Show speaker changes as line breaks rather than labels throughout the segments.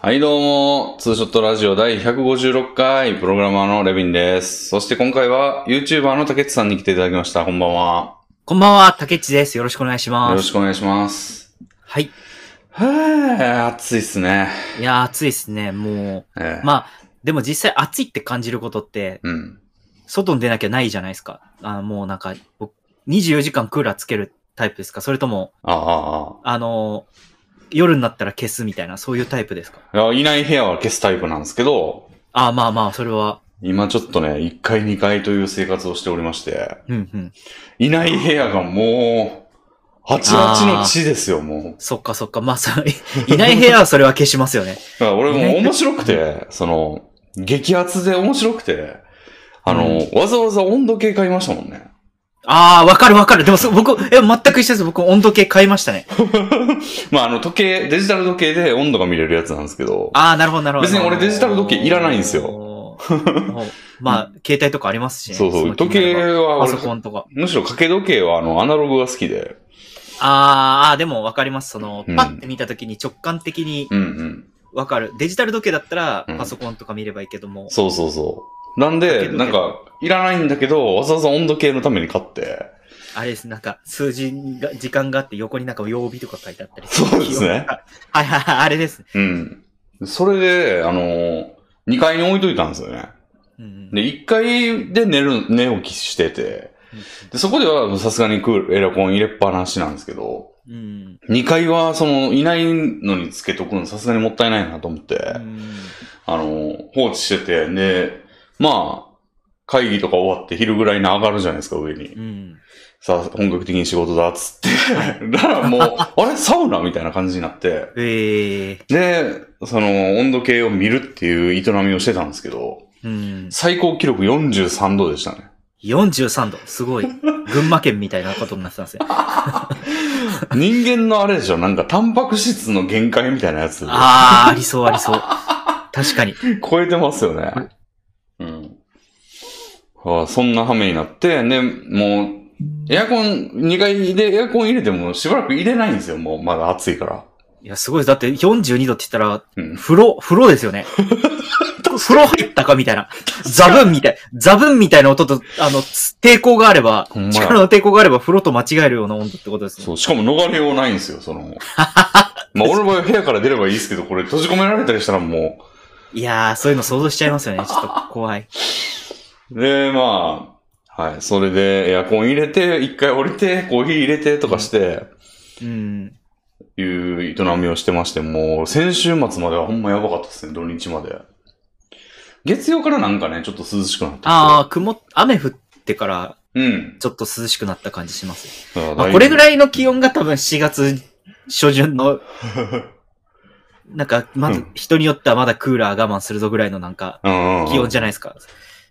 はい、どうも、ツーショットラジオ第156回、プログラマーのレビンです。そして今回は、YouTuber の竹内さんに来ていただきました。こんばんは。
こんばんは、竹内です。よろしくお願いし
よ
ま
ろ
す。
しくお願いします。
はい。
はぁ、暑いっすね。
いやー、暑いですね、も
ええ
う。まあ、でも実際暑いって感じることって、
うん。
外に出なきゃないじゃないですか。あーもうなんか、僕、24時間クーラーつけるタイプですかそれとも、
ああ、あ
あのー夜になったら消すみたいな、そういうタイプですか
あ。いや、いない部屋は消すタイプなんですけど、
あーまあまあ、それは、
今ちょっとね、1階2階という生活をしておりまして、
うんうん。
いない部屋がもう、あちあちの地ですよ、もう。
そっかそっか、ま あ、そいない部屋はそれは消しますよね。
だから俺も面白くて、その、激アツで面白くて、あの、わざわざ温度計買いましたもんね。
ああ、わかるわかる。でもそ、僕、え、全く一緒です。僕、温度計買いましたね。
まあ、あの、時計、デジタル時計で温度が見れるやつなんですけど、
ああ、なるほど、なるほど。
別に俺デジタル時計いらないんです
よ。 まあ、携帯とかありますしね。
そうそう、
の気
時
になれ
計
ば
は
パソコ
俺、
ンとか。
むしろ掛け時計はあの、アナログが好きで、
あーあー、でもわかります。その
うん、
パッて見た時に直感的に
うんうん。
わかる。デジタル時計だったら
うん、
パソコンとか見ればいいけども。
そうそうそう。なん
掛
で、
け時計
なんか、いらないんだけど、わざわざ温度計のために買って、
あれです。なんか、数字が、時間があって横になんか曜日とか書いてあったり
そうですね。
はいはいはい、あれですね。
うん。それで、あの、2階に置いといたんですよね。
うんうん
で、1階で寝る、寝起きしてて、で、そこではさすがにクール、エアコン入れっぱなしなんですけど、
うんうん
2階はその、いないのにつけとくのさすがにもったいないなと思って、
うん
あの、放置してて、で、まあ、会議とか終わって昼ぐらいに上がるじゃないですか、上に
う。ん
さあ、本格的に仕事だっつって。 だからもう、あれサウナみたいな感じになって。
ええ
で、その、温度計を見るっていう営みをしてたんですけど、
うん
最高記録43度でしたね。
43度。すごい。群馬県みたいなことになってたんですね。
人間のあれでしょ、なんかタンパク質の限界みたいなやつ
ああ、ありそう、ありそう。確かに。
超えてますよね。うん。ああそんな羽目になって、ね、もう、エアコン、2階でエアコン入れてもしばらく入れないんですよ、もうまだ暑いから。
いや、すごいです。だって42度って言ったら、
うん
風呂、風呂ですよね。風呂入ったかみたいな。ザブンみたい。ザブンみたいな音と、あの、つ抵抗があれば
ほん、まや
力の抵抗があれば風呂と間違えるような温度ってことですね。
そう、しかも逃れようないんですよ、その。まあ、俺の場合は部屋から出ればいいですけど、これ閉じ込められたりしたらも
いやー、そういうの想像しちゃいますよね。ちょっと怖い。
う。で、まあ、はい、それでエアコン入れて、1回降りて、コーヒー入れてとかして、
うん。
いう営みをしてまして、もう先週末まではほんまやばかったですね、土日まで。月曜からなんかね、ちょっと涼しくなってきて。
あー、曇っ、雨降ってから、
うん。
ちょっと涼しくなった感じします。まあ、こ
こ
れぐ
い
らいの気温が多分4月初旬 の、なんか、ま
う
ず
ん、
人によってはまだクーラー我慢するぞぐらいのなんか、
うんうんうん、
気温じゃないですか。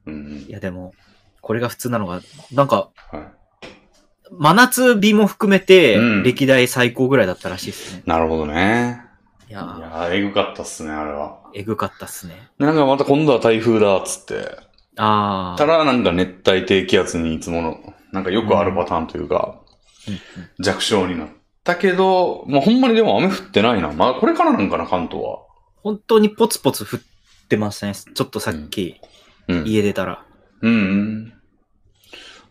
うん
いやでも、これが普通なのが、なんか、
うん。はい。
真夏日も含めて
うん、
歴代最高ぐらいだったらしいですね。
なるほどね。
い
い
や
や
ー、
ー、えぐかったっすね、あれは。
えぐかったっすね。
でなんかまた今度は台風だ、っつって。
あー。
たら、なんか熱帯低気圧にいつもの、なんかよくあるパターンというか、
うんうん
弱小になったけど、まあ、ほんまにでも雨降ってないな。まあ、これからなんかな、関東は。
本当にポツポツ降ってましたね。ちょっとさっき、
うん。
家出たら。
うんうん。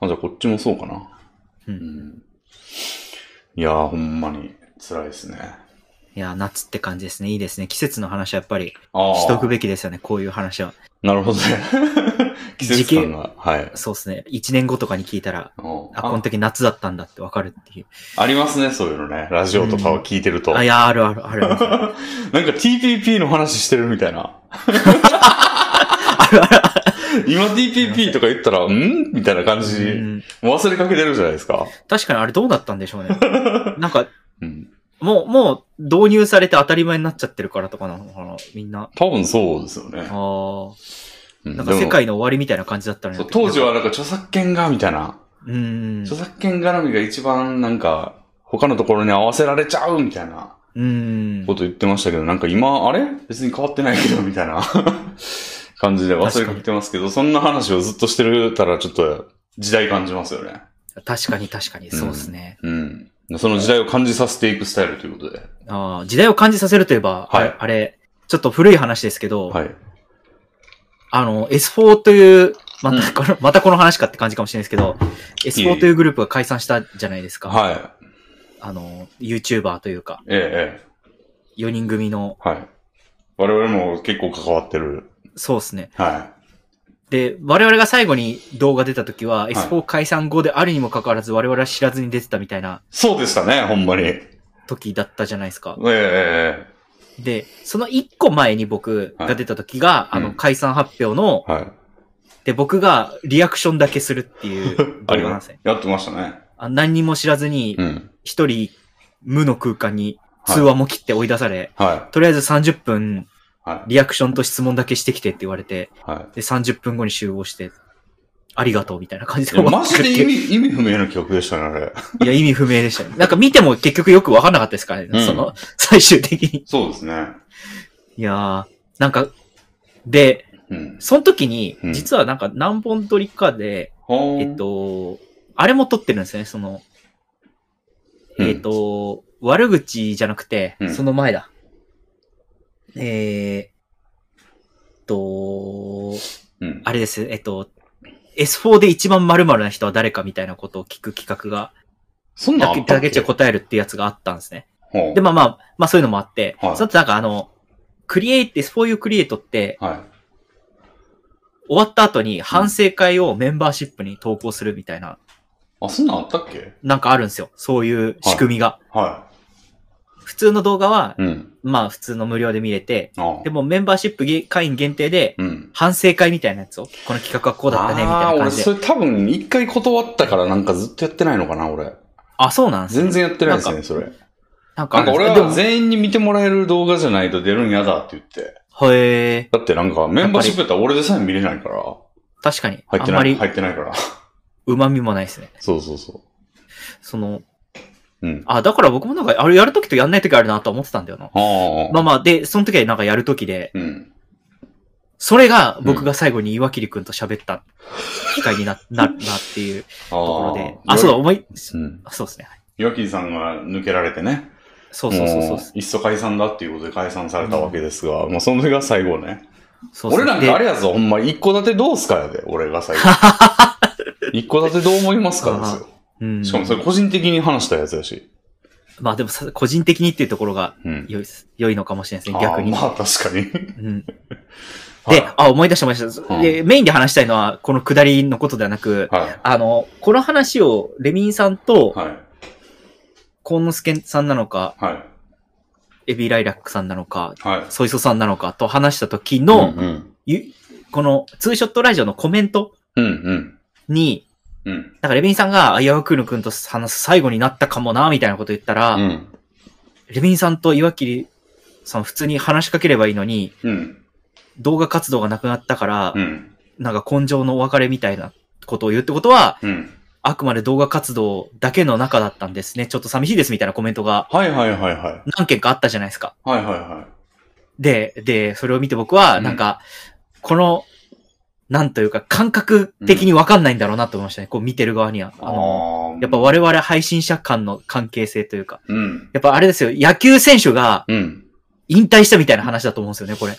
あ、じゃあこっちもそうかな。
うん
んいやー、ほんまに辛いですね。
いやー、夏って感じですね。いいですね。季節の話はやっぱり、
あ
しとく
あ。
べきですよね。こういう話は。
なるほど ね。季節感が。はい。
そうですね。一年後とかに聞いたら、
うん
あ、この時夏だったんだってわかるっていう。
あありますね、そういうのね。ラジオとかを聞いてると。
あ、いやー、あるある、あるあ る。
なんか TPP の話してるみたい な。今 TPP とか言ったら、んみたいな感じ、
うん
もう忘れかけてるじゃないですか。
確かにあれどうだったんでしょうね。なんか、
うん、
もう、もう導入されて当たり前になっちゃってるからとかなのかな、みんな。
多分そうですよ
あ
ね。
あ。
う
なんか世界の終わりみたいな感じだったの
で
に
もそう当時。
な
は
ん
なんか著作権が、みたいな。
かうん。
著作権絡みが一番なんか、他のところに合わせられちゃうみたいな
うん。
こと言ってましたけど、なんか今、あれ別に変わってないけ ど、みたいな感じで忘れかけてますけど、そんな話をずっとしてるたらちょっと時代感じますよね。
確かに確かに、そうですね。
うん。その時代を感じさせていくスタイルということで。
ああ、時代を感じさせるといえ
は
ば、
い
あれ、あれちょっと古い話ですけど、
はい。
あの、S4 という、またこの、またこの話かって感じかもしれないですけど、S4 というグループが解散したじゃないですか。
はい。
あの、YouTuber というか、
ええ、ええ。
4人組の、
はい。我々も結構関わってる。
そうですね。
は
で、我々が最後に動画出た時は、
い。
S4 解散後であるにもかかわらず我々は知らずに出てたみたいない
そうでしたね、ほんまに。ええ
時だったじゃないですか。
ええ、
で、その1個前に僕が出た時が、
はい
あ
う
の、
ん
解散発表の、
ええ。はい。
で、僕がリアクションだけするってい う動
あ
画
り
なん
ま
です
す
ね。
やってましたね。
あ何にも知らずに
う、ん。
一人無の空間に
はい
通話も切って追い出され、
は
とりあえず30分
い。はい。
リアクションと質問だけしてきてって言われて、
は
で、30分後に集合して、ありがとうみたいな感じ
い。い
で
や、
終わ
マ
っ
ジ
てるって
で
いう
意味、意味不明な曲でしたね、あれ。
いや、意味不明でしたね。なんか見ても結局よくわかんなかったですからね。
うん
そ の、最終的に。
そうですね。
いやー、なんか、で、
うん。
その時に
う、ん
実はなんか何本撮りかで、
ほー
えっ、と、あれも撮ってるんですね、その、
うん
えっ、と、悪口じゃなくて
う、ん
その前だ。えーっと、
うん。
あれです、えっと、S4 で一番〇〇な人は誰かみたいなことを聞く企画が、
そんなん
だ
あ
け、
った
だ
っ
け
け
じゃ答えるってやつがあったんですね。
ほう
で、まあまあ、まあそういうのもあって、
はい
その後なんかあの、クリエイティス、フォーユークリエイトって、
はい。
終わった後に反省会をメンバーシップに投稿するみたいな、
あ、そんなんあったっけ
なんかあるんですよ。そういう仕組みが。
は
普通の動画は、
い。うん。
まあ普通の無料で見れて、
ああ
でもメンバーシップげ会員限定で、
うん。
反省会みたいなやつを、この企画はこうだったね、み
あ
た
あ
い
ー、
な
俺
感じ
そ
で。
れ多分一回断ったからなんかずっとやってないのかな、俺。
あ、そうなんですね
全然やってないです
な
ね、それ。
なんか
なんか
あるん
俺
ですでも
は全員に見てもらえる動画じゃないと出るんやだって言って。
へえ、
だってなんかメンバーシップやったら俺でさえ見れないから。
確かに。
入っ
あん
て
ま
ない、
り
入ってないから。
旨味もないですね。
そうそうそ
その、
う。うん。
あ、だから僕もなんか、あれやるときとやんないときあるなとは思ってたんだよな。
ああ。
まあまあ、で、その時はなんかやる時で、
うん。
それが僕が最後に岩切くんと喋った機会に な、な、なっていうと
ああ。
ころで。あ、そうだ、思い、
うん。
あそうですね。
岩切さんが抜けられてね。
そうそうそうそ
も
う。
いっそ解散だっていうことで解散されたわけですが、まあその時が最後ね。
そうそう
俺なん
で
かあれやぞ、ほんま、一戸建てどうすかやで、俺が 最後。一戸建てどう思いますかですよ。
うん。
しかもそれ個人的に話したやつやし。
まあでもさ、個人的にっていうところが
うん。
良い、良いのかもしれないですね、逆に。
あーまあ確 かに。
うん、
はい
で、あ、思い出しました。
うん
で、メインで話したいのは、この下りのことではなく、
はい。
あの、この話をレミンさんと、
はい。
コンノスケさんなのか、
はい。
エビライラックさんなのか、
はい。
ソイソさんなのかと話した時の、
うんうん。
ゆこのツーショットラジオのコメント
うんうん。
に、
うん。
なんかレビンさんが、あやわくぬくんと話す最後になったかもな、みたいなこと言ったら、
うん。
レビンさんと岩切さん普通に話しかければいいのに、
うん。
動画活動がなくなったから、
うん。
なんか根性のお別れみたいなことを言うってことは、
うん。
あくまで動画活動だけの中だったんですね。ちょっと寂しいですみたいなコメントが
はいはいはいはい。
何件かあったじゃないですか。
はいはいは
で、で、それを見て僕は、
うん
なんか、この、なんというか、感覚的にわかんないんだろうなと思いましたね。こう見てる側には。
い。
あの、
あー
やっぱ、我々配信者間の関係性というか。
うん。
やっぱあれですよ、野球選手が
うん。
引退したみたいな話だと思うんですよね、これ。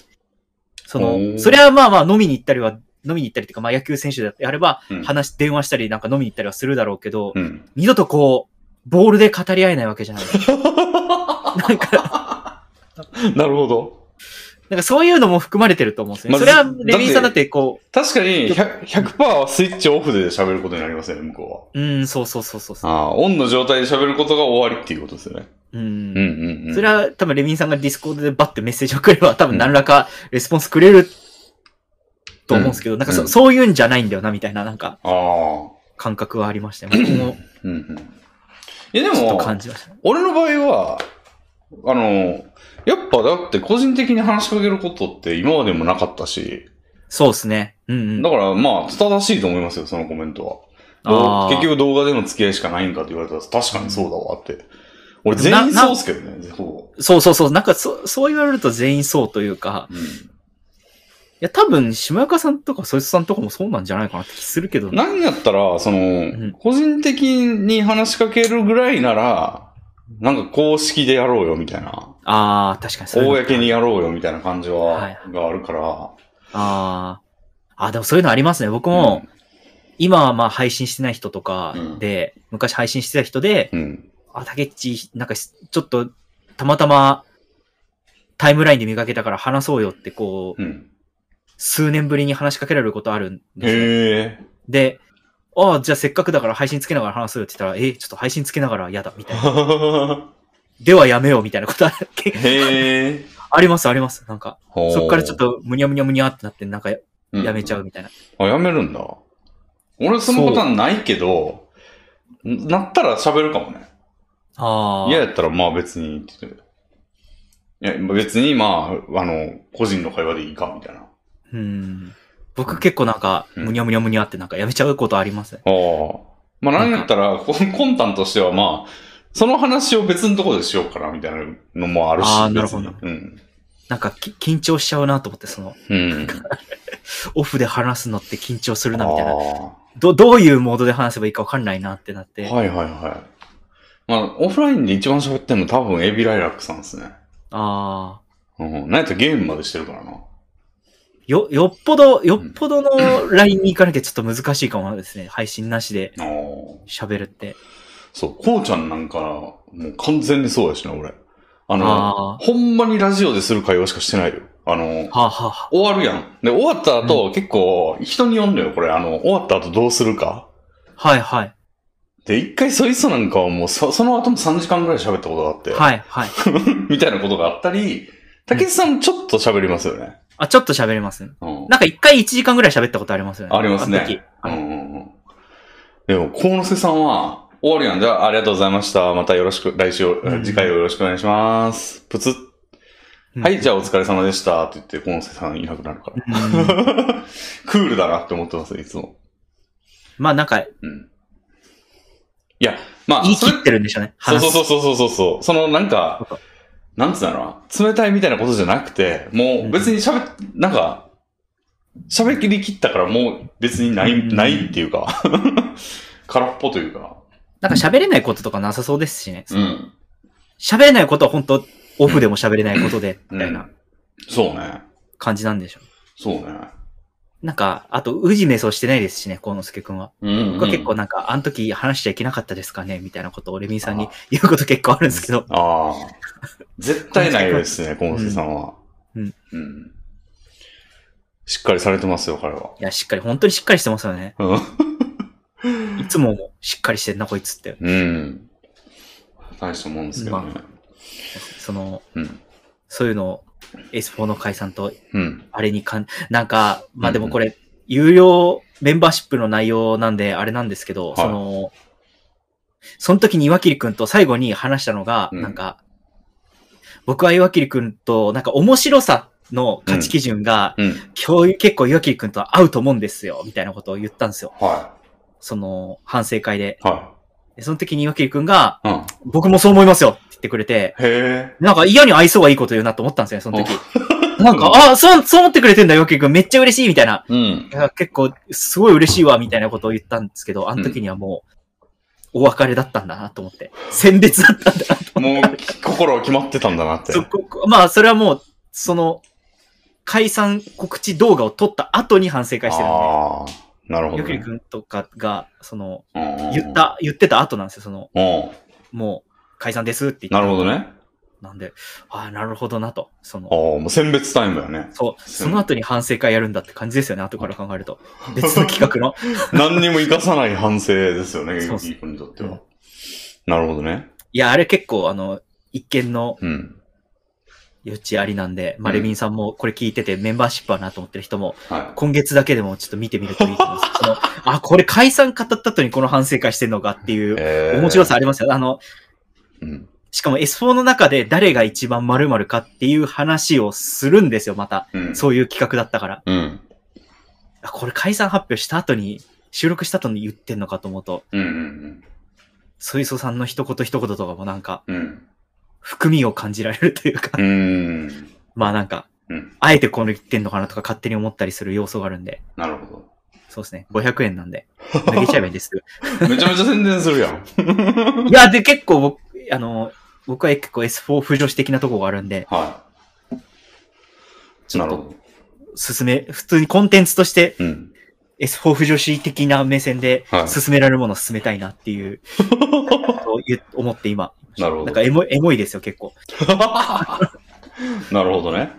そ
お
の、
ー
それはまあまあ飲みに行ったりは、飲みに行ったりっていうか、まあ野球選手であれば
うん、
話、電話したりなんか飲みに行ったりはするだろうけど、
うん。
二度とこう、ボールで語り合えないわけじゃ ない。なんか、
なるほど。
なんかそういうのも含まれてると思うんですよね。
まあ
それはレビンさんだってこう、
確かに100、100%はスイッチオフで喋ることになりますよね、向こうは。
うん、そうそうそうそうそう。
ああ、オンの状態で喋ることが終わりっていうことですよね。
う。
うんんうんうん。
それは多分レミンさんがディスコードでバッてメッセージをくれば多分何らかレスポンスくれると思うんですけど、なんかそ,、
う
うんそういうんじゃないんだよな、みたいななんか
ああ。
感覚はありましたね。僕も
うんうん。いやで
ちょっと
も、
感じました。
俺の場合は、あの、やっぱだって個人的に話しかけることって今までもなかったし、
そうですね。うんう
だ
ん。
からまあ正しいと思いますよ、そのコメントは。
あ
ど
ー
う結局動画での付き合いしかないんかって言われたら確かにそうだわって。俺
でもな
全員そうっすけどね、ほぼ。
そうそうそう。なんかそ、そう言われると全員そうというか、
う
いや多分、島岡さんとかそいつさんとかもそうなんじゃないかなって気するけど
ん。何やったら、その、
ん
個人的に話しかけるぐらいなら、なんか公式でやろうよみたいな。
ああ、確かにそういうの
公にやろうよみたいな感じ
は
は、
い
があるから。
ああ。あ、でもそういうのありますね。僕も、今はまあ配信してない人とかで、昔配信してた人で、
うん。
あ、竹内、なんかしちょっと、たまたま、タイムラインで見かけたから話そうよって、こう、
うん。
数年ぶりに話しかけられることあるんですよ。
へえ。
で、ああ、じゃあせっかくだから配信つけながら話そうよって言ったら、え、ちょっと配信つけながら嫌だ、みたいな。 ではやめよう、みたいなことある
へえ。
あります、あります。なんか、そっからちょっ
と
と、むにゃむにゃむにゃってなって、なんかややめちゃうみたいな。
あ、やめるんだ。俺そのパターンないけど、なったら喋るかもね。
ああ。
嫌やったらまあ別にって言って。いや、別にまあ、あの、個人の会話でいいか、みたいな。あ
うん。僕結構なんか、
うん
むにゃむにゃむにゃってなんかやめちゃうことありますね。
あ。まあなんやったら、こ 魂胆としてはまあ、その話を別のところでしようかな、みたいなのもあるし。
あーなるほど
別にうん。
なんかき緊張しちゃうなと思って、その、
うん。
オフで話すのって緊張するなみたいな。
あ
ど、どういうモードで話せばいいかわかんないなってなって。
あ。はいはいはい。まあ、オフラインで一番喋ってるの多分エビライラックさんですね。
ああ。
うん。なんやったらゲームまでしてるからな。
よ、よっぽど、よっぽど の LINE に行かなきゃちょっと難しいかもですね。配信なしで
ああ。
喋るって。
そう、こうちゃんなんか、もう完全にそうやしな、俺。あの、
あ
ほんまにラジオでする会話しかしてないよ。あの、
はあ、はあは
終わるやん。で、終わった後、結構、人に呼んだよ、これ。あの、終わった後どうするか。
あ、はいはい。
で、一回そいつなんかはもうそ、その後も3時間ぐらい喋ったことがあって、
はいはい。
みたいなことがあったり、竹内さんちょっと喋りますよね。
あ、ちょっと喋れますね。
うん。
なんか一回一時間ぐらい喋ったことありますよね。
あります
の
ね。
時
うん
あの
うんうん。でも、幸之助さんは、終わるやん。じゃあ、ありがとうございました。またよろしく、来週、
ん
次回をよろしくお願いします。プツッ。
うん
はい、じゃあお疲れ様でした。って言って、幸之助さんいなくなるから。
うん
クールだなって思ってます、いつも。
まあなんか、
うん。いや、 まあ、
言い
それ
切ってるんでしょうね。
そう
話
そう
す
そうそうそうそう。そのなんか、なんつうのかな、冷たいみたいなことじゃなくて、もう別に喋っ、なんか、喋り切ったからもう別にない、
うん
ないっていうか、 空っぽというか。
なんか喋れないこととかなさそうですしね。
うん。
喋れないことは本当オフでも喋れないことで、みたいな
そうね。
感じなんでしょう。
そうね。
なんか、あと、うじめそうしてないですしね、幸之助くんは。
うん、うん。
僕は結構なんか、あの時話しちゃいけなかったですかね、みたいなことをレミンさんに言うこと結構あるんですけど。
ああ。絶対ないです ね、小野瀬さんは。
うん。
うん。しっかりされてますよ、彼は。
いや、しっかり、本当にしっかりしてますよね。
うん
いつももうしっかりしてんな、こいつって。
うん。大したもんですけどね。
その、
うん。
そういうのを、S4 の解散と、
うん。
あれにかん、なんか、まあでもこれ、有料メンバーシップの内容なんで、あれなんですけど、
い
その、その時に岩切くんと最後に話したのが、
うん
なんか、僕は岩切くんと、なんか面白さの価値基準が、
うん。
今日結構岩切くんと合うと思うんですよ、みたいなことを言ったんですよ。
は
その、反省会で。
い。は
でその時に岩切くんが、
い。うん。
僕もそう思いますよって言ってくれて、
へえ。
なんか嫌に愛想がいいこと言うなと思ったんですよね、その時。なんか、あ、そう、そう思ってくれてんだ、岩切くん。めっちゃ嬉しいみたいな。
うん
い。や結構、すごい嬉しいわ、みたいなことを言ったんですけど、あの時にはもう、お別れだったんだなと思って。鮮烈だったんだなと思
も
っ
う、き心は決まってたんだなって
て。。そここまあ、それはもう、その、解散告知動画を撮った後に反省会してるんで、
ああ。なるほど
ゆく
ね。
りくんとかが、その、
うんうんうん
言っ。た、言ってた後なんですよ、その、
うん。
もう、解散ですって言って。
なるほど。ね。
なんで、ああ、なるほどなと。そ
ああ、
の、
もう選別タイムだね。
そう、その後に反省会やるんだって感じですよね、後から考え ると。別の企画の。
何にも生かさない反省ですよね、
そ
ゆ
うそう
きくんにとって
う
は
ん。
なるほどね。
いや、あれ結構、あの、一見の
うん。
余地ありなんで、まあ、
うん
レビンさんもこれ聞いててメンバーシップはなと思ってる人も、
は
今月だけでもちょっと見てみるといいと思 います。そのあ、これ解散語った後にこの反省会してんのかってい
い。
う
え
面白さありますよ。あの、
うん。
しかも S4 の中で誰が一番〇〇かっていう話をするんですよ、また。
うん。
そういう企画だったから。
うん。
あこれ解散発表した後に、収録した後に言ってんのかと思うと、
うん。うん。
ソイソさんの一言一言とかもなんか、
うん。
含みを感じられるというか、
うん。
まあなんか
うん、
あえてこれ言ってんのかなとか勝手に思ったりする要素があるんで、
なるほ
そうですね。500円なんで。 投げちゃえばいいんです。
ど。めちゃめちゃ宣伝するやん。
いや、で、結構僕、あの、僕は結構 S4 浮上し的なとこがあるんで、
はい。
ちょ
な
っ
る
と
ほど。
進め、普通にコンテンツとして
うん
S4 浮上し的な目線で
はい
進められるものを進めたいなっ ていう、と言う思って今。
なるほど
なんかエモいエモいですよ、結構。
なるほどね。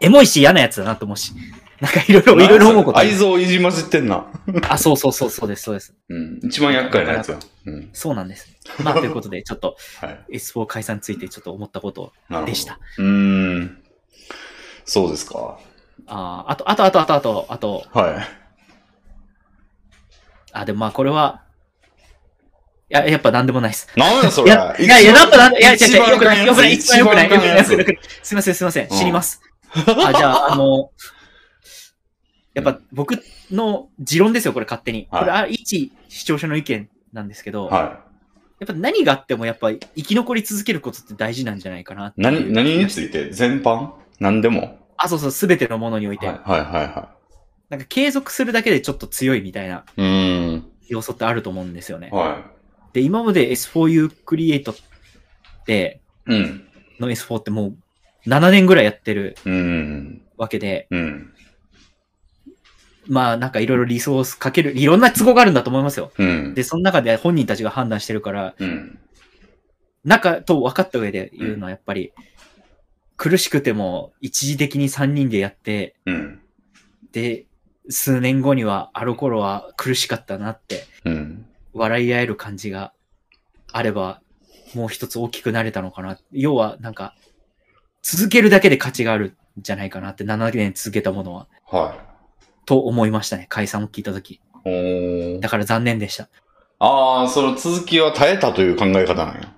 エモいし嫌なやつだなと思うし。なんかいろいろ、いろいろ思うことある
愛。憎いじまじってんな。
あ、そうそうそう、そうです、そうです。
うん。一番厄介なやつや。うん。
そうなんです。まあ、ということで、ちょっと
はい。
S4 解散についてちょっと思ったこと
なるほど。
でした。。
うーん。そうですか。
あーあと、あと、あと、あと、あと、あと、
はい。
あ、でもまあ、これは、いや、やっぱなんでもないです。
なんやそ
い
れ。
や、いや、いや、なんかなんいや、違う
一
違う、
番
よくない、よくない、一番よくない、よくない、よく
一番
ない。すいません、すいません、
うん
知 ります。あ、じゃあ、あの、やっぱ僕の持論ですよ、これ勝手に。
はい
これ、あ一視聴者の意見なんですけど、
は
やっぱ何があってもやっぱ生き残り続けることって大事なんじゃないかなって
い。
い
何、
う
何について全般何でも。
あ、そうそう、すべてのものにおい
はい
て、
はいはいは。
なんか継続するだけでちょっと強いみたいない
うーん。
要素ってあると思うんですよね。
は
で、今まで S4U クリエイトって、
い。うん。
の S4 ってもう7年ぐらいやってる
うん。
わけで、
うん。
まあなんかいろいろリソースかける、いろんな都合があるんだと思いますよ。
うん。
で、その中で本人たちが判断してるから、
うん。
中と分かった上で言うのはやっぱり、苦しくても一時的に3人でやって、
うん。
で、数年後にはあの頃は苦しかったなって
うん。
笑い合える感じがあれば、もう一つ大きくなれたのかな。要はなんか、続けるだけで価値があるんじゃないかなって、7年続けたものは。
はい。
と思いましたね。解散を聞いたとき。
おー
だから残念でした。
ああ、その続きは耐えたという考え方なんや。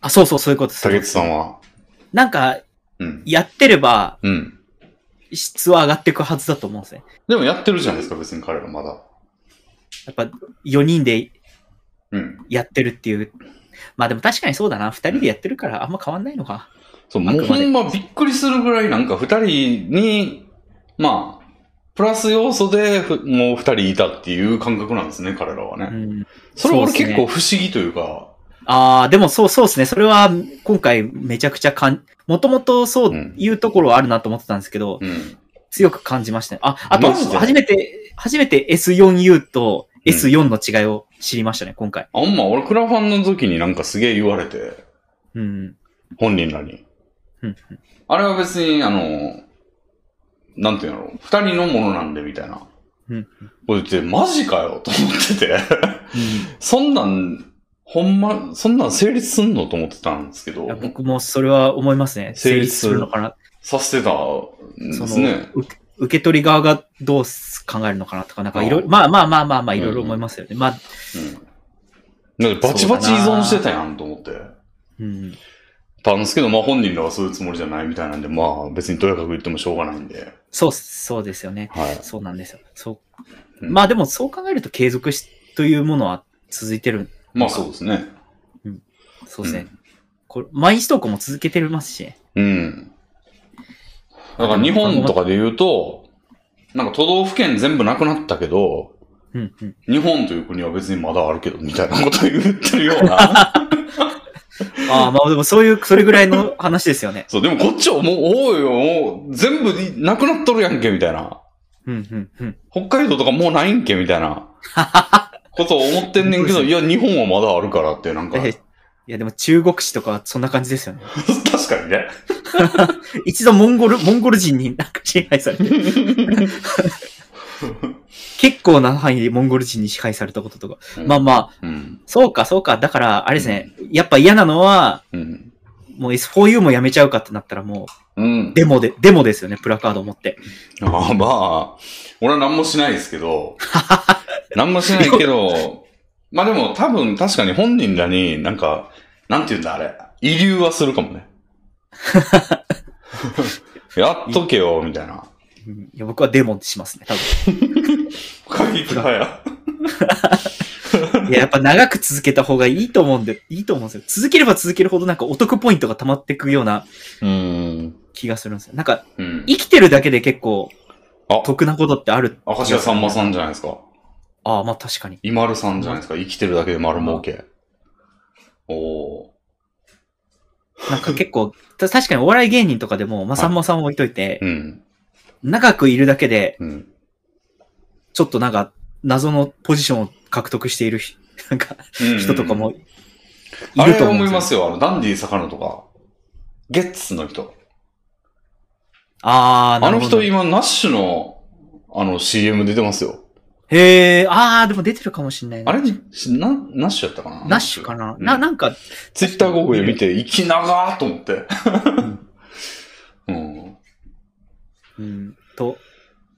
あ、そうそう、そういうことです。
竹内さんは。
なんか、
うん。
やってれば
うん。
質は上がっていくはずだと思うんですね。
でもやってるじゃないですか、別に彼らまだ。
やっぱ、4人で
うん。
やってるっていう。まあでも確かにそうだな。2人でやってるからあんま変わんないのか。
そう、も
あ
う
くま
ほ
で
んまびっくりするぐらいなんか二人に、まあ、プラス要素でふもう二人いたっていう感覚なんですね、彼らはね。
うん。
それは俺
そうっすね
結構不思議というか、
ああ、でもそう、そうですね。それは今回めちゃくちゃかん、もともとそういうところはあるなと思ってたんですけど、
うん。
強く感じましたね。あ、あと、
マジで
初めて、初めて S4U と S4 の違いを知りましたね、今回。
あんま俺クラファンの時になんかすげえ言われて、
うん。
本人らに
うん。
あれは別に、あの、なんていうんやろう、二人のものなんでみたいな。
うん。
これってマジかよと思ってて、
うん
そんなん、ほんま、そんなん成立すんのと思ってたんですけど
いや、僕もそれは思いますね。
成
成
立
立するのかな。
させてたんで
そ
す
の、
ね。
受け受け取り側がどう考えるのかなとか、なんかいろいろ、まあまあまあまあまあ、いろいろ思いますよね。まあ、
うん。なんかバチバチ依存してたやんと思って。
うん。
たんですけど、まあ本人らはそういうつもりじゃないみたいなんで、まあ別にとやかく言ってもしょうがないんで。
そう、そうですよね。
はい。
そうなんですよ。そう。
うん
まあでも、そう考えると継続し、というものは続いてる。
まあそうですね。
そうですね。
うん
これ毎日投稿も続けてますしね。
うん。だから日本とかで言うと、なんか都道府県全部なくなったけど、
うんうん。
日本という国は別にまだあるけど、みたいなことを言ってるよう な。
ああ、まあでもそういう、それぐらいの話ですよね。
そう、でもこっちはもう、おいよ、もう、全部いなくなっとるやんけ、みたいな。
うんうんうん。
北海道とかもうないんけみたいなことを思ってんねんけど、いや、日本はまだあるからって、なんか、
え
確
いや、でも中国史とかはそんな感じですよね。
かにね。
一度モンゴル、モンゴル人になんか支配されて。結構な範囲でモンゴル人に支配されたこととか。まあまあ、
うん。
そうかそうか。だから、あれですね。やっぱ嫌なのは、
うん。
もう S4U もやめちゃうかってなったらも
うん
う、。デモで、デモですよね。プラカードを持って。
ああまあ、俺は何もしないですけ ど、何もしないけど、まあでも多分確かに本人らになんか、なんて言うんだあれ、遺留はするかも ね。やっとけよ、みたいな。
うんいや僕はデモしますね。多
鍵くらや。
分。いや、やっぱ長く続けた方がいいと思うんで、いいと思うんですよ。続ければ続けるほどなんかお得ポイントが溜まっていくような
うん。
気がするんですよ。なんか、
うん。
生きてるだけで結構
あ、
得なことってある。
明石家さんまさ
ん。
んじゃないですか。
ああ、まあ確かに。
イマルさんじゃないですか。生きてるだけで丸儲け。おお。
なんか結構、た確かにお笑い芸人とかでも、まあ、さんまさんを置いといて、
うん。
長くいるだけで、
うん。
ちょっとなんか、謎のポジションを獲得しているひ、 なんか、 人とかも、い
あ
る
れ
と思うん
思い
ですよ
ますよ、あの、ダンディ坂野とか。ゲッツの人。
あー、
あ
な
の
るほど。
人今、ナッシュの、あの、CM 出てますよ。
へえ、あー、でも出てるかもしんないな
あれしな、ナッシュやったかな
ナッシュかな、
うん
な、なんか、
ツイッターゴーグル見て、息長ーと思って。 うん。
うん、と、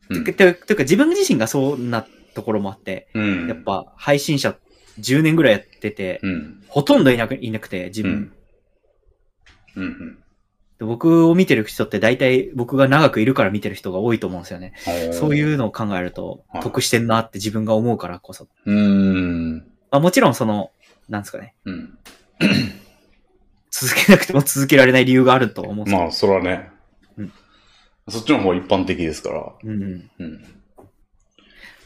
うん
ててていうか自分自身がそうなところもあって、
うん。
やっ。ぱ配信者10年ぐらいやってて、
うん。
ほとんどいなくいなくて、自
う
分。
ん。うん。。
で僕を見てる人って大体僕が長くいるから見てる人が多いと思うんですよね。そういううのを考えると
はい
得してんなって自分が思うからこそ。
うーん。
まあ、もちろんその、なんですかね、
うん。
続けなくても続けられない理由があるとは思うんですけど。
まあ、それはね
うん。
そっちの方が一般的ですから。
うんうん、
うん。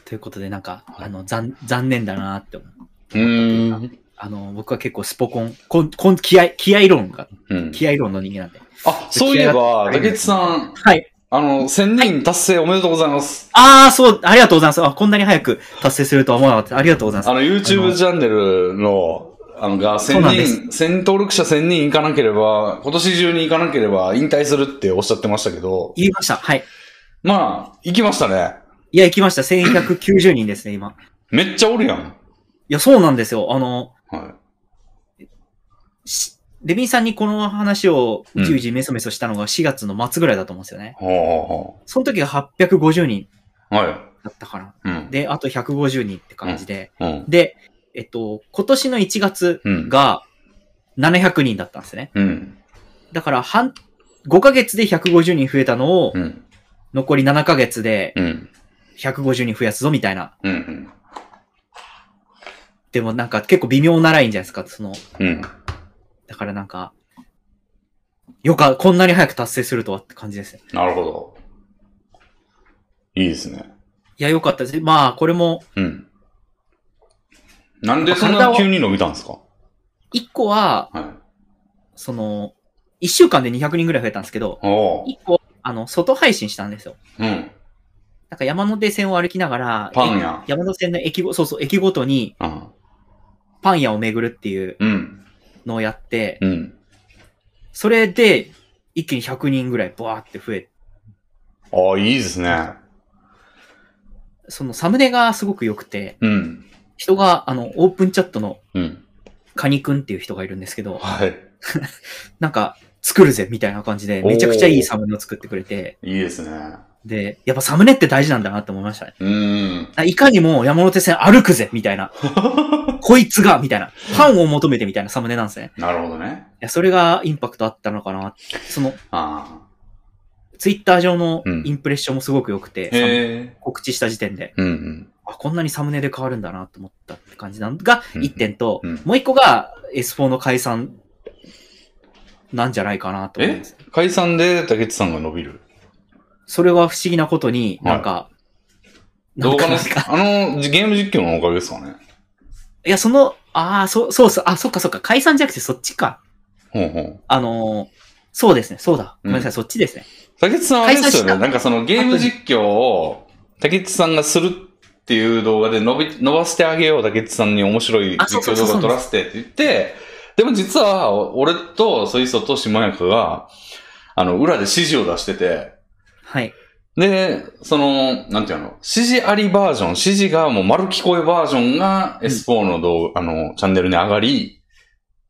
ということで、なんか、
はい
あの、残、残念だなって思う。
うーん。
あの、僕は結構スポコン、こん、こん、気合、気合論が、
うん。
気合論の人間なんで。
あ、そういえば、竹内さん、
はい。
あの、1000人達成おめでとうございます。
ああ、そう、ありがとうございます。あ、こんなに早く達成するとは思わなかった。ありがとうございます
あ。の、YouTube チャンネルの、あの、が、
そうなんで
1000人、1000登録者1000人行かなければ、今年中に行かなければ引退するっておっしゃってましたけど、
言いました。はい。
まあ、行きましたね。
いや、行きました。1190人ですね、今。
めっちゃおるやん。
いや、そうなんですよ。あの、
は
しレビンさんにこの話を
うん
うじうじメソメソしたのが4月の末ぐらいだと思うんですよね。
い。は
その時が850人
あ、はあ、は
だったかな。
い。うん。
で、あと150人って感じで。
うん。
で、えっと、今年の1月
うん。
が700人だったんですね。
うん。
だから、半、5ヶ月で150人増えたのを
う、ん。
残り7ヶ月で
うん。
150人増やすぞみたいな。
うん。
でもなんか結構微妙なラインじゃないですか。その、
うん。
だからなんか、よか、こんなに早く達成するとはって感じですね。
なるほど。いいですね。
いや、よかったです。まあ、これも、
うん。なんでそんな急に伸びたんですか
一個は、
はい。
その、一週間で200人ぐらい増えたんですけど、
おー
一個、あの、外配信したんですよ。
うん。
なんか山手線を歩きながら、
パン屋
え山手線の駅ご、そうそう、駅ごとに
うん。
パン屋を巡るっていう
うん。
のをやって、
うん。
それで、一気に100人ぐらいバーって増え、
ああ、いいですね。
そのサムネがすごく良くて、
うん。
人が、あの、オープンチャットの
うん。
カニくんっていう人がいるんですけど、
はい。
なんか、作るぜみたいな感じで、めちゃくちゃいいサムネを作ってくれて、
いいですね。
で、やっぱサムネって大事なんだなって思いましたね。
うーん。
あいかにも山手線歩くぜみたいな。こいつがみたいな。パンを求めてみたいなサムネなんですね。
なるほどね。
いや、それがインパクトあったのかな。その、
ああ。
ツイッター上の
うん
インプレッションもすごく良くて、サム
へえ。
告知した時点で、
うんうん。
あ、こんなにサムネで変わるんだなと思ったって感じなのが
うん
一点と、
うん
もう一個が S4 の解散なんじゃないかなと思い
え
ます。
解散で竹内さんが伸びる
それは不思議なことに、なんか、なん
動
か
画の、
なんか
あの、ゲーム実況のおかげですかね。
いや、その、ああ、そう、そうそう、あ、そっかそっか、解散じゃなくてそっちか。
ほうほう。
あのーそうですね、そうだ。ごめんなさい、
う
そっちですね。
竹内さんはあれですよ
解散
ね。
した
なんかそのゲーム実況を竹内さんがするっていう動画で伸び、伸ばしてあげよう、竹内さんに面白い
あそうそ
実況
うそう
動
そう
画撮らせてって言って、でも実は、お俺と、ソイソと島役が、あの、裏で指示を出してて、
はい。
で、その、なんていうの、指示ありバージョン、指示がもう丸聞こえバージョンが
ん
S4 の動画、あの、チャンネルに上がり、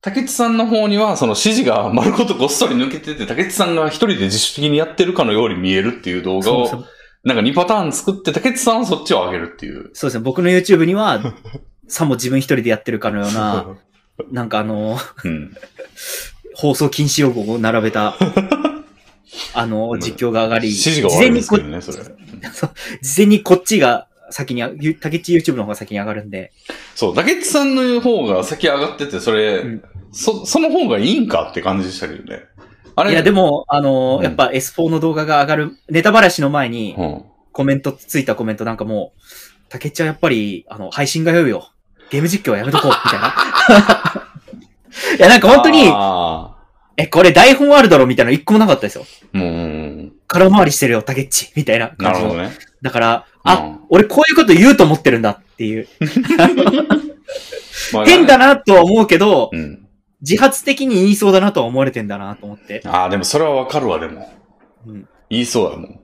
竹内さんの方にはその指示が丸ごとごっそり抜けてて、竹内さんが一人で自主的にやってるかのように見えるっていう動画
そうそ
を、
う
なんか2パターン作って、竹内さんはそっちを上げるっていう。
そうですね、僕の YouTube には、さも自分一人でやってるかのような、なんかあのー
うん。
放送禁止用語を並べ た、あのー実況が上がり、
指示が悪いんですけ
事
どね、それ。
前にこっちが先にあ、ゆ竹内 YouTube の方が先に上がるんで、
そう、竹内さんの方が先上がってて、それ、
うん
そ、その方がいいんかって感じでしたけどね。あれ
いや、でも、あのー
うん
やっぱ S4 の動画が上がる、ネタばらしの前に、
うん
コメント、ついたコメントなんかもう、竹内はやっぱり、あの、配信が良いよ。 ゲーム実況はやめとこう、みたいな。いや、なんか本当に、
あー
え、これ台本あるだろみたいなの一個もなかったですよ。
もうん、
空回りしてるよ、タケッチみたいな
な
感
る
じ
ほ
の
どね。
だから、あ、
うん
俺こういうこと言うと思ってるんだっていう。
まあ
変だなとは思うけど、
うん。
自発的に言いそうだなとは思われてんだなと思って。
ああ、でもそれはわかるわ、でも。
うん、
言いそうやもん。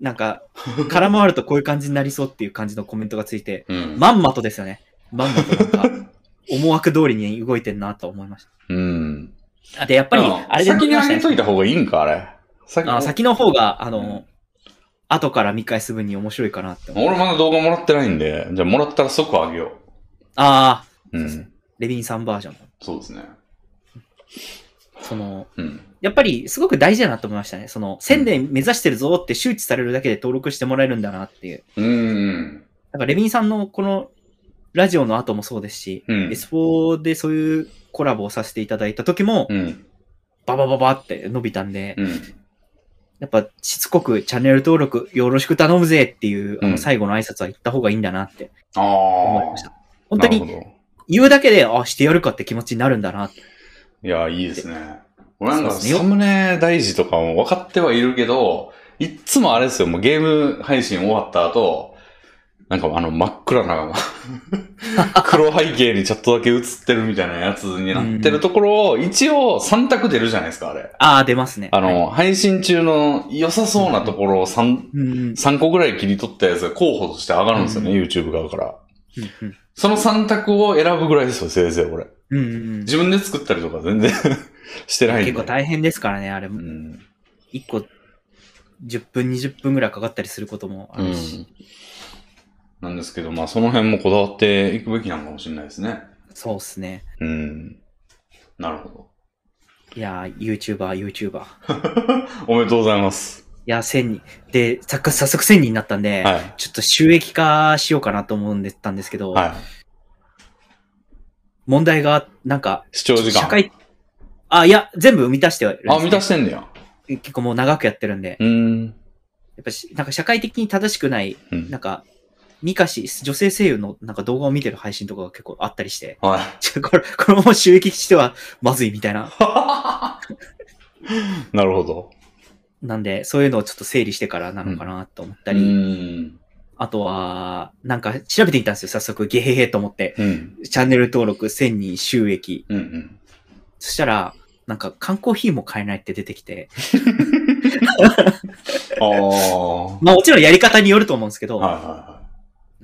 な んか、空回るとこういう感じになりそうっていう感じのコメントがついて、
うん。
まんまとですよね。まんまと なんか、思惑通りに動いてんなと思いまし
うん。
た。あで、やっぱり、あれで
先にあげと
い
いた方がいいんか、あれ。先
あ先の方が、あの、
うん
後から見返す分に面白いかなって思う。
俺まだ動画もらってないんで、じゃあもらったら即あげよ
ああ、
う。うん。
レビンさんバージョン。
そうですね。
その、
うん。
やっぱりすごく大事だなと思いましたね。その、1000年目指してるぞって周知されるだけで登録してもらえるんだなっていう。
うーん。
だからレビンさんのこのラジオの後もそうですし、
うん。
S4 でそういうコラボをさせていただいた時も、
うん。
ババババって伸びたんで、
うん。
やっぱしつこくチャンネル登録よろしく頼むぜっていう、あ
う
の
ん
最後の挨拶は言った方がいいんだなって
あ
思い
あ
まし。た。本当
な
に
るほど
言うだけで、あ、してやるかって気持ちになるんだなって。
いや、いいですね。俺なんか
そうですね
サムネ大事とかも分かってはいるけど、いっつもあれですよ、もうゲーム配信終わった後、なんかあの真っ暗な 黒背景にちょっとだけ映ってるみたいなやつになってるところを、一応3択出るじゃないですか、あれ。
ああ、出ますね。
あ
はい、
の、配信中の良さそうなところを3、
うんうん、うん
3個ぐらい切り取ったやつが候補として上がるんですよね、
う
YouTube 側から。
うん
その3択を選ぶぐらいですよ、先生、俺。
うんうんうん
自分で作ったりとか全然 してないんで。
結構大変ですからね、あれ。
うん。
1個10分、20分ぐらいかかったりすることもあ
う
るし。
ん。なんですけど、まあその辺もこだわっていくべきなのかもしれないですね。
そうですね。
うん。なるほ
いやー、YouTuber、YouTuber。い
ど。おめでとうございます。
や、1000人。で、さっき早速1000人になったんで、
はい。
ちょっと収益化しようかなと思うんでたんですけど、
はい。
問題が、なんか、
視聴時間。
社会、あ、いや、全部満たしてはいるんです
あ、
ね、
満たしてんだよ。
結構もう長くやってるんで、
うーん。
やっぱし、なんか社会的に正しくない、
うん
なんか、ミカシ、女性声優のなんか動画を見てる配信とかが結構あったりして、
はい。
ちょこれ、このまま収益してはまずいみたいな。
なるほど。
なんで、そういうのをちょっと整理してからなのかなと思った
う
り、
ーん。
あとは、なんか調べてみたんですよ、早速、ゲヘヘと思って。
うん。
チャンネル登録1000人収益。
うんうん。
そしたら、なんか缶コーヒーも買えないって出てきて、
ああ。
まあもちろんやり方によると思うんですけど、
はいは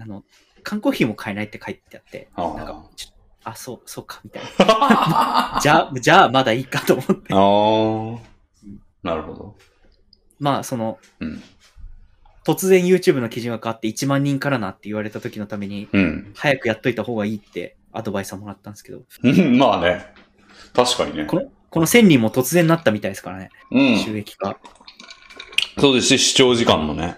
あの、缶コーヒーも買えないって書いてあって、
いはい。
なん
あ
か、ちょあ、そう、そうか、みたいな。じゃあ、じゃあまだいいかと思って。
あー。なるほど。
まあその、
うん。
突然 YouTube の基準が変わって1万人からなって言われた時のために、
うん。
早くやっといた方がいいってアドバイスはもらったんですけど、
うんまあね。確かにね。
この、この1000人も突然なったみたいですからね、
うん。
収益化。
そうですし、視聴時間もね。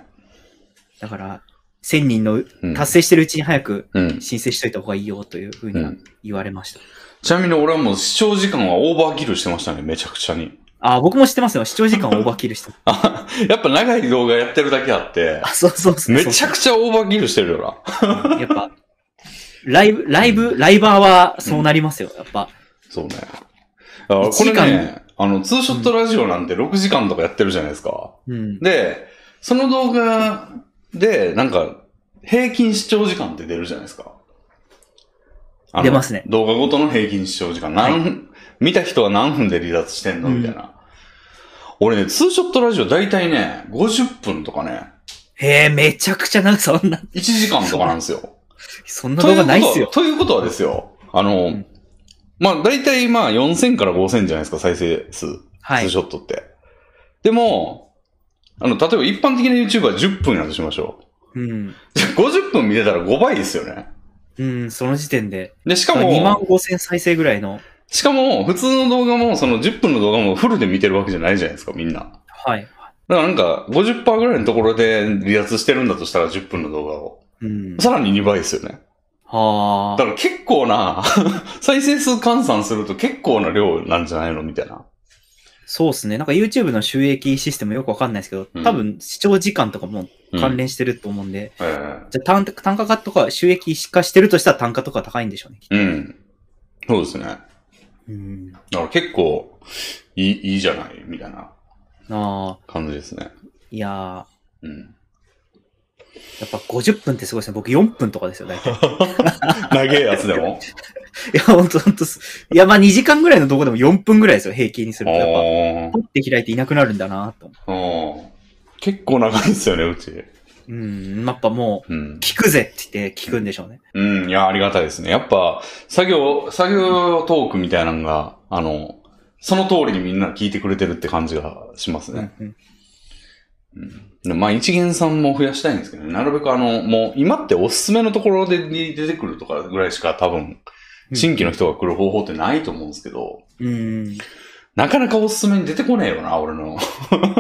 だから、1000人の
うん
達成してるうちに早く
うん。
申請しといた方がいいよというふうには言われました。
ちなみに俺はもう視聴時間はオーバーキルしてましたね、めちゃくちゃに。
あ、僕も知ってますよ。視聴時間をオーバーキルして。
あやっぱ長い動画やってるだけあって
あ、、そうそうそう
めちゃくちゃオーバーキルしてるよな。
ゃ。やっぱ、ライブ、ライブ、ライバーはそうなりますよ。やっぱ。
そうね。あこ
一時
れ
間
ね、あの、ツーショットラジオなんて6時間とかやってるじゃないですか。
うん。
で、その動画で、なんか、平均視聴時間って出るじゃないですか。あの
出ますね
動画ごとの平均視聴時間。何分、見た人は何分で離脱してんのみたいな。俺ね、ツーショットラジオ大体ね、50分とかね、
へえ、めちゃくちゃなんかそんな、
1時間とかなんですよ。
そんな動画ないっすよ。
ということはということはですよ。あの、
ん
まあ、大体まあ4000から5000じゃないですか、再生数。
は
ツー
い
シ。ョットって。でも、あの、例えば一般的な YouTuber は10分やとしましょ
うん。
う。じゃあ50分見てたら5倍ですよね。
うん、その時点で。
で、しか
2万
も、
5千再生ぐらいの。
しかも、普通の動画も、その10分の動画もフルで見てるわけじゃないじゃないですか、みんな。だか
はい。
らなんか、50%ぐらいのところで離脱してるんだとしたら、10分の動画を。
うん。
さらに2倍ですよね。
は
だか。
あ
ら結構な、 再生数換算すると結構な量なんじゃないのみたいな。
そうですね。なんか YouTube の収益システムよくわかんないですけど
う、ん
多分視聴時間とかも
うん
関連してると思うんで、
ええ
じゃあ単単価化とか収益化してるとしたら単価とか高いんでしょうね。
うん。そうですね。だか
うん。
ら結構、いい、いいじゃないみたいな
ああ、
感じですね。
いや
うん。
ー、やっぱ50分ってすごいですね。僕4分とかですよ、大体。い
長いやつでも
や、ほんとほんとす。いや、まあ2時間ぐらいのとこでも4分ぐらいですよ、平均に
あ
すると。やっぱ、
ー
ポッて開いていなくなるんだなと思
あー。結構長いですよね、うち。
う。うん、やっぱも
うん
う、。聞くぜって言って聞くんでしょうね。
うん、いや、ありがたいですね。やっぱ、作業、作業トークみたいなのが、あの、その通りにみんな聞いてくれてるって感じがします
うん
ね。
うん、
うん、まあ、一元さんも増やしたいんですけどね。なるべくあの、もう今っておすすめのところでに出てくるとかぐらいしか多分、新規の人が来る方法ってないと思うんですけど、
うん。
なかなかおすすめに出てこねえよな、俺の。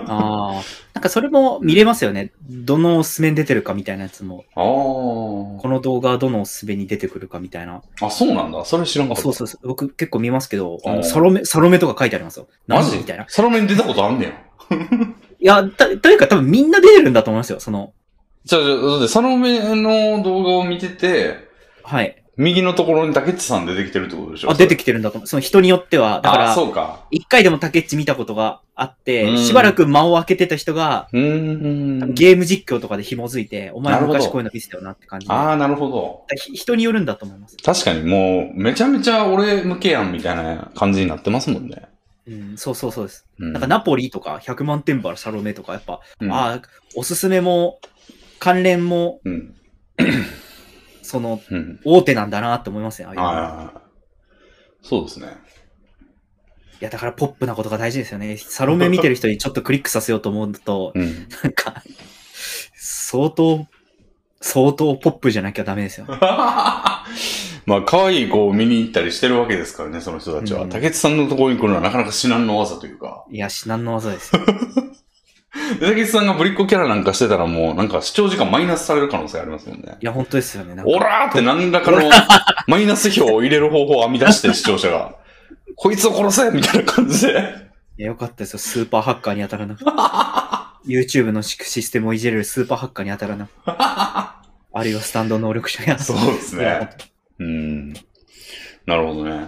ああ。なんかそれも見れますよね。どのおすすめに出てるかみたいなやつも。
あ
この動画はどのおすすめに出てくるかみたいな。
あ。あ、そうなんだ。それ知らんか
あ
った。
そうそうそう。僕結構見ますけど、あ
あー
のサロメ、サロメとか書いてありますよ。
マ
何
ジ
みたいな。
サロメに出たことあんねや。
いや、た、というか多分みんな出てるんだと思いますよ。その、
じゃあ、じゃあだってサロメの動画を見てて、
はい。
右のところに竹内さん出てきてるってことでしょ
あ、出て
き
きてるんだと思う。その人によっては、だか
あ、
ら、
そうか。
一回でも竹内見たことがあっ
うん
て、しばらく間を空けてた人が、
うーん。
ゲーム実況とかで紐づいて、お前
なるほど
昔こういうの見せたよなって感じで。
ああ、なるほど。
ひ人によるんだと思います。
確かにもう、めちゃめちゃ俺向けやんみたいな感じになってますもんね。
うん、そうそうそうです。
うん
なんかナポリとか、100万点バラサロメとか、やっぱ、
うん、
ああ、おすすめも、関連も、
うん。
その、
うん。
大手なんだなって思いますね。ああいうの
ああ。そうですね。
いや、だからポップなことが大事ですよね。サロメ見てる人にちょっとクリックさせようと思うと、
うん。
なんか、相当、相当ポップじゃなきゃダメで すよね。
まあ、可愛い子を見に行ったりしてるわけですからね、その人たちは。
うん
竹内さんのところに来るのはなかなか至難の技というか。
いや、至難の技ですよ。
で竹内さんがぶりっ子キャラなんかしてたらもう、なんか視聴時間マイナスされる可能性ありますもんね。
いや、本当ですよね。なんか
オラーって何らかのマイナス票を入れる方法を編み出して視聴者が、こいつを殺せみたいな感じで。
いやよかったですよ。スーパーハッカーに当たらなくて。YouTube のシシステムをいじれるスーパーハッカーに当たらな くて。あるいはスタンド能力者や。
そうです
いや
ね。うん。なるほどね。
いや、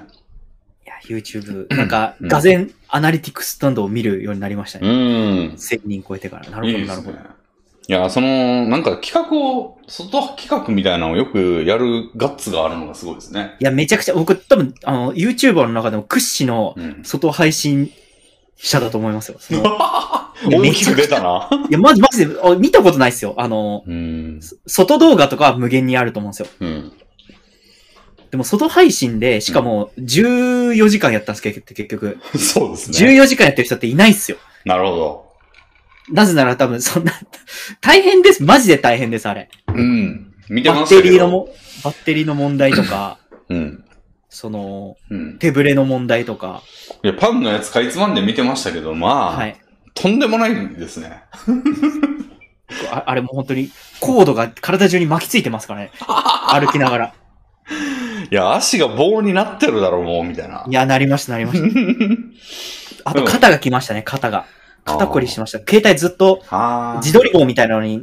YouTube、なんか、
うん
がぜんアナリティクススタンドを見るようになりました
う
ね。
ん。
1000人超えてから。なる
い
ほ
い
ど、
で
なる
す
ほ
ね
ど。。
いや、その、なんか企画を、外企画みたいなのをよくやるガッツがあるのがすごいですね。
いや、めちゃくちゃ、僕多分、あの、YouTuber の中でも屈指の
うん。
外配信者だと思い ますよ。そのい
大
やめ
き
ちゃ
く
く
出
ちゃ
たな。
いや、マジマジで、あ見たことないですよ。あの、
うん。
外動画とかは無限にあると思うんですよ。
うん。
でも、外配信で、しかも、14時間やったんですけど、結局。
そうですね。
14時間やってる人っていないっすよ。
なるほど。
なぜなら多分、そんな、大変です。マジで大変です、あれ。
うん。見て
バ
ま
ッ
した
テ
け
リーの
ど。
も、バッテリーの問題とか、
うん。
その、
うん。
手ぶれの問題とか。
いや、パンのやつかいつまんで見てましたけど、まあ、
はい。
とんでもないですね。
ああれもう本当に、コードが体中に巻きついてます からね。歩きながら。
いや、足が棒になってるだろ、もう、みたいな。
いや、なりました、なりました。 あ
う
と、
ん
肩が来ましたね、肩が。肩こりしました。携帯ずっと、
あ
自撮り棒みたいなのに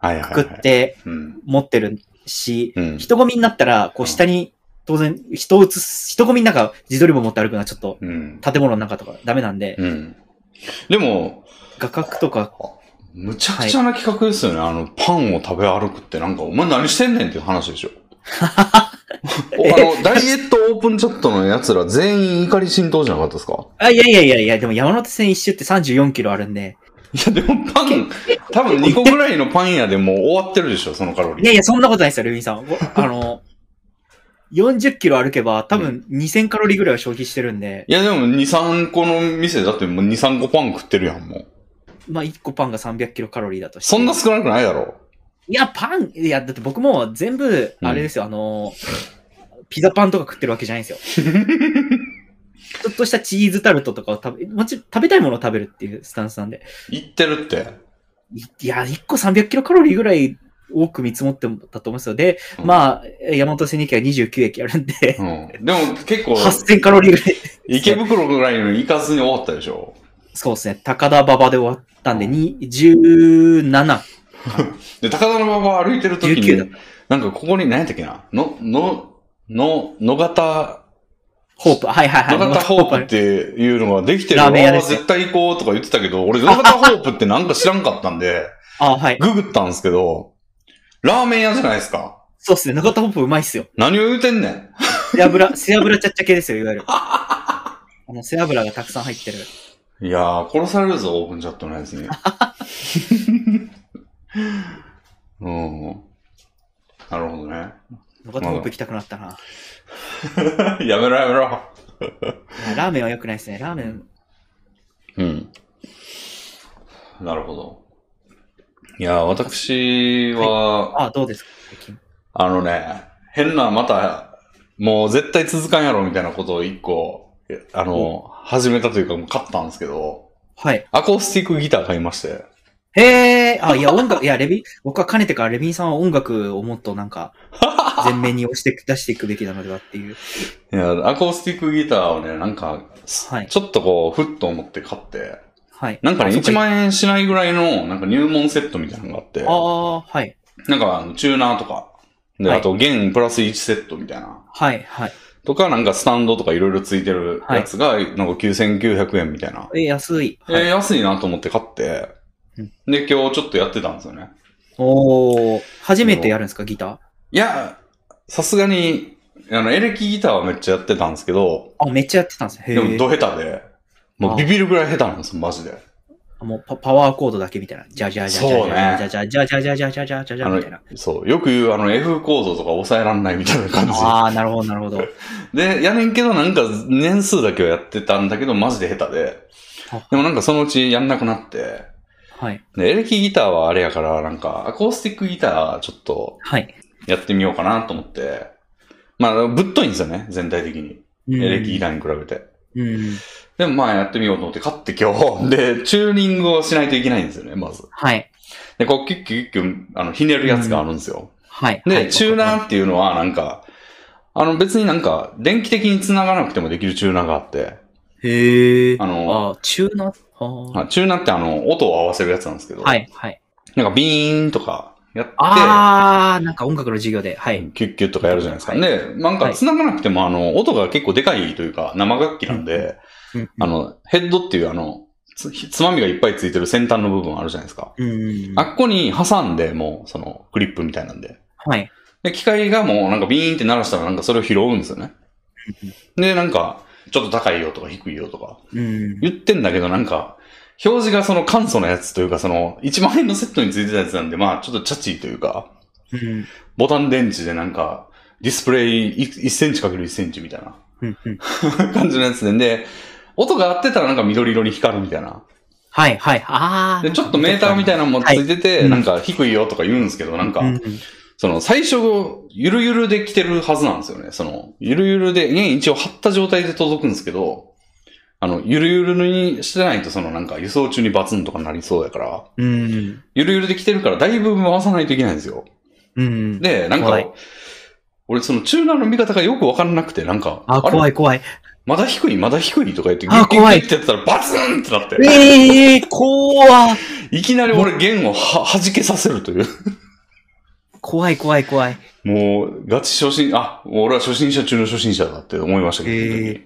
あ。はいはい、は
く
い。
くって
うん。
持ってるし、
うん。
人混みになったら、こう下に、当然、人を映す、人混みの中、自撮り棒持って歩くのはちょっと、
うん。
建物の中とかダメなんで、
うん。でも、
画角とか、
むちゃくちゃな企画ですよね。あの、パンを食べ歩くって、なんか、お前何してんねんっていう話で しょ。おあの、ダイエットオープンチャットの奴ら全員怒り浸透じゃなかったですか
あ、いやいやいやいや、でも山手線一周って34キロあるんで、
いや、でもパン、多分2個ぐらいのパン屋でもう終わってるでしょ、そのカロリ
い
ー。
やいや、そんなことないですよ、ル ミさん。ごあの、40キロ歩けば多分2000カロリーぐらいは消費してるんで、
いや、でも2、3個の店だってもう2、3個パン食ってるやん、もう。
まあ1個パンが300キロカロリーだとして。
そんな少なくないだろ
いや、パン、いや、だって僕も全部、あれですよ、あの、ピザパンとか食ってるわけじゃないんで すよ。ちょっとしたチーズタルトとかを食べ、もちろん食べたいものを食べるっていうスタンスなんで。
言ってるって。
いいや、1個300キロカロリーぐらい多く見積もってたと思うんですよ。で、
うん
まあ、山手線2駅は29駅あるんで、
うん。でも結構、
8000カロリーぐらい。
池袋ぐらいに行かずに終わったでしょ。
そうですね、高田馬場で終わったんで、に17、
で、高田馬場歩いてる時
19
に、なんかここに何やったっけなの、の、の、野方
ホープ。はいはいはい。
野方ホープっていうのができてる
ラーメン屋
あー
ですよ
絶対行こうとか言ってたけど、俺野方ホープってなんか知らんかったんで、
あ、はい。
ググったんですけど、ラーメン屋じゃないですか。
そうっすね。中田ホープうまいっすよ。
何を言うてんねん。
背脂、背脂ちゃっちゃ系ですよ、いわゆる。あの、背脂がたくさん入ってる。
いやー、殺されるぞ、オープンチャットのやつに。 うん。なるほどね。
中田ホープ行きたくなったな。
やめろやめろ。
いやラーメンは良くないですね。ラーメン、
うん。なるほど。いやー、私は、
あ、どうですか最近。
あのね、変な、また、もう絶対続かんやろみたいなことを一個、えあの、始めたというか、もう買ったんですけど、
はい。
アコースティックギター買いまして、
へえ、あ、いや、音楽、いや、レビン、僕はかねてからレビンさんは音楽をもっとなんか、前面に押して、出していくべきなのではっていう。
いや、アコースティックギターをね、なんか、
はい
ちょっとこう、ふっと思って買って、
はい。
なんかね、
あ
1。万円しないぐらいの、なんか入門セットみたいなのがあって、
そっかあー、はい。
なんかあの、チューナーとか、で、
はい
あと、弦プラス1セットみたいな。
はい、はい。
とか、なんかスタンドとかいろいろついてるやつが、なんか9900円みたいな。
えー、安い。
えー安いなと思って買って
う、
で、今日ちょっとやってたんですよね。
おー、初めてやるんですか、ギター
いや、さすがに、あの、エレキギターはめっちゃやってたんですけど、
あ、めっちゃやってたんですね。へ
でも
え。
ド下手で、もう
あ
ビビるぐらい下手なんですよ、マジで。
もうパパワーコードだけみたいな。じゃじゃじゃじ
そうね
ゃじゃじゃじゃじゃじゃじゃじゃじゃじゃじゃ
あの
みたいな。、
そう、よく言うあの F 構造とか抑えらんないみたいな 感じ。
ああ、なるほど、なるほど。
で、やねんけどなんか年数だけはやってたんだけど、マジで下手で
あ。
でもなんかそのうちやんなくなって、
はい。
で、エレキギターはあれやから、なんかアコースティックギターちょっと
はい。
やってみようかなと思って、まあ、ぶっといんですよね、全体的に。
エ
エレキギターに比べて。
うん。
でもまあやってみようと思って買って今日。で、チューニングをしないといけないんですよね、まず。
はい。
で、こうキュッキュッキュッキュ、あの、ひねるやつがあるんですよ。
はい。は
で、
い
チューナーっていうのはなんか、あの別になんか、電気的に繋がなくてもできるチューナーがあって、
へえ。
あの、
あー、チューナーあ
あチューナーってあの、音を合わせるやつなんですけど、
ーはい、はい。
なんかビーンとかやって、
ああ、なんか音楽の授業で。はい。
キュッキュッとかやるじゃないですか。
はい
で、なんか繋がなくてもあの、音が結構でかいというか、生楽器なんで、
うん
あの、ヘッドっていうあの、つつまみがいっぱいついてる先端の部分あるじゃないですか。
うん。
あっこに挟んで、もう、その、クリップみたいなんで。
はい。
で、機械がもう、なんかビーンって鳴らしたら、なんかそれを拾うんですよね。で、なんか、ちょっと高いよとか低いよとか
うん。
言ってんだけど、なんか、表示がその簡素なやつというか、その、1万円のセットについてたやつなんで、まあ、ちょっとチャチーというか、
うん。
ボタン電池でなんか、ディスプレイ1センチ ×1 センチみたいな
うんうん
感じのやつで、で、音が合ってたらなんか緑色に光るみたいな。
はい、はい。ああ。
で、ちょっとメーターみたいなのもついてて、
はいうん
なんか低いよとか言うんですけど、なんか、
うん。
その最初、ゆるゆるで来てるはずなんですよね。その、ゆるゆるで、弦一応張った状態で届くんですけど、あの、ゆるゆるにしてないと、そのなんか輸送中にバツンとかなりそうやから、
うん。
ゆるゆるで来てるからだいぶ回さないといけないんですよ。
うん。
で、なんか
怖い、
俺そのチューナーの見方がよくわかんなくて、なんか、
あ、
れ
怖い、怖い。
まだ低い、まだ低いとか言って、
あ怖い
ギュッギュッギュッってやったらバツンってなって、
ええー、怖い。
いきなり俺弦をは弾けさせるという。
怖い、怖い、怖い。
もう、ガチ初心、あ、俺は初心者中の初心者だって思いましたけど、
へー
本当に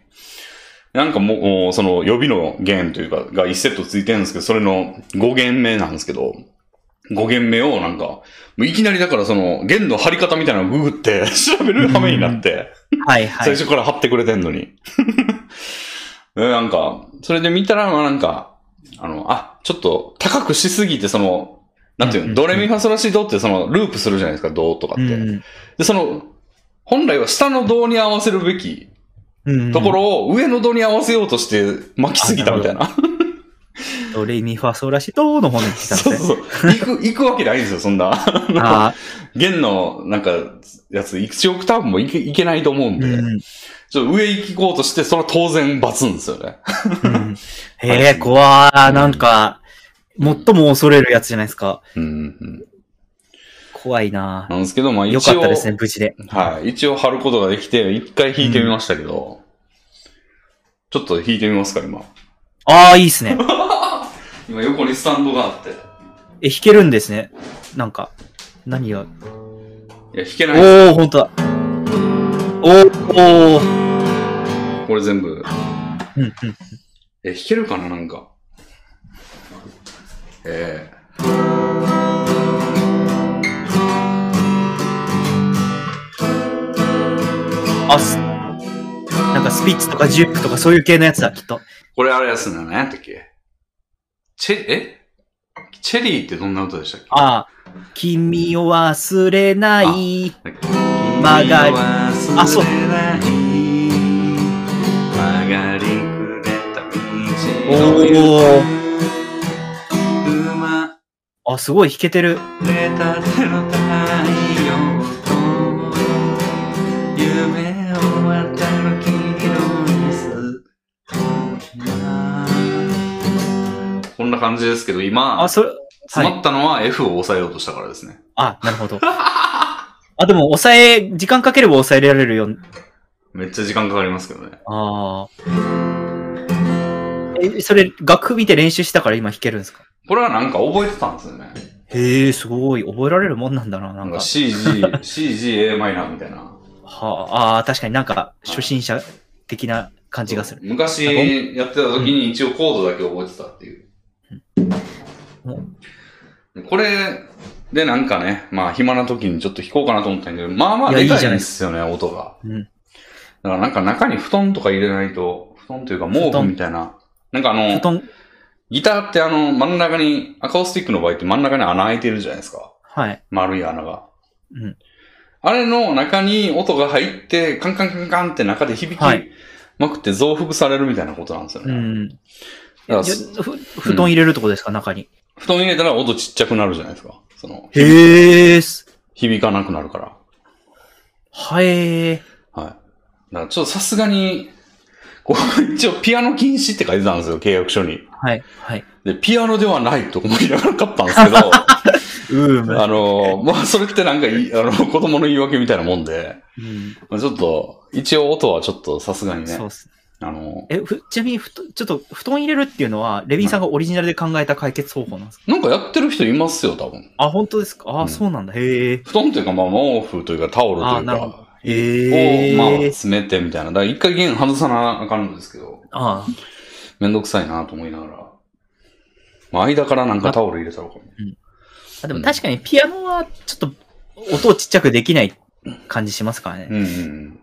なんかもうもう、その予備の弦というか、が1セットついてるんですけど、それの5弦目なんですけど、5弦目をなんか、もういきなりだからその弦の張り方みたいなのをググって 調べる羽目になって、
はい、 はい。
最初から張ってくれてんのに。 でなんか、それで見たら、まあなんか、あの、あ、ちょっと高くしすぎて、その、なんていう
うん
の、ドレミファソラシドってそのループするじゃないですか、ドとかって。
うん
で、その、本来は下の胴に合わせるべき
うん。
ところを上の胴に合わせようとして巻きすぎたみたいな。
ドレミファソラシドの方に来たんです
そう
ね。
そう。行く、行くわけないんですよ、そんな。
あ
弦の、なんか、やつ、1オクターブもいけいけないと思うん
ー
で、
うん
ちょっと上行こうとして、それは当然バツンですよね。
うん へえ、怖い。なんか、最も恐れるやつじゃないですか。
うんうん。
怖いな
なんですけど、まあ一応、
よかったですね、無事で。
はい。一応貼ることができて、一回弾いてみましたけど、ちょっと弾いてみますか、今。
ああ、いいっすね。
今横にスタンドがあって。
え、弾けるんですね。なんか、何が。
いや、弾けないです
おー、ほんとだ。おー、おー。
これ全部。
うんうん。
え、弾けるかななんか。え
あ、すなんかスピッツとかジュープとかそういう系のやつだ、きっと。
ー、これあれですね。何やったっけチェ、えチェリーってどんな歌でしたっけ
ああ、君を忘れない。
曲
がりあそう
曲がりくれた
お
道の色
ー。
生ま
あ、すごい弾けてる。
れたての太陽と夢を渡る黄色にすこんな感じですけど、今
あ、、それ、
詰まったのは F を抑えようとしたからですね。
あ、なるほど。 あ、でも、抑え、時間かければ抑えられるよ。
めっちゃ時間かかりますけどね。
ああ。え、それ、楽譜見て練習したから今弾けるんですか
これはなんか覚えてたんですよね。
へえ、すごい。覚えられるもんなんだな、な
なんん
か。
か CG、CGA マイナーみたいな。
はあ、あー確かになんか、初心者的な感じがする。
昔やってた時に一応コードだけ覚えてたっていう
うん。
これでなんかね、まあ暇な時にちょっと弾こうかなと思ったんやけど、まあまあ
いや
でか
いいじ
い
ゃ
ん
な
で
いです
よね、音が。
うん
だからなんか中に布団とか入れないと、布団というか毛
布
布
団
みたいな。なんかあ
布
の、
団、
ギターってあの真ん中に、アカオスティックの場合って真ん中に穴開いてるじゃないですか。
はい。
丸い穴が。
うん。
あれの中に音が入って、カンカンカンカンって中で響き
はい
まくって増幅されるみたいなことなんですよ
う
ね。
ん。
だから
じゃふ布団入れるとこですか、中に。
布団入れたら音ちっちゃくなるじゃないですか。その、
へえ、す。
響かなくなるから。
はえー。
はい。だからちょっとさすがに、こう、 一応ピアノ禁止って書いてたんですよ、契約書に。
はい、はい。
で、ピアノではないと思いながら買ったんですけど、 あ
うーむ。
の、まあ、それってなんかい、あの、子供の言い訳みたいなもんで、
うん、
まあ、ちょっと、一応音はちょっとさすがにね
そう、っす。
あの、
え、ふちなみにふと、ちょっと、布団入れるっていうのは、レビンさんがオリジナルで考えた解決方法なんですか、
なんかやってる人いますよ、多分。
あ、本当ですかあ、
うん
そうなんだ。へえ。
布団というか、まあ、毛布というか、タオルと
あ、
いう
なるほど
か、。
へ
を、
え。
まあ、詰めてみたいな。だから、一回弦外さなあかんのですけど、
ああ、
めんどくさいなと思いながら。まあ、間からなんかタオル入れたのかも。
あでも確かにピアノはちょっと音をちっちゃくできない感じしますから
う
ね。
んうん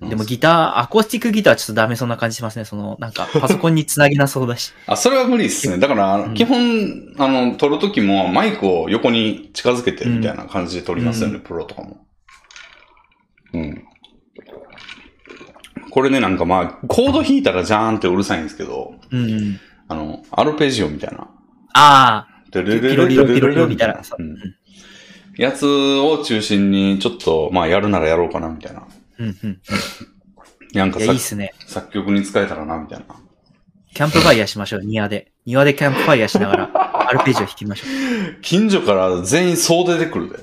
うん。
でもギター、アコースティックギターはちょっとダメそうな感じしますね。その、なん かパソコンにつなぎなそうだし。
あ、それは無理っすね。だから、
ん
基本、あの、撮るときもマイクを横に近づけてみたいな感じで撮りますよね、
う
プロとかも。うん。これね、なんかまあ、コード弾いたらジャーンってうるさいんですけど、
うん。
あの、アルペジオみたいな。
ああ、
ピ
ピロリロピロリロみたいな。
うんやつを中心に、ちょっと、まあ、やるならやろうかな、みたいな。
うんうん。
なんか
いや、
さ
いいっすね。
作曲に使えたらな、みたいな。
キャンプファイヤーしましょう、庭で。庭でキャンプファイヤーしながら、アルペジオ弾きましょう。
近所から全員総出てくるで。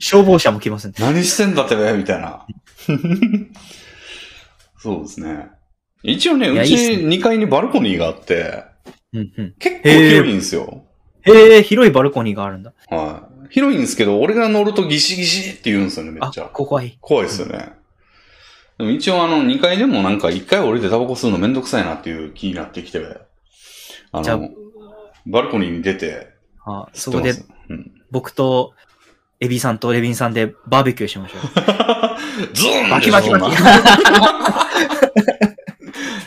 消防車も来ますね。
何してんだてめえみたいな。そうですね。一応ね、
いや
う
いいっ
ち
す
2階にバルコニーがあって、
うんうん。
結構広いんですよ。
へえ、広いバルコニーがあるんだ。
はい。広いんですけど、俺が乗るとギシギシって言うんですよね、め
あ
っちゃ、。
ここはいい。
怖いですよね。でも一応あの、2階でもなんか1階降りてタバコ吸うのめんどくさいなっていう気になってきて、あ
じゃあ
の、バルコニーに出て、
あ
吸
そ
って
こ
ま、
です
うん、
僕と、エビさんとレビンさんでバーベキューしましょう。
ズーン
バキバキバキ
でしょそんな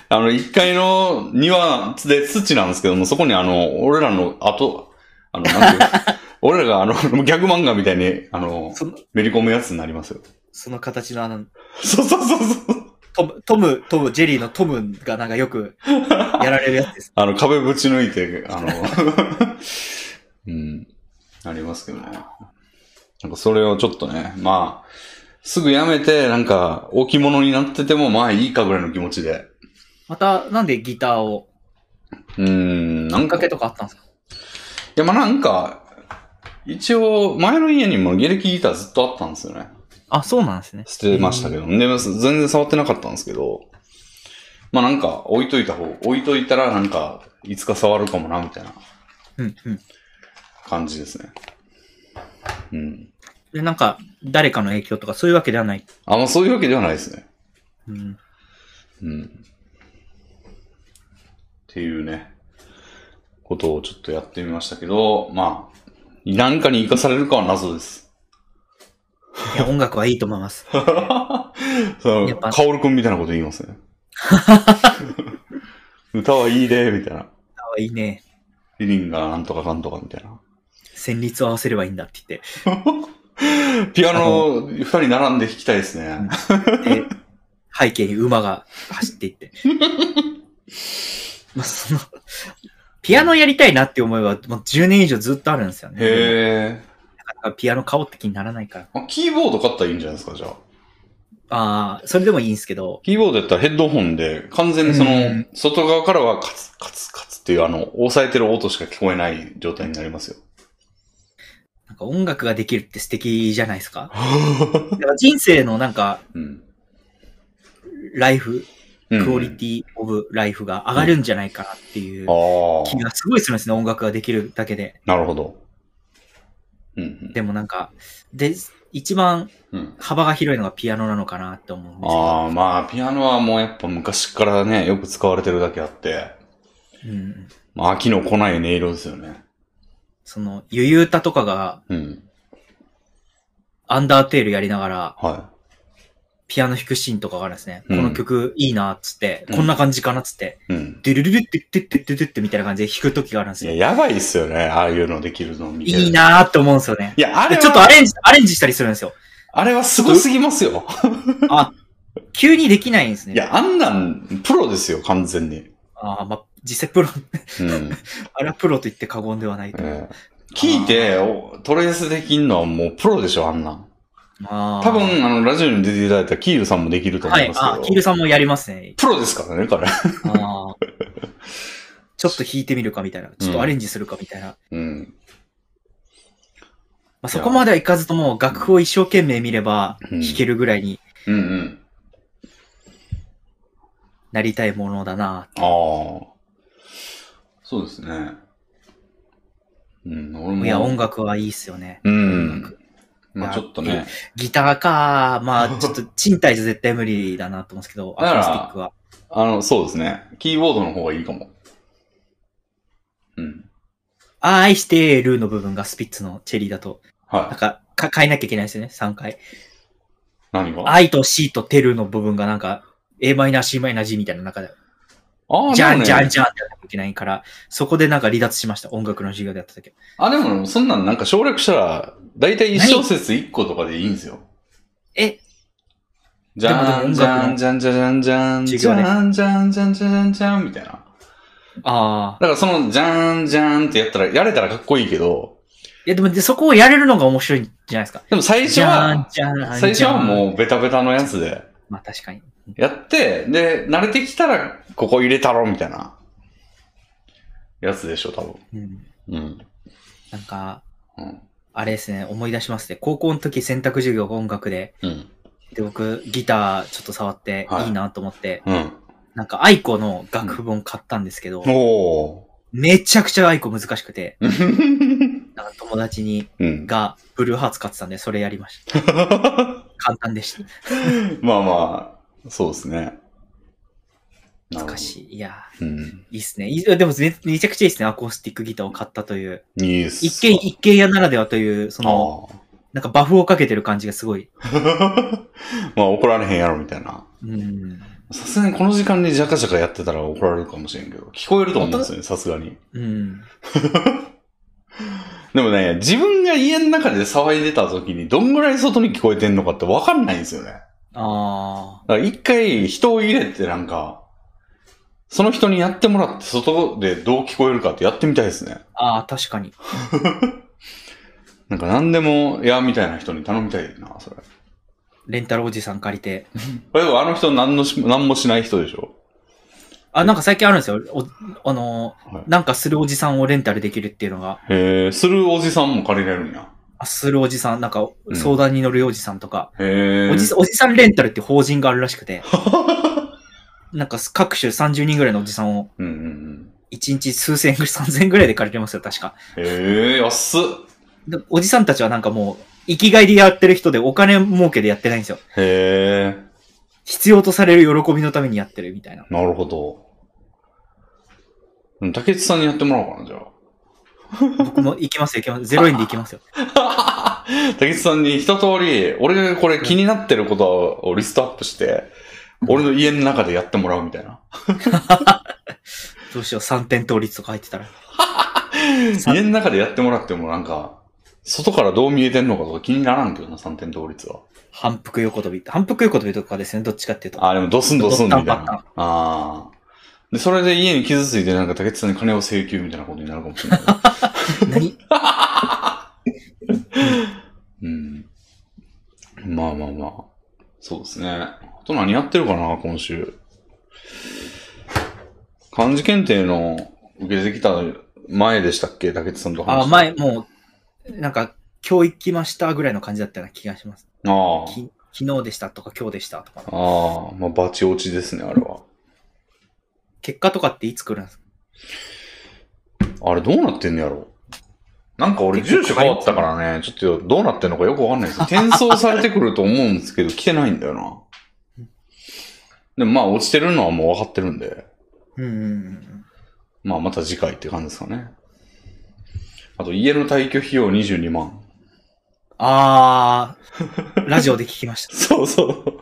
あの、1階の庭で土なんですけども、そこにあの、俺らの後、あの、なんて いう俺らがあの、ギャグ漫画みたいに、あの、
その
めり込むやつになりますよ。
その形のあの、
そうそうそうそう。
トム、トム、トム、ジェリーのトムがなんかよ くやられるやつです。
あの、壁ぶち抜いて、あの、 うん、なりますけどね。なんかそれをちょっとね、まあ、すぐやめて、なんか、置物になってても、まあいいかぐらいの気持ちで。
また、なんでギターを、
うん、な
あ
ん
ん
か
かけとかあったんですか
いや、まあなんか、一応、前の家にもゲレキギターずっとあったんですよね。
あ、そうなんですね。
捨てましたけど。で、全然触ってなかったんですけど、まあなんか、置いといた方、置いといたらなんか、いつか触るかもな、みたいな
うん、うん。
感じですね。うん。
で、なんか、誰かの影響とかそういうわけではない。
あ、まあそういうわけではないですね。
うん。
うん。っていうね、ことをちょっとやってみましたけど、まあ、何かに活かされるかは謎です。
いや、音楽はいいと思います。
そう
やっぱ
カオルくんみたいなこと言いますね。 歌はいいで、みたいな。
あいいね。
リリンがなんとかかんとかみたいな。
旋律を合わせればいいんだって言って。
ピアノ二人並んで弾きたいですね。
で、背景に馬が走って いって。まあ、その、ピアノやりたいなって思いは、もう10年以上ずっとあるんですよね。
へえ。
なかなかピアノ買おうって気にならないから。
あ、キーボード買ったらいいんじゃないですか、じゃあ。
ああ、それでもいいんですけど、
キーボードやったらヘッドホンで、完全にその
うん、
外側からはカツカツカツっていうあの、押さえてる音しか聞こえない状態になりますよ。
なんか音楽ができるって素敵じゃないで すか。だから人生のなんか、
うん。
ライフ、
うん
クオリティオブライフが上がるんじゃないかなっていう
あ
気
あ、
がすごいするんですね、音楽ができるだけで。
なるほど。うん
でもなんか、で、一番
うん。うん。
幅が広いのがピアノなのかなって思うんです
ああ、まあ、ピアノはもうやっぱ昔からね、よく使われてるだけあって、
けど、うん、
まあ、飽きの来ない音色ですよね。
その、ゆゆうたとかが
うん。
アンダーテールやりながら
は
ピアノ弾くシーンとかがあるんですね。
うん
この曲いいなっつって、
うん
こんな感じかなっつって、
い。うん。
ドゥルルルってってってってってみたいな感じで弾く時があるんです
い
よ
や、。やばいっすよね、ああいうのできるの見てる
いい。なーって思うんですよね。
いや、あれ
で
は、
ちょっとアレンジ、アレンジしたりするんですよ。
あれはすごすぎますよ。
急にできないんですね。
いや、あんなん、プロですよ、完全に。
あーまあ、実際プロ、
うん。
あれはプロと言って過言ではないと。
ええ 聞いて、おトレースできんのはもうプロでしょ、あんなん。
あー
多、分、あの、ラジオに出ていただいたキールさんもできると思
はいい
ま。すけど。
あー、キールさんもやりますね。
プロですからね、彼。
あーちょっと弾いてみるかみたいな。ちょっとアレンジするかみたいな。
うん。
まあ、そこまではいかずとも、楽譜を一生懸命見れば、
うん
弾けるぐらいに
うんうん。
なりたいものだな。
ああ。そうですね。うん、俺も。
いや、音楽はいいっすよね。
う
音
ん
楽。
まあちょっとね。
ギターか、まあ、ちょっと賃貸じゃ絶対無理だなと思うんですけど、ア
だか
コ
ら
ースティックは。
あの、そうですね。キーボードの方がいいかも。うん。
愛してるの部分がスピッツのチェリーだと、なん
はい。
か、か変えなきゃいけないですよね、3回。
何が
愛と C とテルの部分がなんか、A マイナー C マイナー G みたいな中で、
ああ、
じ
で
ゃ
も
ん
ね
じゃんじゃんってやらなきゃいけないから、そこでなんか離脱しました、音楽の授業でやった時。
あ、でも、そんなんなんか省略したら、だいたい一小節一個とかでいいんですよ。
え、
じゃんじゃんじゃんじゃんじゃんじゃんじゃんじゃんじゃんじゃんみたいな。だ
ああ。
からそのじゃんじゃんってやったら、やれたらかっこいいけど、
いや、でもでそこをやれるのが面白いんじゃないですか。
でも最初
じゃん
は、
じゃんじゃん。
最初はもうベタベタのやつで
まあ確かに。
やって、で、慣れてきたらここ入れたろみたいなやつでしょ、多分。
うん。
うん。
なんか、
うん。
あれですね、思い出しますね。高校の時選択授業が音楽で、
うん。
で、僕、ギターちょっと触って
はい
いいなと思って、
うん。
なんか、アイコの楽譜本買ったんですけど、
お
めちゃくちゃアイコ難しくて、
ー。
なんか友達に、
うん。
が、ブルーハーツ買ってたんで、それやりました。簡単でした。
まあまあ、そうですね。
懐かしい。いや
い。うん。
ー、いいっすね。いいでもめ、めちゃくちゃいいっすね。アコースティックギターを買ったという。
いいっす。
一軒、一軒家ならではという、その、
あ
なんかバフをかけてる感じがすごい。
あ。 まあ怒られへんやろみたいな。
うん。
さすがにこの時間にジャカジャカやってたら怒られるかもしれんけど、聞こえると思うんですよね、さすがに。
うん。
でもね、自分が家の中で騒いでた時にどんぐらい外に聞こえてんのかってわかんないんですよね。
あ
だから一回人を入れてなんか、その人にやってもらって外でどう聞こえるかってやってみたいですね。
あ、ああ、確かに。
なんか何でもやみたいな人に頼みたいな、それ。
レンタルおじさん借りて。
例えばあの人何のし何もしない人でしょ
あ、なんか最近あるんですよ。おあのー、
はい
なんかするおじさんをレンタルできるっていうのが、
へえ、するおじさんも借りれるんや。
あするおじさん、なんか
うん
相談に乗るおじさんとか、
へえ。
おじさん、おじさんレンタルって法人があるらしくて、なんか各種30人ぐらいのおじさんを、
うんうんうん。
1日数千円、3000円ぐらいで借りれますよ、確か。
へえ、安っ。
でおじさんたちはなんかもう、生きがいでやってる人でお金儲けでやってないんですよ。
へえ。
必要とされる喜びのためにやってるみたいな。
なるほど。うん竹内さんにやってもらおうかな、じゃ
僕も行きますよ、行きます。0円で行きますよ。
あ。竹内さんに一通り、俺がこれ気になってることをリストアップして、俺の家の中でやってもらうみたいな。
どうしよう、3点倒立とか入ってたら。 さ
家の中でやってもらってもなんか、外からどう見えてんのかとか気にならんけどな、三点倒立は。
反復横跳び。反復横跳びとかですね、どっち かっていうと。
あ、でもドスンドスンみたい
ド
な
スンパン
あ
パン。
あ。で、それで家に傷ついてなんか竹内さんに金を請求みたいなことになるかもし れない。
何
うん。まあまあまあ。そうですね。あと何やってるかな、今週。漢字検定の受けてきた前でしたっけ竹内さんと話し
あ、
た。
前、もう、なんか、今日行きましたぐらいの感じだったような気がします。
ああ。
き昨日でしたとか今日でしたとか。
ああ、まあ、バチ落ちですね、あれは。
結果とかっていつ来るんですか
あれどうなってんのやろなんか俺住所変わったからね、ちょっとどうなってんのかよくわかんないです。転送されてくると思うんですけど、来てないんだよな。でもまあ落ちてるのはもう分かってるんで。
うんうんうん。
まあ、また次回って感じですかね。あと、家の退去費用22万。
あ ー、ラジオで聞きました。
そうそう。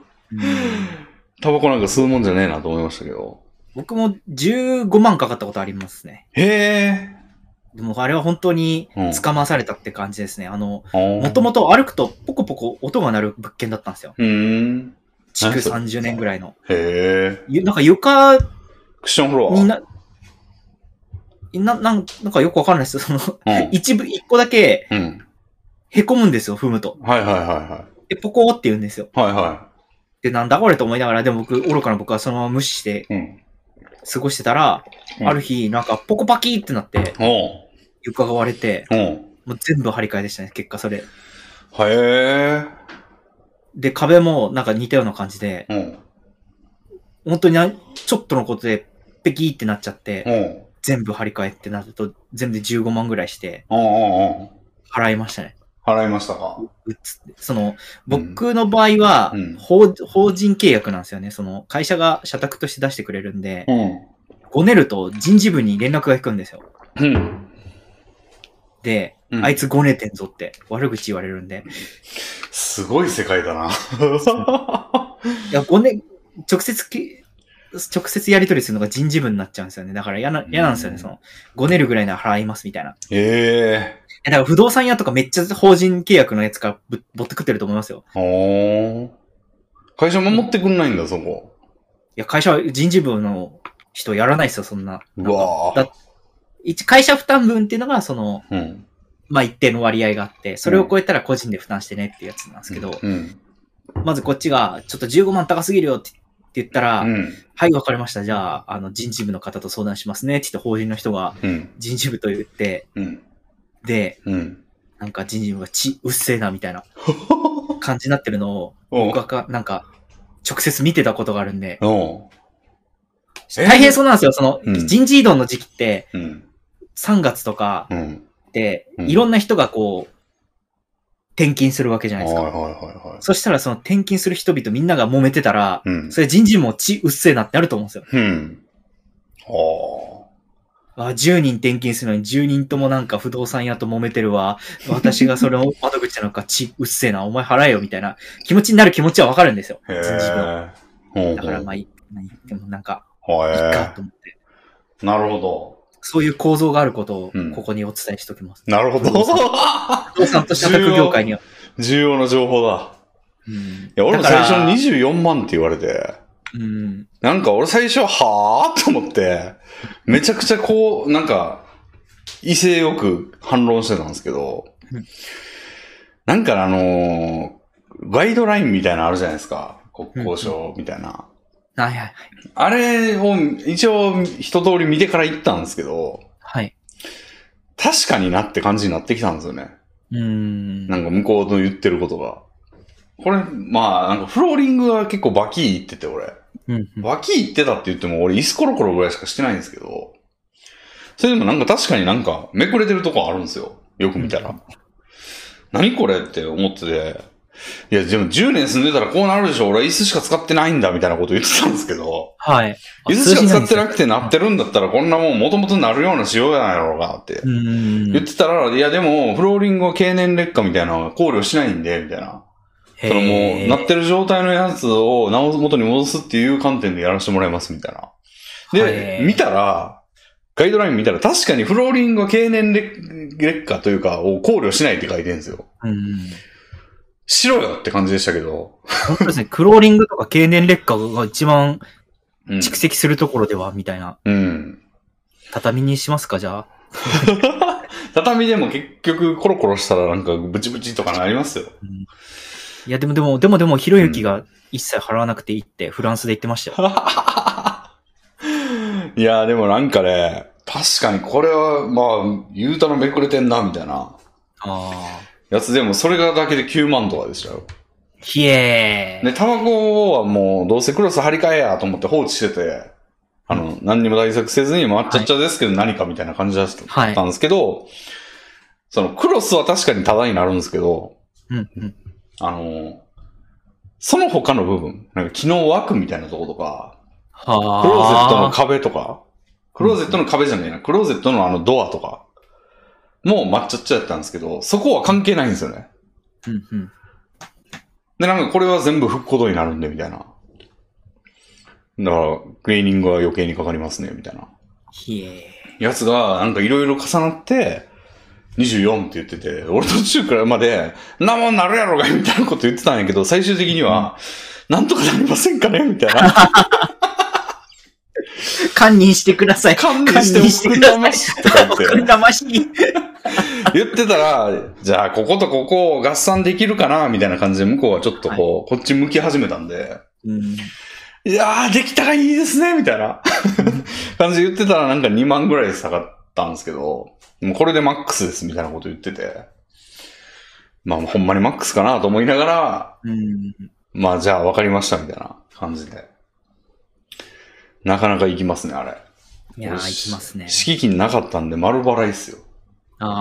タバコなんか吸うもんじゃねえなと思いましたけど。
僕も15万かかったことありますね。
へえ。
でもあれは本当に
うん
捕まされたって感じですね。あの、も
も
ともと歩くとポコポコ音が鳴る物件だったんですよ。
うーん。
築
何それ
30年ぐらいの。
へえ。
ゆなんか床
クッションフロ
に
ア。
な、な、なんなんかよくわかんないですその、
うん
一部、一個だけ
うん。
凹むんですよ、踏むと。
はいはいは
で、ポコーって言うんですよ。
いはい。はいは
で、なんだこれと思いながら、でも僕、愚かな僕はそのまま無視して
い。うん。
過ごしてたら、
うん
ある日、なんかポコパキーってなって、
おう
床が割れて、
おう
もう全部張り替えでしたね、結果それ。
へ
で、壁もなんか似たような感じで、
え。うん。
本当になちょっとのことで、ペキーってなっちゃって、
おう
全部張り替えってなると、全部で15万ぐらいして、
おうおうおう
払いましたね。
払いましたか。
うっつって。その、僕の場合は、
うん
法、法人契約なんですよね。その、会社が社宅として出してくれるんで、
うん。
ごねると人事部に連絡が行くんですよ。
うん。
で、
うん
あいつごねてんぞって悪口言われるんで。
すごい世界だな。
いや、ごね、直接き、直接やり取りするのが人事部になっちゃうんですよね。だから嫌な、嫌なんですよ
う
ね。
ん
その、ごねるぐらいなら払いますみたいな。
へえ。
え、だから不動産屋とかめっちゃ法人契約のやつからぶぼって食ってると思いますよ。
おー。会社守ってくんないんだ、そこ。
いや、会社は人事部の人やらないですよ、そんな。
うわー
だ一、会社負担分っていうのが、その、
うん。
まあ、一定の割合があって、それを超えたら個人で負担してねっていうやつなんですけど、
うん。
まずこっちが、ちょっと15万高すぎるよってって言ったら、
うん。
はい、わかりました。じゃあ、あの、人事部の方と相談しますねって言って、法人の人が
うん。
人事部と言って、
うん。
で、
うん。
なんか人事部がち、うっせえなみたいな感じになってるのを、
お
僕はか、なんか、直接見てたことがあるんで、
おえ
大変そうなんですよ。その、
うん
人事異動の時期って、
うん。
3月とか
うん。
で、
うん
いろんな人がこう、転勤するわけじゃ
は
な
い
いで
は
す
い
か。
はいはい。
そしたらその転勤する人々みんなが揉めてたら、
うん。
それ人事もちうっせえなってあると思うんですよ。
うん。は
あ10人転勤するのに10人ともなんか不動産屋と揉めてるわ。私がそ れを窓口なんかちうっせえな、お前払えよみたいな気持ちになる気持ちはわかるんですよ。
あ。へ
人事の。
え。
だからまあいい、まあいいでもなんか、
あ、はい
い
い
かと思って。
え。なるほど。
そういう構造があることを
うん
ここにお伝えしておきます。
なるほ ど。
不動産と社宅業界には。
重要な情報だ。
うん
いや、俺も
だか
最
ら
初24万って言われて。
うん。
なんか俺最初、はぁと思って、めちゃくちゃこう、なんか、威勢よく反論してたんですけど
うん、
なんかあのーガイドラインみたいなのあるじゃないですか。国交省みたいな。
はいはいはい。
あれを一応一通り見てから行ったんですけど、
はい。
確かになって感じになってきたんですよね。
うん。
なんか向こうの言ってることが。これ、まあ、なんかフローリングは結構バキー言ってて、俺。
うん。
脇行ってたって言っても、俺椅子コロコロぐらいしかしてないんですけど、それでもなんか確かになんかめくれてるとこあるんですよ。よく見たら。何これって思ってて、いや、でも10年住んでたらこうなるでしょ、俺は椅子しか使ってないんだ、みたいなこと言ってたんですけど、
はい。あ
椅子しか使ってなくて
数字ん
なっ
です
てるんだったら、こんなもん元々なるような仕様じゃないのかって
よ。うん。
言ってたら、いやでも、フローリングは経年劣化みたいなのは考慮しないんで、みたいな。そのもう、なってる状態のやつを直す元に戻すっていう観点でやらせてもらいます、みたいな。で
へ、ー
見たら、ガイドライン見たら、確かにフローリングは経年劣劣化というか、を考慮しないって書いてるんですよ。
うん。
しろよって感じでしたけど。
本当ですね、クローリングとか経年劣化が一番
うん。
蓄積するところでは、みたいな。
うん、
畳にしますか、じゃあ。
畳でも結局コロコロしたらなんかブチブチとかなりますよ。
いや、でもでも、でもでも、ひろゆきが一切払わなくていいって、フランスで言ってましたよ。
いやーでもなんかね、確かにこれは、まあ、言うたらめくれてんな、みたいな。
ああ。
やつでも、それがだけで9万とかでしたよ。
ひえー。
で、タバコはもう、どうせクロス張り替えやと思って放置してて、あの、何にも対策せずに、まあ、ちゃっちゃですけど何かみたいな感じだ
は
っ
い
たんですけど、その、クロスは確かにタダになるんですけど、
うん、うん。
あの、その他の部分、なんか機能枠みたいなとことか、
はあ。
クローゼットの壁とか、クローゼットの壁じゃねえな、クローゼットのあのドアとか、もう抹茶っちゃやったんですけど、そこは関係ないんですよね。
うん、うん。
で、なんかこれは全部吹くことになるんで、みたいな。だから、クリーニングは余計にかかりますね、みたいな。
ひえ
やつが、なんかいろいろ重なって、24って言ってて、俺途中からいまで、んなもんなるやろが、みたいなこと言ってたんやけど、最終的には、なんとかなりませんかねみたい な。
ー。堪忍してください。
勘弁しておくれ
堪
ま
忍
し
して
とか言って
く。れまし。
言ってたら、じゃあ、こことここを合算できるかな、みたいな感じで、向こうはちょっとこう、こっち向き始めたんで、
うん。
いやー、できたらいいですね、みたい な感じで言ってたら、なんか2万ぐらい下がったんですけど、もうこれでマックスです、みたいなこと言ってて、まあ、ほんまにマックスかなと思いながら、
うん。
まあ、じゃあ、わかりました、みたいな感じで。なかなか行きますね、あれ。
いやー、
俺
行きますね。
敷金なかったんで、丸払いっすよ。
ああ。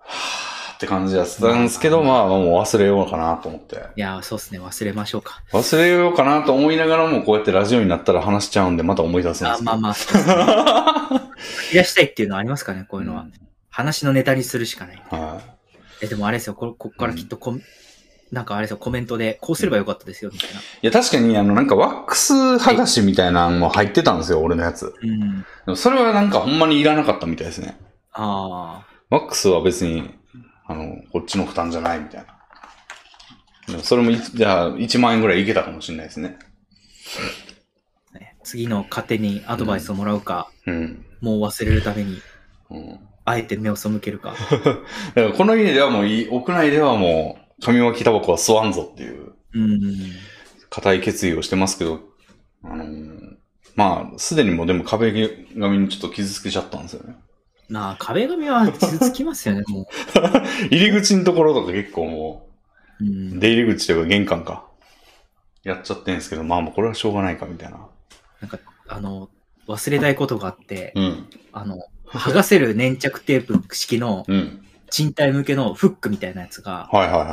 はーって感じやってたんですけど、まあ、もう忘れようかなと思って。
いやー、そうっすね。忘れましょうか。
忘れようかなと思いながらも、こうやってラジオになったら話しちゃうんで、また思い出すんで
あ
す
まあまあ、そうっすね 吐き出したいっていうのはありますかね、こういうのは。話のネタにするしかない。
は
え、でもあれですよ、これこっからきっとコ、なんかあれですよ、コメントで、こうすればよかったですよ、みたいな。
い。いや、確かに、あの、なんかワックス剥がしみたいなのも入ってたんですよ、俺のやつ。
うん。
でもそれはなんかほんまにいらなかったみたいですね。
あ
ワックスは別に、あの、こっちの負担じゃないみたいな。でもそれもい、じゃあ、1万円ぐらいいけたかもしれないですね。
あ、ね次の糧にアドバイスをもらうか、
うん。
もう忘れるために、
うん、
あえて目を背けるか。
だからこの家ではもういい、屋内ではもう、紙巻きタバコは吸わんぞっていう。
うん。
固い決意をしてますけど、あのーまあ、すでにもうでも壁紙にちょっと傷つけちゃったんですよね。
まあ、壁紙は傷つきますよね、も
入り口のところとか結構も
う。うん
う、。出入り口というか玄関か。やっちゃってんですけど、まあもうこれはしょうがないかみたいな。
なんか、あの、忘れたいことがあって、
うん。
あの、剥がせる粘着テープ式の
うん。
賃貸向けのフックみたいなやつが、
はいはいはい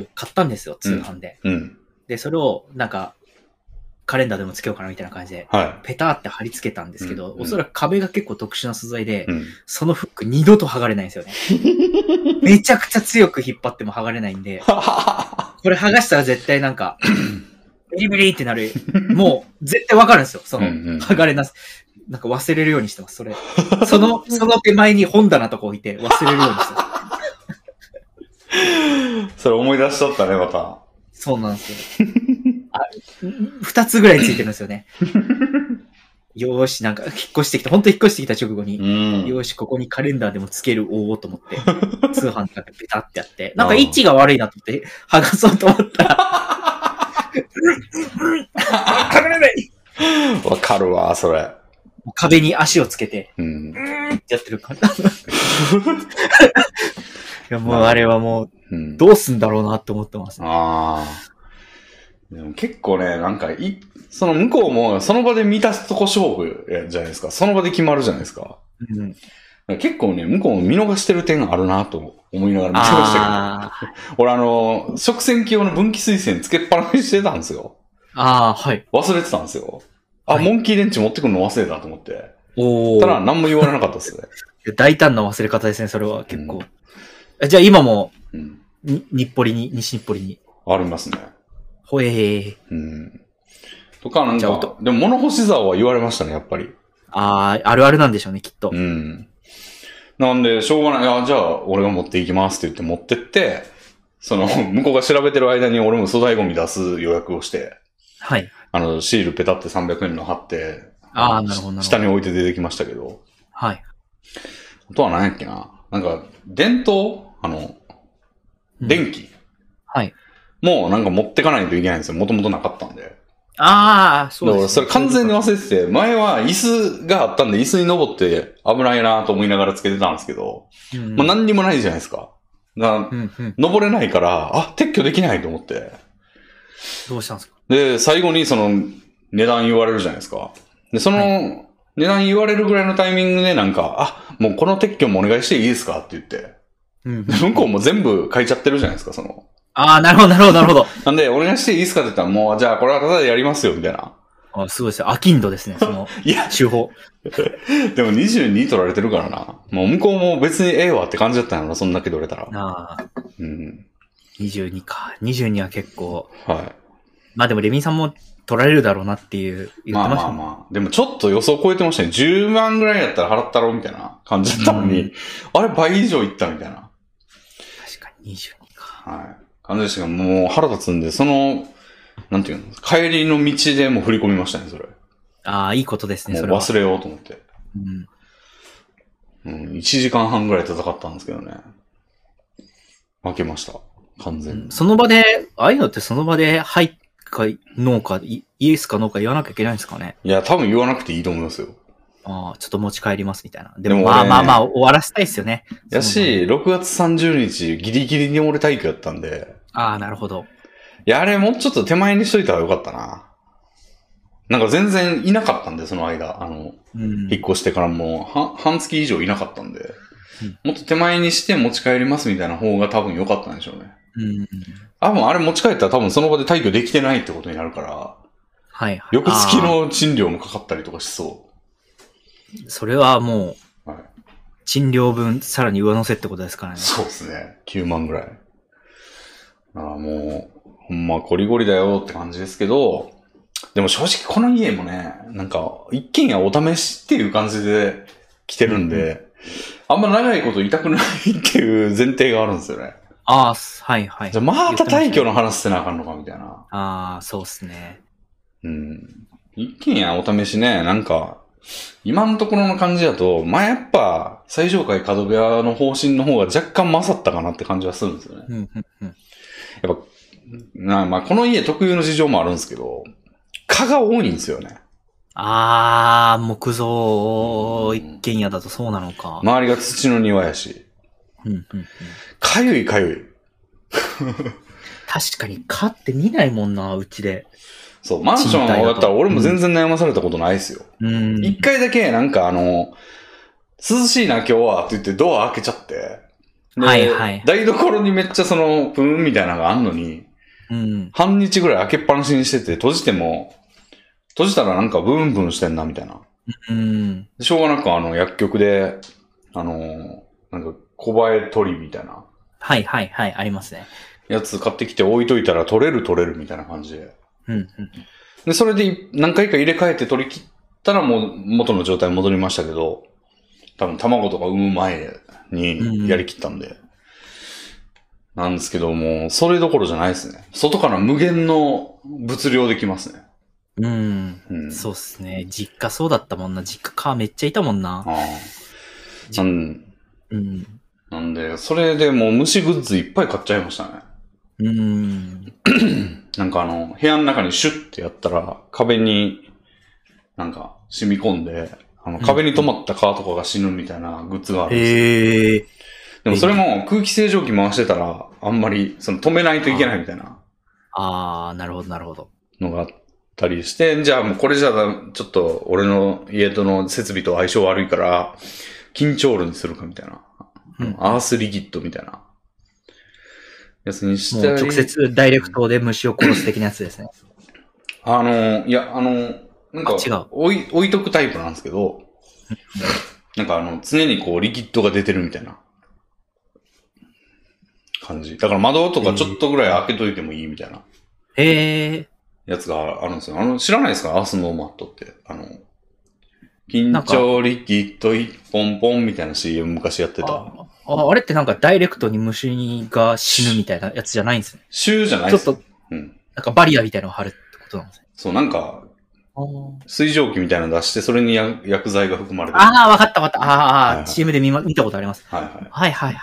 は
買ったんですよ、通販で。
い。うん。
で、それを、なんか、カレンダーでもつけようかなみたいな感じで、
は
ペターって貼り付けたんですけど、
うん
おそらく壁が結構特殊な素材で、
い。うん。
そのフック二度と剥がれないんですよ ね。めちゃくちゃ強く引っ張っても剥がれないんで、これ剥がしたら絶対な んか、ビリビリってなる。もう、絶対わかるんですよ。その、
うんうん
剥がれなす。なんか忘れるようにしてます、それ。その、その手前に本棚とか置いて忘れるようにしてます。
それ思い出しちゃったね、また。
そうなんですよ。あ二つぐらいついてるんで すよね。よーし、なんか、引っ越してきた、本当に引っ越してきた直後
う
に、
ん。
よーし、ここにカレンダーでもつける、おおと思って、通販でペタってやって、なんか位置が悪いなと思って、剥がそうと思ったら、剥がれない
わかるわ、それ。
もう壁に足をつけて、
うん。
やってる感じ。いや、もうあれはもう、
うん。
どうすんだろうなって思ってますね。
ああ。でも結構ね、なんか、い、その向こうもその場で満たすとこ勝負やじゃないですか。その場で決まるじゃないですか。
うん。
結構ね、向こうも見逃してる点あるなと思いながら見てました
あー
けど。俺あの、食洗機用の分岐水栓つけっぱなしにしてたんですよ。
あー、はい。
忘れてたんですよ。あ、
はい
モンキーレンチ持ってくるの忘れたと思って。
お
ただ、何も言われなかったですね。
大胆な忘れ方ですね、それは結
う
構。えじゃあ今も、
うん。
に日暮里に、西日暮里に。
ありますね。
ほえー。
うん。とか、なん
じゃあお
か
と、
でも物干し竿は言われましたね、やっぱり。
ああ、あるあるなんでしょうね、きっと
う。ん。なんで、しょうがない。あ、じゃあ、俺が持っていきますって言って持ってって、その、 向こうが調べてる間に俺も粗大ゴミ出す予約をして、
はい。
あの、シールペタって300円の貼って、
ああ
の
なるほどなるほど
下に置いて出てきましたけど。
はい。
あとは何やっけな。なんか、電灯あの、
うん
電気
はい。
もうなんか持ってかないといけないんですよ。もともとなかったんで。
ああ、そう
だか
で
ら
す
そ
ね、
れ完全に忘れてて、前は椅子があったんで椅子に登って危ないなと思いながらつけてたんですけど、
うん、
もう何にもないじゃないですか。だから
うんうん。
登れないから、あ、撤去できないと思って。
どうしたんですか
で、最後にその値段言われるじゃないですか。で、その
は
値段言われるぐらいのタイミングでなんか、あ、もうこの撤去もお願いしていいですかって言って。
うん
で向こうも全部書いちゃってるじゃないですか、その。
ああ、なるほど、なるほど、なるほど。
なんで、お願いしていいですかって言ったら、もう、じゃあこれはただでやりますよ、みたいな。
あーすごいですね。アキンドですね、その、
いや、
手法。
でも22取られてるからな。もう向こうも別にええわって感じだったんやろな、そんだけ取れたら。
ああ、
うん。
22か。22は結構。
は
まあでも、レミンさんも取られるだろうなっていう、
い。
言ってまし
ま
た
あ
もん
まあまあ。でもちょっと予想超えてましたね。10万ぐらいやったら払ったろ、みたいな感じだったのに、
う
あれ倍以上いったみたいな。
確かに、22か。
はい。感じでしたけど、もう腹立つんで、その、なんていうの、帰りの道でもう振り込みましたね、それ。
ああ、いいことですね、
もう
それは。
忘れようと思って。
うん、
うん、1時間半ぐらい戦ったんですけどね。負けました。完全に。
その場で、ああいうのってその場で、はいか、ノーか、イイエスかノーか言わなきゃいけないんですかね。
いや、多分言わなくていいと思いますよ。
ああ、ちょっと持ち帰りますみたいな。で
で
も、
も
まあ
俺
まあまあ、終わらせたいですよね。
や
そう
し、6月30日、ギリギリに俺体育やったんで、
ああ、なるほど。
いや、あれもうちょっと手前にしといた方がよかったな。なんか全然いなかったんで、その間。あの、
うん。
引っ越してからもう、は半月以上いなかったんで
うん、
もっと手前にして持ち帰りますみたいな方が多分良かったんでしょうね。
うん、
多分あれ持ち帰ったら多分その場で退去できてないってことになるから、
はいはい。
翌月
ああ。
の賃料もかかったりとかしそ
それはもう、
う。はい。
賃料分、さらに上乗せってことですからね。
そうですね。9万ぐらい。ああ、もう、ほんま、ゴリゴリだよって感じですけど、でも正直この家もね、なんか、一軒家お試しっていう感じで来てるんで、あんま長いこといたくないっていう前提があるんですよね。
ああ、すはいはい。
じゃあまた退去の話せなあかんのかみたいな。
ああ、そうっすね。
うん。一軒家お試しね、なんか、今のところの感じだと、まあやっぱ、最上階角部屋の方針の方が若干勝ったかなって感じはするんですよね。
うん、うん、うん。
やっぱ、なまあ、この家特有の事情もあるんですけど、蚊が多いんですよね。
ああ、木造一軒家だとそうなのか。
周りが土の庭やし。
うん、うん、うん。
かゆいかゆい。
確かに、蚊って見ないもんな、うちで。
そう、マンション
賃貸だと
だったら俺も全然悩まされたことないですよ。
うん。
一、回だけ、なんかあの、涼しいな今日はって言ってドア開けちゃって。で
はいはい
台所にめっちゃその、プーンみたいなのがあんのに、
うん。
半日ぐらい開けっぱなしにしてて、閉じても、閉じたらなんかブンブンしてんなみたいな。
うん。
しょうがなくあの薬局で、あのーなんか小映え取りみたいな
はいはいはい、ありますね。
やつ買ってきて置いといたら取れる取れるみたいな感じで。
うん、うん。
で、それで何回か入れ替えて取り切ったらもう元の状態に戻りましたけど、多分卵とか産む前にやり切ったんで。なんですけども、それどころじゃないですね。外から無限の物量できますね。
うん。
うん。
そうっすね。実家そうだったもんな。実家蚊めっちゃいたもんな。
あーなん
うん。
なんで、それでもう虫グッズいっぱい買っちゃいましたね。
うん。
なんかあの、部屋の中にシュッてやったら、壁に、なんか、染み込んで、あの、
うん
壁に止まった蚊とかが死ぬみたいなグッズがあるんですよ。
へえ。
でもそれも空気清浄機回してたら、あんまり、その止めないといけないみたいな
ああ、なるほど、なるほど。
のがあったりして、じゃあもうこれじゃあ、ちょっと俺の家との設備と相性悪いから、緊張ルにするかみたいな
うん
アースリギットみたいなやつにし
もう
て
直接ダイレクトで虫を殺す的なやつですね。
あの、いや、あの、なんか
あ違う、
置い、置いとくタイプなんですけど、なんかあの、常にこう、リキッドが出てるみたいな感じ。だから窓とかちょっとぐらい開けといてもいいみたいな
へえ。
やつがあるんですよ。あの、知らないですかアースノーマットって。あの、緊張リキッド一本ポンみたいな CM 昔やってた。
あああれってなんかダイレクトに虫が死ぬみたいなやつじゃないんですね。
週じゃない
ち
で
ょっ
すよ
と
うん。
なんかバリアみたいなのを貼るってことなんですね。
そう、なんか、
あ
水蒸気みたいなの出して、それに薬薬剤が含まれてる。
あー、わかったわかった。あーあー、
はいはい
CM で見,、ま、見たことあります。
はいはい。
はいはいはい。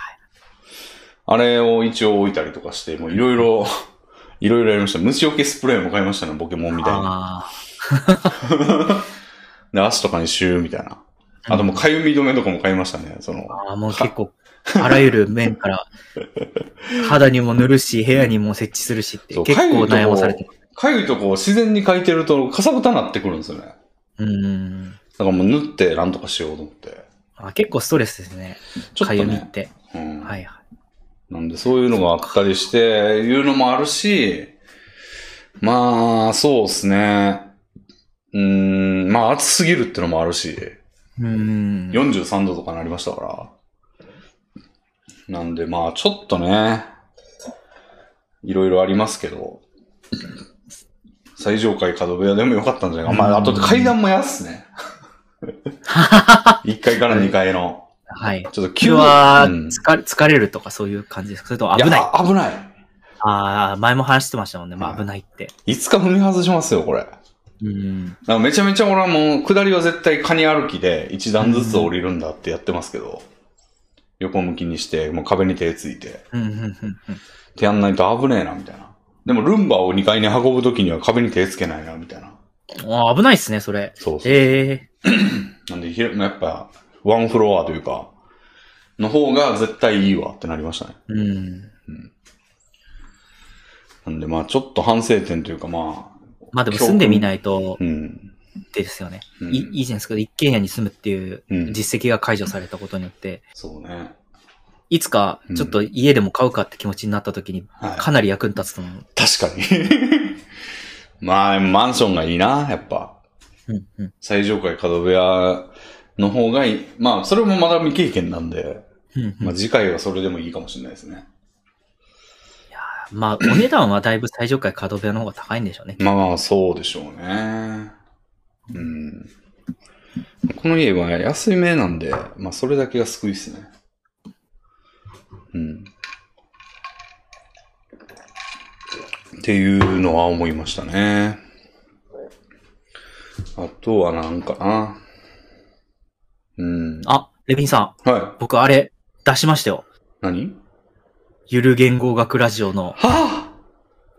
あれを一応置いたりとかして、もういろいろ、 いろいろやりました。虫除けスプレーも買いましたね、ポケモンみたいな。
ああ。
で、足とかにシューみたいな。あともう、かゆみ止めとかも買いましたね、その。
ああ、もう結構、あらゆる面から、肌にも塗るし、部屋にも設置するしって、
そう
結構悩まされてる。
かゆいとこを自然に書いてると、かさぶたなってくるんですよね。だか
うん。
らもう塗ってなんとかしようと思って。
あ結構ストレスですね。
ちょっ
か
と
ゆみっ
ね。
て。
うん
はいはい。
なんで、そういうのがあったりして、いうのもあるし、まあ、そうですね。うーん、まあ、暑すぎるってのもあるし。
うん。
43度とかなりましたから。なんで、まあ、ちょっとね、いろいろありますけど、最上階角部屋でもよかったんじゃないか。まあ、あと階段も安っすね。1階から2階の。
はい。
ちょっと
急
急
は
うん
疲れ、疲れるとかそういう感じですかそれとも
い
危ない。
やあ危ない。
ああ、前も話してましたもんね。ま
は
あ
い
危ないって。
いつか踏み外しますよ、これ。なん
うん。
かめちゃめちゃ俺はもう、下りは絶対カニ歩きで、一段ずつ降りるんだってやってますけど、横向きにして、もう壁に手ついて。
うん、うん、うんうん。
ってやんないと危ねえな、みたいな。でも、ルンバを2階に運ぶときには壁に手つけないな、みたいな。
あー危ないっすね、それ。
そうそう。
ええ
なんで、ひらやっぱ、ワンフロアというか、の方が絶対いいわってなりましたね。
うん。
なんで、まあ、ちょっと反省点というか、まあ、
まあでも住んでみないと
うん。
ですよね。
うん
いいいじゃないですか。一軒家に住むっていう
うん
実績が解除されたことによって、
そうね。
いつかちょっと家でも買うかって気持ちになった時に、
はい。
かなり役に立つと思う。
確かに。 まあ、マンションがいいな、やっぱ。
うん、うん。
最上階角部屋の方がいい。まあ、それもまだ未経験なんで、
うんうん
まあ、次回はそれでもいいかもしれないですね。
まあ、お値段はだいぶ最上階角部屋の方が高いんでしょうね。
まあ、そうでしょうね。うん。この家は安いめなんで、まあ、それだけが救いですね。うん。っていうのは思いましたね。あとはなんかな。うん。
あ、レビンさん、
はい。
僕あれ出しましたよ。
何
ゆる言語学ラジオの
はあ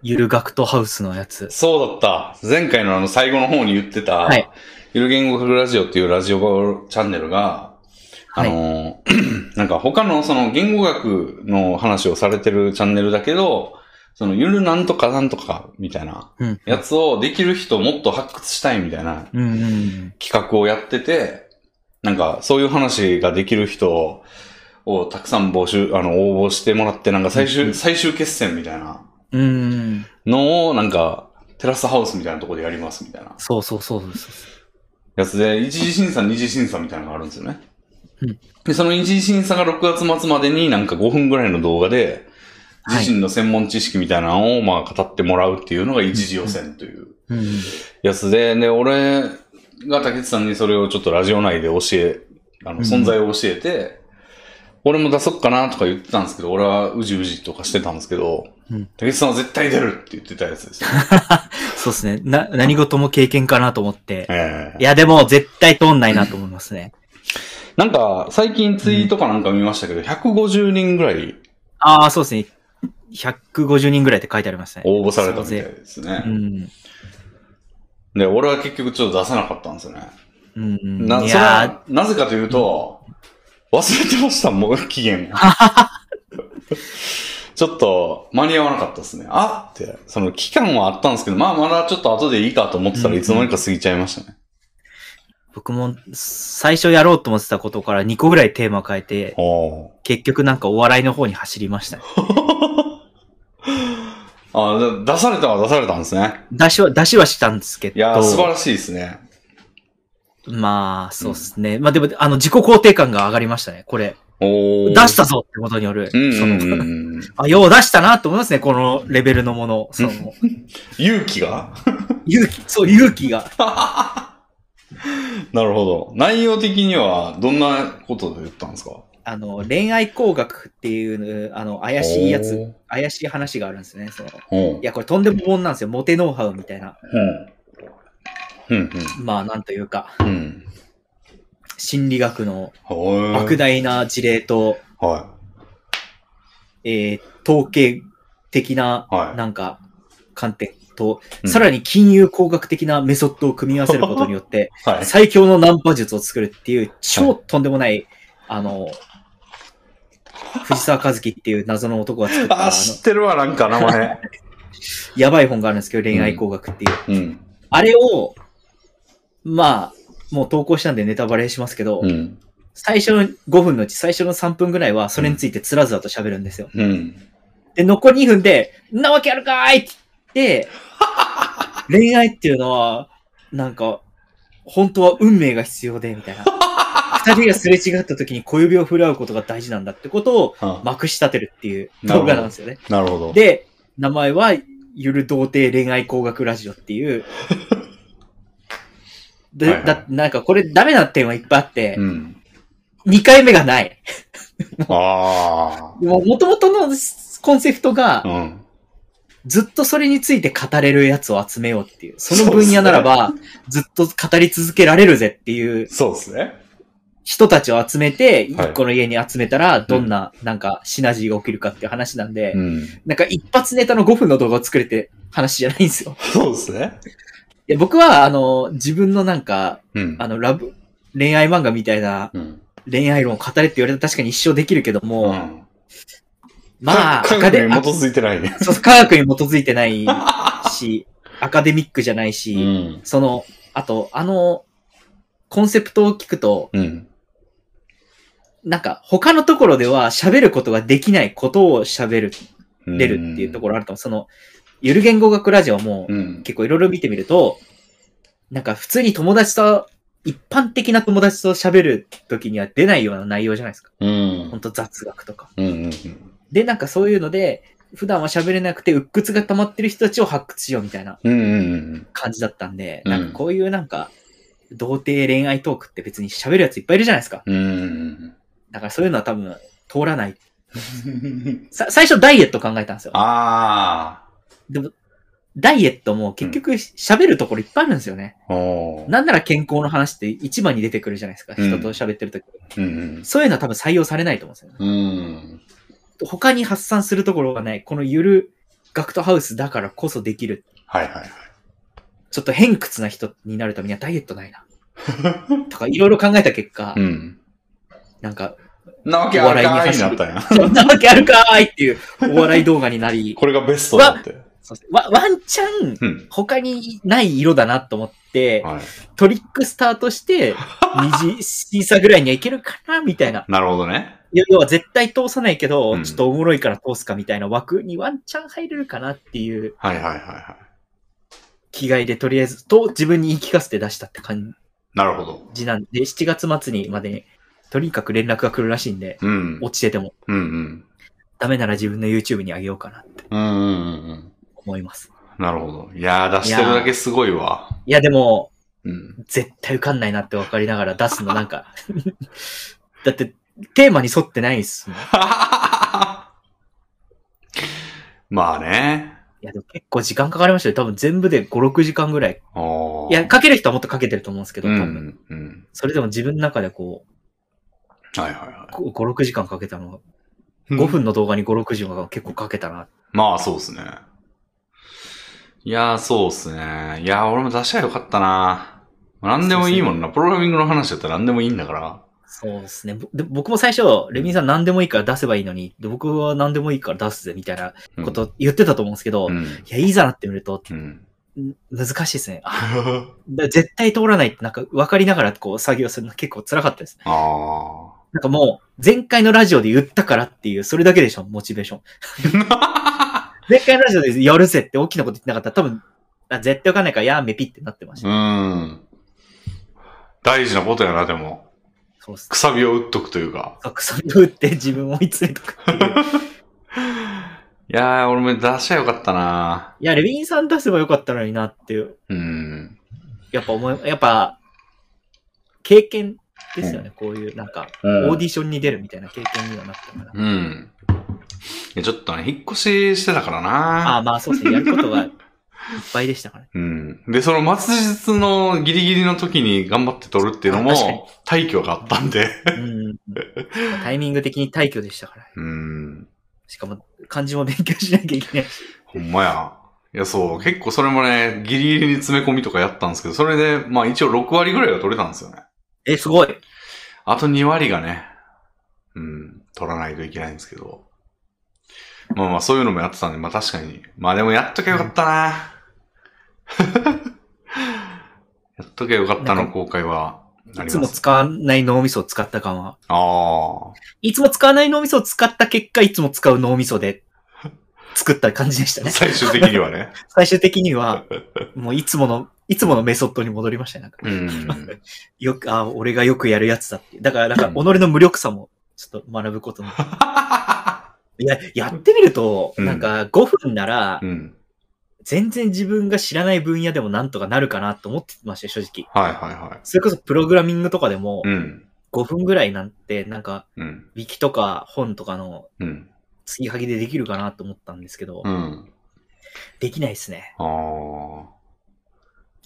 ゆる学徒ハウスのやつ。
そうだった。前回のあの最後の方に言ってた、
はい
ゆる言語学ラジオっていうラジオチャンネルが、あ
はい。
の ーなんか他のその言語学の話をされてるチャンネルだけど、そのゆるなんとかなんとかみたいな
うん。
やつをできる人をもっと発掘したいみたいな
うんうんうん。
企画をやってて、なんかそういう話ができる人をたくさん募集、あの応募してもらって、なんか最終、最終決戦みたいな
うんうん。
のをなんかテラスハウスみたいなところでやりますみたいな
そうそうそうそうそう。
やつで、一次審査、二次審査みたいなのがあるんですよね。
うん
で、その一次審査が6月末までになんか5分ぐらいの動画で、
はい
自身の専門知識みたいなのをまあ語ってもらうっていうのが一次予選という
うんうん。
やつで、で、俺が竹内さんにそれをちょっとラジオ内で教え、あの、
うん
存在を教えて、俺も出そっかなとか言ってたんですけど、俺はうじうじとかしてたんですけど、
うん
竹内さんは絶対出るって言ってたやつです よ。
そうですね。な、何事も経験かなと思って。
ええ
いや、でも絶対通んないなと思いますね。
なんか、最近ツイートかなんか見ましたけど、150人ぐらい
ああ、そうですね。150人ぐらいって書いてありますね。
応募されたみたいですね
う。ん。
で、俺は結局ちょっと出さなかったんですよね。
うんうん。
な、
い
それ
や
は、なぜかというと、忘れてました、もう期限が。ちょっと間に合わなかったですね。あって、その期間はあったんですけど、まあまだちょっと後でいいかと思ってたら
うん
いつの間にか過ぎちゃいましたね。
ー
僕も最初やろうと思ってたことから2個ぐらいテーマ変えて、
おー
結局なんかお笑いの方に走りましたね。
あーだ出されたは出されたんですね。
出しは、出しはしたんですけ
いやー、素晴
ど、
らしいですね。
まあ、そうですね。まあでも、あの、自己肯定感が上がりましたね、これ。
お
出
ー
したぞってことによる。
うんうん
その
うんうん。
あ、よう出したなと思いますね、このレベルのもの。その、
勇気が
勇気、そう、勇気が。
なるほど。内容的にはどんなことで言ったんですか
あの、恋愛工学っていう、あの、怪しいやつ、。怪しい話があるんですね。そのい
おーうん。
や、これとんでももんなんですよ。モテノウハウみたいな。
うん。うん。
まあ、なんというか、
うん。うん。
心理学の
は
莫大な事例と、
い。は
えー統計的な、
はい
なんか、観点と、
うん
さらに金融工学的なメソッドを組み合わせることによって、
い。 はい。
最強のナンパ術を作るっていう、超とんでもない、あの、藤沢和樹っていう謎の男が作った、
あ
あ
ー、知ってるわ、なんか名 前。
の、やばい本があるんですけど、恋愛工学っていう。
うん。
あれを、まあ、もう投稿したんでネタバレしますけど、
うん。
最初の5分のうち最初の3分ぐらいはそれについてつらずらと喋るんですよ。
うん。
で、残り2分で、んなわけあるかーいって言 って、恋愛っていうのは、なんか、本当は運命が必要で、みたいな。二人がすれ違った時に小指を振らうことが大事なんだってことを
は
まくし立てるっていう
なる
動
ほど
画なんですよね。
なるほど。
で、名前は、ゆる童貞恋愛工学ラジオっていう。で、
はいはい
だ、なんかこれダメな点はいっぱいあって
う、ん。
二、回目がない。
あ
もともとのコンセプトが
あ。う、ん。
ずっとそれについて語れるやつを集めようっていう。その分野ならば、ずっと語り続けられるぜっていう
そうですね。
人たちを集めて、
はい
一個の家に集めたら、どんな、なんか、シナジーが起きるかっていう話なんで、
うん。
なんか一発ネタの5分の動画を作れて話じゃないんですよ。
そうですね。
いや、僕は、あの、自分のなんか、
うん
あ。の、ラブ、恋愛漫画みたいな
うん。
恋愛論を語れって言われたら確かに一生できるけども、
うん
まあ、
科科
アカ
学
デ
に基づいてないね。
あそう科学に基づいてないし、 アカデミックじゃないし、
ん。
その、あと、あの、コンセプトを聞くと、
うん。
なんか、他のところでは喋ることができないことを喋れるっていうところあると思う。その、ゆる言語学ラジオも
ろ。うん。
結構いろいろ見てみると、なんか普通に友達と、一般的な友達と喋るときには出ないような内容じゃないですか。
うん
ほ。んと雑学とか。
うんうん
で、なんかそういうので、普段は喋れなくて、鬱屈が溜まってる人たちを発掘しようみたいな
うん。うんうん
感じだったんで、
うん
なんかこういうなんか、童貞恋愛トークって別に喋るやついっぱいいるじゃないですか。
うん。うん。
だからそういうのは多分通らない。さ最初ダイエット考えたんですよ。
あ
でも、ダイエットも結局喋るところいっぱいあるんですよね。
あ。おー
なんなら健康の話って一番に出てくるじゃないですか。人と喋ってるとき、
うん
そういうのは多分採用されないと思うんですよね。
うん。うん。
他に発散するところがない。このゆるガクトハウスだからこそできる。
はいはいはい。
ちょっと偏屈な人になるためにはダイエット ないな。とかいろいろ考えた結果、
うん。
なんか、
なわけあるかーい
お笑いに走
に
る
なったんや。
そんなわけあるかーいっていうお笑い動画になり、
これがベストだって。
そうですねわワンチャン
うん。
他にない色だなと思って、
はい。
トリックスターとして、二次審査ぐらいにはいけるかなみたいな。
なるほどね。
要要は絶対通さないけど、
うん
ちょっとおもろいから通すかみたいな枠にワンチャン入れるかなっていう
はいはいはいは
気概でとりあえず、と自分に言い聞かせて出したって感
い。なるほど。
じなんで、7月末にまでに、とにかく連絡が来るらしいんで、
うん。
落ちてても、
うんうん。
ダメなら自分の YouTube にあげようかなって
うんうんうんうん。
思います。
なるほど。いやー、出してるだけすごいわ。
いや、でも、
うん。
絶対受かんないなって分かりながら出すのなんか、 だってテーマに沿ってないっすもん。い
まあね。
や、でも結構時間かかりましたよ。多分全部で5、6時間ぐらい。
おー
いや、かける人はもっとかけてると思うんですけど、
う
多
ん
分。
うん。
それでも自分の中でこ
はいはいは
う、こ5、6時間かけたのが、
い。
5分の動画に5、6時間が結構かけたな。
まあ、そうですね。いやー、そうですね。いやー、俺も出しゃよかったな。何でもいいもんな。プログラミングの話だったら何でもいいんだから。
そうですね。ぼで僕も最初、レミンさん何でもいいから出せばいいのに、で僕は何でもいいから出すぜ、みたいな
うん
こ。と言ってたと思うんですけど、
う
い
ん。
や、いざなってみると、
うん。
難しいですね。あだ絶対通らないってなんか分かりながらこう作業するの結構辛かったですね。
ああ。
なんかもう前回のラジオで言ったからっていう、それだけでしょ、モチベー ション。前回のラジオでやるぜって大きなこと言ってなかったら多分、あ絶対分かんないからやめぴってなってました。
うん。大事なことやな、でも。
そうっす。
くさびを打っとくというか。
くそ打って自分を追い詰めとくっていう。
いやー、俺も出しゃよかったない
や、レビンさん出せばよかったのになっていう。
うん。
やっぱ思い、やっぱ、経験ですよね、こういう、なんか、
オ
オー
ディ
ディションに出るみたいな経験にはなったから。
うん。いやちょっとね、引っ越ししてたから
あ
な
あ、まあそうですね、やることがいっぱいでしたからね。
うん。で、その末日のギリギリの時に頑張って撮るっていうの
あ確かに
も、退去があったんで。
うん。 タイミング的に退去でしたから。
うん。
しかも、漢字も勉強しなきゃいけないし。
ほんまや。いや、そう。結構それもね、ギリギリに詰め込みとかやったんですけど、それで、まあ一応6割ぐらいは撮れたんですよね。
え、すごい。
あと2割がね、うん、取らないといけないんですけど。まあまあ、そういうのもやってたんで、まあ確かに。まあでもやっとけばよかったな。 やっとけばよかった
なん
の
か
後悔はあ
い
り
つ
ま
も
す。
使わない脳みそを使った感は。
あ
いつも使わない脳みそを使った結果、いつも使う脳みそで作った感じでした
あ、
ね。
最終的にはね。
最終的には、もういつもの、いつものメソッドに戻りましたね。なんか
うん。
よく、あ、俺がよくやるやつだって。だから、なんか、己の無力さも、ちょっと学 ぶことに。いや、やってみると、
うん
なんか、5分なら
う、ん。
全然自分が知らない分野でもなんとかなるかなと思ってましたよ、正直。
はいはいは
それこそ、プログラミングとかでも
い。う、ん。
5分ぐらいなんて、なんか、
うん。
ウィキとか本とかの、
うん。
継ぎはぎでできるかなと思ったんですけど、
うん。
できないですね。
あー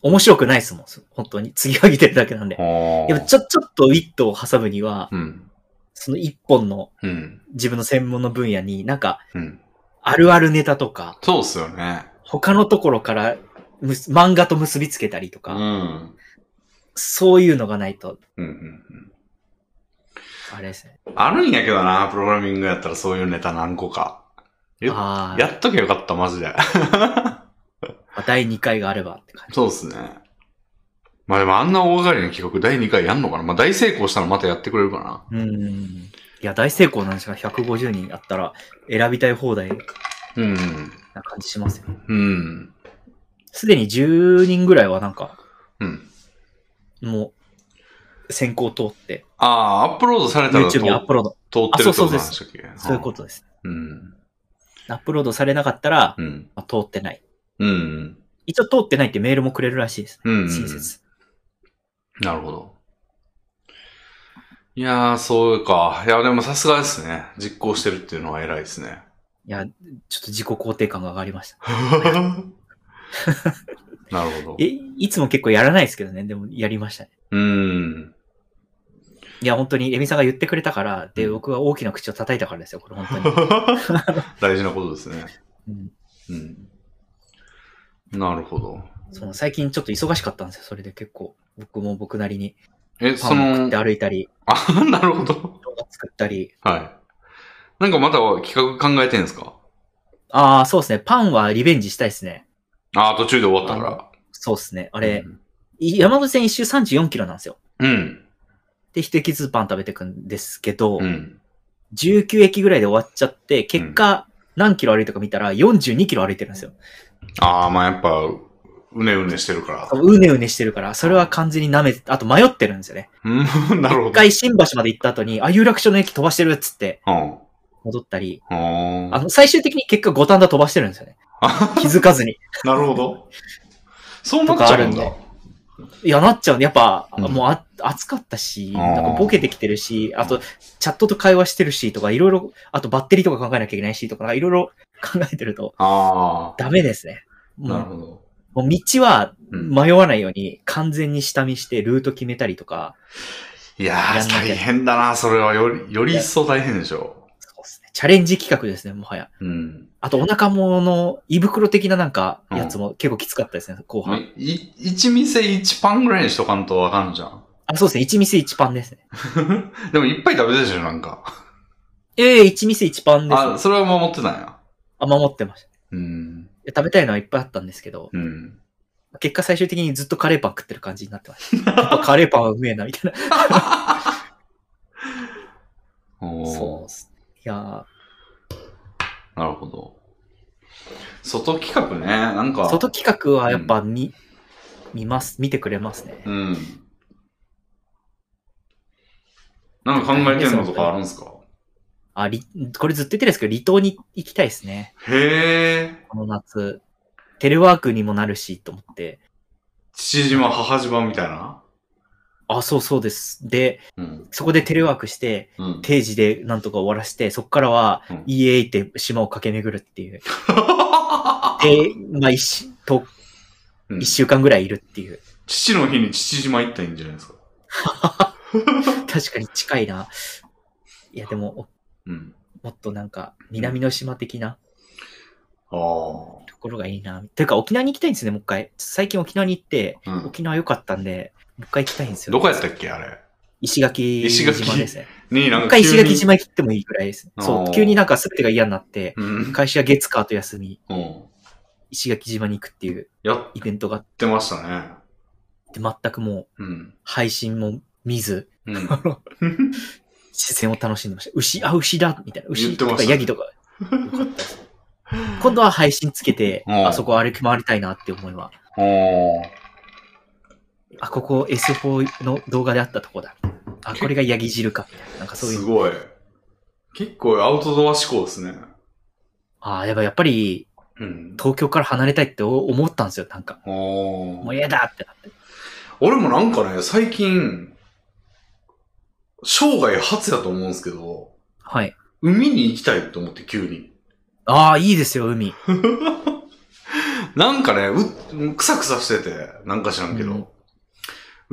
面白くないですもん、本当に。継ぎはぎでるだけなんで
あ。ー。
やっぱちょ、ちょっとウィットを挟むには、
うん。
その一本の
うん。
自分の専門の分野になんか、
うん。
あるあるネタとか、
そうっすよね。
他のところからむす漫画と結びつけたりと
う
か、
ん。
そういうのがないと、
うんうんうん。
あれですね。
あるんやけどな、プログラミングやったらそういうネタ何個か。よ
あー
やっとけよかった、マジで。
まあ、第2回があればって感じ。
そうですね。まあでもあんな大掛かりな企画第2回やんのかなまあ大成功したらまたやってくれるかな
うん。いや、大成功なんですが、150人あったら選びたい放題
うん。
な感じしますよ。
うん。
すでに10人ぐらいはなんか、
うん。
もう、選考通って、
ああ、アップロードされたらと
YouTube にアップロード。
通ってるってこと
あそうそう
な
で
ん
す
でしたっけ
そういうことです。
うん。
アップロードされなかったら、
うん。
まあ、通ってない。
うん。
一応通ってないってメールもくれるらしいです。
うん。
親切。
なるほど。いやー、そうか。いや、でもさすがですね。実行してるっていうのは偉いです ね。
いや、ちょっと自己肯定感が上がりました。
なるほど。
え、いつも結構やらないですけどね。でも、やりましたね。
うーん。
いや、本当に、エミさんが言ってくれたから、で、僕は大きな口を叩いたからですよ、これ本当に。
大事なことですね。
うん
うん。なるほど。
その最近ちょっと忙しかったんですよ、それで結構。僕も僕なりに、
え、
パ
そ
ンを食っ
の
て、歩いたり、
あ、なるほど。
動画作ったり。
はい。なんかまた企画考えてんですか
ああ、そうですね。パンはリベンジしたいですね。
あー、途中で終わったから。
そうですね。あ
あ
れ、。い山手線一周34キロなんですよ。
うん。
で、一駅ずつパン食べてくんですけど、
うん。
19駅ぐらいで終わっちゃって、結果、何キロ歩いたか見たら、42キロ歩いてるんですよ。
あー、まあやっぱ、うねうねしてるから。
うねうねしてるから、それは完全に舐めて、あと迷ってるんですよね。
うん、なるほ
一
ど。
回新橋まで行った後に、あ、有楽町の駅飛ばしてるっつって
うん。
戻ったり、
うん
あの、最終的に結果五反田飛ばしてるんで すよね。気づかずに。
なるほど。そうなっちゃうんだ。
といや、なっちゃうんで、やっぱ、
うん
もうあ暑かったし、
あー
なんかボケてきてるし、あと、チャットと会話してるしとか、いろいろ、あとバッテリーとか考えなきゃいけないしとか、なんかいろいろ考えてると、
あ
ダメですね。
あ。なる
も
ほど。
うもう道は
うん
迷わないように、完全に下見して、ルート決めたりとか、
いやー、
やんなきゃ
大変だな、それは。より、より一層大変でしょ
そうですね。チャレンジ企画ですね、もはや。
う。うん。
あと、お腹もの、胃袋的ななんか、やつも結構きつかったですね、後半。
い一店一パンぐらいにしとかんとわかんじゃん。
あ、そうですね。一店一パンですね。
でもいっぱい食べてるでしょ、なんか。
ええ一店一パンです、
あ、それは守ってたんや。
あ、守ってました。
うん。
食べたいのはいっぱいあったんですけど、
うん。
結果最終的にずっとカレーパン食ってる感じになって ました。やっぱカレーパンはうめえな、みたいな。そう
お
っす。いやー
ーなるほど。外企画ね、なんか。
外企画はやっぱ見、見ます、見てくれますね。
うん。なんか考えてんのとかあるんすか
あ、り、これずっと言ってるんですけど、離島に行きたいですね。
へえ。
この夏。テレワークにもなるし、と思って。
父島、母島みたいな。
あ、そうそうです。で、
うん。
そこでテレワークして、
うん。
定時でなんとか終わらせて、そこからは
うん、
家へ行って島を駆け巡るっていう。で、まあ一週、と、
うん
一週間ぐらいいるっていう。
父の日に父島行ったらいいんじゃないですか。
確かに近いな。いや、でも、お
うん。
もっとなんか、南の島的な
ああ。
ところがいいな。ていうか、沖縄に行きたいんですね、もう一回。最近沖縄に行って、
うん。
沖縄良かったんで、もう一回行きたいんですよ。
どこやったっけあれ。
石垣
石垣
島ですね。
に、な
もう
か
ん一回
急に。
石垣島行ってもいいくらいです。
あ
そ
ー
う、急になんか全てが嫌になって、
うん。
会社月火と休み、
うん。
石垣島に行くっていう
やっ
イベントがあって
ましたね。、
全くも
う
う
ん。
配信も見ず、
うん。
自然を楽しんでました。牛、あ、牛だみたいな。
言っ
牛
てま
と
した
かヤギとか。よかったです今度は配信つけ て、
うん
あそこ歩き回りたいなって思いは。
おー
あ、ここ S4 の動画であったとこだ。あ、これがヤギ汁か。みたいな。なんかそうい
す
う。
ごい。結構アウトドア志向ですね。
あ、やっぱやっぱり
うん。
東京から離れたいって思ったんですよ。なんか、
お
もう
ー
嫌だってなって。
俺もなんかね、最近、生涯初やと思うんですけど、
はい。
海に行きたいと思って急に。
ああ、いいですよ、海。
なんかね、う、くさくさしてて、なんか知らんけど、
うん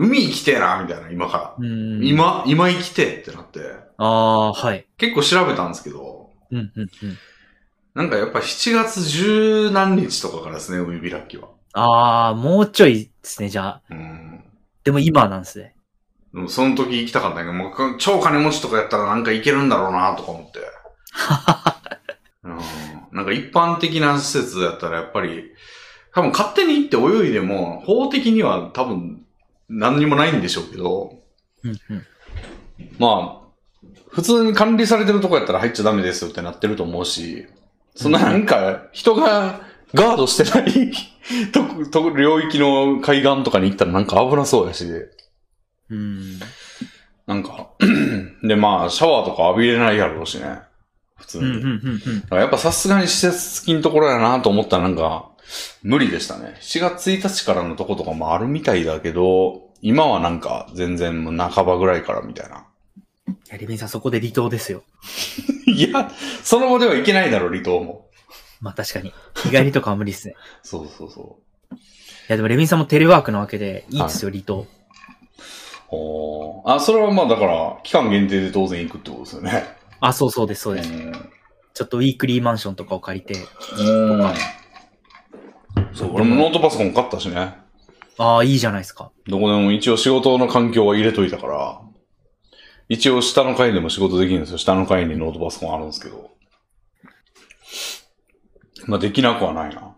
海行きてえな、みたいな、今から。
うん。。
今、今行きてえってなって、
ああー、はい。
結構調べたんですけど、
うん、うん、うん。
なんかやっぱ7月十何日とかからですね、海開きは。
ああ、もうちょいですね、じゃあ。
うん。
でも今なんですね。
でもその時行きたかったんやけど、もう超金持ちとかやったらなんか行けるんだろうなとか思って。うん、なんか一般的な施設だったらやっぱり、多分勝手に行って泳いでも、法的には多分何にもないんでしょうけど、
うん、うん。
まあ、普通に管理されてるとこやったら入っちゃダメですよってなってると思うし、そんななんか人がガードしてない とこと領域の海岸とかに行ったらなんか危なそうやし、
うん。
なんか、 で、まあ、シャワーとか浴びれないやろうしね。普通
うん、う
に。
ん、うん、うん。
だからやっぱさすがに施設付きのところやなと思ったらなんか、無理でしたね。7月1日からのとことかもあるみたいだけど、今はなんか全然もう半ばぐらいからみたいな。
いや、レビンさん、そこで離島ですよ。
いや、その場ではいけないだろ、離島も。
まあ確かに。日帰りとかは無理ですね。 い
そうそうそ
や、でもレビンさんもテレワークなわけで、いいですよ、離島。
う。おーあ、それはまあだから、期間限定で当然行くってことですよね。
あ、そうそうです、そうです。
ん
ちょっとウィークリーマンションとかを借りて。
そう、俺もノートパソコン買ったしね。
ああ、いいじゃないですか。
どこでも一応仕事の環境は入れといたから、一応下の階でも仕事できるんですよ。下の階にノートパソコンあるんですけど。まあ、できなくはないな。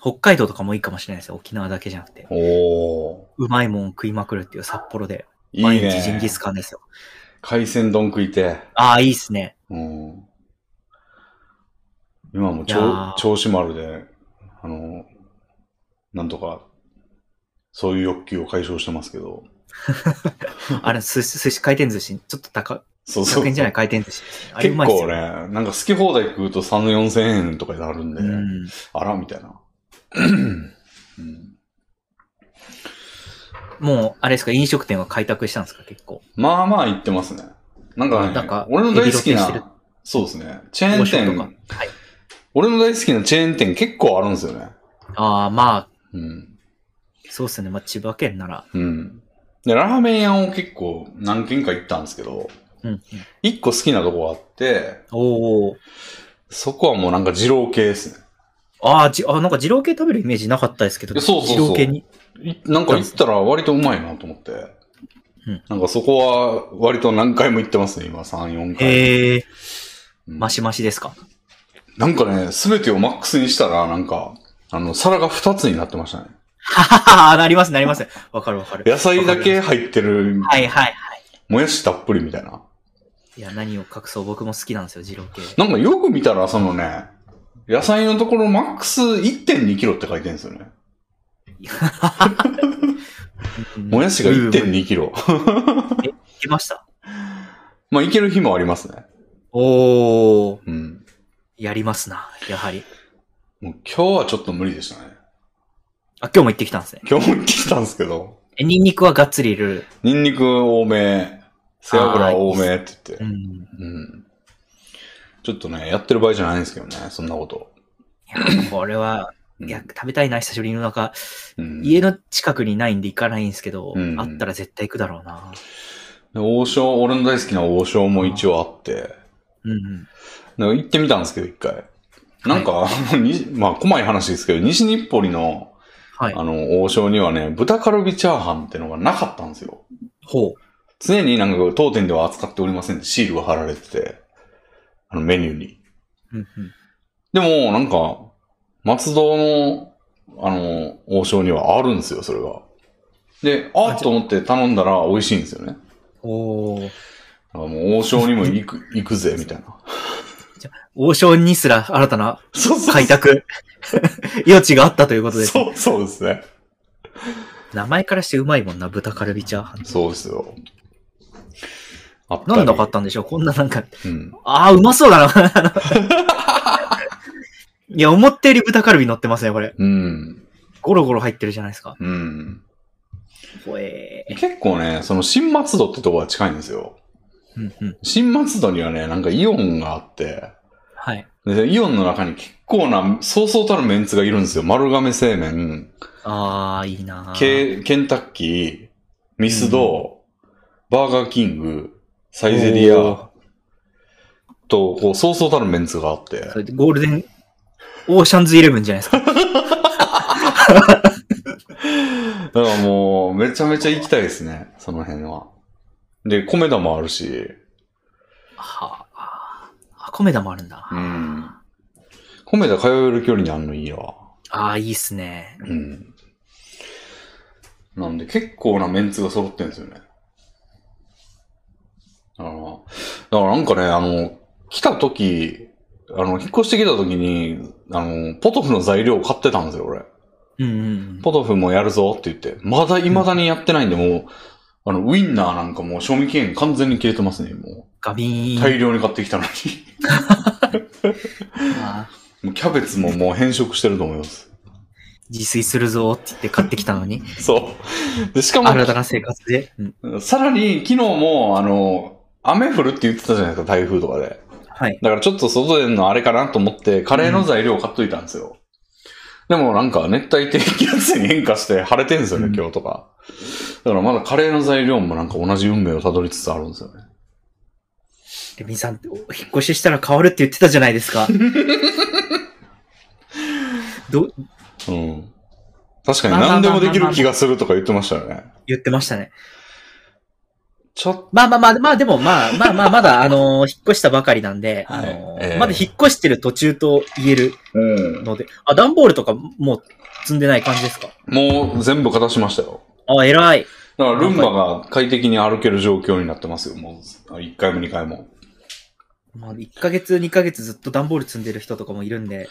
北海道とかもいいかもしれないですよ。沖縄だけじゃなくて。
おお
うまいもん食いまくるっていう札幌で。
ーいい
毎日ジンギ
ね
ス。カンですよ。
海鮮丼食いて。
ああ、いいっ すね。
うん。今も
いやー
調調子丸で、あの、なんとか、そういう欲求を解消してますけど。
あれ、寿司、寿司回転寿司、ちょっと高い、
そうそう。
100円じゃない
結
回転寿司ですね。あれう
構
まいっすよ。
ね、なんか好き放題食うと3、4千円とかになるんで。
うん。
あらみたいな。うん
もう、あれですか、飲食店は開拓したんですか、結構。
まあまあ言ってますね。なんかね、
なんか
俺の大好き
ヘビロテしてる
な、そうですね。チェー
王
ン
将とか
店、。俺の大好きなチェーン店結構あるんですよね。
ああ、まあ、
うん。
そうっすね。まあ、千葉県なら。
うん。で、ラーメン屋を結構何軒か行ったんですけど、
うんうん。
一個好きなとこがあって、
おお。
そこはもうなんか二郎系ですね。
あーじあ、なんか二郎系食べるイメージなかったですけ
いや
ど、
そうそうそう
二郎系に。
いなんか行ったら割とうまいなと思って。
うん
なんかそこは割と何回も行ってますね、今3、4回。
へえ、
うん
マシマシですか。
なんかね、すべてをマックスにしたら、なんか、あの、皿が二つになってましたね。
はは はなります、なります。わかるわかる。
野菜だけ入ってる、
はいはいはい。
もやしたっぷりみたいな。
いや、何を隠そう、僕も好きなんですよ、二郎系。
なんかよく見たら、そのね、野菜のところマックス1.2キロって書いてるんですよね。もやしが
うんい
1.2キロ。
けました。
まあ、いける日もありますね。
おー、
うん。
やりますな、やはり。
もう今日はちょっと無理でしたね。
あ、今日も行ってきたんですね。
今日も行ってきたんですけど、
え、ニンニクはがっつり入れる。
ニンニク多め、背脂多めって言って
う。ん。
うん。ちょっとね、やってる場合じゃないんですけどね、そんなこと。
いや、これは、
うん
いや、食べたいな、久しぶりの中。
うん
家の近くにないんで行かないんですけど、
うん
あったら絶対行くだろうな。
で王将、俺の大好きな王将も一応あって、
うんうん。
なんか行ってみたんですけど、一回。なんか、にまあ、細い話ですけど、西日暮里の、
はい
あ。の、王将にはね、豚カルビチャーハンってのがなかったんですよ。
ほう。
常になんか当店では扱っておりませんってシールが貼られてて、あのメニューに。
うんうん。
でも、なんか、松戸の、あの、王将にはあるんですよ、それが。で、あ
あ
っと思って頼んだら美味しいんですよね。
おー。
だからもう王将にも行く、行くぜ、みたい な。
王将にすら新たな
そうそう
開拓、 余地があったということです。
そう、そうですね。
名前からしてうまいもんな、豚カルビチャーハン。
そうですよ。あったり
なんだかあったんでしょうこんななんか、
うん。
ああ、うまそうだな。 あのいや、思ったより豚カルビ乗ってますね、これ。
うん。
ゴロゴロ入ってるじゃないですか。
うん。
ほえ
結構ね、その新松戸ってとこが近いんですよ。
ー。うんうん。
新松戸にはね、なんかイオンがあって、
はい。
でイオンの中に結構な、そうそうたるメンツがいるんですよ。丸亀製麺、
ああ、いいなー。
ケケンタッキー、ミスド、バーガーキング、サイゼリ
おー
ア、と、こう、そうそうたるメンツがあって。
それでゴールデン、オーシャンズイレブンじゃないですか。
だからもう、めちゃめちゃ行きたいですね、その辺は。で、米田もあるし、
はあ。あ、コメダもあるんだ。
うん。米田通える距離にあんのいいわ。
ああ、いいっすね。
うん。なんで、結構なメンツが揃ってるんですよね。だから、だからなんかね、あの、来た時、あの、引っ越してきた時に、あの、ポトフの材料を買ってたんですよ、俺。
うんうん
ポトフもやるぞって言って、まだ未だにやってないんで、もう、あの、ウインナーなんかもう賞味期限完全に切れてますね、も
ガビ
う。
ーン。
大量に買ってきたのに。
あー
もうキャベツももう変色してると思います。
自炊するぞーって言って買ってきたのに。
そう。で、しかも、
新たな生活で。うん。
さらに昨日も、あの、雨降るって言ってたじゃないですか、台風とかで。
はい。
だからちょっと外でのあれかなと思って、カレーの材料を買っといたんですよ。でもなんか熱帯低気圧に変化して晴れてんですよね、
うん
今日とか。だからまだカレーの材料もなんか同じ運命をたどりつつあるんですよね。
レミさん、お引っ越ししたら変わるって言ってたじゃない ですか。どう、
うん。確かに何でもできる気がするとか言ってましたよね。
言ってましたね。
ちょっと、
まあまあまあ、まあでもまあまあまあ、まだあのー引っ越したばかりなんで、
はい
あのー
ええ
まだ引っ越してる途中と言える
うん。
ので、あ、段ボールとかもう積んでない感じですか
もう全部片しましたよ。
あ、偉い。
だからルンバが快適に歩ける状況になってますよ、もう。1回も2回も。
まあ、1ヶ月、2ヶ月ずっと段ボール積んでる人とかもいるんで、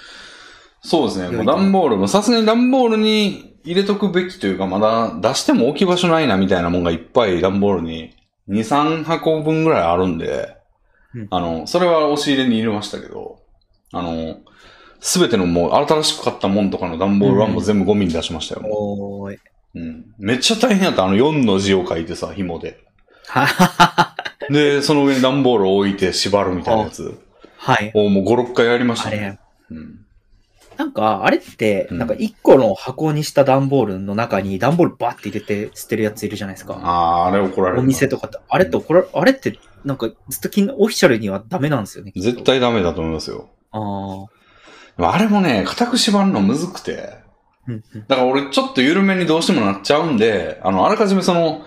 そうですね。
良い
もう
と
段ボールも、さすがに段ボールに入れとくべきというか、まだ出しても置き場所ないなみたいなもんがいっぱい段ボールに2、3箱分ぐらいあるんで
うん、
あの、それは押し入れに入れましたけど、あの、すべてのもう新しく買ったもんとかの段ボールはもう全部ゴミに出しましたよ。も
おーい。
ううん、めっちゃ大変やった。あの4の字を書いてさ、紐 で。
ははは
で、その上に段ボールを置いて縛るみたいなやつ
はい。
をもう5、6回やりまし
あ
た
れ
ね。、うん
なんか、あれって、
うん
なんか一個の箱にした段ボールの中に段ボールバーって入れて捨てるやついるじゃないですか。
あーあれ怒られるな。
お店とかって、あれって怒ら、あれって、なんかずっと気にオフィシャルにはダメなんですよね。きっと
絶。対ダメだと思いますよ。
ああ。
あれもね、固く縛るのむずくて。
うんうん
だから俺ちょっと緩めにどうしてもなっちゃうんで、あの、あらかじめその、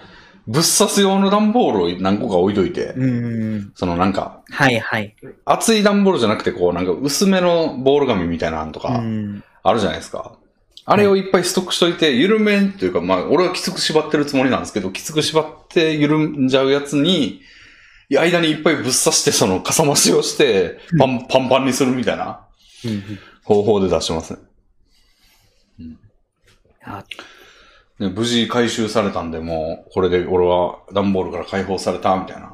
ぶっ刺す用の段ボールを何個か置いといて、
うーん。
そのなんか、
はいはい。
厚い段ボールじゃなくてこう、なんか薄めのボール紙みたいなのと
う
か、
ん。
あるじゃないですか。あれをいっぱいストックしといて、緩めんというか、まあ、俺はきつく縛ってるつもりなんですけど、きつく縛って緩んじゃうやつに、いや間にいっぱいぶっ刺して、その、かさ増しをして、パン、パンパンにするみたいな方法で出してますね。
あ
で無事回収されたんで、もう、これで俺は段ボールから解放された、みたいな。
い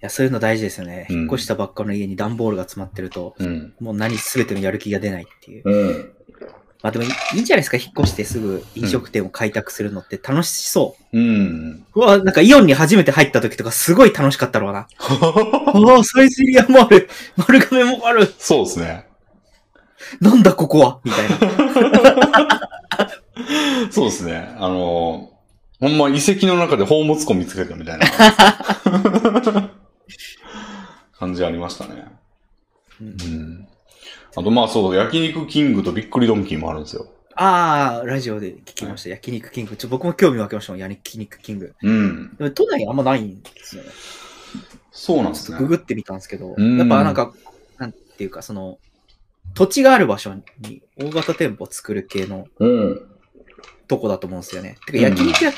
や、そういうの大事ですよね。
うん
引っ越したばっかの家に段ボールが詰まってると、
うん。
もう何すべてのやる気が出ないっていう。
うん。
まあでもいいいいんじゃないですか、引っ越してすぐ飲食店を開拓するのって楽しそう。
うん。
うわ、なんかイオンに初めて入った時とかすごい楽しかったろ うな。おお、サイゼリアもある。丸亀もある。
そうですね。
なんだここはみたいな。
そうですね。あのー、ほんま遺跡の中で宝物庫見つけたみ たいな感じありましたね。
う
うんん。あとまあそう、焼肉キングとびっくりドンキーもあるんですよ。
ああ、ラジオで聞きました。焼肉キング。ちょ、僕も興味湧きましたもん、焼肉キング。
うん。
でも都内にあんまないんですよね。
そうなんで
ち
す
ょっ
ね
とグ。グってみたんですけど、
うん
やっぱなんか、なんていうか、その、土地がある場所に大型店舗作る系の
うん。
とこだと思うんですよね。てか
うん
焼肉屋っ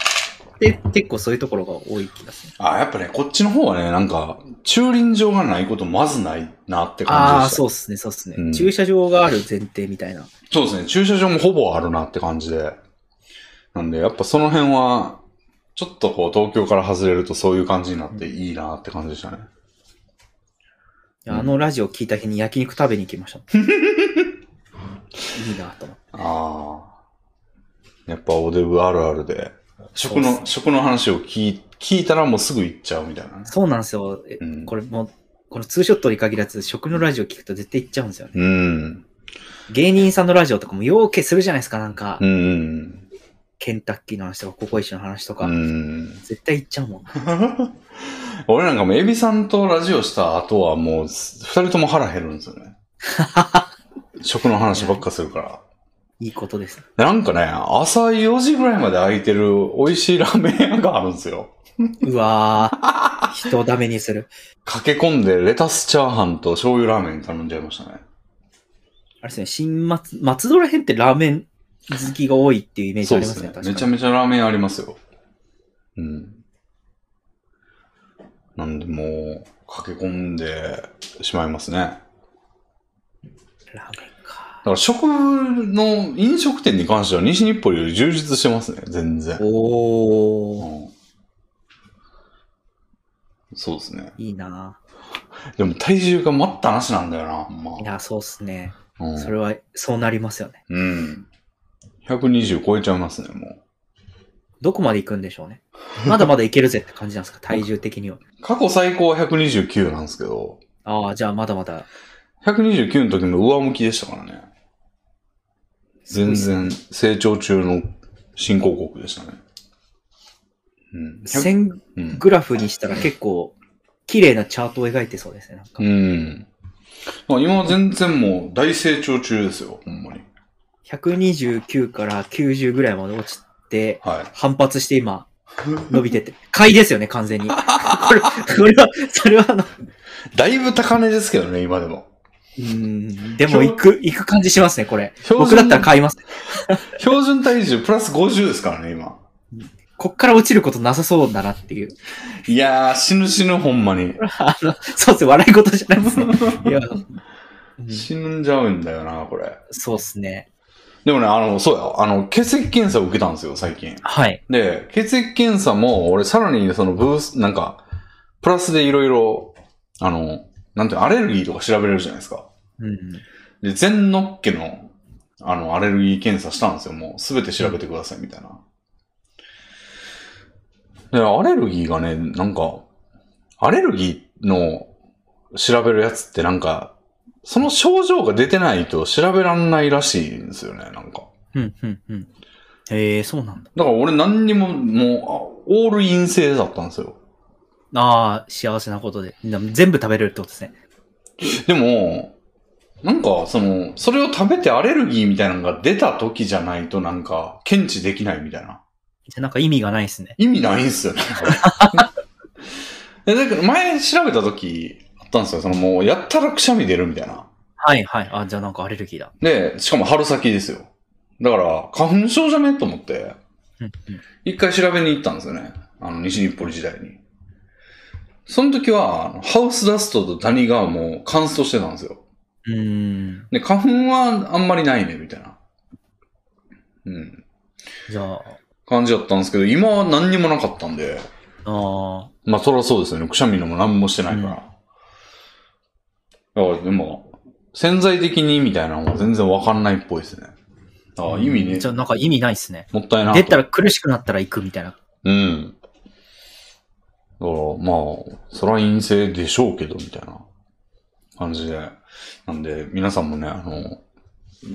て結構そういうところが多い気がする。
あ、やっぱね、こっちの方はね、なんか、駐輪場がないことまずないなって感
あ
じ
あ、
でした。
そうっすね、そうっすね、
うん
駐車場がある前提みたいな。
そうですね。駐車場もほぼあるなって感じで。なんで、やっぱその辺は、ちょっとこう、東京から外れるとそういう感じになっていいなって感じでしたね。うん
あのラジオ聞いた日に焼肉食べに行きました。 いいなと思って。
ああ。やっぱオデブあるあるで、食
そうっ
の、
す
食の話を聞い聞いたらもうすぐ行っちゃうみたいなね。
そうなんですよ。え
うん
これもう、このツーショットに限らず、食のラジオ聞くと絶対行っちゃうんですよね。
うん。
芸人さんのラジオとかも要求するじゃないですか、なんか、
うん。
ケンタッキーの話とか、ココイチの話とか。
うん。
絶対行っちゃうもん。
俺なんかもうエビさんとラジオした後はもう、す二人とも腹減るんですよ ね。食の話ばっかするから。
いいことです。
なんかね、朝4時ぐらいまで空いてる美味しいラーメン屋があるんですよ。
うわー。人をダメにする。
駆け込んでレタスチャーハンと醤油ラーメン頼んじゃいましたね。
あれですね、新松、松戸ら辺ってラーメン好きが多いっていうイメージ
そ
あ
う
り
で
ます
す
ね、
ね。
確か
め
に。
ちゃめちゃラーメンありますよ。うん。なんでもう、駆け込んでしまいますね。だ
ラーメンか。
から食の飲食店に関しては西日暮里より充実してますね、全然。
おー、
うんそうですね。
いいな
でも体重が待ったなしなんだよな、ほんま。
いや、そうっすね。
うん
それは、そうなりますよね。
うん。120超えちゃいますね、もう。
どこまで行くんでしょうね。まだまだいけるぜって感じなんですか、体重的には。
過去最高は129なんですけど、
ああ、じゃあまだまだ。
129の時も上向きでしたからね。全然成長中の新興国でしたね。うん。100
線
うん
グラフにしたら結構、綺麗なチャートを描いてそうですね、なんか。
うん。まあ今は全然もう大成長中ですよ、ほんまに。
129から90ぐらいまで落ちて、
はい。
反発して今、伸びてって。買いですよね、完 全に。これ、これは、それはあの、
だいぶ高値ですけどね、今でも。
うーん、でも行く、行く感じしますね、これ。
標準
僕だったら買います。
標準体重プラス50ですからね、今。
こっから落ちることなさそうだなっていう。
いやー、死ぬ死ぬ、ほんまに。
あの、そうっすね、笑い事じゃないですね。いや、うん
死んじゃうんだよな、これ。
そうっすね。
でもね、あの、そうや、あの、血液検査を受けたんですよ、最近。
はい。
で、血液検査も、俺、さらに、その、ブース、なんか、プラスでいろいろ、あの、なんていうのアレルギーとか調べれるじゃないですか。
うん。
で、全のっけの、あの、アレルギー検査したんですよ。もう、すべて調べてください、みたいな。で、アレルギーがね、なんか、アレルギーの調べるやつってなんか、その症状が出てないと調べらんないらしいんですよね、なんか。
うん、うん、うん。へえー、そうなんだ。
だから俺何にも、もう、あオール陰性だったんですよ。
ああ、幸せなことで。でも全部食べれるってことですね。
でも、なんか、その、それを食べてアレルギーみたいなのが出た時じゃないとなんか、検知できないみたいな。
じゃあなんか意味がないですね。
意味ないんすよね。 えだから前調べた時あったんですよ。そのもう、やったらくしゃみ出るみたいな。
はい、はい。あ、じゃあなんかアレルギーだ。
で、しかも春先ですよ。だから、花粉症じゃねと思って
うん、
一回調べに行ったんですよね。あの、西日暮里時代に。その時は、あのハウスダストとダニがもう乾燥してたんですよ。
うん。
で、花粉はあんまりないね、みたいな。うん。
じゃあ、
感じだったんですけど、今は何にもなかったんで、
ああ、
まあ、そりゃそうですよね。くしゃみのも何もしてないから。だから、でも、潜在的にみたいなのも全然わかんないっぽいですね。ああ、意味ね
じ、ゃあなんか意味ないっすね。
もったいなと。
出たら苦しくなったら行くみたいな。
うん。だから、まあ、そら陰性でしょうけど、みたいな感じで。なんで、皆さんもね、あの、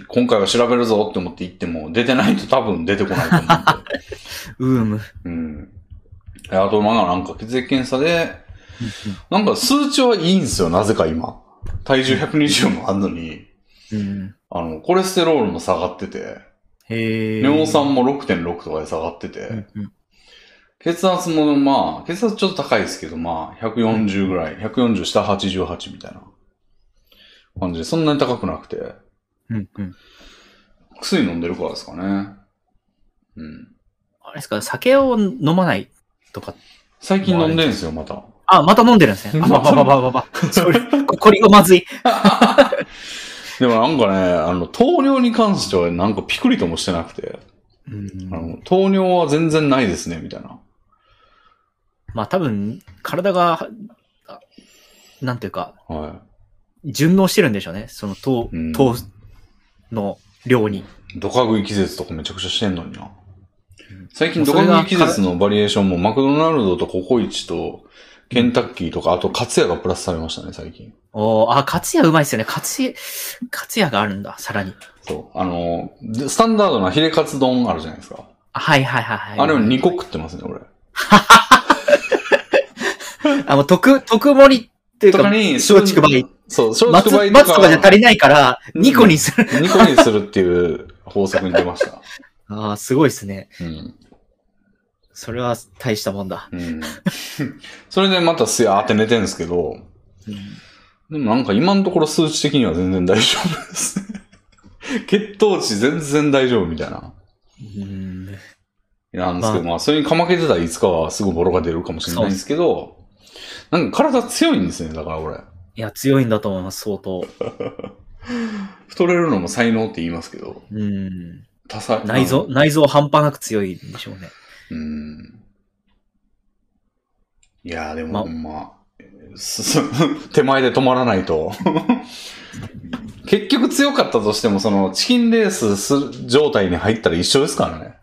今回は調べるぞって思って行っても、出てないと多分出てこないと思うんで。
うーむ。
うん。えあと、まあ、なんか血液検査で、なんか数値はいいんですよ、なぜか今。体重120もあんのに、
うん。
あの、コレステロールも下がってて、
へえ。
尿酸も6.6とかで下がってて、
うんうん。
血圧もまあ、血圧ちょっと高いですけど、まあ、140ぐらい、140下88みたいな感じで、そんなに高くなくて、
うんうん。
薬飲んでるからですかね。うん。
あれですか、酒を飲まないとか。
最近飲んでんすよ、また。
あ、 また飲んでるんですね。あ、ばばばばばば。それ、 ここれがまずい。
でもなんかね、あの、糖尿に関してはなんかピクリともしてなくて、
うん
あの、糖尿は全然ないですね、みたいな。
まあ多分、体が、あなんていうか、
は
順応してるんでしょうね。その糖
うん、
糖の量に。
い。ドカ食い季節とかめちゃくちゃしてんのにな。最近
も
ド
うそ
カ
れが
食い季節のバリエーションもマクドナルドとココイチとケンタッキーとか、あとカツヤがプラスされましたね、最近。
おーあ、カツヤうまいっすよね。カツヤ、カツヤがあるんだ、さらに。
そう。あの、でスタンダードなヒレカツ丼あるじゃないですか。
あはいはいはいはい。
あれを2個食ってますね、俺。
あ、もう、特、特盛りっていう
と
か、
かに、
松竹梅。
そう、松
松、
竹梅
松とかじゃ足りないから、
うん
2個にする。
2個にするっていう法則に出ま した。
ああ、すごいっすね。
うん。
それは大したもんだ。
うん。それでまたすやーって寝てるんですけど、でもなんか今のところ数値的には全然大丈夫です。血糖値全然大丈夫みたいな。
うん。
なんですけど、まあ、それにかまけてたらいつかはすぐボロが出るかもしれないんですけど、なんか体強いんですね、だから俺。
いや、強いんだと思います、相当。
太れるのも才能って言いますけど、
うん。
多才。
内臓、内臓半端なく強いんでしょうね。
うん。いやーで
ま
も、まあ、すす 手前で止まらないと。結局強かったとしても、その、チキンレースする状態に入ったら一緒ですからね。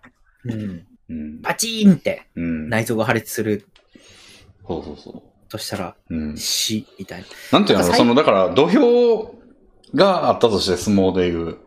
うん。
うん。
パチーンって
うん。
内臓が破裂する
そうそうそ
としたら、
う。うん。
死、みたいな。
なんていうの
なんか最
その、だから、土俵があったとして、相撲でいう。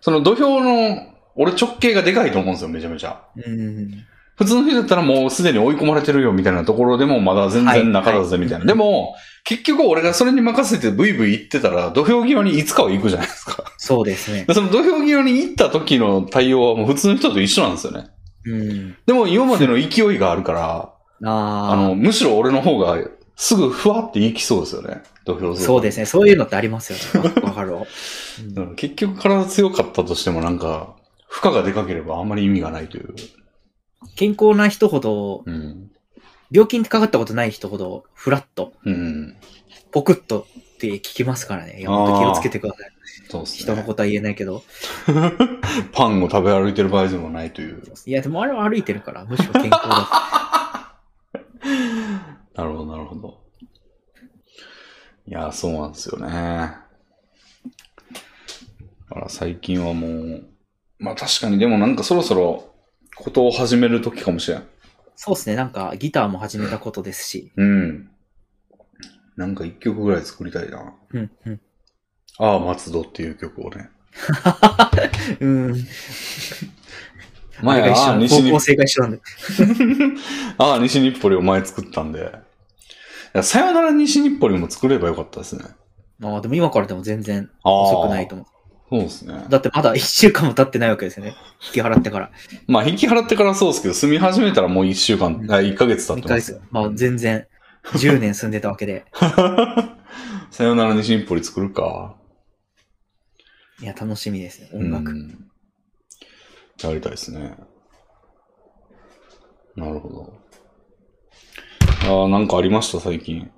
その土俵の、俺直径がでかいと思うんですよ、めちゃめちゃ。
うん。
普通の人だったらもうすでに追い込まれてるよみたいなところでもまだ全然仲だぜみたいな。
はい
でも、結局俺がそれに任せてブイブイ行ってたら土俵際にいつかは行くじ ゃないですか。
そうですね。
でその土俵際に行った時の対応はもう普通の人と一緒なんですよね。
うん。
でも今までの勢いがあるから、あ
あ
の、むしろ俺の方がすぐふわって行きそうですよね。土俵
あ、そうですね。そういうのってありますよ ね。わわかるわ。
す。だから結局体強かったとしてもなんか、負荷がでかければあんまり意味がないという。
健康な人ほど、
うん。
病気にかかったことない人ほど、フラッと、
うん。
ポクッとって聞きますからね。いや、本当気をつけてください。
そうですね。
人のことは言えないけど。
パンを食べ歩いてる場合でもないという。
いや、でもあれは歩いてるから、むしろ健康 だ。
なるほど、なるほど。いや、そうなんですよね。だから最近はもう、まあ確かにでもなんかそろそろことを始める時かもしれん。
そうですね。なんか、ギターも始めたことですし。
うん。なんか一曲ぐらい作りたいな。
うん、うん。
ああ、松戸っていう曲をね。
うん。
前
あれが
ああ、
一
西
緒方
日
向、性が一緒なんで。
ああ、西日暮里を前作ったんで。いやさよなら西日暮里も作ればよかったですね。
まあ、でも今からでも全然
ああ。
遅くないと思う。
そうですね。
だってまだ一週間も経ってないわけですよね。引き払ってから。
まあ、引き払ってからそうですけど、住み始めたらもう1週間、あ1ヶ月経っ
一
てま
回
す。
まあ全然、10 年住んでたわけで。
さよなら西日暮里作るか。
いや、楽しみですね。音楽。
うんやりたいですね。なるほど。ああ、なんかありました、最近。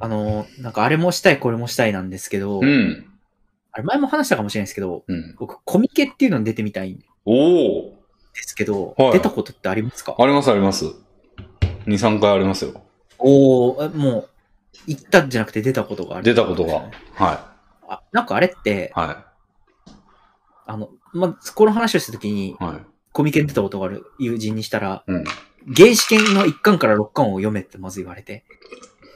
あの、なんかあれもしたい、これもしたいなんですけど、
うん。
あれ前も話したかもしれないですけど、
うん。
僕、コミケっていうのに出てみたいんで
おお
すけど、
はい
出たことってありますか
ありますあります。2、3回ありますよ。
おおもう、行ったんじゃなくて出たことがある。
出たことが。は
あ。なんかあれって
い。、は
あの、まあ、この話をしたときに
い。、はい。
コミケに出たことがある友人にしたら、
うん。
原始圏の1巻から6巻を読めってまず言われて。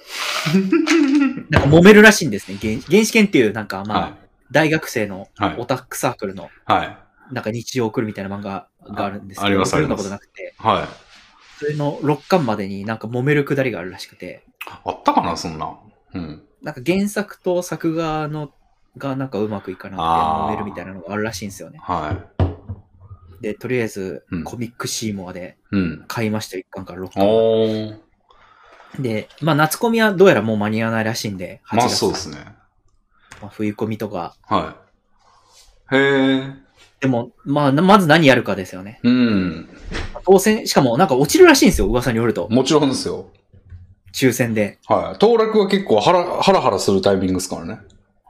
なんか揉めるらしいんですね。原原始圏っていう、なんかまあ、
は
大学生の
い。はい
オ。タクサークルの、
はい。
なんか日常を送るみたいな漫画があるんですけど、
ああります
僕
あり
読んだ
ま
こ
す
となくて、
はい。
それの6巻までになんか揉めるくだりがあるらしくて、
あったかな、そんな。うん。
なんか原作と作画の、がなんかうまくいかなくて
あー
揉めるみたいなのがあるらしいんですよね。
は
で、とりあえず
うん
コミックシーモアで
い。うん。
買いました、1巻から6巻まで。
おー。
で、まあ夏コミはどうやらもう間に合わないらしいんで、
まあ
8月から
そうですね。
まあ冬コミとか。
はい。へえ。
でも、まあ、なまず何やるかですよね。
うん。
当選、しかもなんか落ちるらしいんですよ、噂によると。
もちろんですよ。
抽選で。
はい。当落は結構ハラハラハラするタイミングですからね。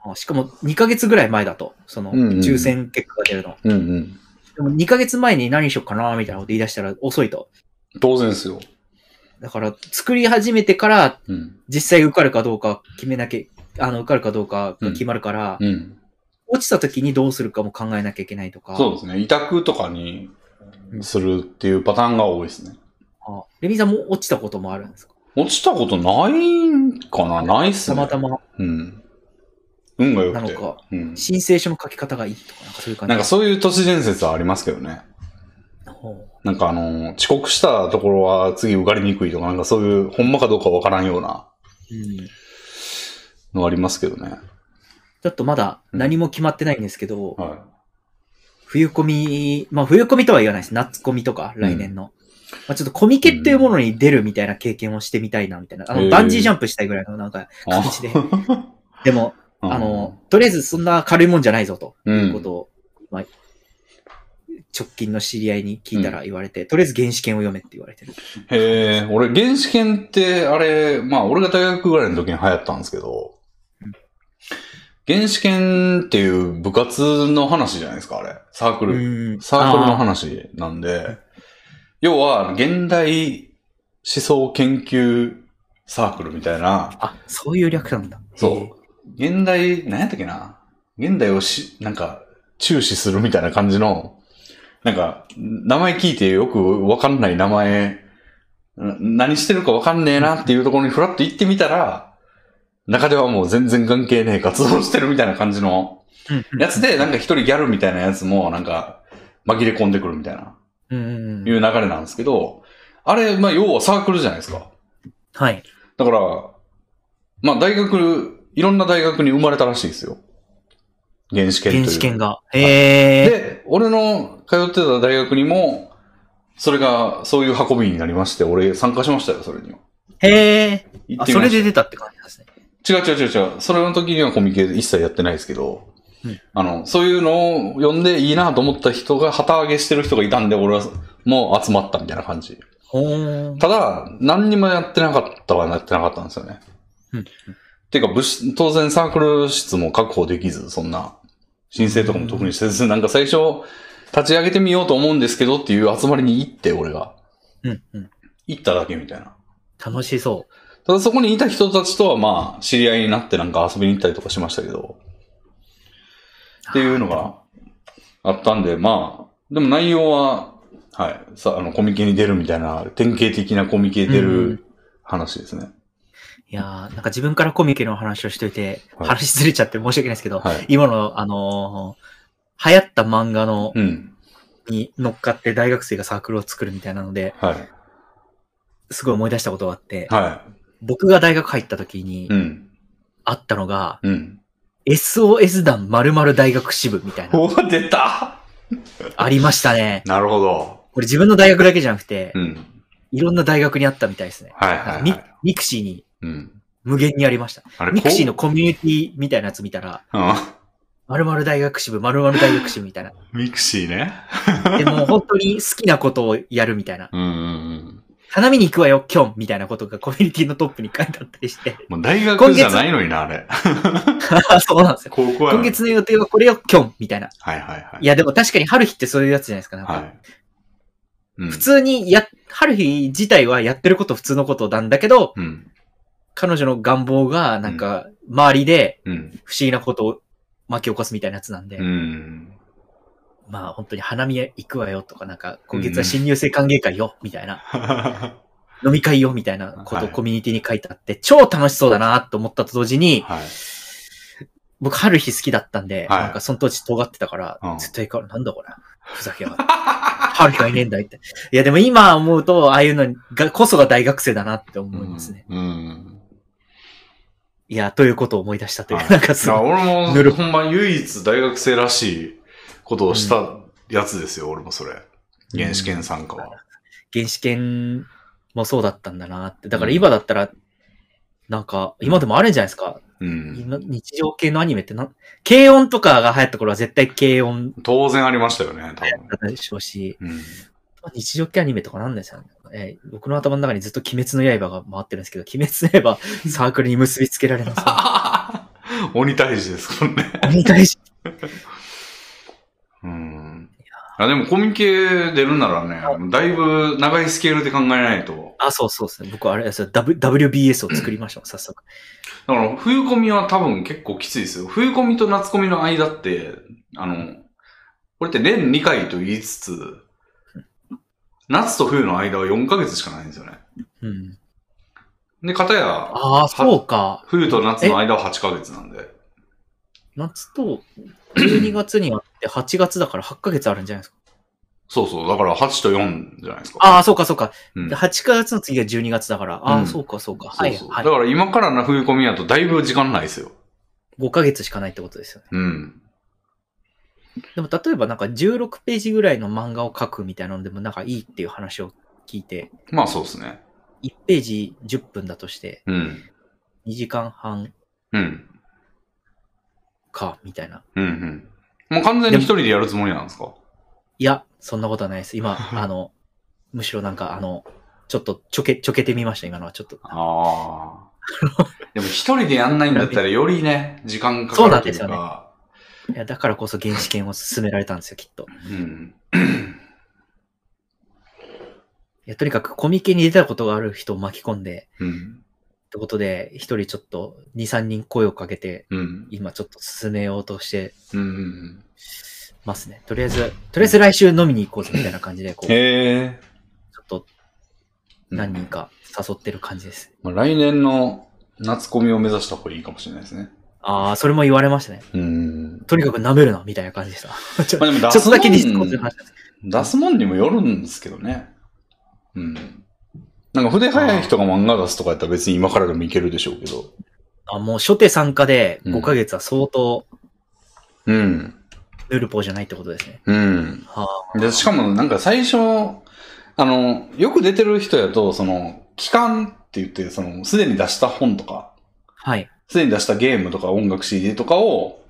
あしかも2ヶ月ぐらい前だと、その、
うんうんうん
抽選結果が出るの。
うんうん。
でも2ヶ月前に何しよっかな、みたいなこと言い出したら遅いと。
当然ですよ。
だから、作り始めてから
うん。
実際受かるかどうか決めなきゃ、あの、受かるかどうかが決まるから、
うん。
落ちた時にどうするかも考えなきゃいけないとか。
そうですね。委託とかにするっていうパターンが多いですね。
あレミさんも落ちたこともあるんですか
落ちたことないんかなないっす
た
ね。
またま
うん。運が良
な
く
の
て。
か、
うん。
申請書の書き方がいいとか、なんかそう
なんかそう
いう感じ
いう都市伝説はありますけどね。
ほう
なんかあの、遅刻したところは次受かりにくいとか、なんかそういう、ほんまかどうかわからんような
うん
のありますけどね。
ちょっとまだ何も決まってないんですけど、
は
冬コミ、まあ冬コミとは言わないです。夏コミとか、来年の。まあちょっとコミケっていうものに出るみたいな経験をしてみたいな、みたいな。あ
へ
の、
ー
バンジージャンプしたいぐらいのなんか
い。
感 じで。でも、
うん
あの、、とりあえずそんな軽いもんじゃないぞ、と
うん
いうことを、まあ、直近の知り合いに聞いたら言われて、とりあえず原始圏を読めって言われてる。
へえ、俺、原始圏って、あれ、まあ、俺が大学ぐらいの時に流行ったんですけど、原始圏っていう部活の話じゃないですか、あれ。サーク
う
ル。
ん。
サークルの
あ
話なんで、要は、現代思想研究サークルみたいな、
あ、そういう略なんだ。
そう。現代、何やったっけな現代をし、なんか、注視するみたいな感じの、なんか、名前聞いてよくわかんない名前、ん何してるかわかんねえなっていうところにふらっと行ってみたら、中ではもう全然関係ねえ活動してるみたいな感じの
へー。
やつで、なんか一人ギャルみたいなやつも、なんか、紛れ込んでくるみたいな、
うんうん。
いううん流れなんですけど、あれ、まあ要はサークルじゃないですか。
はい。
だから、まあ大学、いろんな大学に生まれたらしいですよ。原始圏という。
原始圏が。へえ。
で、俺の通ってた大学にも、それが、そういう運びになりまして、俺参加しましたよ、それには。
へえ。
行
あ、
って
そ
みま
れ
し
で出たって感じなんですね。
た。違う違う違う違う。それの時にはコミケ一切やってないですけど、
うん
あの、そういうのを読んでいいなと思った人が、旗揚げしてる人がいたんで、俺はもう集まったみたいな感じ。
ほーん。
ただ、何にもやってなかったはやってなかったんですよね。
うん
てか部室、当然サークル室も確保できず、そんな、申請とかも特にせず、なんか最初、立ち上げてみようと思うんですけどっていう集まりに行って、俺が。
うんうん。
行っただけみたいな。
楽しそ
ただそこにいた人たちとはまあ、知り合いになってなんか遊びに行ったりとかしましたけど、
う。
っていうの
あー。
があったんで、まあ、でも内容は、はい、さ、あの、コミケに出るみたいな、典型的なコミケに出
うん
る話ですね。
いやーなんか自分からコミケの話をしといて、
はい
話ずれちゃって申し訳ないですけど、
はい。
今の、あのー流行った漫画の、
うん。
に乗っかって大学生がサークルを作るみたいなので、
はい。
すごい思い出したことがあって、
は
僕が大学入った時に
い。うん。
あったのが、
うん。
SOS 団〇〇大学支部みたいな、
おー、出た
ありましたね。
なるほど。
これ自分の大学だけじゃなくて
う、ん。
いろんな大学にあったみたいですね。
はい
なん
は
か
い、
ミ
はい。
ミクシーに
うん。
無限にありました。
あれ、
ミクシーの
こ
コミュニティみたいなやつ見たら、
う。うん。
まるまる大学支部、まるまる大学支部みたい な。
ミクシーね。
でも本当に好きなことをやるみたいな。
うんうんうん。
花見に行くわよ、キョンみたいなことがコミュニティのトップに書いてあったり して。
もう大学じゃないのにな、あ れ。
そうなんですよ。
高校やの
今
に
月の予定はこれよ、キョンみたいな。
はいはいはいい。
や、でも確かに春日ってそういうやつじゃないですか。なんか
はい。うん
普。通にや、春日自体はやってること普通のことなんだけど、
うん。
彼女の願望が、なんか、周りで
うん。
不思議なことを巻き起こすみたいなやつなんで、
うん。
まあ本当に花見へ行くわよとか、なんか、今月は新入生歓迎会よ、みたいな、
は
飲み会よ、みたいなこと
は
を
い
コミュニティに書いてあって、超楽しそうだなと思ったと同時
い。
に、
はい。
僕春日好きだったんで、
はい
なんかその当時尖ってたから、
うん
絶対行かなんだこれ、ふざけやがって。春日がいねえんだいって。いやでも今思うと、ああいうのが、こそが大学生だなって思いますね。
うん。
いや、ということを思い出したという、
はい
なんかす
い
ごい
や、俺も、
ぬる
ほんま唯一大学生らしいことをしたやつですよ、俺もそれ。原始圏参加は。
原始圏もそうだったんだなって。だから今だったら、なんか、今でもあるんじゃないですか。
うん。
今日常系のアニメってな、軽音とかが流行った頃は絶対軽音
当然ありましたよね、多分
だったでしょうし、。
うん。
日常系アニメとかなんですよね。えー僕の頭の中にずっと鬼滅の刃が回ってるんですけど、鬼滅の 刃サークルに結びつけられます、ね。
鬼退治ですもんね。
鬼大事。
うん。あでもコミケ出るならね、だいぶ長いスケールで考えないと。
あ、そうそうですね。僕あれですよ、W- WBS を作りましたもん、早速。
だから冬コミは多分結構きついですよ。冬コミと夏コミの間って、あの、これって年2回と言いつつ、夏と冬の間は4ヶ月しかないんですよね。
うん。
で、片や、
ああ、そうか。
冬と夏の間は8ヶ月なんで。
夏と12月にあって8月だから8ヶ月あるんじゃないですか。
そうそう、だから8と4じゃないですか。
ああ、そうかそうか。
うん
で8月の次が12月だから。あ
うん
あ、そうかそうか。
そ
は
う
い
そう
はい
だ。から今からな冬コミやとだいぶ時間ないですよ。
5ヶ月しかないってことですよね。
うん。
でも例えばなんか16ページぐらいの漫画を書くみたいなのでもなんかいいっていう話を聞いて、
まあそうですね。
1ページ10分だとして
うん。
2時間半
うん。
か、みたいな。
うんうん。もう完全に一人でやるつもりなんですか
いや、そんなことはないです。 今、あの、むしろなんかあの、ちょっとちょけ、ちょけてみました、今のはちょっと。
ああ。でも一人でやんないんだったらよりね、時間か
そ
か
う
る
なん
とい
で
う
すよね
か。
いや、だからこそ原始圏を進められたんですよ、きっと。
うん。
いや、とにかくコミケに出たことがある人を巻き込んで、
うん。
ってことで、一人ちょっと、二、三人声をかけて、
うん。
今ちょっと進めようとして
うん。
ますね。とりあえず、とりあえず来週飲みに行こうぜみたいな感じで、こう、ちょ
へえ。
っと何人か誘ってる感じです。
まあ、来年の夏コミを目指した方がいいかもしれないですね。
ああ、それも言われましたね。
うん。
とにかく舐めるな、みたいな感じでした。ちょ
まあでも出すもん
ちょっとだけディスコードの話なんですけ
出すもんにもよるんですけどね。うん。なんか筆早い人が漫画出すとかやったら別に今からでもいけるでしょうけど。
どあもう初手参加で
うん
5ヶ月は相当
うん。
ヌルポじゃないってことですね。
うん。
は
で、しかもなんか最初、あの、よく出てる人やと、その、期間って言って、その、すでに出した本とか、
はい。
すでに出したゲームとか音楽 CD とかを、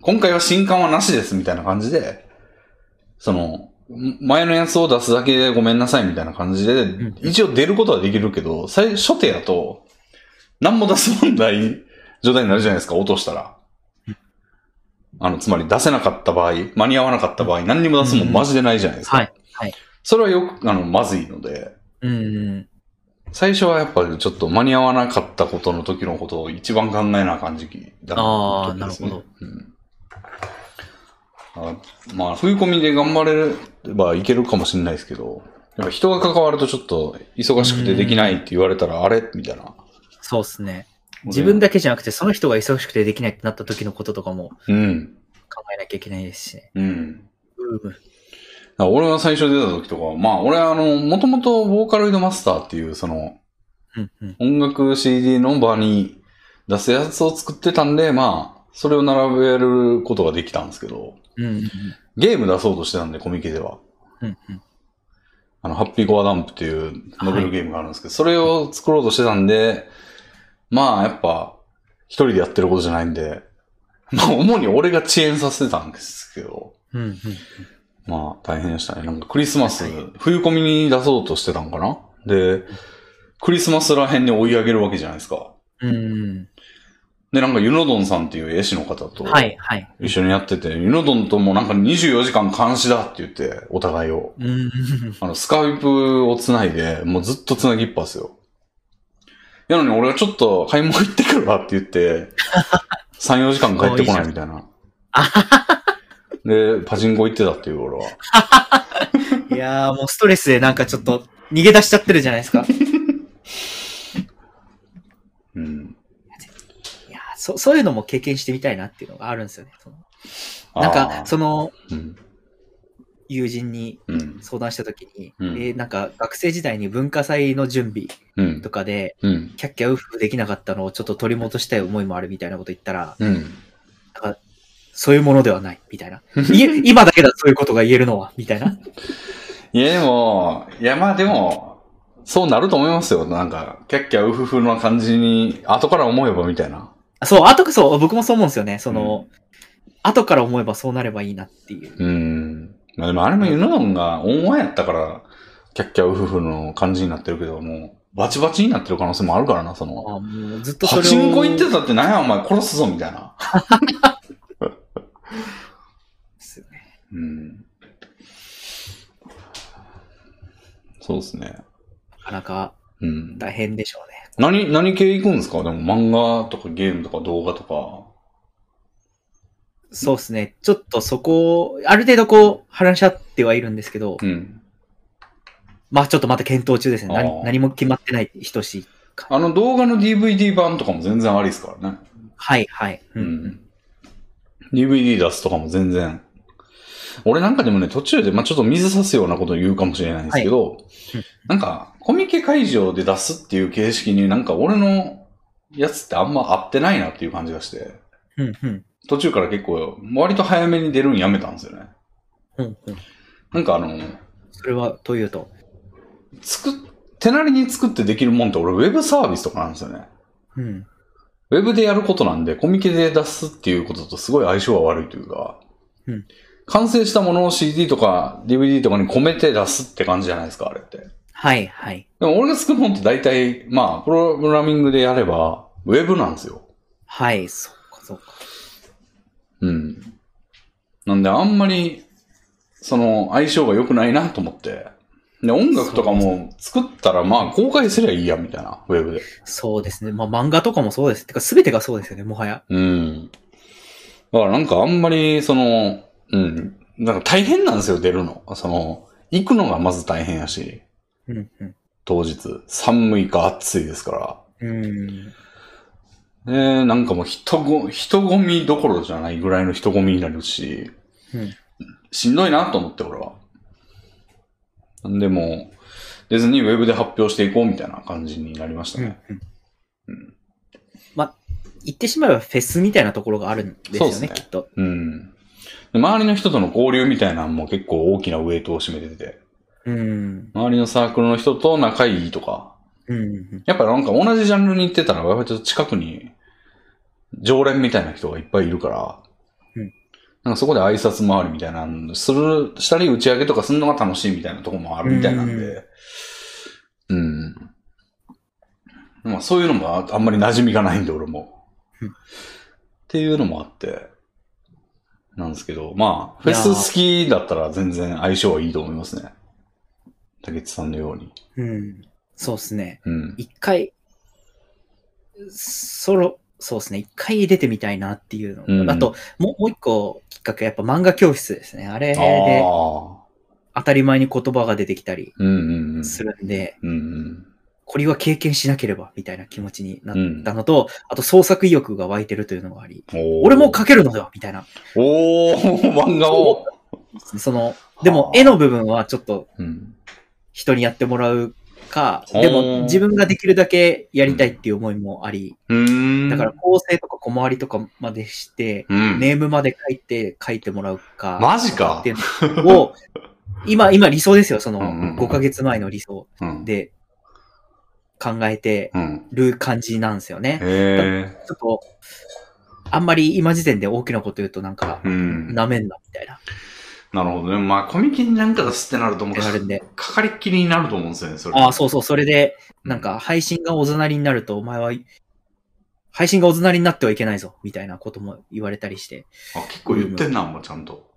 今回は新刊はなしですみたいな感じで、その、前のやつを出すだけでごめんなさいみたいな感じで、
ん
一応出ることはできるけど、最初手やと、何も出す問題、状態になるじゃないですか、落としたら。あの、つまり出せなかった場合、間に合わなかった場合、何にも出すも
うん
んマジでないじゃないですか。
はいはい
それはよく、あの、まずいので、
うん。
最初はやっぱりちょっと間に合わなかったことの時のことを一番考えなあかん時期だ
あー
時です
なる
うんあまあ、冬込みで頑張れればいけるかもしれないですけど、やっぱ人が関わるとちょっと忙しくてできないって言われたら、あれみたいな。
そうですね。自分だけじゃなくて、その人が忙しくてできないってなった時のこととかも
うん。
考えなきゃいけないですしね。
うん。
うー
だ
む
から俺が最初出た時とかは、まあ俺はあの、もともとボーカロイドマスターっていうその
うんうん。
音楽 CD の場に出すやつを作ってたんで、まあ、それを並べることができたんですけど、
うんうん
ゲーム出そうとしてたんで、コミケでは。
うん。うんうん。
あの、ハッピーコアダンプっていうノベルゲームがあるんですけど、それを作ろうとしてたんで、まあ、やっぱ、一人でやってることじゃないんで、まあ、主に俺が遅延させたんですけど、
うんうん。
まあ、大変でしたね。なんかクリスマス、冬込みに出そうとしてたんかなで、クリスマスら辺に追い上げるわけじゃないですか。
うん
で、なんか、ユノドンさんっていう絵師の方と
うん。、はい、はい。
一緒にやってて、ユノドンともなんか24時間監視だって言って、お互いを。
うん。
あの、スカイプをつないで、もうずっとつなぎっぱっすよ。なのに俺がちょっと買い物行ってくるわって言っ て、3、4時間帰ってこないみたいな。で、パチンコ行ってたっていう俺は。
いやー、もうストレスでなんかちょっと逃げ出しちゃってるじゃないですか。
うん。
いやーそ、そういうのも経験してみたいなっていうのがあるんですよね。そのなん
あ
か、
ー
その
うん。
友人に
うん。
相談したときに、
うん
えーなんか学生時代に文化祭の準備
うん
と。かで、
うん。
キャッキャウフできなかったのをちょっと取り戻したい思いもあるみたいなこと言ったら、
うん。
そういうものではない、みたいな。いえ今だけだ、そういうことが言えるのは、みたいな。
いや、でも、いや、まあでも、そうなると思いますよ。なんか、キャッキャウフフな感じに、後から思えばみたいな。
そう、後かそう、僕もそう思うんですよね。その、後から思えばそうなればいいなっていう。
うん。まあでもあれもユノドンがオンワンやったから、キャッキャウフフの感じになってるけど、もう、バチバチになってる可能性もあるからな、その。
あもうずっとそれ
パ
を。
チンコ行ってたって何や、お前殺すぞ、みたいな。
ですよね
うん。そうですね。
なかなか
うん。
大変でしょうね。
何、何系行くんですかでも漫画とかゲームとか動画とか。
そうですね。ちょっとそこを、ある程度こう、話し合ってはいるんですけど、
うん。
まあちょっとまた検討中ですね。
あー
何何も決まってない等しい。
あの動画の DVD 版とかも全然ありですからね。
はいはい。う。
うんん。DVD 出すとかも全然。俺なんかでもね、途中で、まあ、ちょっと水差すようなことを言うかもしれないんですけど、なんか、コミケ会場で出すっていう形式になんか俺のやつってあんま合ってないなっていう感じがして、
うんうん。
途中から結構、割と早めに出るんやめたんですよね。
うんうん。
なんかあの、
それは、というと。
作っ、手なりに作ってできるもんって俺ウェブサービスとかなんですよね。
うん。
ウェブでやることなんで、コミケで出すっていうこととすごい相性が悪いというか、
うん
完成したものを CD とか DVD とかに込めて出すって感じじゃないですか、あれって。で
はいはい。
も俺が作るもんって大体、まあ、プログラミングでやれば、ウェブなんですよ。
はい、そうかそうか。
うん。なんで、あんまり、その、相性が良くないなと思って。で、音楽とかも作ったら、まあ、公開すりゃいいや、みたいな、ウェブで。
そうですね。まあ漫画とかもそうです。てか全てがそうですよね、もはや。
うん。だからなんかあんまり、その、うん。なんか大変なんですよ、出るの。その、行くのがまず大変やし、
うんうん。
当日。寒いか暑いですか
うん。
ら。で、なんかもう人ご、人混みどころじゃないぐらいの人混みになるし、
うん
しんどいなと思って、俺は。なんでもう、別にウェブで発表していこうみたいな感じになりましたね。
うんまあ、言ってしまえばフェスみたいなところがあるんですよ
そう
ね、
ですね
きっと。
うん。で周りの人との交流みたいなのも結構大きなウェイトを占めてて。
うん。
周りのサークルの人と仲いいとか、
うんうん。
やっぱなんか同じジャンルに行ってたら、やっぱちょっと近くに常連みたいな人がいっぱいいるから、
うん
なんかそこで挨拶回りみたいなのする、したり打ち上げとかするのが楽しいみたいなとこもあるみたいなんで、うん。まあそういうのもああんまり馴染みがないんで、俺も。
うん
っていうのもあって、なんですけど、まあ、フ
い
ェ
やー
ス好きだったら全然相性はいいと思いますね。竹内さんのように。
うん。そうですね。
うん。
一回、ソロ、そうですね。一回出てみたいなっていうの。
うん
あと、もう、もう一個きっかけ、やっぱ漫画教室ですね。あ
あ
れで
あ。
当たり前に言葉が出てきたり
うんうんうん。
するんで、
うんうん。
これは経験しなければみたいな気持ちになったのと、あと創作意欲が湧いてるというのがあり、
おー
俺も描けるのではみたいな。
おお漫画を。
その、で
は
も
あ
絵の部分はちょっと
うん。
人にやってもらうか、
おー
でも自分ができるだけやりたいっていう思いもあり、
うーん。
だから、構成とか小回りとかまでして、
うん。
ネームまで書いて書いてもらうか。
マジか
っていうのを、今、今理想ですよ、その
うんうん
5ヶ月前の理想
うん。
で考えて
うん。
る感じなんですよね。
へえ。
ちょっと、あんまり今時点で大きなこと言うとなんか、
うん。
なめんなみたいな。
なるほどね。まあ、コミケになんか出すってなると思う
言われるんで。
かかりっきりになると思うんですよね、それ。
ああ、そうそう、それで、なんか配信がおざなりになると、お前は、配信がおざなりになってはいけないぞ、みたいなことも言われた りして。
あ、結構言ってんな、もうちゃんと。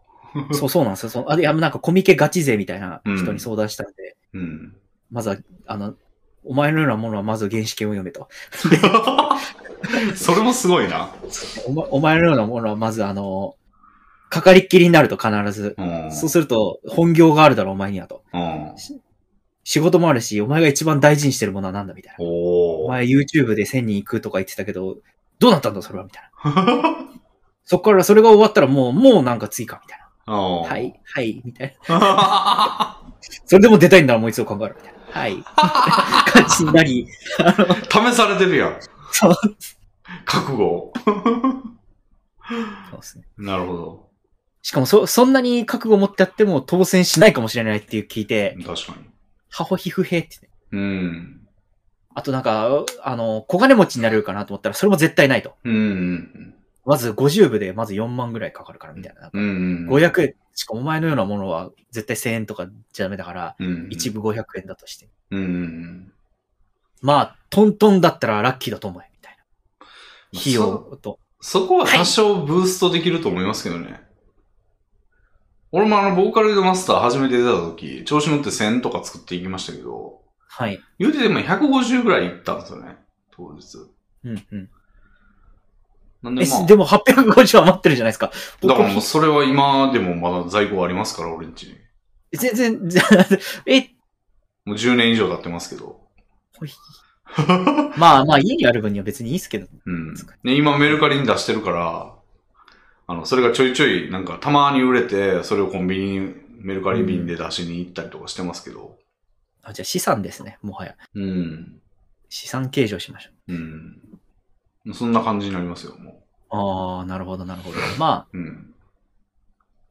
そうそうなんですよ。そのあいや、なんかコミケガチ勢みたいな人に相談したんで、
うん。
まずは、あの、お前のようなものはまず原始圏を読めと。
それもすごいな。
お前お前のようなものはまず、あの、かかりっきりになると必ず。
うん。
そうすると、本業があるだろ、お前にはと。
うん。
仕事もあるし、お前が一番大事にしてるものはなんだ、みたいな。お
お ー。
前 YouTube で1000人行くとか言ってたけど、どうなったんだ、それは、みたいな。そっからそれが終わったらもう、もうなんか追加、みたいな。は、
はい
はい、みたいな。
い。
それでも出たいんならもう一度考える、みたいな。はい。 感じになり、
試されてるやん。
そう
覚悟を。
そうですね。
なるほど。
しかもそ、そんなに覚悟を持ってやっても当選しないかもしれないっていう聞いて、
確かに。
ハホヒフヘって、ね。
うん。
あとなんか、あの、小金持ちになれるかなと思ったら、それも絶対ないと。
うんうん。
まず50部でまず4万ぐらいかかるからみたいな。
うんうん。
500円、しかもお前のようなものは絶対1000円とかじゃダメだから、
うん。
一部500円だとして。
うんうん。
まあ、トントンだったらラッキーだと思え、みたいな。費
そ
用と。
そこは多少ブーストできると思いますけどね。俺もあの、ボーカルドマスター初めて出た時、調子乗って1000とか作っていきましたけど、
はい。
言うてでも150ぐらいいったんですよね、当日。
うんうん。
なんで
え、
まあ、
でも850は余ってるじゃないですか。
だからも
僕
うそれは今でもまだ在庫ありますから、俺んちに。
全然、 全え、
もう10年以上経ってますけど。
ほいまあまあ家にある分には別にいいですけど。
うん。で、今メルカリに出してるから、あの、それがちょいちょい、なんかたまに売れて、それをコンビニに、メルカリ便で出しに行ったりとかしてますけど。
あじゃあ資産ですね、もはや。
うん。
資産計上しましょう。
うん。そんな感じになりますよ、も
ああ、なるほど、なるほど。まあ、
う。うん。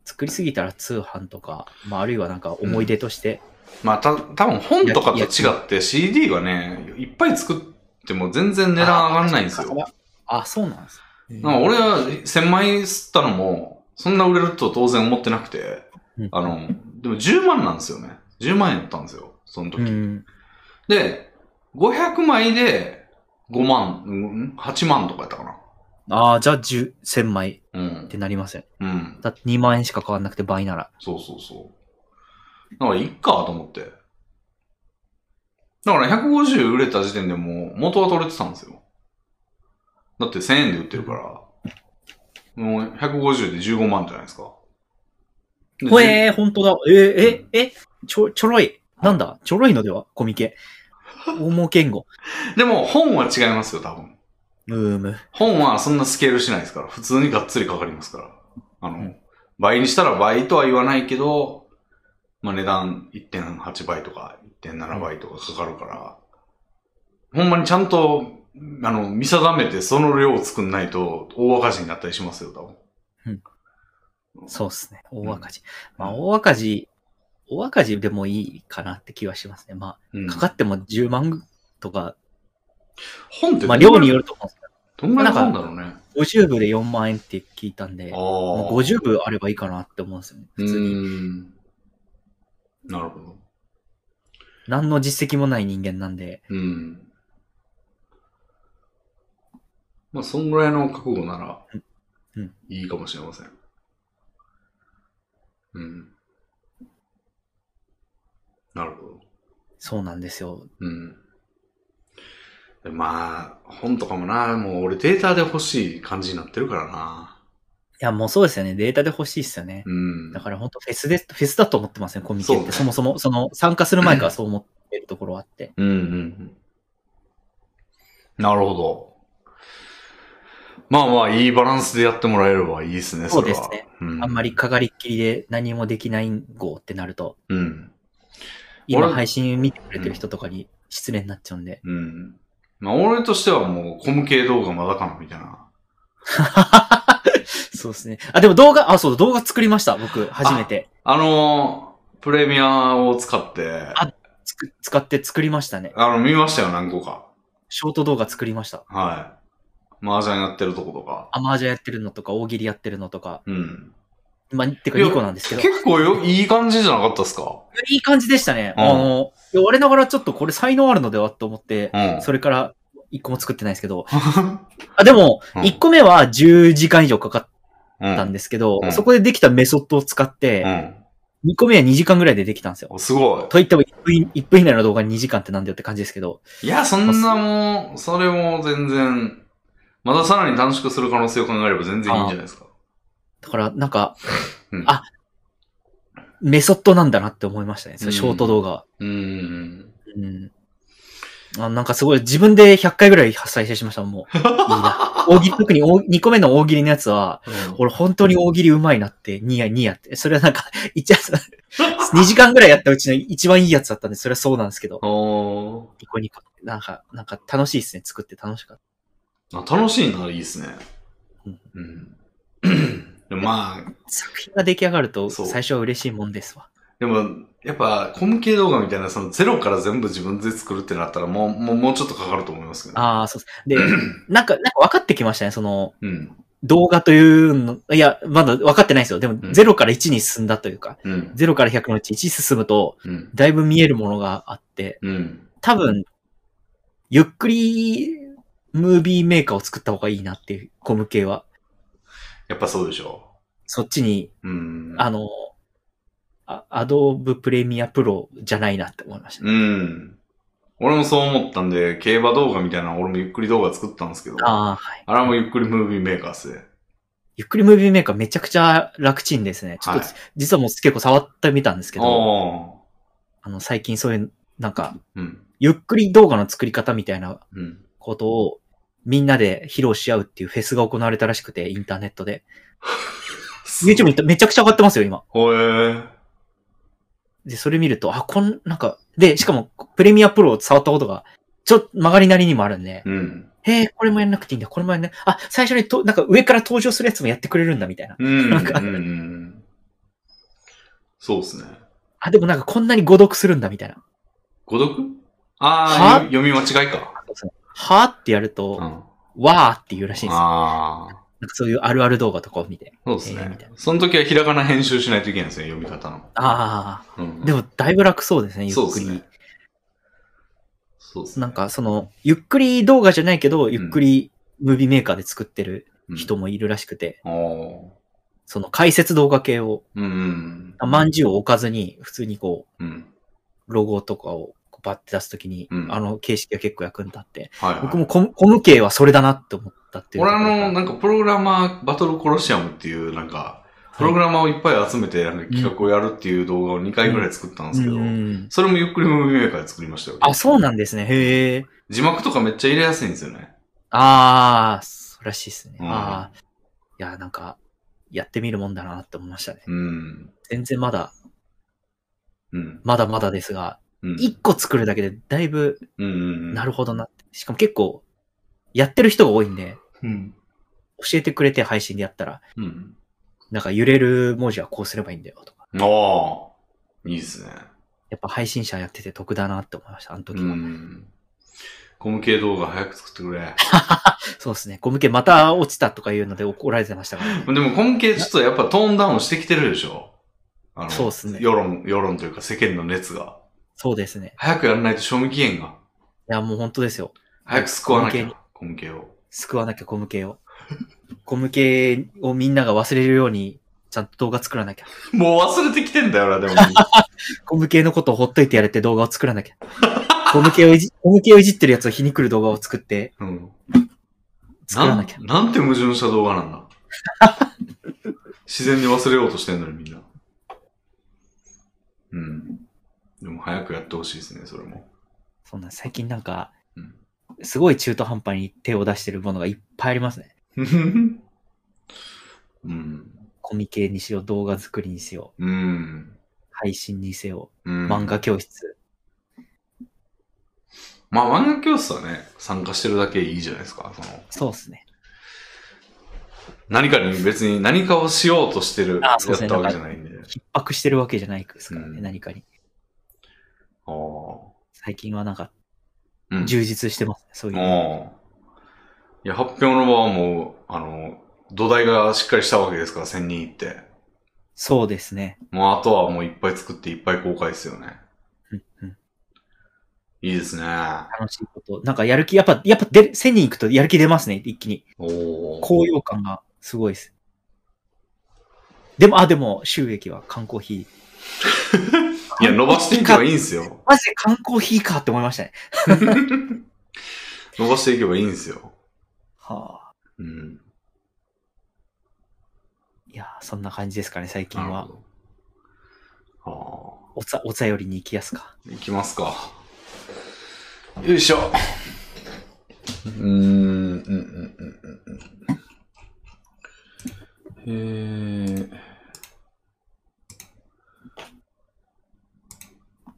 作りすぎたら通販とか、まああるいはなんか思い出として、
まあ、た、多分本とかと違って CD がね、いっぱい作っても全然値段上がんないんですよ。
あ、そうなんです。
なんか俺は1000枚吸ったのも、そんな売れると当然思ってなくて、
うん
あの、でも10万なんですよね。10万円だったんですよ、その時。
うん。
で、500枚で5万、うん8万とかやったかな。
ああ、じゃあ10、1000枚
う
っ
ん
て。なりません。
うん。
だって2万円しか変わんなくて倍なら。
そうそうそう。だから、いっかと思って。だから、150売れた時点でもう元は取れてたんですよ。だって1000円で売ってるから、もう150で15万じゃないですか。で
ほえー、ほんとだ。えー、え、え、ちょ、ちょろい。なんだちょろいのではコミケ。大儲けんご。
でも本は違いますよ、多分。
うーむ。
本はそんなスケールしないですから、普通にがっつりかかりますから。あの、
うん
倍にしたら倍とは言わないけど、まあ値段1.8倍とか1.7倍とかかかるから、ほんまにちゃんと、あの、見定めてその量を作んないと大赤字になったりしますよ、多分。
そうっすね。大赤字。まあ、大赤字、大赤字でもいいかなって気はしますね。ま
うん
あ、かかっても10万とか、
本って
まあ、
どん
量
ぐらい
によると思うんです
どんぐらいなんだろうね。
けど、50部で4万円って聞いたんで、
ああ
まあ。50部あればいいかなって思うんですよね。普通に。
に。なるほど。
何の実績もない人間なんで、
うん。まあ、そんぐらいの覚悟なら
うんうん、
いいかもしれません。うん。なるほど。
そうなんですよ。
うん。でまあ、本とかもな、もう俺データで欲しい感じになってるからな。
いや、もうそうですよね。データで欲しいっすよね。
うん。
だから本当フェスで、フェスだと思ってますね、コミケって。
そう
そ
ね
もそも、その、参加する前からそう思ってるところはあって。
うんうんうん。なるほど。まあまあ、いいバランスでやってもらえればいいですね、それは。
そうです
う
あんまりかかりっきりで何もできないんごってなると、
うん。
今
俺
配信見てくれてる人とかに失礼になっちゃうんで。
うん。まあ、俺としてはもう、コム系動画まだかな、みたいな。
そうですね。あ、でも動画、あ、そうだ、動画作りました、僕、初めて。
あのー、プレミアを使って、
あつく使って作りましたね。
あの、見ましたよ、何個か。
ショート動画作りました。
はい。麻雀やってるとことか。
アマージャやってるのとか、大喜利やってるのとか。
うん。
まあ、てか
いや
2個なんですけど。
結構よ、いい感じじゃなかったですか
いい感じでしたね。
うん
あの、いや我ながらちょっとこれ才能あるのではと思って、
うん。
それから1個も作ってないですけど。あでも、
うん
1個目は10時間以上かか
う
った
ん
んですけど、
うん
そこでできたメソッドを使って、2個目は2時間ぐらいでできたんですよ。
うん。すごい。
といっても1分 ,1 分以内の動画に2時間ってなんだよって感じですけど。
いや、そんなもう、それも全然、またさらに短縮する可能性を考えれば全然いいんじゃないですか。
だから、なんか、
うん
あ、メソッドなんだなって思いましたね。そのショート動画は。
うん。
うん。あなんかすごい、自分で100回ぐらい再生しました、もう。いいな 大喜利、特に大2個目の大喜利のやつは、俺本当に大喜利うまいなって、ニヤニヤって。それはなんか、一 夜、2時間ぐらいやったうちの一番いいやつだったんで、それはそうなんですけど。
おー
ニコニコ。なんか、なんか楽しいですね。作って楽しかっ
あ楽しいならいいですね
うん。
うん。でもまあ、
た。作品が出来上がると、
そう
最初は嬉しいもんですわ。
でも、やっぱ、コム系動画みたいな、そのゼロから全部自分で作るってなったら、もう、もう、もうちょっとかかると思いますけど。
ああ、そうです。 で、なんか、なんか分かってきましたね。その、
うん。
動画というの、いや、まだ分かってないですよ。でも、
ん
0から1に進んだというか、
うん。
0から100のうち1進むと、
うん。
だいぶ見えるものがあって、
うん。
多分、ゆっくり、ムービーメーカーを作った方がいいなっていう、コム系は。
やっぱそうでしょ
そっちに、
う。うん。
あの、あアドーブプレミアプロじゃないなって思いましたね。
うん。俺もそう思ったんで、競馬動画みたいなの俺もゆっくり動画作ったんですけど、あ
ああ、はい。
れもゆっくりムービーメーカーっすね。
ゆっくりムービーメーカーめちゃくちゃ楽ちんですね。ちょっと、
はい
実はもう結構触ってみたんですけ
ああ
ど、あの、最近そういう、なんか、
ー。うん。
ゆっくり動画の作り方みたいな
うん。
ことを、みんなで披露し合うっていうフェスが行われたらしくて、インターネットで。YouTube にめちゃくちゃ上がってますよ、今。
ほえー。
で、それ見ると、あ、こん、なんか、で、しかも、プレミアプロを触ったことが、ちょっと曲がりなりにもあるんで、
うん。
へえ、これもやんなくていいんだ、これもやんな、あ、最初にと、なんか上から登場するやつもやってくれるんだ、みたいな。
うん。
なんか
うんうん。そうっすね。
あ、でもなんかこんなに誤読するんだ、みたいな。
誤読ああ
は、
読み間違いか。
はぁってやる
うん。
と、
あ
わーって言うらしいんですよ。
あー。
なんかそういうあるある動画とかを見て。
そうです
えー
ね
みたい。
その時はひらがな編集しないといけないんですね、読み方の。
あ
う
あ、
ん、
でもだいぶ楽そうですね、ゆっ
そうで
く
す
り。
ね。そうですね。
なんかその、ゆっくり動画じゃないけど、ゆっくりムービーメーカーで作ってる人
も。
もいるらしくて、
おー
その解説動画系を、
うんうん。
まんじゅうを置かずに、普通にこう、
うん。
ロゴとかをこうバッて出すときに、
うん
あの形式が結構役に立って、
はい、はい。
僕もコムコム系はそれだなって思ったっていう
俺
とこ
あ
ろから。
の、なんかプログラマーバトルコロシアムっていう、なんか、プログラマーをいっぱい集めて、なんか企画をやるっていう動画を2回ぐらい作ったんですけど、
うん
それもゆっくりムービーメーカーで作りましたよ。
あ、そうなんですね。へえ。
字幕とかめっちゃ入れやすいんですよね。
ああ、そうらしいですね。
うん
ああ。いや、なんか、やってみるもんだなって思いましたね。
うん。
全然まだ、
うん。
まだまだですが、
うん。
一個作るだけでだいぶ、
うんうんうん。
なるほどなって。しかも結構、やってる人が多いんで、
うん。
教えてくれて配信でやったら、
うん。
なんか揺れる文字はこうすればいいんだよとか。
ああ、いいですね。
やっぱ配信者やってて得だなって思いました、あの時
う
は。
ん。コム系動画早く作ってくれ。
そうですね。ゴム系また落ちたとかいう ので怒られてましたから、ね。
でもコム系ちょっとやっぱトーンダウンしてきてるでしょあの
そうっすね
世論、世論というか世間の熱が。
そうですね。
早くやらないと賞味期限が。
いや、もう本当ですよ。
早く救わなき
コム
ゃ。コム系を。
救わなきゃゴム系を。ゴム系をみんなが忘れるように、ちゃんと動画作らなきゃ。
もう忘れてきてんだよ な、でも。
ゴム系のことをほっといてやれって動画を作ら なきゃ。ゴム系をいじ、ゴム系をいじってるやつを皮肉る動画を作って、
うん。
作らなきゃ。
なんて矛盾した動画なん だ。自然に忘れようとしてんのにみんな。うん。でも早くやってほしいですね、それも。
そんな、最近なんか
うん、
すごい中途半端に手を出してるものがいっぱいありますね。
うん。
コミケにしよう、動画作りにしよう、
うん。
配信にせよ、
うん
漫画教室。
まあ漫画教室はね、参加してるだけいいじゃないですか。その
そうですね。
何かに別に何かをしようとしてる、や
あ
っ
そうですね
たわけじゃないんで。
逼迫してるわけじゃないですからね、
うん
何かに。
ああ。
最近はなんか
うん。
充実してますね、そういう。
おーいや、発表の場はもう、あの、土台がしっかりしたわけですから、1000人いって。
そうですね。
もうあとはもういっぱい作っていっぱい公開ですよね。
うんうん
いいですね。
楽しいこと。なんかやる気、やっぱ、やっぱ出る、1000人行くとやる気出ますね、一気に。
おお。
高揚感がすごいです。でも、あ、でも、収益は缶コーヒー。
いや、伸ばしていけばいいんですよ。
マジで缶コーヒーかって思いましたね。
伸ばしていけばいいんですよ。
はあ。
うん。
いやー、そんな感じですかね、最近
なる
は。
ほど。あ
おつお便りに行きやすか。
あ。いきますか。よいしょ。うーん、うん、うん、うんうん。うんえー。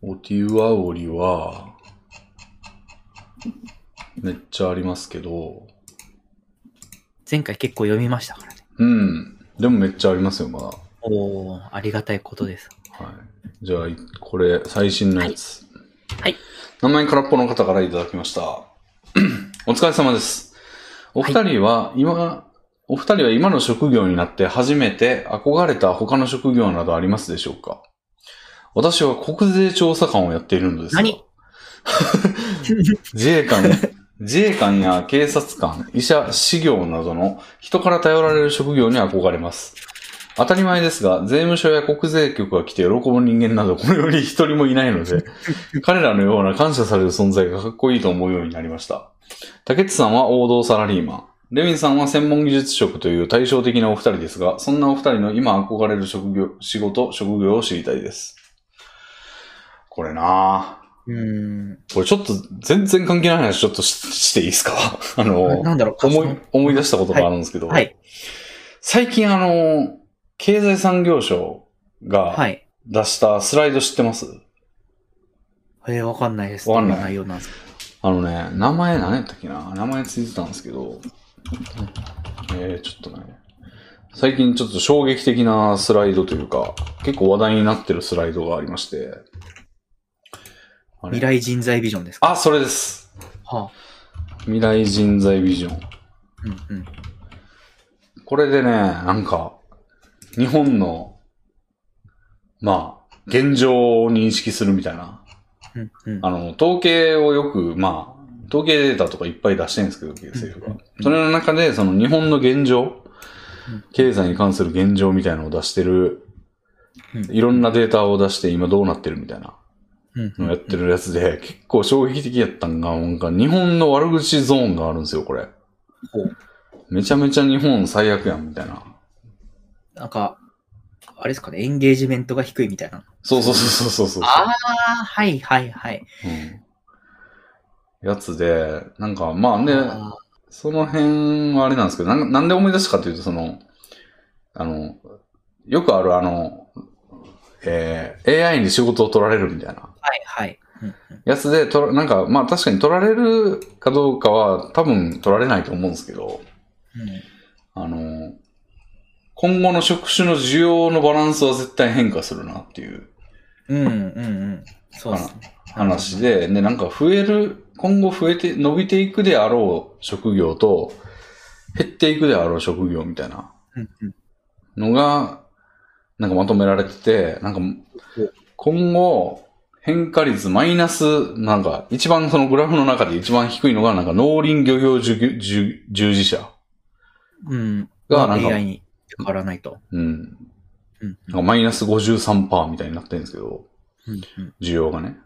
おティウアオリは、めっちゃありますけど、
前回結構読みましたからね。
うん。でもめっちゃありますよ、まだ。
おおありがたいことです。
はい。じゃあ、いこれ、最新のやつ。
はいはい
名前空っぽの方からいただき ました。お疲れ様です。お二人は、今、お二人は今の職業になって初めて憧れた他の職業などありますでしょうか私は国税調査官をやっているのですが。
何
自衛官、自衛官や警察官、医者、士業などの人から頼られる職業に憧れます。当たり前ですが、税務署や国税局が来て喜ぶ人間などこの世に一人もいないので、彼らのような感謝される存在がかっこいいと思うようになりました。竹内さんは王道サラリーマン。レミンさんは専門技術職という対照的なお二人ですが、そんなお二人の今憧れる職業、仕事、職業を知りたいです。これなぁ。
うーん。
これちょっと全然関係ない話ちょっとししていいですか あの、
なんだろう、
思い、思い出したことがあるんですけど、
はい。
最近あの、経済産業省
は
が
い。
出したスライド知ってます、
えー、わかんないです。
わかんない
ど内容なんですか。
あのね、名前何やったっけな名前ついてたんですけど、えー、ちょっとね、最近ちょっと衝撃的なスライドというか、結構話題になってるスライドがありまして、あれ
未来人材ビジョンですか。
あ、それです。
は
未来人材ビジョン。
あ。うんうん。
これでね、なんか、日本の、まあ、現状を認識するみたいな。
うんうん。
あの、統計をよく、まあ、統計データとかいっぱい出してるんですけど、政府が。それの中で、その日本の現状
うん、
経済に関する現状みたいなのを出してる
うん、
いろんなデータを出して今どうなってるみたいな
うんう
のを
ん
やってるやつで、結構衝撃的やったんが、なんか日本の悪口ゾーンがあるんですよ、これ
ほう。
めちゃめちゃ日本最悪やん、みたいな。
なんか、あれですかね、エンゲージメントが低いみたいな。
そうそうそうそうそうそう。
ああ、はいはいはい。
うんやつで、なんか、まあね、
あ
その辺はあれなんですけど、なんなんで思い出したかというと、その、あの、よくあるあの、えー AI に仕事を取られるみたいな
ーはいはい。うんうん
やつで、とらなんか、まあ確かに取られるかどうかは多分取られないと思うんですけど、
うん
あの、今後の職種の需要のバランスは絶対変化するなっていう
うんうんうん。そうですね。
話で、ね、なんか増える、今後増えて、伸びていくであろう職業と、減っていくであろう職業みたいな
うんう
の
ん。
が、なんかまとめられてて、なんか
お、
今後、変化率マイナス、なんか、一番そのグラフの中で一番低いのが、なんか農林漁業従業従従事者。
うん。
が
まあ
なんか
AI に変わらないと。
うん。
うん
なんかマイナス53%みたいになってるんですけど、
うんうん。
需要がね。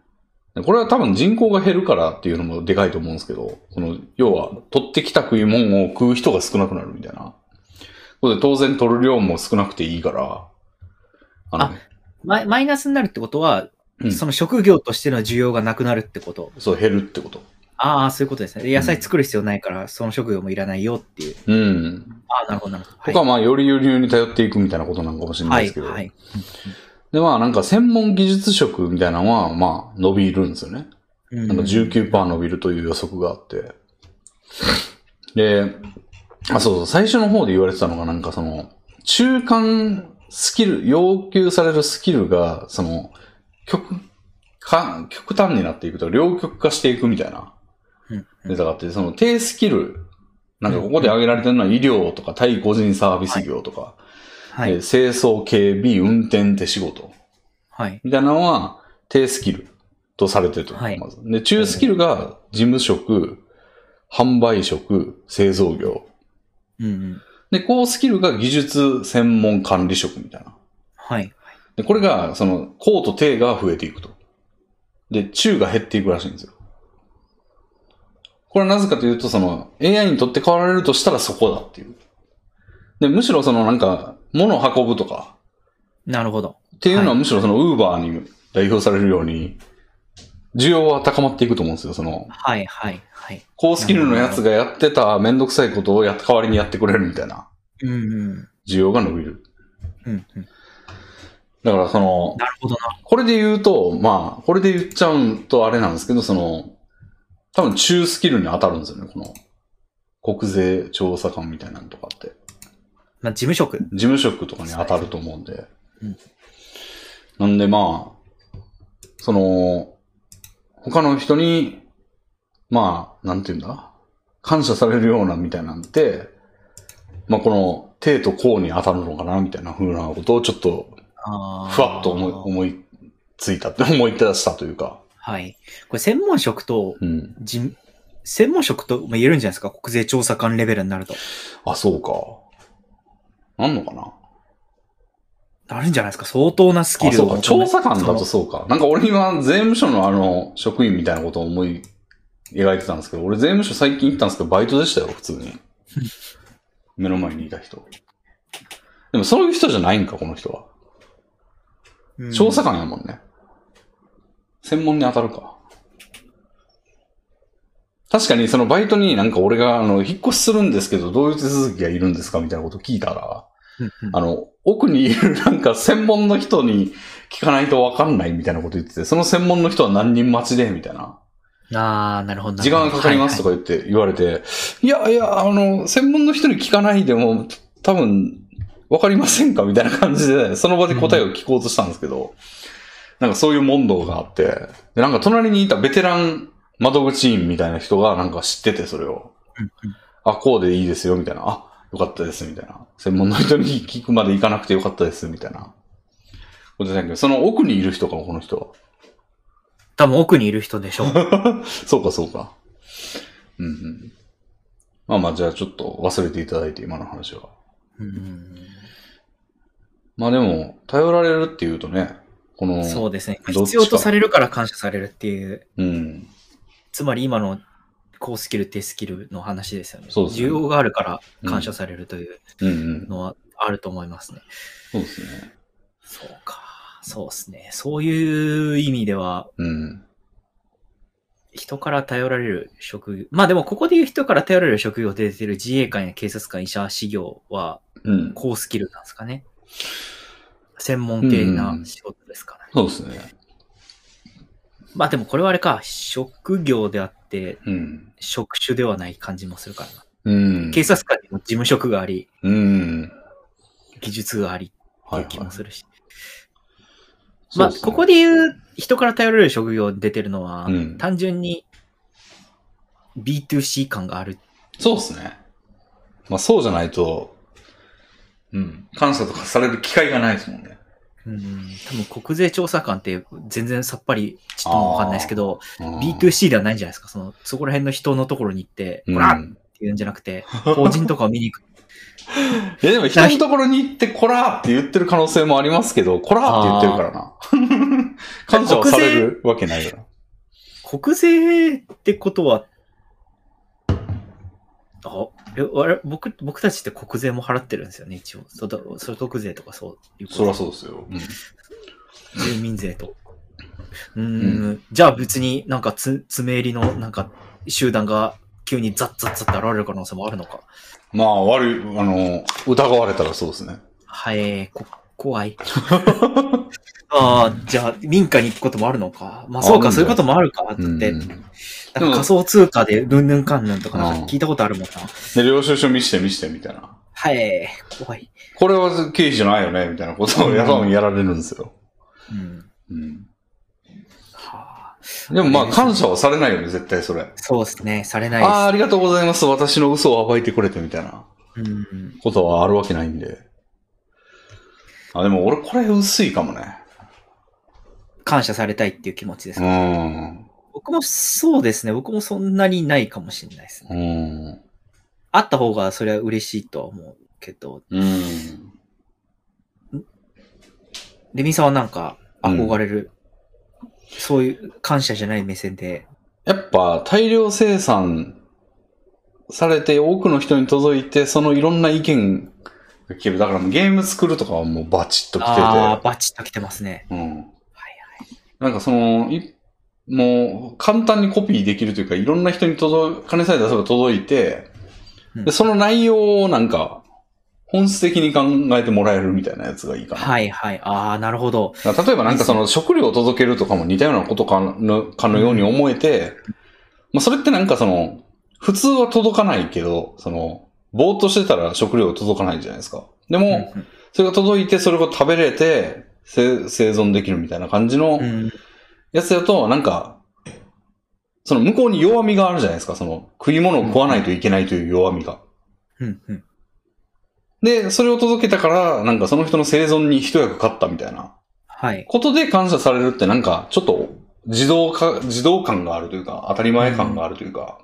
これは多分人口が減るからっていうのもでかいと思うんですけど、その、要は、取ってきた食い物を食う人が少なくなるみたいな。ことで当然取る量も少なくていいから、の
あマイマイナスになるってことは、
うん
その職業としての需要がなくなるってこと。
そう、減るってこと。
ああ、そういうことですね。で野菜作る必要ないから、その職業もいらないよっていう。
うん。
ああ、なるほど、なるほど。
他はまあ、より輸入に頼っていくみたいなことなんかもしれな
はいい、
ですけど。
はい。
で、まあ、なんか専門技術職みたいなのは、まあ、伸びるんですよね。
な
なんか19%伸びるという予測があって。 で、あ、そうそう、最初の方で言われてたのが、なんかその、中間スキル、要求されるスキルが、その、極、か、極端になっていくと、両極化していくみたいな。
うん
ネタがあって、その低スキルなんかここで挙げられてるのは医療とか対個人サービス業とか、
はい
えー清掃、警備、運転、手仕事。
はい。
みたいなのは低スキルとされてると。
はい
まずで、中スキルが事務職、販売職、製造業。
うんうん。
で、高スキルが技術専門管理職みたいな。
はい。
で、これが、その、高と低が増えていくと。で、中が減っていくらしいんですよ。これはなぜかというと、その、AI にとって変わられるとしたらそこだっていう。で、むしろそのなんか、物を運ぶとか、
なるほど。
っていうのは
は
むしろその Uber に代表されるように、需要は高まっていくと思うんですよ。その、
はいはいはい。
高スキルのやつがやってためんどくさいことをやっ代わりにやってくれるみたいな
うんうん。
需要が伸びる。
うんうん。
だからその、
なるほどな。
これで言うと、まあ、これで言っちゃうとあれなんですけど、その、多分中スキルに当たるんですよね、この。国税調査官みたいなのとかって。
まあ、事務職。
事務職とかに当たると思うんで。
うん
なんでまあ、その、他の人に、まあ、なんて言うんだ感謝されるようなみたいなんて、まあこの、手と甲に当たるのかなみたいな風なことをちょっと、
あー
ふわっと思い、思いついたって、思い出したというか。
はい。これ、専門職と、
うん。
事務専門職とも言えるんじゃないですか国税調査官レベルになると。
あ、そうか。なんのかな
なるんじゃないですか相当なスキ
あ、
ル
そ
を
うか。
求
調
め。
査官だとそうか。なんか俺今、税務署のあの、職員みたいなことを思い描いてたんですけど、俺税務署最近行ったんですけど、バイトでしたよ、普通 に。目の前にいた人。でもそういう人じゃないんか、この人は。
うん
調査官やもんね。専門に当たるか。確かに、そのバイトになんか俺が、あの、引っ越しするんですけど、どういう手続きがいるんですかみたいなこと聞いたら、
うんうん
あの、奥にいるなんか専門の人に聞かないとわかんないみたいなこと言ってて、その専門の人は何人待ちでみたいな。
ああ、なるほど。
時間がかかりますと
か。
か言って、言われて、いやいや、あの、専門の人に聞かないでも、多分、わかりませんかみたいな感じで、その場で答えを聞こうとしたんですけど、なんかそういう問答があって、で、なんか隣にいたベテラン窓口員みたいな人がなんか知ってて、それを。
うんうん
あ、こうでいいですよ、みたいな。あ、よかったです、みたいな。専門の人に聞くまで行かなくてよかったです、みたいな。ことじゃないけど、その奥にいる人かも、この人は。
多分奥にいる人でしょう。
そうか、そうか。うんうん。まあまあ、じゃあちょっと忘れていただいて、今の話は。
うん
まあでも、頼られるって いうとね、この、
そうですね。
どっちか
必要とされるから感謝されるっていう、
うん。
つまり今の高スキル、低スキルの話ですよね。
そうですね
需要があるから感謝されるという
うんうん。
のはあると思いますね。
そうですね。
そうか。そうですね。そういう意味では、
うん。
人から頼られる職業。まあでも、ここで言う人から頼られる職業で出てる自衛官や警察官、医者、士業は、
うん。
高スキルなんですかね。専門系な仕事ですから、ね
そうですね。
まあでも、これはあれか、職業であって、
うん。
職種ではない感じもするからな。
うん。
警察官にも事務職があり、
うん。
技術がありって
はいいう
気
は
も
い。
するし。
そう
まあ、
すね
ここで言う人から頼られる職業に出てるのは、
うん
単純に B2C 感がある。
そうですね。まあそうじゃないと、うん。感謝とかされる機会がないですもんね。
うん、多分国税調査官って全然さっぱりちょっともわかんないですけど、
あー
B2C ではないんじゃないですか。その、そこら辺の人のところに行って、
うん
ほらって言うんじゃなく て、法人とかを見に行く。
いやでも人のところに行って、こらーって言ってる可能性もありますけど、こらーって言ってるからな。感謝をされるわけないから。
国税ってことは、あえあれ僕僕たちって国税も払ってるんですよね、一応。所得所得税とかそういう
そりゃ
こ
そうですよ。うん。
と。住民税と。うーん、、
うん
じゃあ別になんかつ爪入りのなんか集団が急にザッザッザッって現れる可能性もあるのか。
まあ、悪い、あの、疑われたらそうですね。
はい、こ、怖い。 ああ、じゃあ、民家に行くこともあるのか。まあ、そう
ある
か、
んだ
そういうこともあるか。だって、
うん。
なん
で、
か仮想通貨で、ルンルンカンヌンとかなんか聞いたことあるもんな。
領収書見して見してみたいな。
はい、怖い。
これは経費じゃないよね、みたいなことをやらやられるんですよ。
うん。
うん。
はあ。
でもまあ感謝はされないよね、絶対それ。
そうですね。されない
ああー、ありがとうございます。私の嘘を暴いてくれてみたいな
です。うん。
ことはあるわけないんで。あ、でも俺これ薄いかもね。
感謝されたいっていう気持ちです
う。ん。
僕もそうですね。僕もそんなにないかもしれないですね。
うん。
あった方がそれは嬉しいとは思うけど、
うん。
レミさんはなんか
うん
憧れる、そういう感謝じゃない目線で、
やっぱ大量生産されて多くの人に届いて、そのいろんな意見が聞ける。だからもうゲーム作るとかはもうバチッと来てて。
ああ、バチッと来てますね。
うん。はい
は
なんかその、いもう簡単にコピーできるというか、いろんな人に届く、金さえ出せば届いて、
うん
で、その内容をなんか、本質的に考えてもらえるみたいなやつがいいかな。
はいはい。ああ、なるほど。
だから例えばなんかその食料を届けるとかも似たようなことかのかのように思えて、まあそれってなんかその、普通は届かないけど、その、ぼーっとしてたら食料届かないじゃないですか。で
う
も、
ん
それが届いてそれを食べれて、せ生存できるみたいな感じの
うん。
やつだと、なんか、その向こうに弱みがあるじゃないですか。その食い物を食わないといけないという弱みが。
うん。うん。
で、それを届けたから、なんかその人の生存に一役買ったみたいな。
はい。
ことで感謝されるってなんか、ちょっと、自動化、自動感があるというか、当たり前感があるというか、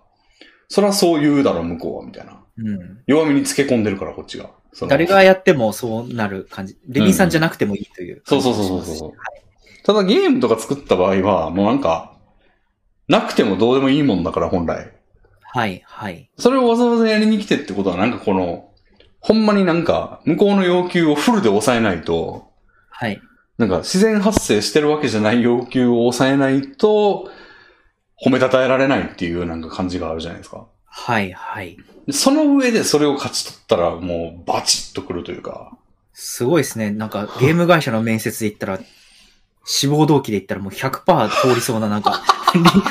そりゃそう言うだろ、向こうは、みたいな。
うん。
弱みにつけ込んでるから、こっちが。その
誰がやってもそうなる感じ。レミさんじゃなくてもいいという。
そうそうそうそうそうそう。ただゲームとか作った場合は、もうなんか、なくてもどうでもいいもんだから、本来。
はいはい。
それをわざわざやりに来てってことは、なんかこの、ほんまになんか、向こうの要求をフルで抑えないと、
はい。
なんか自然発生してるわけじゃない要求を抑えないと、褒めたたえられないっていうなんか感じがあるじゃないですか。
はいはい。
でその上でそれを勝ち取ったらもうバチッとくるというか。
すごいですね。なんかゲーム会社の面接で言ったら、志望動機で言ったらもう100%通りそうな、なんか、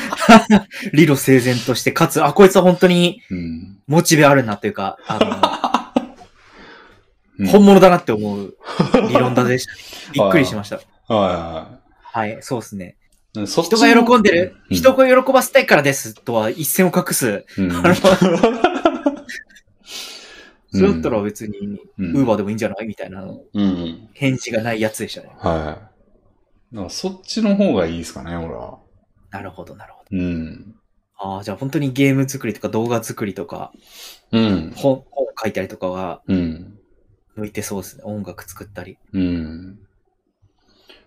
理理路整然として、かつ、あ、こいつは本当に
うん。
モチベあるなというか、あ
うん
の、本物だなって 思う理論だでした。びっくりしました。
はいは
はい、そうですね。
いはい。そっち
人が喜んでる、
うん
人が喜ばせたいからですとは一線を隠す。
うん
あの それだった
う
ら別に、
ん
ウーバーでもいいんじゃないみたいなの
うん。
返事がないやつでしたね。
はい。だからそっちの方がいいですかね、俺は。
なるほど、なるほど。
うん。
ああ、じゃあ本当にゲーム作りとか動画作りとか、
うん。
本、本書いたりとかが
うん。
向いてそうですね。音楽作ったり。
うん。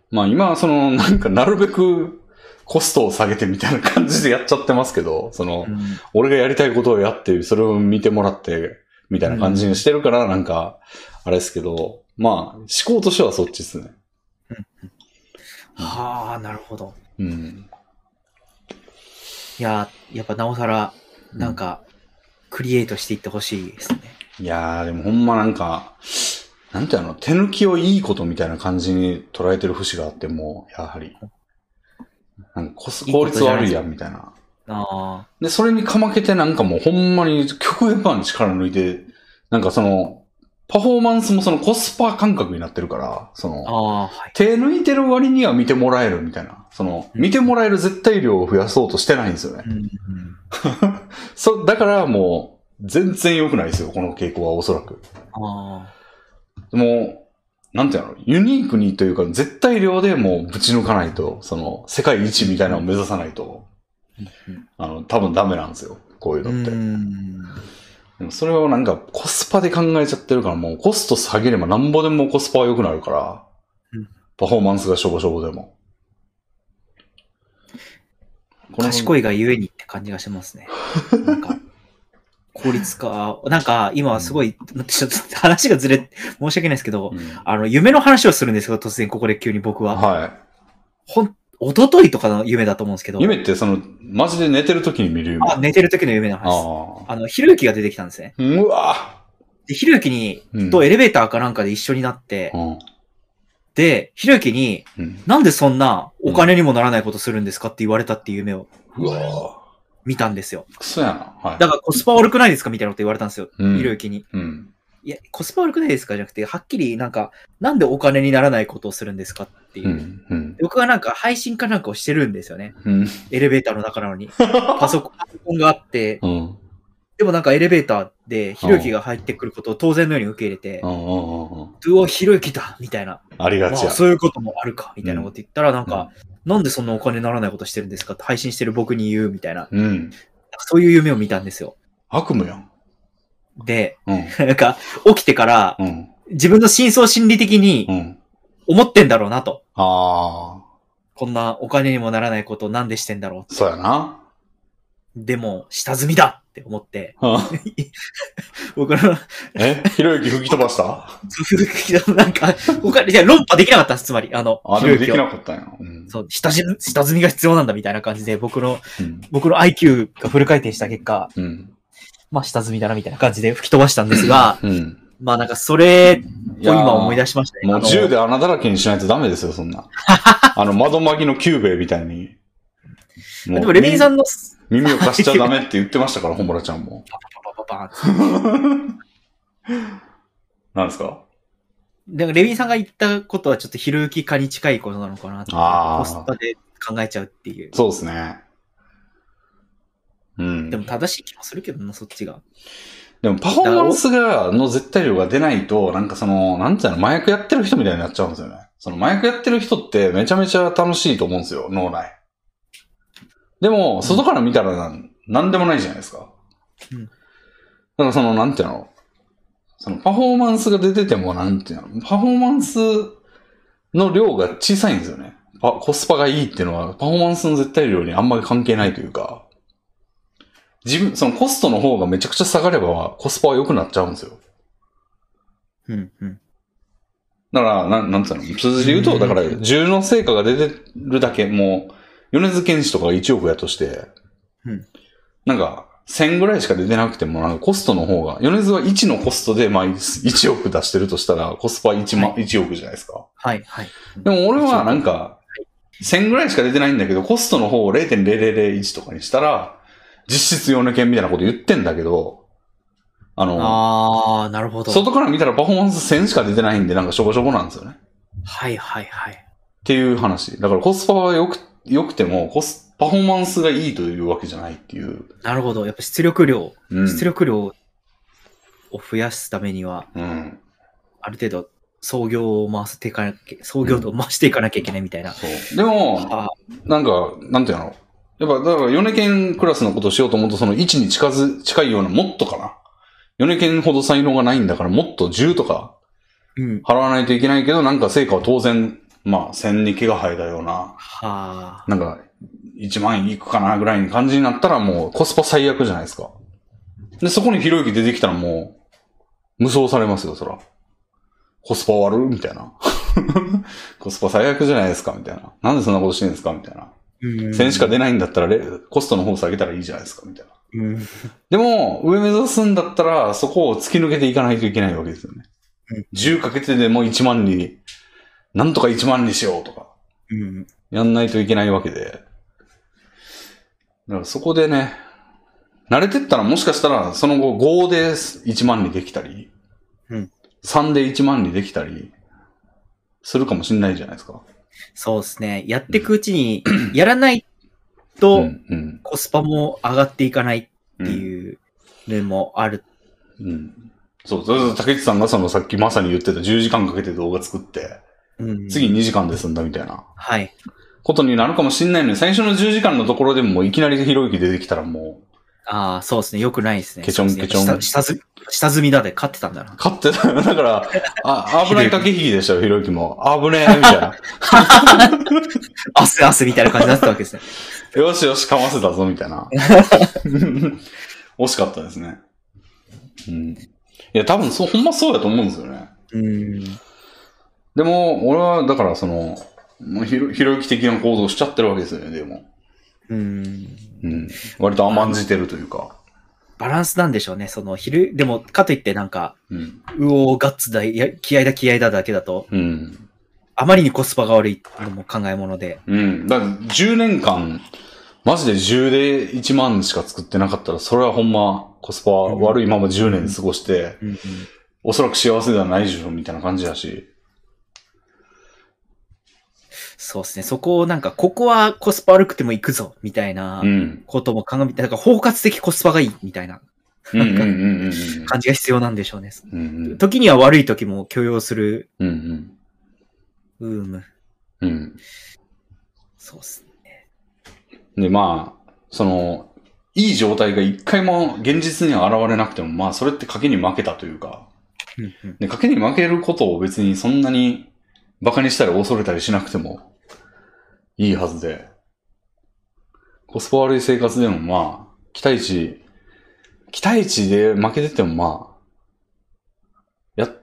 まあ今はその、なんかなるべくコストを下げてみたいな感じでやっちゃってますけど、その、
うん
俺がやりたいことをやって、それを見てもらって、みたいな感じにしてるから、なんか、あれですけど、まあ、思考としてはそっちですね。
はあ、なるほど。
うん。
いやー、やっぱなおさら、なんか、クリエイトしていってほしいですね。
いやー、でもほんまなんか、なんていうの、手抜きをいいことみたいな感じに捉えてる節があっても、やはり、なんかコス効率悪いやん、みたいな。
あ
で、それにかまけてなんかもうほんまに極限まで力抜いて、なんかその、パフォーマンスもそのコスパ感覚になってるから、そ
あ、あ
の、
あ、はい。
手抜いてる割には見てもらえるみたいな。その、見てもらえる絶対量を増やそうとしてないんですよね
う。ん、
そ、だからもう、全然良くないですよ、この傾向はおそらく。
ああ、
もう、なんていうの、ユニークにというか、絶対量でもうぶち抜かないと、その、世界一みたいなのを目指さないと、あの、多分ダメなんですよ、こういう
う
のって。
ん。
でもそれをなんかコスパで考えちゃってるから、もうコスト下げればなんぼでもコスパは良くなるから
うん、
パフォーマンスがしょぼしょぼでも。この
賢いがゆえにって感じがします ね。なんか、効率化、なんか、今はすごい、ちょっと話がずれ、申し訳ないですけど、
うん
あの、夢の話をするんですけど、突然ここで急に僕は。
は
ほん、おとといとかの夢だと思うんですけど、
い。夢ってその、マジで寝てる時に見る夢。
あ、寝てる時の夢の話です。
ああ。
あの、ひろゆきが出てきたんですね。
うわ
で、ひろゆきに、
うん
とエレベーターかなんかで一緒になって
う、ん
で、ひろゆきに、
うん
なんでそんなお金にもならないことするんですかって言われたっていう夢を
うわ
見たんですよ。
クソやな。はい。
だからコスパ悪くないですかみたいなこと言われたんですよ。
うん
ひろゆきに。
うん。
いや、コスパ悪くないですかじゃなくて、はっきりなんか、なんでお金にならないことをするんですかっていうう。
ん。うん。
僕はなんか配信かなんかをしてるんですよね。
うん。
エレベーターの中なのに。パソコンパソコンがあって、
うん。
でもなんかエレベーターでひろゆきが入ってくることを当然のように受け入れて
う、んうんうんうん。
うわ、ひろゆきだみたいな。
ありが
まあ、
ちや。
そういうこともあるかみたいなこと言ったら、なんか、なんでそんなお金にならないことしてるんですかって配信してる僕に言うみたいな。
うん。
そういう夢を見たんですよ。
悪夢やん。
で、
うん。
なんか、起きてから、
うん。
自分の真相心理的に
うん。
思ってんだろうなと。
あ
こんなお金にもならないことをなんでしてんだろ
あ、そうやな。
う。でも、下積みだって思って、
うん
僕の、
えひろゆき吹き飛ば した
なんか、他に、いや、論破できなかったんです、つまり、あの、
あ、
ひ
でも
ろゆ
で
き
き
を。
なかったんや。うん。
そう、下積み、下積みが必要なんだみたいな感じで、僕の、
うん
僕の IQ がフル回転した結果、
うん。
まあ、下積みだなみたいな感じで吹き飛ばしたんですが、
うん。
まあなんかそれを
いやー
今思い出しましたね。
も
あ
う
の
銃で穴だらけにしないとダメですよ、そ んな。あの、窓紛のキューベイみたいに。もう
でもレミンさんの、
耳耳を貸しちゃダメって言ってましたから、ほもらちゃん も。
パパパパパ
なんですか
でもレミンさんが言ったことはちょっとひろゆき化に近いことなのかなと。
あー
コスパで考えちゃうっていう。
そうですね。うん。
でも正しい気もするけどな、そっちが。
でもパフォーマンスが、の絶対量が出ないと、なんかその、なんていうの、麻薬やってる人みたいになっちゃうんですよね。その麻薬やってる人ってめちゃめちゃ楽しいと思うんですよ、脳内。でも、外から見たらなん、なんでもないじゃないですか。
うん
だからその、なんていうの、そのパフォーマンスが出てても、なんていうの、パフォーマンスの量が小さいんですよね。パコスパがいいっていうのは、パフォーマンスの絶対量にあんまり関係ないというか。自分、そのコストの方がめちゃくちゃ下がればコスパは良くなっちゃうんですよ。
うん、うん。
だから、なん、なんつうの、数字で言うと、だから、10の成果が出てるだけ、もう、米津玄師とかが1億やとして、
うん
なんか、1000ぐらいしか出てなくても、なんかコストの方が、米津は1のコストで、まあ、1億出してるとしたら、コスパ1万、1億じゃないですか。
はい、はい。
でも俺はなんか、1000ぐらいしか出てないんだけど、コストの方を0.0001とかにしたら、実質4の件みたいなこと言ってんだけど、あの、
あー、なるほど。
外から見たらパフォーマンス1000しか出てないんで、なんかしょぼしょぼなんですよね。っ
はい、はい、はい。
ていう話。だからコスパは良く、良くても、コス、パフォーマンスがいいというわけじゃないっていう。
なるほど。やっぱ出力量、
うん。
出力量を増やすためには、
うん。
ある程度、創業を回していかなきゃ、創業と回していかなきゃいけないみたいな。
そう。でも、
あ
なんか、なんていうのやっぱ、だから、米県クラスのことをしようと思うと、その1に近づ、近いような、もっとかな。米県ほど才能がないんだから、もっと10とか
うん。
払わないといけないけど、なんか成果は当然、まあ、1000に毛が生えたような、
はあ。
なんか、1万いくかなぐらいの感じになったらもうコスパ最悪じゃないですか。で、そこにひろゆき出てきたらもう、無双されますよ、そら。コスパ悪みたいな。 コスパ最悪じゃないですかみたいな。なんでそんなことしてんですかみたいな。
うん
1000しか出ないんだったらレ、コストの方下げたらいいじゃないですかみたいな。
うん。
でも、上目指すんだったら、そこを突き抜けていかないといけないわけですよね。10かけてでも1万に、なんとか1万にしようとか。
うん。
やんないといけないわけで。だからそこでね、慣れてったらもしかしたらその後5で1万にできたり、
うん
3で1万にできたりするかもしれないじゃないですか。
そうですね。やっていくう ちに、やらないと
んうん
コスパも上がっていかないっ
う
て
ん
いうのもある。
うんそう、それこそ竹内さんがそのさっきまさに言ってた10時間かけて動画作って、
うん
次2時間で済んだみたいな
はい。
ことになるかもしれないのに、最初の10時間のところでもういきなりひろゆき出てきたらも
ああ、そうですね。よくないですね。
ケチョン
そうです
ケ
ね
チョン
下下積み下積みだで勝ってたんだな
う、。勝ってた。だから、あ、危ない駆け引きでしたよ、ひろゆきも。危ねえ、みたい な。
汗汗みたいな感じになってたわ けですね。
よしよし、かませたぞ、みたいな。惜しかったですね。うん。いや、多分そう、ほんまそうだと思うんですよね。
うん。
でも、俺は、だから、その、もうひろ、ひろゆき的な行動しちゃってるわけですよね、でも。
うん。
うん。割と甘んじてるというか。
バランスなんでしょうね。その昼、でも、かといってなんか、
うん。
うおーガッツだ、いや気合だ気合だだけだと、
うん。
あまりにコスパが悪いのも考えもので。
うん。だから、10年間、マジで10で1万しか作ってなかったら、それはほんま、コスパ悪いまま10年過ごして、
うんうん
おそらく幸せではないでしょ、みたいな感じだし。
そうですね。そこをなんか、ここはコスパ悪くても行くぞ、みたいな
うん。
ことも鑑みて、なんか包括的コスパがいい、みたいな
うんうんうんうん
感じが必要なんでしょうね。
うんうん
時には悪い時も許容する、
うんうん
うーむ。
うん
そうっすね。
で、まあ、その、いい状態が一回も現実には現れなくても、まあ、それって賭けに負けたというか、
うんうん
で、賭けに負けることを別にそんなに馬鹿にしたり恐れたりしなくてもいいはずで、コスパ悪い生活でもまあ、期待値、期待値で負けててもまあ、や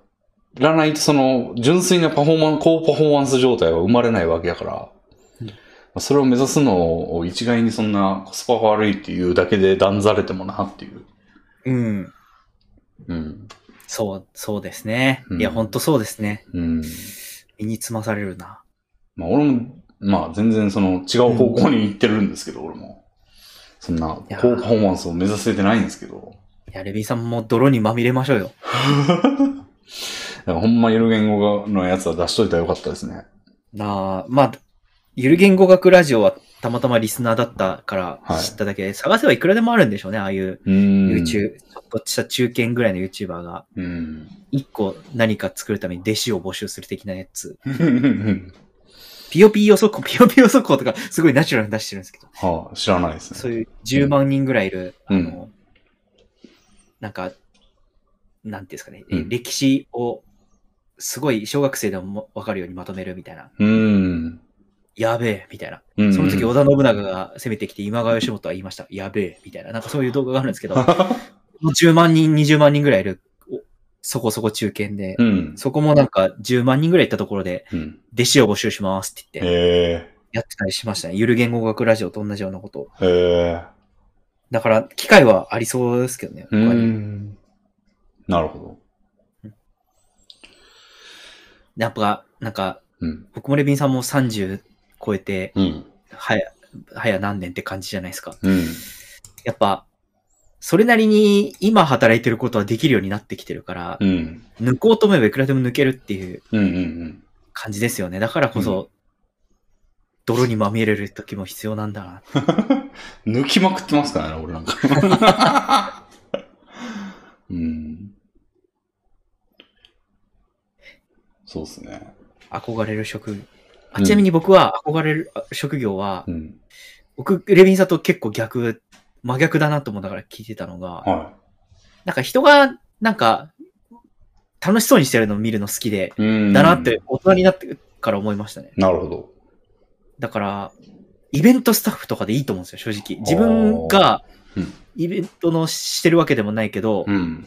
らないとその純粋なパフォーマンス、高パフォーマンス状態は生まれないわけやから、まあそれを目指すのを一概にそんなコスパが悪いっていうだけで断ざれてもなっていう。
うん。
うん。
そう、そうですね。
うん
いや、ほんとそうですね。
うん。
身につまされるな。
まあ俺も、まあ全然その違う方向に行ってるんですけど、俺も。そんな高
や
パフォーマンスを目指せてないんですけど。
いや、レビンさんも泥にまみれましょうよ。
だからほんまゆる言語のやつは出しといたらよかったですね。
なあ、まあ、ゆる言語学ラジオはたまたまリスナーだったから
はい
知っただけで、探せばいくらでもあるんでしょうね、ああいう
うーん。
YouTube、ちょっとした中堅ぐらいの YouTuber が、
うん。
一個何か作るために弟子を募集する的なやつ。
は
ピヨピヨ速攻、ピヨピヨ速攻とか、すごいナチュラルに出してるんですけど、
あ、知らないですね。
そういう10万人ぐらいいる、
うん
あの、なんか、なんていうんですかね、え
うん
歴史を、すごい小学生でもわかるようにまとめるみたいな。
うーん。
やべえ、みたいな。
うん
その時、織田信長が攻めてきて、今川義元は言いました。やべえ、みたいな。なんかそういう動画がある んですけど、もう10万人、20万人ぐらいいる、おそこそこ中堅で、
うん。
そこもなんか10万人ぐらい行ったところで、
うん。
弟子を募集しますって言って、
え
やってたりしましたね。ゆる言語学ラジオと同じようなことを。
ー、え
だから、機会はありそうですけどね。
ー。う
他に
ん。なるほど。
やっぱ、なんか、
うん。
僕もレビンさんも30超えて、
うん。
はや、はや何年って感じじゃないですか。
うん。
やっぱ、それなりに今働いてることはできるようになってきてるから、
うん。
抜こうと思えばいくらでも抜けるっていう
うん。うん。
感じですよね。だからこそ、泥にまみれる時も必要なんだな。
抜きまくってますからね、俺なんか。 うん。そうですね。
憧れる職業。
う
あ
ん
ちなみに僕は憧れるあ職業は、
うん。
僕、レビンさんと結構逆、真逆だなと思ったから聞いてたのが、
は
なんか人が、なんか、楽しそうにしてるのを見るの好きで、
い。うん。
だなって。大人になってから思いましたね。
なるほど。
だから、イベントスタッフとかでいいと思うんですよ、正直。自分が
ーうん、
イベントのしてるわけでもないけど、
うん。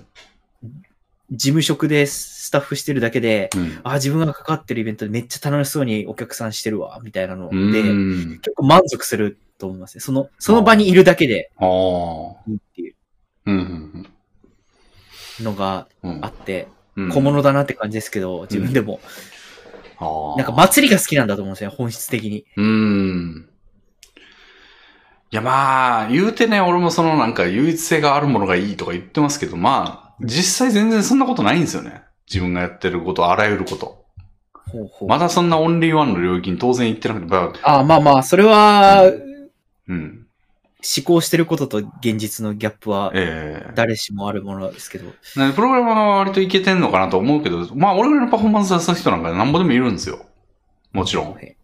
事務職でスタッフしてるだけで、
うん。
あ、自分が関わってるイベントでめっちゃ楽しそうにお客さんしてるわ、みたいなので、
うん。
結構満足すると思いますね。その、その場にいるだけで
ああ。
いいっていう
うんうん。
のが
うん
あって、
うん。
小物だなって感じですけど、自分でも。
ああ。
なんか祭りが好きなんだと思うんですよね、本質的に。
うん。いやまあ、言うてね、俺もそのなんか唯一性があるものがいいとか言ってますけど、まあ、実際全然そんなことないんですよね。自分がやってること、あらゆること。
ほうほう。
まだそんなオンリーワンの領域に当然行ってなくて、まあ
あまあまあ、それは、
う
思
うん。
考してることと現実のギャップは、
ええ
誰しもあるものですけど。
なんでプログラマーは割といけてんのかなと思うけど、まあ俺ぐらいのパフォーマンス出す人なんかなんぼでもいるんですよ。もちろん。はい。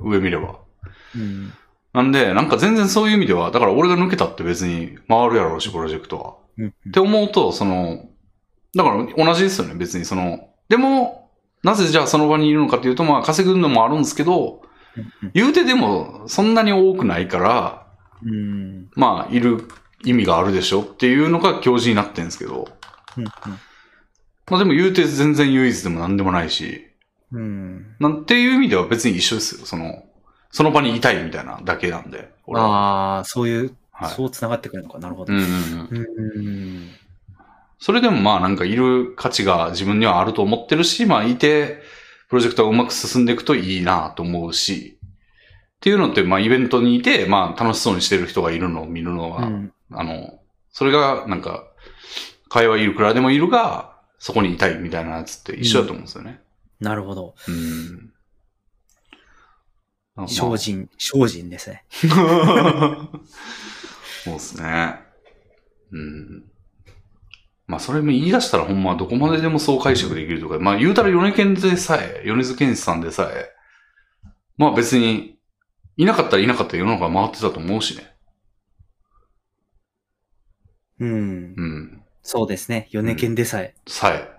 上見れば。
うん。
なんで、なんか全然そういう意味では、だから俺が抜けたって別に回るやろうし、プロジェクトは。
うん。
って思うと、その、だから同じですよね、別にその。でも、なぜじゃあその場にいるのかというと、まあ稼ぐのもあるんですけど、
うん
言うてでもそんなに多くないから、
うん。
まあいる意味があるでしょっていうのが教授になってるんですけど、
うん。
まあでも言うて全然唯一でも何でもないし、
うん。
なんていう意味では別に一緒ですよ、その、その場にいたいみたいなだけなんで、俺は。
ああ、そういう、
はい
そう繋がってくるのか。なるほ
う
ど。
んうんうん
うん。
それでもまあなんかいる価値が自分にはあると思ってるし、まあいて、プロジェクトがうまく進んでいくといいなと思うし、っていうのって、まあイベントにいて、まあ楽しそうにしてる人がいるのを見るの
う
は、
ん。
あの、それがなんか、会話いるくらいでもいるが、そこにいたいみたいなやつって一緒だと思うんですよね。
なるほど。
うん。なんかま
精進、精進ですね。
あ そうですね。うん。まあ、それも言い出したらほんまどこまででもそう解釈できるとか、まあ、言うたら米健でさえ、米津玄師さんでさえ、まあ別に、いなかったらいなかったら世の中回ってたと思うしね。
うん。
うん。
そうですね。米県でさえ。
さえ。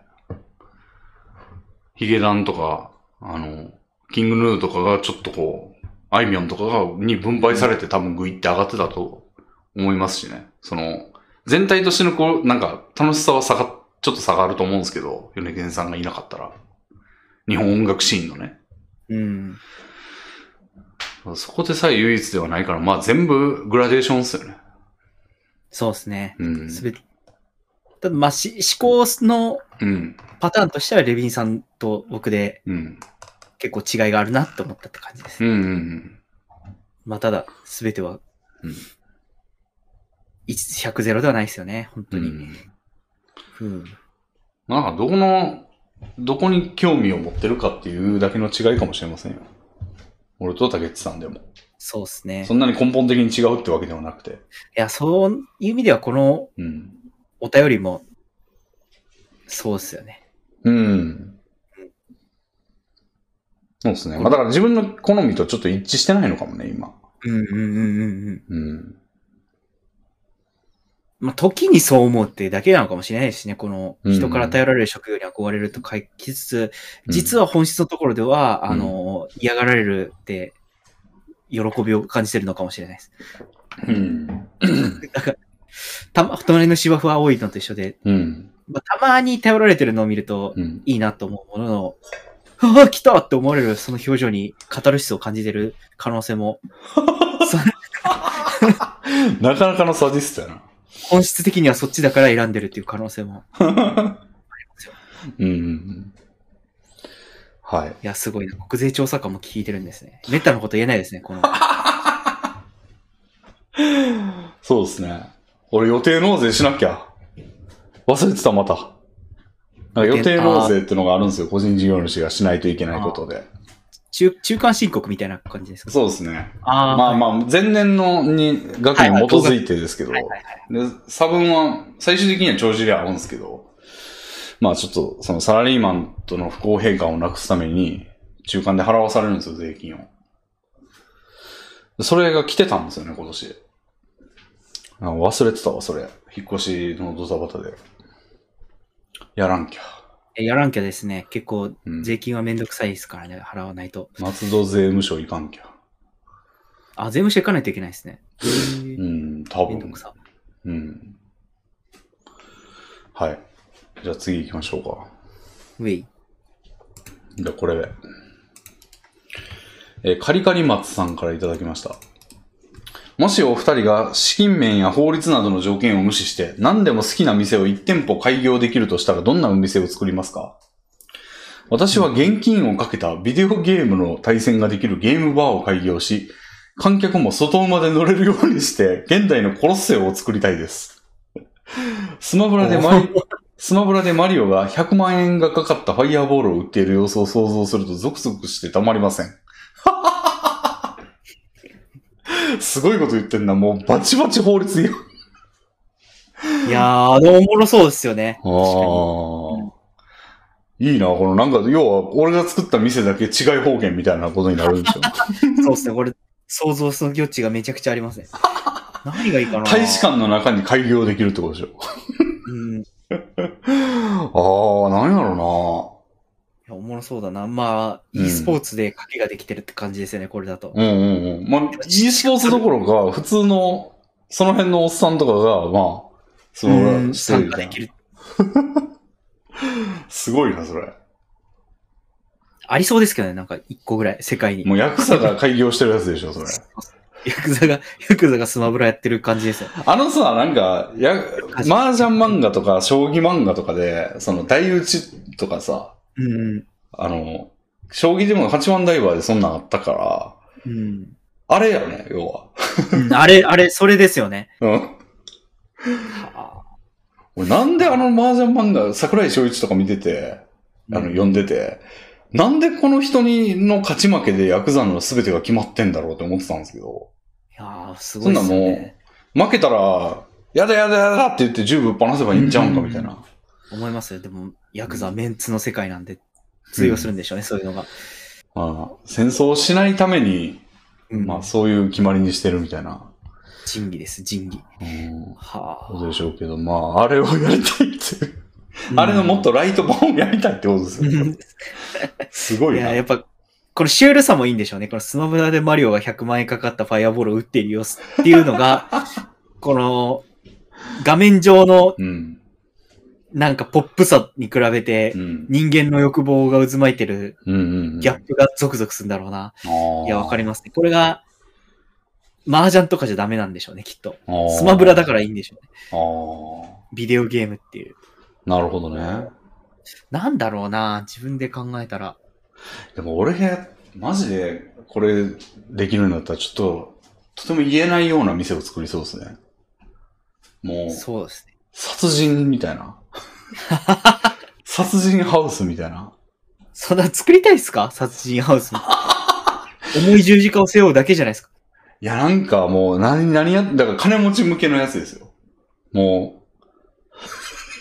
ヒゲダンとか、あの、キングヌーとかがちょっとこう、あいみょんとかが、に分配されて多分グイって上がってたと思いますしね。その、全体としてのこう、なんか楽しさは下が、ちょっと下がると思うんですけど、米健さんがいなかったら。日本音楽シーンのね。
うん。
そこでさえ唯一ではないから、まあ全部グラデーションっすよね。
そうですね。
うん。
すべて。ただ、まあ、し思考の
うん。
パターンとしては、レビンさんと僕で
うん。
結構違いがあるなって思ったって感じです。
うん。うん。
まあ、ただ、すべては、
うん
100、0ではないですよね。本
う
当に。
ん。
うん。
なんかどこの、どこに興味を持ってるかっていうだけの違いかもしれませんよ。俺と竹内さんでも。
そうですね。
そんなに根本的に違うってわけではなくて。
いや、そういう意味では、この
うん。
お便りも、そうですよね。
うん。そうですね。まあだから自分の好みとちょっと一致してないのかもね、今。
うんうんうんうんうん。
うん。
まあ、時にそう思うってだけなのかもしれないですね。この、人から頼られる職業に憧れると書きつつ、実
は、
は本質のところでは、
うん
あの、嫌がられるって、喜びを感じてるのかもしれないです。
うん。
だから、たま、隣の芝生は多いのと一緒で、
うん。
まあ、たまに頼られてるのを見ると、
うん。
いいなと思うものの、ああ、来たって思われるその表情にカタルシスを感じてる可能性も、そ
なかなかのサディストやな。
本質的にはそっちだから選んでるっていう可能性も、
うんうんうん。はい。
いや、すごいな。国税調査官も聞いてるんですね。めったなこと言えないですね、この。
そうですね。俺予定納税しなきゃ。忘れてた、また。なんか予定納税ってのがあるんですよ。個人事業主がしないといけないことで。
中、中間申告みたいな感じですか
そうですね。
あ
まあ
あ。
まあ、前年のに額に基づいてですけど、で差分は最終的には帳尻合うんですけど、まあちょっとそのサラリーマンとの不公平感をなくすために、中間で払わされるんですよ、税金を。それが来てたんですよね、今年。あ忘れてたわ、それ。引っ越しのドタバタで。やらんきゃ。
えやらんきゃですね。結構、
うん
税金はめんどくさいですからね、払わないと。
松戸税務署行かんきゃ。
あ、税務署行かないといけないですね。
うん、多
めんど
分
く。さ。
うん。はい。じゃあ次行きましょうか。
ウェイ。
じゃあこれ。えーカリカリ松さんからいただきました。もしお二人が資金面や法律などの条件を無視して何でも好きな店を1店舗開業できるとしたらどんなお店を作りますか私は現金をかけたビデオゲームの対戦ができるゲームバーを開業し、観客も外馬で乗れるようにして現代のコロッセオを作りたいです。スマブラでマリ、スマブラでマリオが100万円がかかったファイアボールを売っている様子を想像するとゾクゾクしてたまりません。 すごいこと言ってんな。もうバチバチ法律違反。
いやー、あの、おもろそうですよね。確かに。
ああ。いいな、このなんか、要は、俺が作った店だけ違い方言みたいなことになるんでしょ。
そうですね。これ、想像する余地がめちゃくちゃあ りますね。何がいいかな
大使館の中に開業できるってこと でしょ。
うん。い
ああ、なんやろ
やおもろそうだな。まあ、
うん
e スポーツで賭けができてるって感じですよね、これだと。
うな。うんうんうん。まあ、e スポーツどころか、普通の、その辺のおっさんとかが、まあ、そ
うん、
の、
参加できる。
すごいな、それ。
ありそうですけどね、なんか一個ぐらい、世界に。
もう、ヤクザが開業してるやつでしょ、それ。
ヤクザが、ヤクザがスマブラやってる感じですよ。
あのさ、なんか、や、麻雀漫画とか、将棋漫画とかで、その、大打ちとかさ、
うん。
あの、将棋でも八番ダイバーでそんなんあったから、
うん。
あれやね、要は。
うんあれ、あれ、それですよね。
うん。俺なんであの麻雀漫画、桜井翔一とか見てて、あの、
うん
読んでて、なんでこの人にの勝ち負けでヤクザの全てが決まってんだろうって思ってたんですけど、
やー、す
そ
ご
ん
いで
なん
すよ
も
ね。
う、負けたら、やだやだやだって言って銃ぶっ放せばいいんちゃうんかみたいな。
思いますよ。でも、ヤクザはメンツの世界なんで、通用するんでしょうね、そういうのが。
まあ、戦争をしないために、
うん、
まあそういう決まりにしてるみたいな。
仁義です、仁義。
うん
は
ことでしょうけど、まあ、あれをやりたいって、
あ。
あれのもっと
と。
ライト版をやりたいってことですよね。すご
い
いな。
や、
い
やっぱ、このシュールさもいいんでしょうね。このスマブラでマリオが100万円かかったファイアボールを打っている様子っていうの が、この、画面上の
うん。
なんかポップさに比べて
う、ん。
人間の欲望が渦巻いてる
うんうん。
ギャップがゾクゾクするんだろうな。
プ
いや、わか
り
りますね。これが、麻雀とかじゃダメなんでしょうね、きっと。
ます
スマブラだ
ら。
からいいんでしょうね。
あー
ビデオゲームっていう。
なるほどね。
なんだろうな自分で考えたら。
でも俺が、マジで、これ、できるんだったら、ちょっと、とても言えないような店を作りそうですね。もう、
そうですね。
殺人みたい な。殺人ハウスみたいな。
そんな作りたいですか殺人ハウスも。 重い十字架を背負うだけじゃないですか。
いや、なんかもう、何、何や、だから金持ち向けのやつですよ。もう、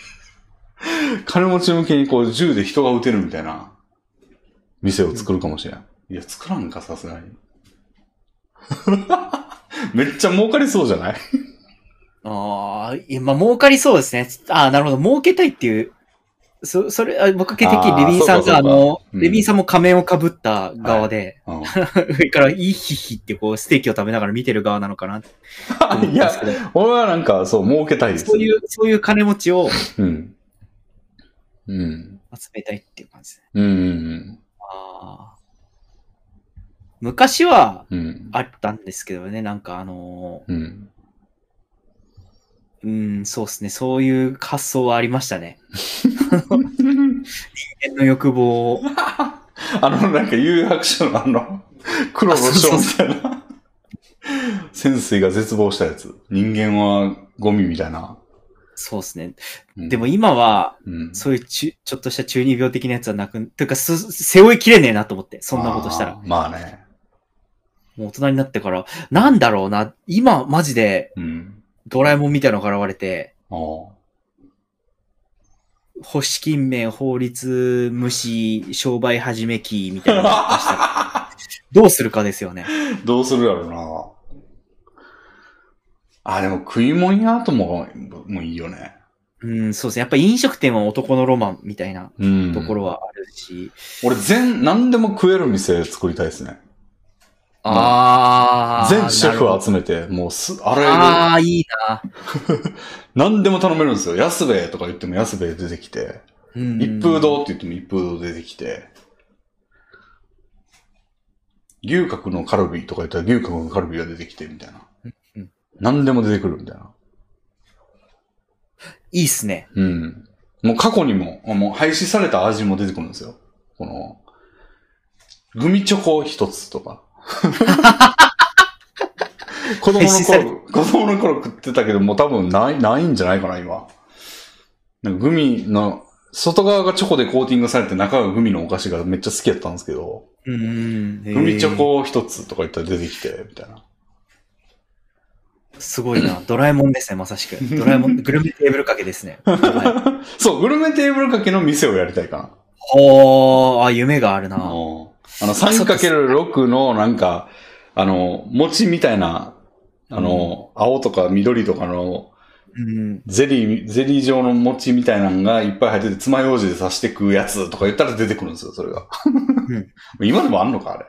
金持ち向けにこう銃で人が撃てるみたいな店を作るかもしれん。いや、作らんか、さすがに。 めっちゃ儲かりそうじゃない
ああ、いや、まあ、儲かりそうですね。ああ、なるほど。儲けたいっていう。そ、それ、あ僕、結
あ
局、
ー
レビンさん
そう
が、
か
あ
そうか
の、
うん
レビンさんも仮面をかぶった側で、
うん
上から、いいひひって、こう、ステーキを食べながら見てる側なのかなって思 ったん
い
です
や、
けど、
俺はなんか、そう、儲けたいです。
そういう、そういう金持ちを
うん。うん。
集めたいっていう感じです
う
ね。
ん。うん。
ああ。昔は、
うん。
あったんですけどね、なんかあの
うん。
ーうん、そうですね、そういう発想はありましたね。人間の欲望を。
あの、なんか、有白書のあの、黒の章みたいな。潜水が絶望したやつ。人間はゴミみたいな。
そうですね。
うん
でも、今は、
うん、
そういうちゅちょっとした中二病的なやつはなく、というか、す背負いきれねえなと思って、そんなことしたら。
あ
も
ー。まあね。
う大人になってから、なんだろうな、今、マジで、
うん。
ドラえもんみたいなのが現れて、
あー
星金面、法律、虫、商売始め期みたい なのが出したらどうするかですよね。
どうするやろうな。あー、でも食い物やとも、もういいよね。
うん、そうですね。やっぱり飲食店は男のロマンみたいな
うん。
ところはあるし。
俺全、何でも食える店作りたいですね。
ああ。
全シェフ
なる
を
ほど
集めて、もうす、あらゆる、
ああ、いいな。
何でも頼めるんですよ。安兵衛とか言っても安兵衛出てきて、
うん
一風。堂って言っても一風堂出てきて、牛角のカルビとか言ったら牛角のカルビが出てきてみたいな
うん。
何でも出てくるみたいな。
いいっすね。
うん。もう過去にも、もう廃止された味も出てくるんですよ。この、グミチョコ一つとか。 子供
廃
の
止され
頃、子供の頃食ってたけど、もう多分ない、ないんじゃないかな、今。なんかグミの、外側がチョコでコーティングされて、中がグミのお菓子がめっちゃ好きやったんですけど、
うん。
グミチョ
へ
コ一つとか言ったら出てきて、みたいな。
ー。すご いな。ドラえもんですね、まさしく。ドラえもん、グルメテーブルかけですね。はい
そう、グルメテーブルかけの店をやりたいかな。
ほー、あ、夢があるな。
うんあの、3×6 のなんか、あの、餅みたいな、あの、青とか緑とかの
うん。
ゼリー、ゼリー状の餅みたいなのがいっぱい入ってて、爪楊枝で刺して食うやつとか言ったら出てくるんですよ、それが。 今でもあんのか、あれ。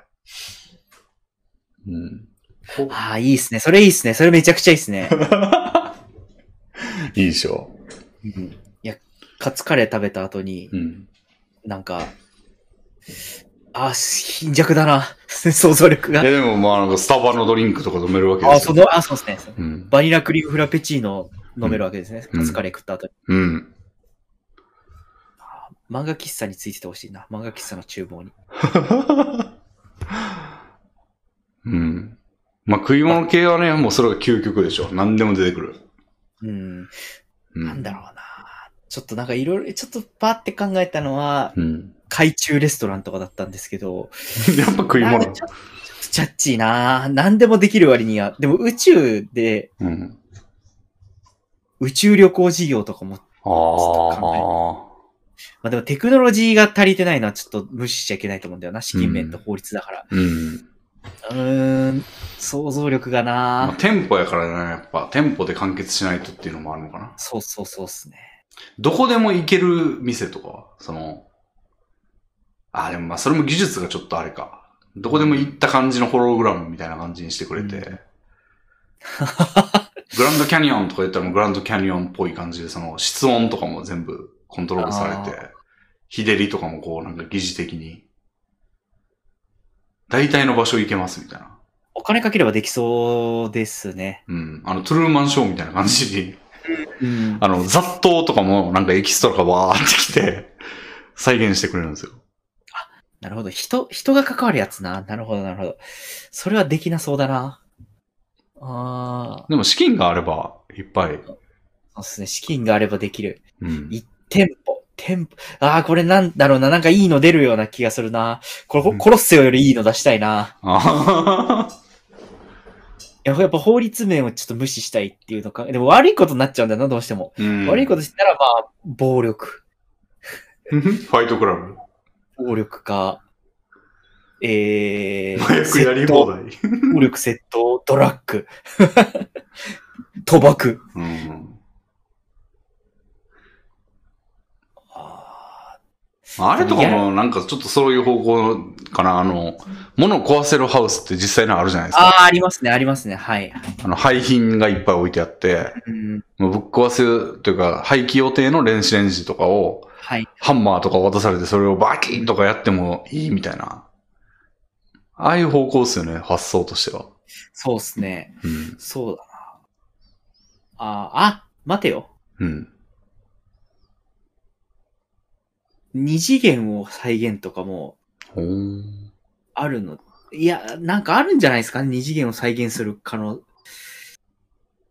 うん。こ
ああ、いいっすね。それいいっすね。それめちゃくちゃいいっす ね。
いいでしょ。
うんいや、カツカレー食べた後に、
うん。
なんか、あー、貧弱だな。 想像力が
いや、。でもまあ、なんかスタバのドリンクとか飲めるわけ
あ
で
ー、
す
そ
よ。
の、あー、そうですね。
うん。
バニラクリームフラペチーノ飲めるわけですね。
うん
カツカレー食った後に。
うん。
漫画喫茶についててほしいな。漫画喫茶の厨房に。
うん。まあ、食い物系はね、もうそれが究極でしょ。何でも出てくる。
うん。
う
なんだろうな。ちょっとなんかいろいろ、ちょっとパーって考えたのは、
うん。
海中レストランとかだったんですけど、
やっぱ食い
なんか
物
ち。ょっとジャッジーなぁ何でもできる割には、でも宇宙で
うん。
宇宙旅行事業とかも、
ああ。
まあでもテクノロジーが足りてないのはちょっと無視しちゃいけないと思うんだよな。資金面と法律だから。
うん。
うーん、想像力が
まあ、
なぁ
店舗やからね、やっぱ。店舗で完結しないとっていうのもあるのかな。
そうそうそうっすね。
どこでも行ける店とかは、その、あ、でもまあそれも技術がちょっとあれか。どこでも行った感じのホログラムみたいな感じにしてくれて。
うん
グランドキャニオンとか言ったらもうグランドキャニオンっぽい感じで、その室温とかも全部コントロールされて、日照りとかもこうなんか疑似的に、大体の場所行けますみたいな。
お金かければできそうですね。
うん。あの、トゥルーマンショーみたいな感じに
うん。
あの、雑踏とかもなんかエキストラがわーってきて、再現してくれるんですよ。
なるほど。人、人が関わるやつな。なるほど、なるほど。それはできなそうだな。ああ、
でも資金があれば、いっぱい。
そうですね。資金があればできる。
うん。
店舗、店舗。ああ、これなんだろうな。なんかいいの出るような気がするな。これ、こコロッセオよりいいの出したいな。
あは
ややっぱ法律面をちょっと無視したいっていうのか。でも悪いことになっちゃうんだよな、どうしても。
うん。
悪いこととしたら、まあ、暴力。
ファイトクラブ。
暴力か、えー、
麻薬やり放題。
窃盗暴力、窃盗、ドラッグ。 賭博。
うん。
あ
あれとかもなんかちょっとそういう方向かな。あの、物壊せるハウスって実際のあるじゃないですか。
あー、ありますね、ありますね。はい。
あの、廃品がいっぱい置いてあって、
うん、
もうぶっ壊すというか、廃棄予定の電子レンジとかを、
はい。
ハンマーとか渡されてそれをバキーンとかやってもいいみたいな。ああいう方向ですよね、発想としては。
そうっすね。
うん。
そうだな。あー、あ、待てよ。
うん。
二次元を再現とかも
ほー
あるの。いや、なんかあるんじゃないですかね。二次元を再現する可能。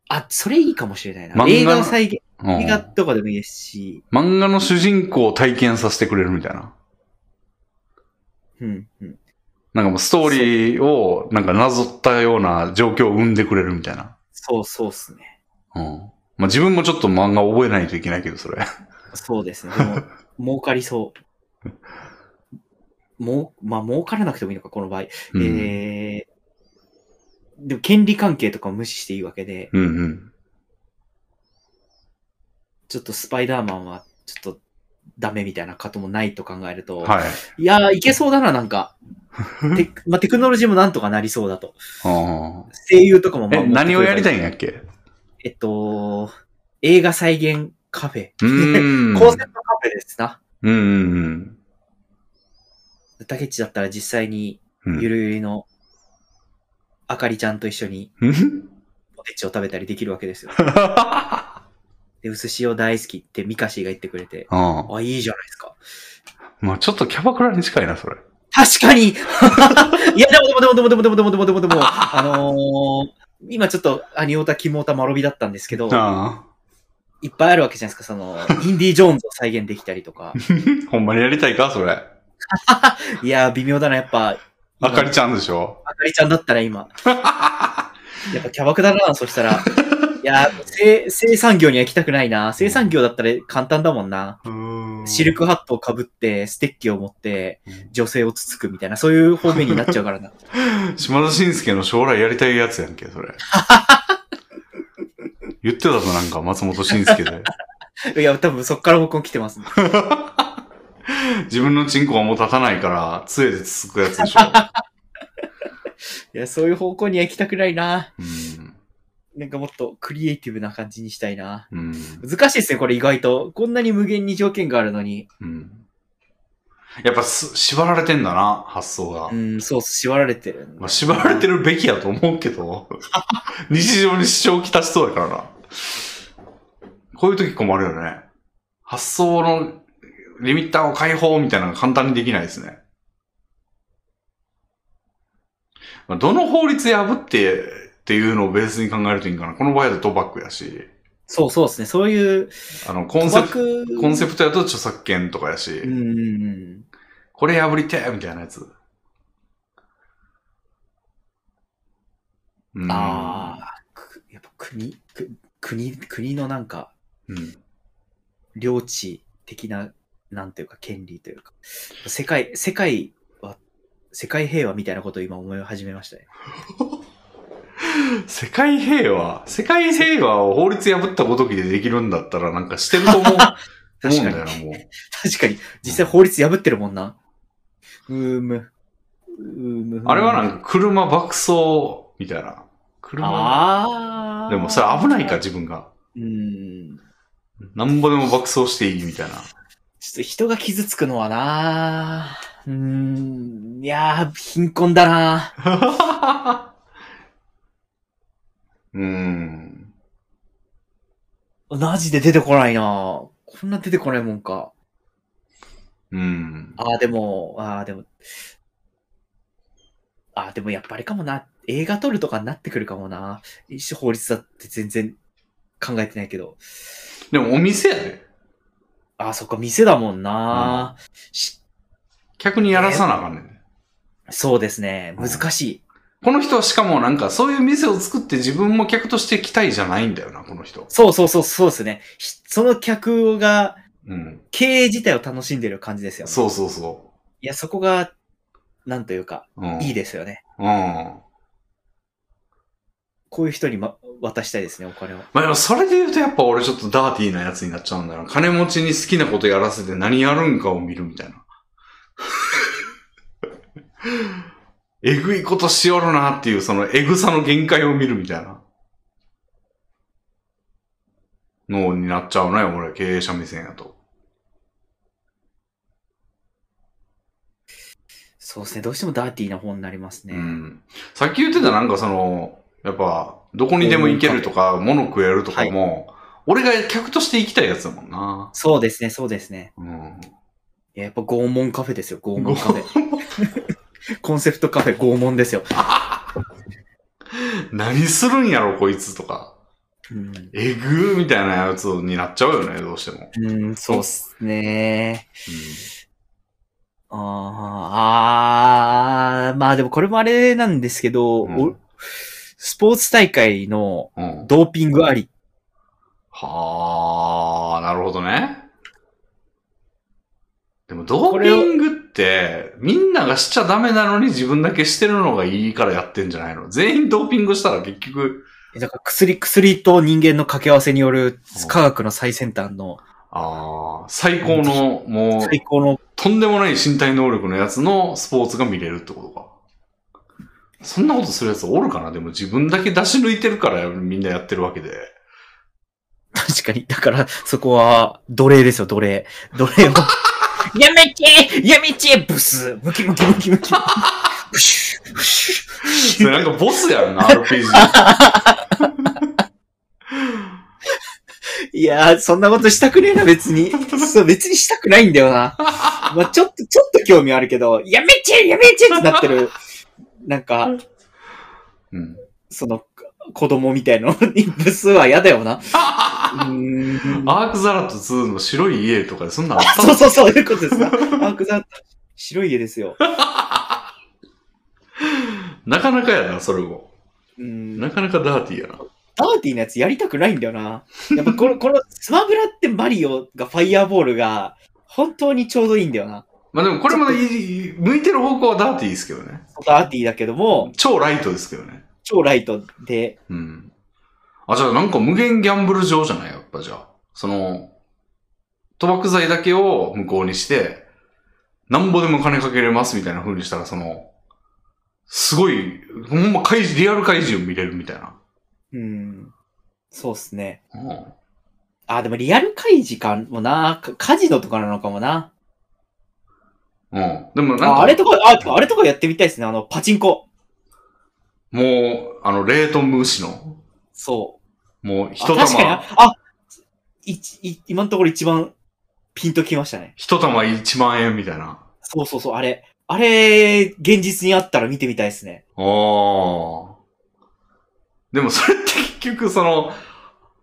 あ、それいいかもしれな
漫
い
画
な。
の
映画を再現。
う
映画
ん。
とかでもいいですし。
漫画の主人公を体験させてくれるみたいな。
うん、うん。
なんかもうストーリーをなんかなぞったような状況を生んでくれるみたいな。
そうそうっすね。
うん。まあ自分もちょっと漫画覚えないといけないけど、それ。
そうですね。で も、儲かりそう。もう、まあ、儲からなくてもいいのか、この場合。
うん、
えー、でも、権利関係とかを無視していいわけで、
うんうん。
ちょっとスパイダーマンは、ちょっと、ダメみたいなこともないと考えると、
はい。
い、やー、いけそうだな、なんか。 テクまあ、テクノロジーもなんとかなりそうだと。
あ
声優とかも
ー
まあ
え、何をやりた
い
いんやっ け
えっと、映画再現カフェ。
うーん。
コンセプトカフェですな。
うんうん
竹内だったら実際に
うん。
ゆるゆりのあかりちゃんと一緒に
うん。
ポテチを食べたりできるわけですよ。で、薄塩大好きってミカシーが言ってくれて、
うん。
あ、いいじゃないですか。
まあちょっとキャバクラに近いな、それ。
確か にいや、でもでもでもでもでもでもでもでもでもでも、あのー、今ちょっとアニオタ、キモオタ、マロビだったんですけど、
あ
いっぱいあるわけじゃないですか、その、インディ・ジョーンズを再現できたりとか。
あ。ほんまにやりたいか、それ。
いやー、微妙だな、やっぱ、
あかりちゃんでしょ
あかりちゃんだったら今。やっぱキャバクラだな、そし たら。いやー、生生産業には行きたくないな。生産業だったら簡単だもんな。シル
ク。
クハットをかぶって、ステッキを持って、女性をつつくみたいな、そういう方面になっちゃうか らな。
島田紳介の将来やりたいやつやんけ、そ れ。言ってたぞ、なんか、松本紳介で。
いや、多分そっから僕も来てます、
自分のチンコはもう立たないから、杖でつつくやつでし ょ。
いや、そういう方向には行きたくないな。
うん。
なんかもっとクリエイティブな感じにしたいな。
うん。
難しいですね、これ意外と。こんなに無限に条件があるのに。
うん。やっぱす、縛られてんだな、発想が
う。ん、そう、縛られてる。
まあ、縛られてるべきやと思うけど、日常に支障をきたしそうやからな。こういう時困るよね。発想のリミッターを解放みたいなのが簡単にできないですね。まあ、どの法律破ってっていうのをベースに考えるといいんかな。この場合だと賭博やし、
そうそうですね、そういう、
あの、コンセプト、
ト
コンセプトやと著作権とかやし、
うんうんうん。
これ破りてえみたいなやつ。うん
ああ、くやっぱ国、く国、国のなんか、
うん。
領地的な、なんていうか、権利というか、世界、世界は、世界平和みたいなことを今思い始めましたね。
世界平和世界平和を法律破ったごときでできるんだったら、なんかしてると思う思うん
確か
だ
に
よ。な、もう。
確かに。実際法律破ってるもんな。うーむ。うーむ。
あれはなんか車爆走みたいな。車。
ああ。
でもそれ危ないか、。自分が。
うーん。
なんぼでも爆走していいみ たいな。
ちょっと人が傷つくのはなうーん。いやー、貧困だな
うーん。
マジで出てこないなこんな出てこないもんか。
うん。
ああ、でも、ああ、でも、ああ、でもやっぱりかもな。映画撮るとかになってくるかもな。一種法律だって全然考えてないけど。
でもお店やで。
ああ、そっか、店だもんな、し
客にやらさなあかんねん。
そうですね。
うん
難しい。
この人はしかもなんかそういう店を作って自分も客として来たいじゃないんだよな、この人。
そうそうそう、そうですね。ひその客が、
うん。
経営自体を楽しんでる感じですよね。
そうそうそ
いや、そこが、なんというか、
う。うん、
いいですよね。
うん。ま
こういう人に、ま、渡したいですね、お金を。
あでもそれで言うとやっぱ俺ちょっとダーティーなやつになっちゃうんだよな。金持ちに好きなことやらせて何やるんかを見るみたいな。 えぐいことしよるなっていうそのえぐさの限界を見るみたいな。のになっちゃうね、俺経営者目線やと。
そうですね。どうしてもダーティーな方になりますね。
うん。さっき言ってたなんかその、やっぱ、どこにでも行けるとか、物食えるとかも、俺が客として行きたいやつだもんな。
そうですね、そうですね。
うん。
いや、やっぱ拷問カフェですよ、拷問カフェ。 コンセプトカフェ拷問ですよ。
何するんやろ、こいつとか。
うん、
えぐーみたいなやつになっちゃうよね、どうしても。
うん、そうっすね。あーあー、まあでもこれもあれなんですけど、
うん
おスポーツ大会の
うん。うん。
ドーピングあり。
はあ、なるほどね。でも、ドーピングって、みんながしちゃダメなのに自分だけしてるのがいいからやってんじゃないの全員ドーピングしたら結局、
だから薬、薬と人間の掛け合わせによる
うん
科学の最先端の
ああ、最高の、もう、
最高の、
とんでもない身体能力のやつのスポーツが見れるってことか。そんなことするやつおるかなでも自分だけ出し抜いてるからみんなやってるわけで。
確かに。だから、そこは、奴隷ですよ、奴隷。奴隷を。 やめてやめてブスムキムキムキムキ。ブシュッブシュッ
それなんかボスやろな、RPG。
いやー、そんなことしたくねえな、別に。そう、別にしたくないんだよな。まあちょっと、ちょっと興味あるけど、やめてやめてってなってる、なんか、
うん。
その、子供みたいのにブスは嫌だよな。うーん。
アークザラット2の白い家とかでそんなんあった
そうそうそう、いうことですな。アークザート白い家ですよ。
なかなかやな、それも。
うん。
な
ダ
かなかダーティーやな。
ーティーなやつやりたくないんだよな。やっ ぱこの、このスマブラってマリオがファイヤーボールが、本当にちょうどいいんだよな。
まあでもこれもいい向いてる方向はダーティーですけどね。
ダーティーだけども、
超ライトですけどね。
超ライトで、
うん。あ、じゃあなんか無限ギャンブル場じゃないやっぱじゃあ。その、賭博罪だけを無効にして、なんぼでも金かけれますみたいな風にしたら、その、すごい、ほんま怪獣、リアル怪獣を見れるみたいな。
うん。そうっすね。
うん。
あ、でもリアル開示かもな。かカジノとかなのかもな。
うん。でもなんか、
ああれとか、あ、てかあれとかやってみたいですね。あの、パチンコ。
もう、あの、冷凍無視の、
そう。
もう、
あ
一
確かに
玉、
な。あ、いい今のところ一番ピンときましたね。
一玉1万円みたいな。
そうそうそう、あれ。あれ、現実にあったら見てみたいですね。
ああ。でもそれって結局その、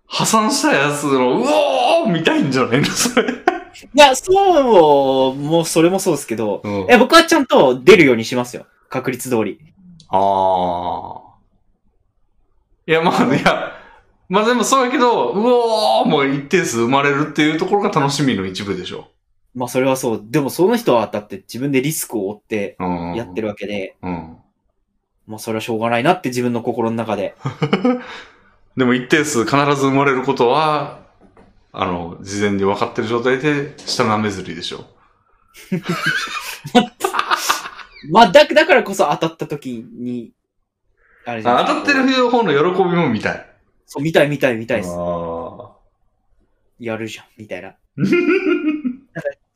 破産したやつの、うおー見たいんじゃないのそれ。
いや、そうも、もうそれもそうですけど、
うん、
え、僕はちゃんと出るようにしますよ。確率通り。
ああ。いや、まあ、いや、まあでもそうやけど、うおーもう一定数生まれるっていうところが楽しみの一部でしょ。
まあそれはそう。でもその人はだって自分でリスクを負って
うん。
やって
る。
るわけで、
うん。
まあそれはしょうがないなって自分の心の中で。
でも一定数必ず生まれることは、あの、事前に分かってる状態で、下舐めずりでしょ。
まあだ、だからこそ当たった時に、あれじゃな
あ
い
当たってる方の喜びも見たい。
そう、見たい見たい見たいです。
あ
やるじゃん、みたいな。
ー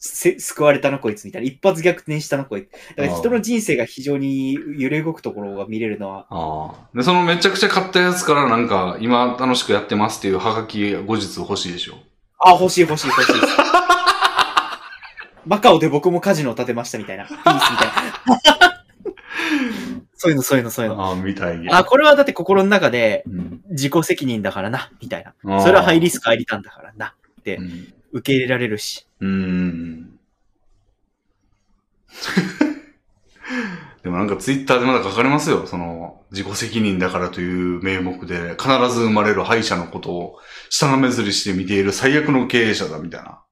せ救われたなこいつみたいな。一発逆転したなこいつ。だから人
あ
の人生が非常に揺れ動くところが見れるのは、
あーで、そのめちゃくちゃ買ったやつからなんか、今楽しくやってますっていうハガキ後日欲しいでしょ。
あ、欲しい欲しい 欲しいです。マカオで僕もカジノを建てましたみたいな。ピースみたい な。そういうの、そういうの、そういうの。
ああ、みたい
あ、これはだって心の中で
うん
自己責任だからな、みたいな。
あー
それはハイリスク入りたんだからな。
うん
受け入れられるし。
うーん。 でもなんかツイッターでまだ書かれますよ。その、自己責任だからという名目で、必ず生まれる敗者のことを、下の目ずりして見ている最悪の経営者だ、みたいな。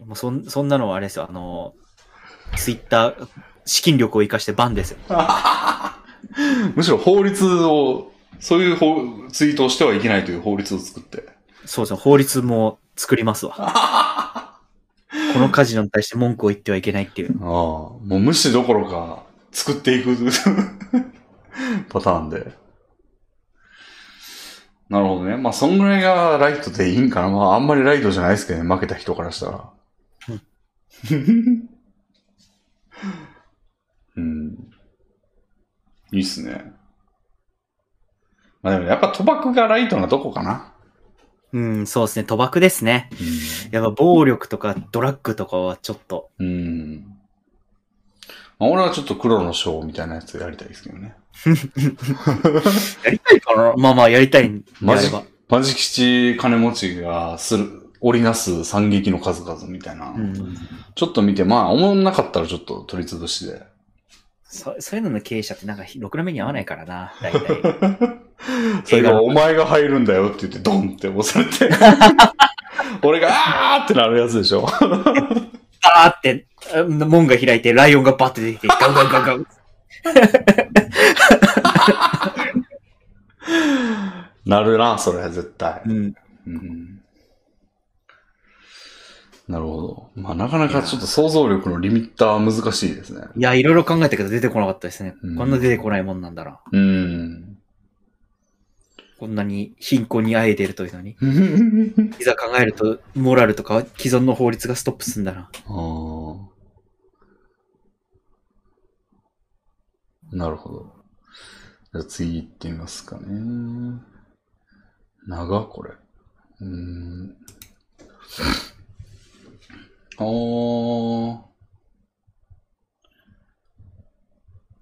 もうそんそんなのはあれですよ、あの、ツイッター、資金力を生かしてバンですよ。
むしろ法律を、そういう法ツイートをしてはいけないという法律を作 って。
そうですね、法律も作りますわ。このカジノに対して文句を言ってはいけないっていう。
ああ、もう無視どころか、作っていく パターンで。なるほどね。まあ、そんぐらいがライトでいいんかな。まあ、あんまりライトじゃないですけどね、負けた人からしたら。 うん。いいっすね。まあ、でもやっぱ賭博がライトなとこかな。
うん、そうですね、賭博ですね。やっぱ暴力とかドラッグとかはちょっと、
うん。うん。まあ、俺はちょっと黒の章みたいなやつやりたいですけどね。
やりたいかなまあまあやりたいんであ
マ
れ
ジ
ば。
マジ吉金持ちがする、織りなす惨劇の数々みたいな。
うん、
ちょっと見て、まあ、思んなかったらちょっと取り潰しで。
そそういうのの経営者ってなんかひろくな目に合わないからな、大 体。
最後、お前が入るんだよって言って、ドンって押さ れて。俺が、あーってなるやつでしょ。
あーって、うん門が開いて、ライオンがバッて出 てきて、ガンガンガンガン。
なるな、それ、絶対。
うん、
うんなるほど。まあ、なかなかちょっと想像力のリミッターは難しいですね。
いや、いろいろ考えたけど出てこなかったですね。
うん
こんな出てこないもんなんだな。
うん。
こんなに貧困にあえてるというのに。いざ考えると、モラルとか既存の法律がストップすんだな。
ああ。なるほど。じゃあ次行ってみますかね。長これ。うーん。あー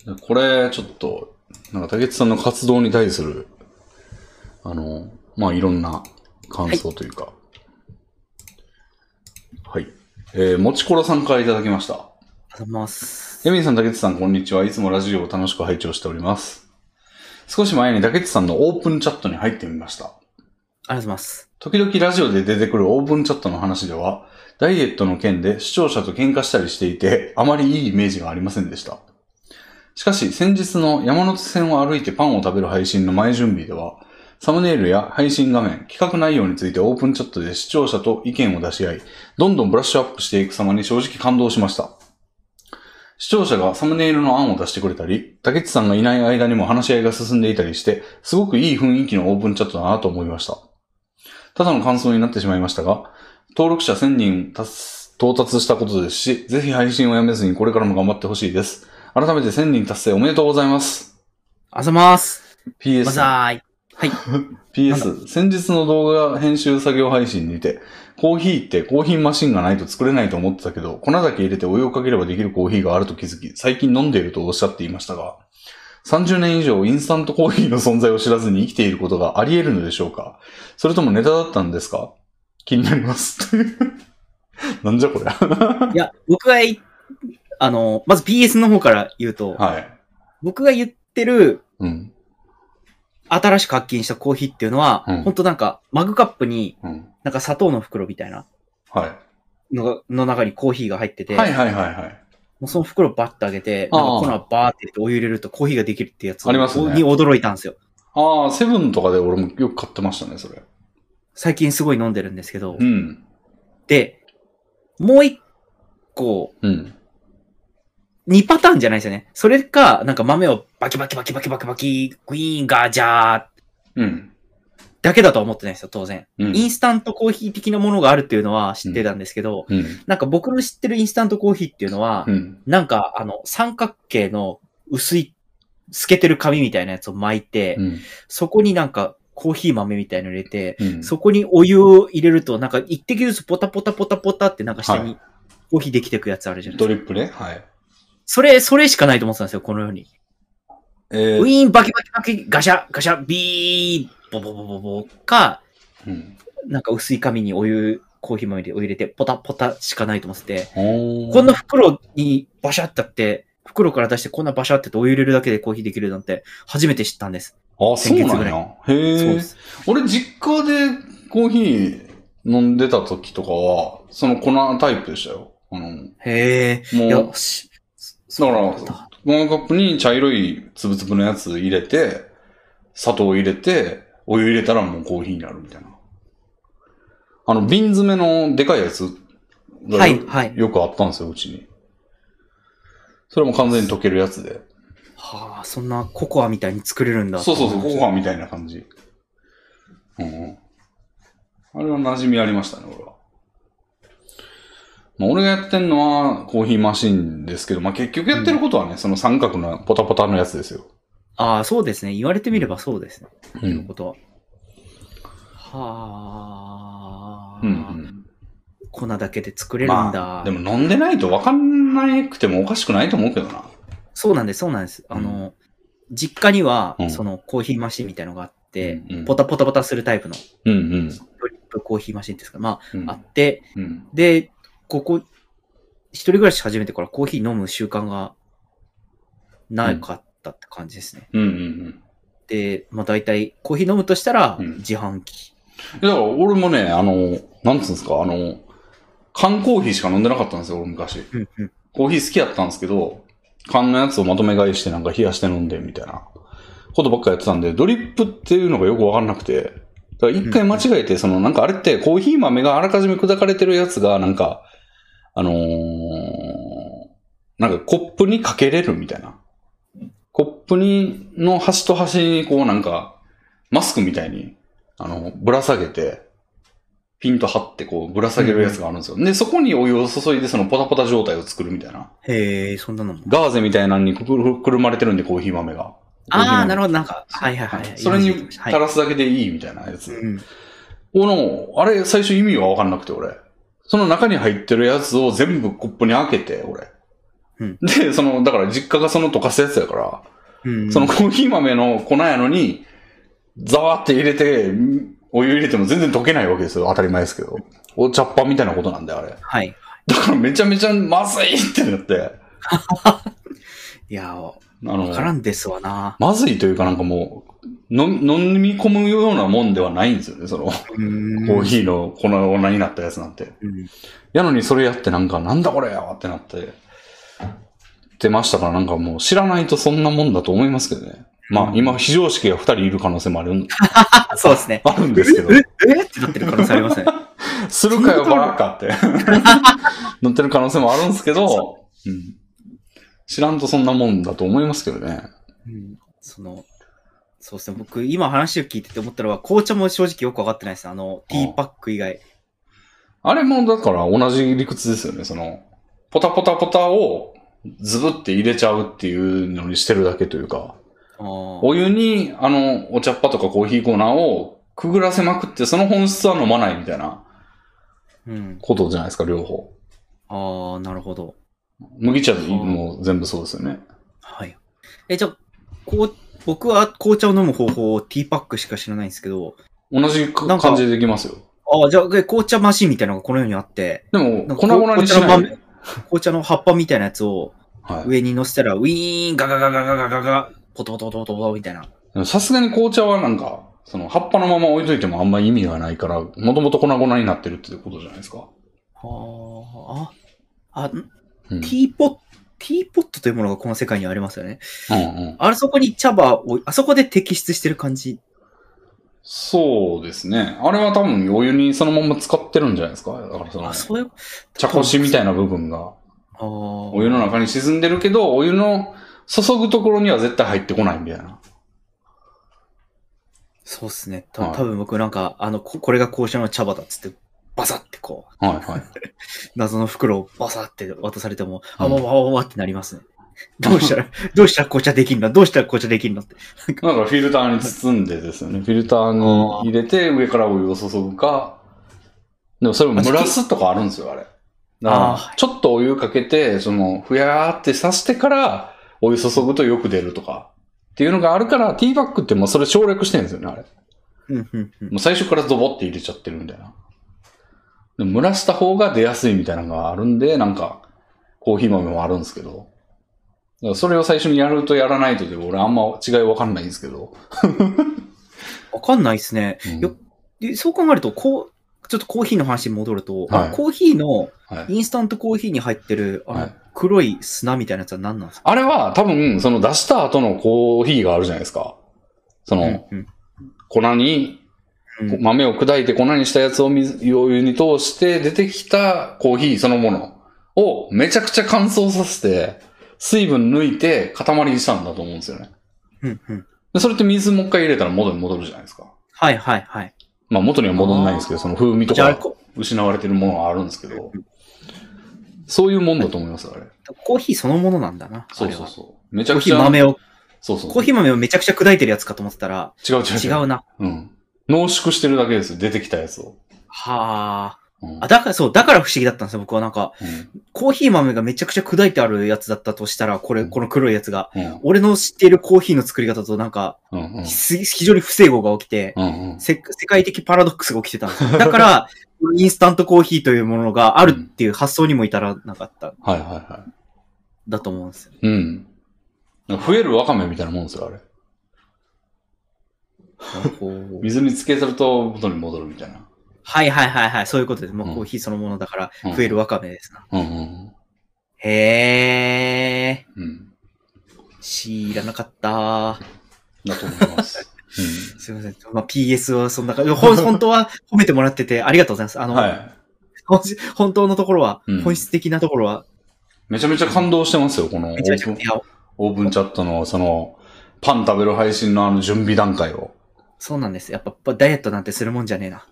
じゃあ。これ、ちょっと、なんか、竹内さんの活動に対する、あの、まあ、いろんな感想というか。はい。えー、もちころさんからいただきました。
ありがとうございます。
エミンさん、竹内さん、こんにちは。いつもラジオを楽しく拝聴しております。少し前に竹内さんのオープンチャットに入ってみました。
ありがとうございます。
時々ラジオで出てくるオープンチャットの話では、ダイエットの件で視聴者と喧嘩したりしていて、あまりいいイメージがありませんでした。しかし、先日の山手線を歩いてパンを食べる配信の前準備では、サムネイルや配信画面、企画内容についてオープンチャットで視聴者と意見を出し合い、どんどんブラッシュアップしていく様に正直感動しました。視聴者がサムネイルの案を出してくれたり、竹内さんがいない間にも話し合いが進んでいたりして、すごくいい雰囲気のオープンチャットだなと思いました。ただの感想になってしまいましたが、登録者1000人達す到達したことですし、ぜひ配信をやめずにこれからも頑張ってほしいです。改めて1000人達成おめでとうございます。
ありがとうございます。バ
PS、
ザーイ。
PS、先日の動画編集作業配信にて、コーヒーってコーヒーマシンがないと作れないと思ってたけど、粉だけ入れてお湯をかければできるコーヒーがあると気づき、最近飲んでいるとおっしゃっていましたが、30年以上インスタントコーヒーの存在を知らずに生きていることがあり得るのでしょうかそれともネタだったんですか気になります。 なんじゃこりゃ。
いや、僕がい、あの、まず PS の方から言うと、
はい。
僕が言ってる
うん。
新しく発見したコーヒーっていうのは、
うん
ほんとなんかマグカップに
うん。
なんか砂糖の袋みたいな
は
のがの中にコーヒーが入って
い。
て、
はいはいはいはい。
もうその袋バッと開けて、
あ
なん
あ
か粉バーって入れてお湯入れるとコーヒーができるってやつ
ありますね
に驚いたんですよ。
ああ、セブンとかで俺もよく買ってましたね、それ。
最近すごい飲んでるんですけど、
うん。
で、もう一個、
うん。
2パターンじゃないですよね。それか、なんか豆をバキバキバキバキバキバキ、グイーンガージャー
うん。
だけだとは思ってないですよ、当然。
うん。
インスタントコーヒー的なものがあるっていうのは知ってたんですけど、
うん。
なんか僕の知ってるインスタントコーヒーっていうのは、
うん。
なんかあの三角形の薄い透けてる紙みたいなやつを巻いて、
うん。
そこになんかコーヒー豆みたいの入れて、
うん。
そこにお湯を入れるとなんか一滴ずつポタポタポタポタってなんか下にコーヒーできてくやつあるじゃないです
ド
か。
リップね。はい。
それ、それしかないと思ってたんですよ、このように。
えー、
ウィーンバキバキバキガシャガシャビーボボボボボか、
うん。
なんか薄い紙にお湯、コーヒー豆でお湯入れてポタポタしかないと思ってて、
おー
こんな袋にバシャってあって、袋から出してこんなバシャってってお湯入れるだけでコーヒーできるなんて初めて知ったんです。
あ、そう
先月
なん
ぐら
や。
そう
へえ
で。す。
俺、実家でコーヒー飲んでた時とかは、その粉タイプでしたよ。あの、
へえ。い
もう
や、、し、
だから
そうだ、
マグカップに茶色いつぶつぶのやつ入れて、砂糖入れて、お湯入れたらもうコーヒーになるみたいな。あの、瓶詰めのでかいやつがよ,、
はいはい
よくあったんですよ、うちに。それも完全に溶けるやつで。
はあ、そんなココアみたいに作れるんだ。
そうそうそう、ご飯みたいな感じ。うんうん。あれは馴染みありましたね、俺は。まあ、俺がやってんのはコーヒーマシンですけど、まあ結局やってることはね、その三角のポタポタのやつですよ。
ああ、そうですね。言われてみればそうですね。
う。
というんことは。はあ、
うんうん
粉だけで作れるんだ。
まあ、でも飲んでないと分かんなくてもおかしくないと思うけどな。
そうなんです、そうなんです。あの、実家には、
うん
そのコーヒーマシンみたいのがあって、
うんうん
ポタポタポタするタイプの
うんうん
ドリップコーヒーマシンですか。ま
うん
あ、あって、
うん。
で、ここ、一人暮らし始めてからコーヒー飲む習慣がなかったって感じですね。
うんうんうん。
で、まあ大体コーヒー飲むとしたら
うん
自販機。
だから俺もね、あの、なんつうんですか、あの、缶コーヒーしか飲んでなかったんですよ、俺昔。
うんうん
コーヒー好きやったんですけど、缶のやつをまとめ買いしてなんか冷やして飲んでみたいなことばっかやってたんで、ドリップっていうのがよくわかんなくて、だから一回間違えて、そのなんかあれってコーヒー豆があらかじめ砕かれてるやつがなんか、あのーなんかコップにかけれるみたいな。コップに、の端と端にこうなんか、マスクみたいに、あの、ぶら下げて、ピンと張ってこうぶら下げるやつがあるんですよ。で、そこにお湯を注いでそのポタポタ状態を作るみたいな。
へえ、そんなのも。
ガーゼみたいなのにくるくるまれてるんで、コーヒー豆が。
ああ、なる
ほ
ほど、なんか、はいはいはい。
それ
イメージで
に
きました
垂らすだけでいいみたいなやつ。
はいうん、
おの、あれ、最初意味がわかんなくて、俺。その中に入ってるやつを全部コップに開けて、俺。
うん
で、その、だから実家がその溶かすやつやから、
うん、
そのコーヒー豆の粉やのに、ザワって入れて、お湯入れても全然溶けないわけですよ。当たり前ですけど。お茶っ葉みたいなことなんで、あれ。
はい。
だからめちゃめちゃまずいってなって。
いやー、わ
あの、
からんですわな。
まずいというかなんかもう、の飲み込むようなもんではないんですよね、その、
コー
コーヒーの粉々になったやつなんて。
うん
やのにそれやってなんか、なんだこれやわってなって、出ましたからなんかもう知らないとそんなもんだと思いますけどね。まあ今、非常識が2人いる可能性もある、
あそうですね。
あるんですけど
え、えってなってる可能性ありますね。
するかよバラかって、乗ってる可能性もあるんですけど、うん知らんとそんなもんだと思いますけどね。
うんその、そうですね。僕、今話を聞いてて思ったのは、紅茶も正直よくわかってないです。あの、ティーパック以外。
あれもだから同じ理屈ですよね。その、ポタポタポタをズブって入れちゃうっていうのにしてるだけというか、
あー
お湯にあの、お茶っ葉とかコーヒー粉をくぐらせまくって、その本質は飲まないみたいな
うん。
ことじゃないですか、両方。
ああ、なるほど。
麦茶も全部そうですよね。
はい。え、じゃあ、こう、僕は紅茶を飲む方法をティーパックしか知らないんですけど、
同じか
なんか
感じでできますよ。
ああ、じゃあ、で紅茶マシンみたいなのがこのようにあって、
でも、
なんか
粉々にしないで。
紅茶の葉っぱみたいなやつを
は
上に乗せたら、ウィーン、ガガガガガガガガ、ポトポトポトポトみたいな。
い。さすがに紅茶はなんか、その葉っぱのまま置いといてもあんま意味がないから、もともと粉々になってるってことじゃないですか。
はあ、あ、ん
うん。
ティーポット、ティーポットというものがこの世界にありますよね。
うんうん。
あそこに茶葉を、あそこで摘出してる感じ。
そうですね。あれは多分お湯にそのまま使ってるんじゃないですか。だからその
あ、、そういう、
茶こしみたいな部分が、
ああ、
お湯の中に沈んでるけど、お湯の注ぐところには絶対入ってこないみたいな。
そうっすね。た
はい
多分僕なんか、あの、ここれが紅茶の茶葉だっつって、バサってこう、
はいはい。
謎の袋をバサって渡されても、あ
うん
わわわわってなりますね。どうし たら、どうしたら紅茶できるのどうしたら紅茶できるのって。
なんかフィルターに包んでですよね。フィルターに入れて上からお湯を注ぐか、でもそれも蒸らすとかあるんですよ、あれ。だ
あ
からちょっとお湯かけて、その、ふやーってさしてから、お湯注ぐとよく出るとか。っていうのがあるから、ティーバッグってもうそれ省略してるんですよね、あれ。
うんうんうん
もう最初からドボって入れちゃってるみたいな。でも蒸らした方が出やすいみたいなのがあるんで、なんか、コーヒー豆もあるんですけど。だからそれを最初にやるとやらないとで、俺あんま違いわかんないんですけど。
わかんないっすね。
うん
よでそう考えると、こう、ちょっとコーヒーの話に戻ると、
はい
コーヒーの、
はい
インスタントコーヒーに入ってる、あの、
はい
黒い砂みたいなやつは何なんですか
あれは多分、その出した後のコーヒーがあるじゃないですか。その、
うん
粉に、
うんうん
豆を砕いて粉にしたやつを水、お湯に通して出てきたコーヒーそのものをめちゃくちゃ乾燥させて、水分抜いて塊にしたんだと思うんですよね。
うんうん。
でそれって水もう一回入れたら元に戻るじゃないですか。
はいはいはい。
まあ元には戻んないんですけど、その風味と
じゃあ、
か
こ
失われてるものはあるんですけど、そういうもんだと思います、あれ。
コーヒーそのものなんだな。
そうそう
あれは
そう。めちゃ
コー
く
ヒ
ちゃ。
ー豆を、
そうそう。
コーヒー豆をめちゃくちゃ砕いてるやつかと思ってたら、
違う違う
違
違う。
うな。
うん。濃縮してるだけですよ、出てきたやつを。
はあ。
うん
あ、だから、そう、だから不思議だったんですよ、僕はなんか。
うん
コーヒー豆がめちゃくちゃ砕いてあるやつだったとしたら、これ、
うん
この黒いやつが。
うん
俺の知っているコーヒーの作り方となんか、
うんうん
す非常に不整合が起きて、
うんうん
せ世界的パラドックスが起きてたんで すよ。だから、インスタントコーヒーというものがあるっていう発想にも至らなかった、
はいはいは
だと思うん ですよ。
い。うん。増えるわかめみたいなもんですよ、あれ。水につけすると元に戻るみたいな。
はいはいはいはい、そういうことです。も
う
うんコーヒーそのものだから
う、ん
増えるわかめですな。
うんうん
へ
うん。うん。
ー、知らなかった。
だと思い ます。
すいません。まあ、PS は そんな感じ。ほん本当は褒めてもらっててありがとうございます。あ
う
の、
ん。はい。
本質本当のところは、
うん
本質的なところは、
めちゃめちゃ感動してますよ、このオ
めちゃめ
ー
ち
プ
ゃ、
ン
い、や、
オープンチャットのその、パン食べる配信のあの準備段階 を。
そうなんです。やっぱぱダイエットなんてするもんじゃねえな。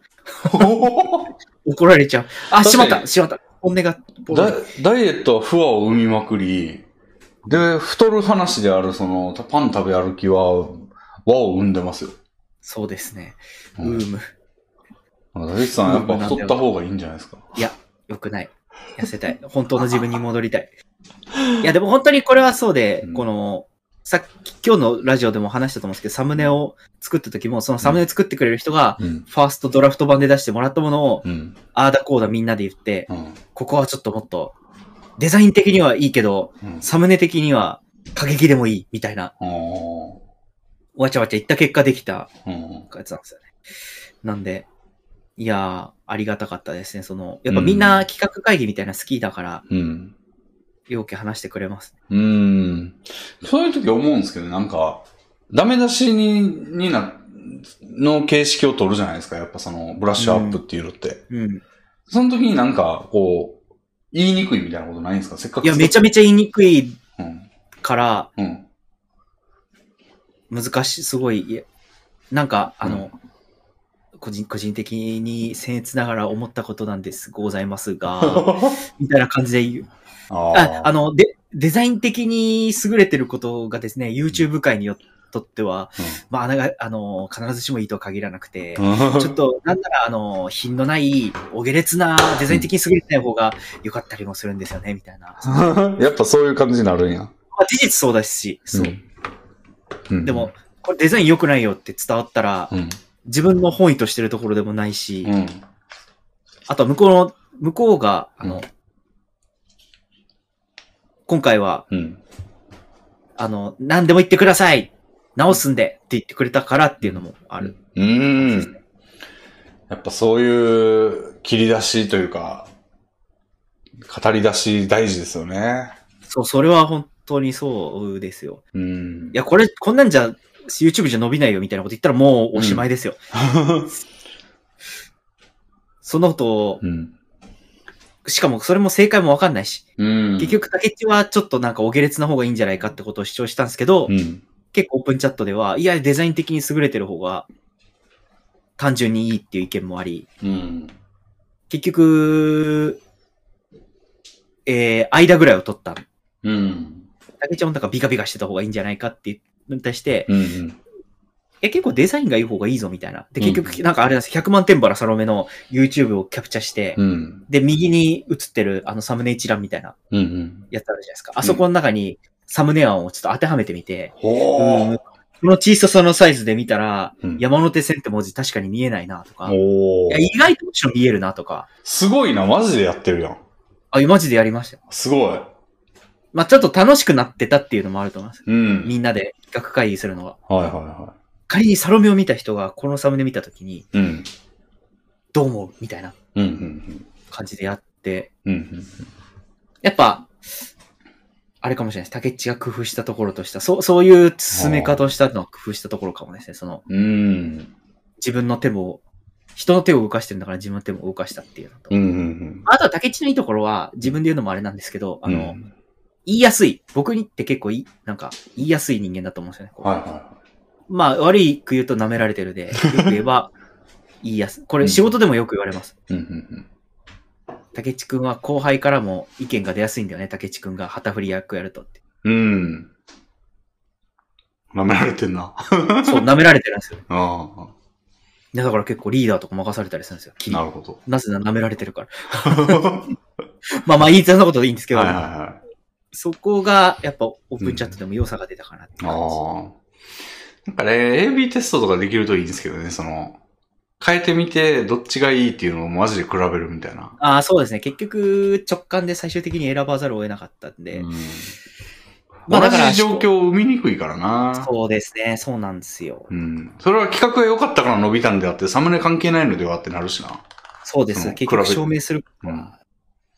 ダ
怒られちゃう。
確か
あ、
に
しまったしまった本音が、
ダイエットは不和を生みまくり、で、太る話であるその、パン食べ歩きは、和を生んでますよ。
そうですね。う
うん
ーむ。
竹内さん、やっぱ太った方がいいんじゃないですか。
よくない。痩せたい。本当の自分に戻りたい。いや、でも本当にこれはそうで、
うん
この、さっき、今日のラジオでも話したと思うんですけど、サムネを作った時も、そのサムネ作ってくれる人が、
うん。
ファーストドラフト版で出してもらったものを、
うん。
あーだこうだみんなで言って、
うん。
ここはちょっともっと、デザイン的にはいいけど、
うん。
サムネ的には過激でもいい、みたいな、
あー
わちゃわちゃ言った結果できた
うん。
やつなんですよね。なんで、いやー、ありがたかったですね。その、やっぱみんな企画会議みたいなの好きだから、
うん。
よく話してくれます。
うん。そういう時思うんですけど、なんか、ダメ出しに、にな、の形式を取るじゃないですか。やっぱその、ブラッシュアップっていうのって。
うん。
その時になんか、こう、言いにくいみたいなことないんですかせっかく。
いや、めち
ゃ。
ゃめちゃ言いにくい
うん。
から、
うん。
難しい、すごい、いやなんか、あの、個人、個人的に僭越ながら思ったことなんです、ございます が、みたいな感じで言う。
あ
あ、あ
の、
の、で、デザイン的に優れてることがですね、YouTube 界によとっては、まあ、なんかあの、必ずしもいいとは限らなくて、ちょっと、なんなら、あの、品のない、お下劣な、デザイン的に優れてない方が良かったりもするんですよね、みたいな。ま
やっぱそういう感じになるんや。
あ、事実そうだし、そう。
うん。
でも、これデザイン良くないよって伝わったら、
うん、
自分の本意としてるところでもないし、
うん。
あとは向こうの、向こうが、あの、
うん
今回は、
うん。
あの、何でも言ってください直すんでって言ってくれたからっていうのもある。
うーん。やっぱそういう切り出しというか、語り出し大事ですよね。
そう、それは本当にそうですよ。
うん。
いや、これ、こんなんじゃ、YouTube じゃ伸びないよみたいなこと言ったらもうおしまいですよ。そのことを、
うん。
しかもそれも正解もわかんないし、
うん。
結局、竹内はちょっとなんかお下劣な方がいいんじゃないかってことを主張したんですけど、
うん。
結構オープンチャットでは、いや、デザイン的に優れてる方が単純にいいっていう意見もあり、
うん。
結局、えー、間ぐらいを取った。
うん。
竹ちゃんもなんかビカビカしてた方がいいんじゃないかっていうのに対して、
うん。
いや、結構デザインがいい方がいいぞみたいな。で、
うん
結局、なんかあれなんですよ、100万点バラサロメの YouTube をキャプチャして、
うん。
で、右に映ってるあのサムネ一覧みたいな
うん。うん。
やつあるじゃないですか。あそこの中にサムネ案をちょっと当てはめてみて、
ほ
う
ー
んこの小ささのサイズで見たら、
うん
山手線って文字確かに見えないなとか、い
お
や
ー
意外ともちろん見えるなとか、
すごいな、マジでやってるやん。
あ、マジでやりましたよ。
すごい。
まあちょっと楽しくなってたっていうのもあると思います。
うん。
みんなで企画会議するのが。
はいはいは
仮にサロメを見た人がこのサムネ見たときに、
い。うん。
どう思うみたいな
うん。うん。
感じでやって、
うん。うん。
やっぱ、あれかもしれないです。竹内が工夫したところとした、そう、そういう進め方をしたのは工夫したところかもですね。その、
うん。
自分の手も、人の手を動かしてるんだから自分の手も動かしたっていうのと。
うん。うん。
あとは竹内のいいところは、自分で言うのもあれなんですけど、あの、
うん、
言いやすい。僕にって結構いい、なんか、言いやすい人間だと思うんですよね。こう
はいは
まあ、悪いく言うと舐められ てるで、よく言えば、言いやすい。こ
う
れ
ん
仕事でもよく言われます。
い。うん。うん。
竹内くんは後輩からも意見が出やすいんだよね。竹内くんが旗振り役やるとって。
うん。舐められてん な。あ
そう、舐められてるんですよ。
あ。
いやだから結構リーダーとか任されたりするんですよ。きり
なるほ ど。
なぜなら舐められてるから。
は
まあまあ、言いそんなことでいいんです
い
けど、
はいはい。
そこがやっぱオープンチャットでも良さが出たかなって
あ
感じ、
あ。なんかね、AB テストとかできるといいんですけどね、その、変えてみて、どっちがいいっていうのをマジで比べるみたいな。
ああ、そうですね。結局、直感で最終的に選ばざるを得なかったんで。
うん
まあだから
同じ状況を生みにくいからな。
そうですね。そうなんですよ。
うん。それは企画が良かったから伸びたんであって、サムネ関係ないのではってなるしな。
そうで
う
す。
ん
結
比べ
局
て
証明することは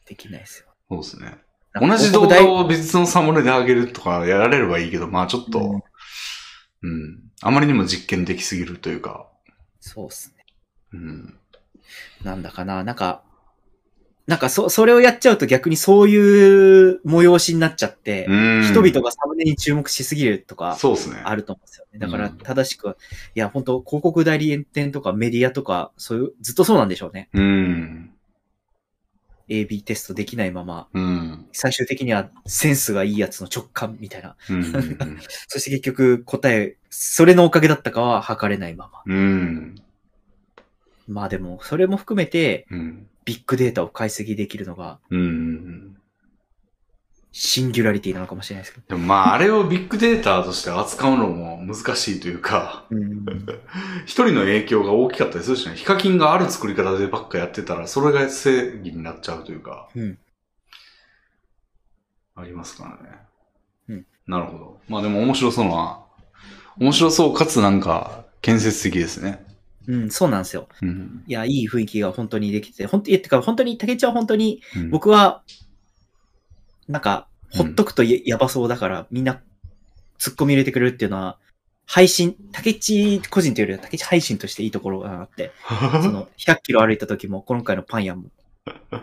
できないですよ。
そうですね。
なん
同
か
じ動画を別のサムネで上げるとかやられればいいけど、まあちょっと、
うん
うん。あまりにも実験的すぎるというか、
そうですね。
うん。
なんだかな。なんか、なんかそ、それをやっちゃうと逆にそういう催しになっちゃって、
うん
人々がサムネに注目しすぎるとか、
そうですね。
あると思うんですよね。だか
う
ら
ん
正しくは、いや、本当広告代理店とかメディアとか、そういう、ずっとそうなんでしょうね。
うん。
AB テストできないまま、
うん。
最終的にはセンスがいいやつの直感みたいな。
うんうん
そして結局答え、それのおかげだったかは測れないまま。
うん。
まあでも、それも含めて、
うん。
ビッグデータを解析できるのが、
うんうん。
シンギュラリティなのかもしれないですけど。
でもまあ、あれをビッグデータとして扱うのも難しいというか、一人の影響が大きかったりするしね。ヒカキンがある作り方でばっかやってたら、それが正義になっちゃうというか、
うん
ありますからね。
うん。
なるほど。まあでも面白そうな、面白そうかつなんか、建設的ですね。
うん、そうなんですよ。
うん。
いや、いい雰囲気が本当にできてて、本当に、ってか本当に、竹内は本当に、
うん、
僕は、なんか、ほっとくとや,、やばそうだから、みんな、突っ込み入れてくれるっていうのは、配信、竹内個人というよりは竹内配信としていいところがあって、その、100キロ歩いた時も、今回のパン屋も、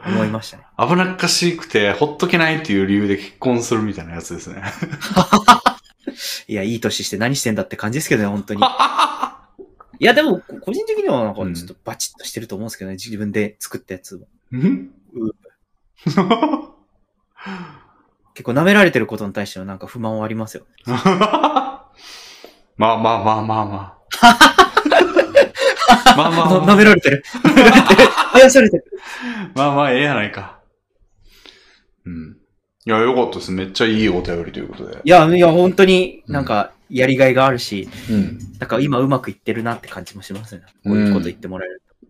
思いましたね。
危なっかしくて、ほっとけないっていう理由で結婚するみたいなやつですね。
いや、いい年して何してんだって感じですけどね、本当に。いや、でも、こ個人的にはなんか
うん
ちょっとバチッとしてると思うんですけどね、自分で作ったやつも。
うん
う結構舐められてることに対してのなんか不満はありますよ。
まあまあまあま あまあ。まあま
な
あま
舐
あ、
められてる。 舐められてる。怪されてる。
まあまあ、ええやないか。うん。いや、よかったです。めっちゃいいお便りということで
い。や、いや、本当になんかやりがいがあるし、
うん。
なんか今うまくいってるなって感じもしますね。こういうこと言ってもらえると。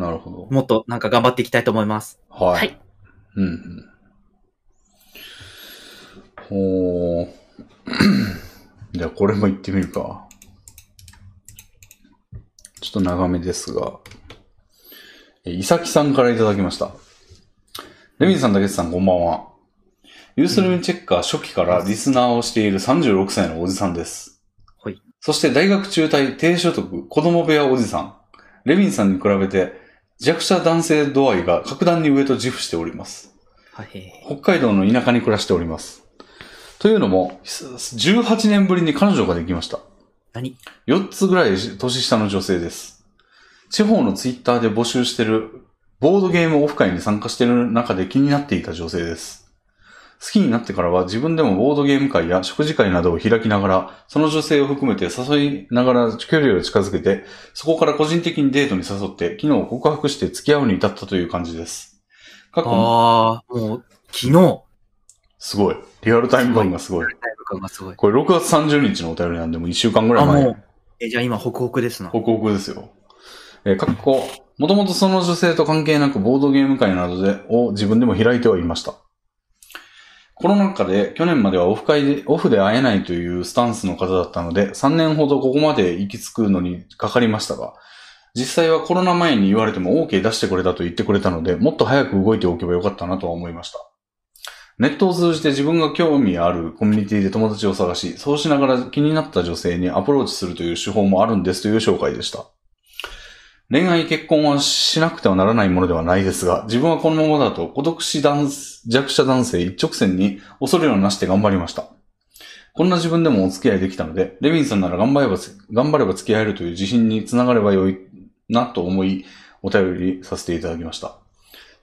なるほど。
もっとなんか頑張っていきたいと思います。
はい。
はい
うんうん。ほ ー。じゃあこれも行ってみるか。ちょっと長めですが。えいさきさんからいただきました。レミンさん、たけしさん、こんばんは。ユーストリームチェッカー初期からリスナーをしている36歳のおじさんです。
はい。
そして大学中退、低所得、子供部屋おじさん。レミンさんに比べて弱者男性度合いが格段に上と自負しております。
はい。
北海道の田舎に暮らしております。というのも、18年ぶりに彼女ができました。
何
?4 つぐらい年下の女性です。地方のツイッターで募集してるボードゲームオフ会に参加してる中で気になっていた女性です。好きになってからは自分でもボードゲーム会や食事会などを開きながら、その女性を含めて誘いながら距離を近づけて、そこから個人的にデートに誘って、昨日告白して付き合うに至ったという感じです。過去に
ああ、もう、昨日、タイ
すごい。リアルタイム感がすごい。
ム感がすごい。
これ6月30日のお便りなんで、もう1週間ぐら
あ、
い前。
もう、え、じゃあ今、ホクホクですな。
ホクホクですよ。えー、かっこ、もともとその女性と関係なくボードゲーム会などで、を自分でも開いてはいました。コロナ禍で去年まではオフ会で、オフで会えないというスタンスの方だったので、3年ほどここまで行き着くのにかかりましたが、実際はコロナ前に言われても OK 出してくれたと言ってくれたので、もっと早く動いておけばよかったなとは思いました。ネットを通じて自分が興味あるコミュニティで友達を探し、そうしながら気になった女性にアプローチするという手法もあるんですという紹介でした。恋愛結婚はしなくてはならないものではないですが、自分はこのままだと孤独死男弱者男性一直線に恐れをなして頑張りました。こんな自分でもお付き合いできたので、レビンさんなら頑張れば、頑張れば付き合えるという自信につながればよいなと思い、お便りさせていただきました。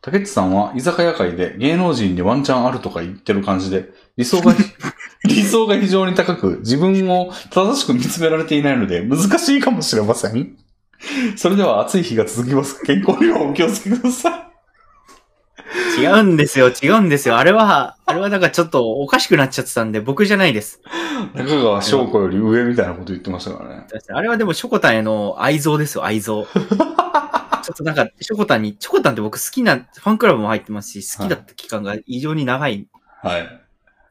竹内さんは居酒屋会で芸能人にワンチャンあるとか言ってる感じで、理想が、理想が非常に高く、自分を正しく見つめられていないので、難しいかもしれません。それでは暑い日が続きます。健康にはお気をつけくださ
違うんですよ、違うんですよ。あれは、あれはなんかちょっとおかしくなっちゃってたんで、僕じゃないです。
い。中川翔子より上みたいなこと言ってましたからね。
あれはでも、ショコタンへの愛憎ですよ、愛憎。ちょっとなんか、ショコタンに、ショコタンって僕好きな、ファンクラブも入ってますし、好きだった期間が異常に長いん
はい。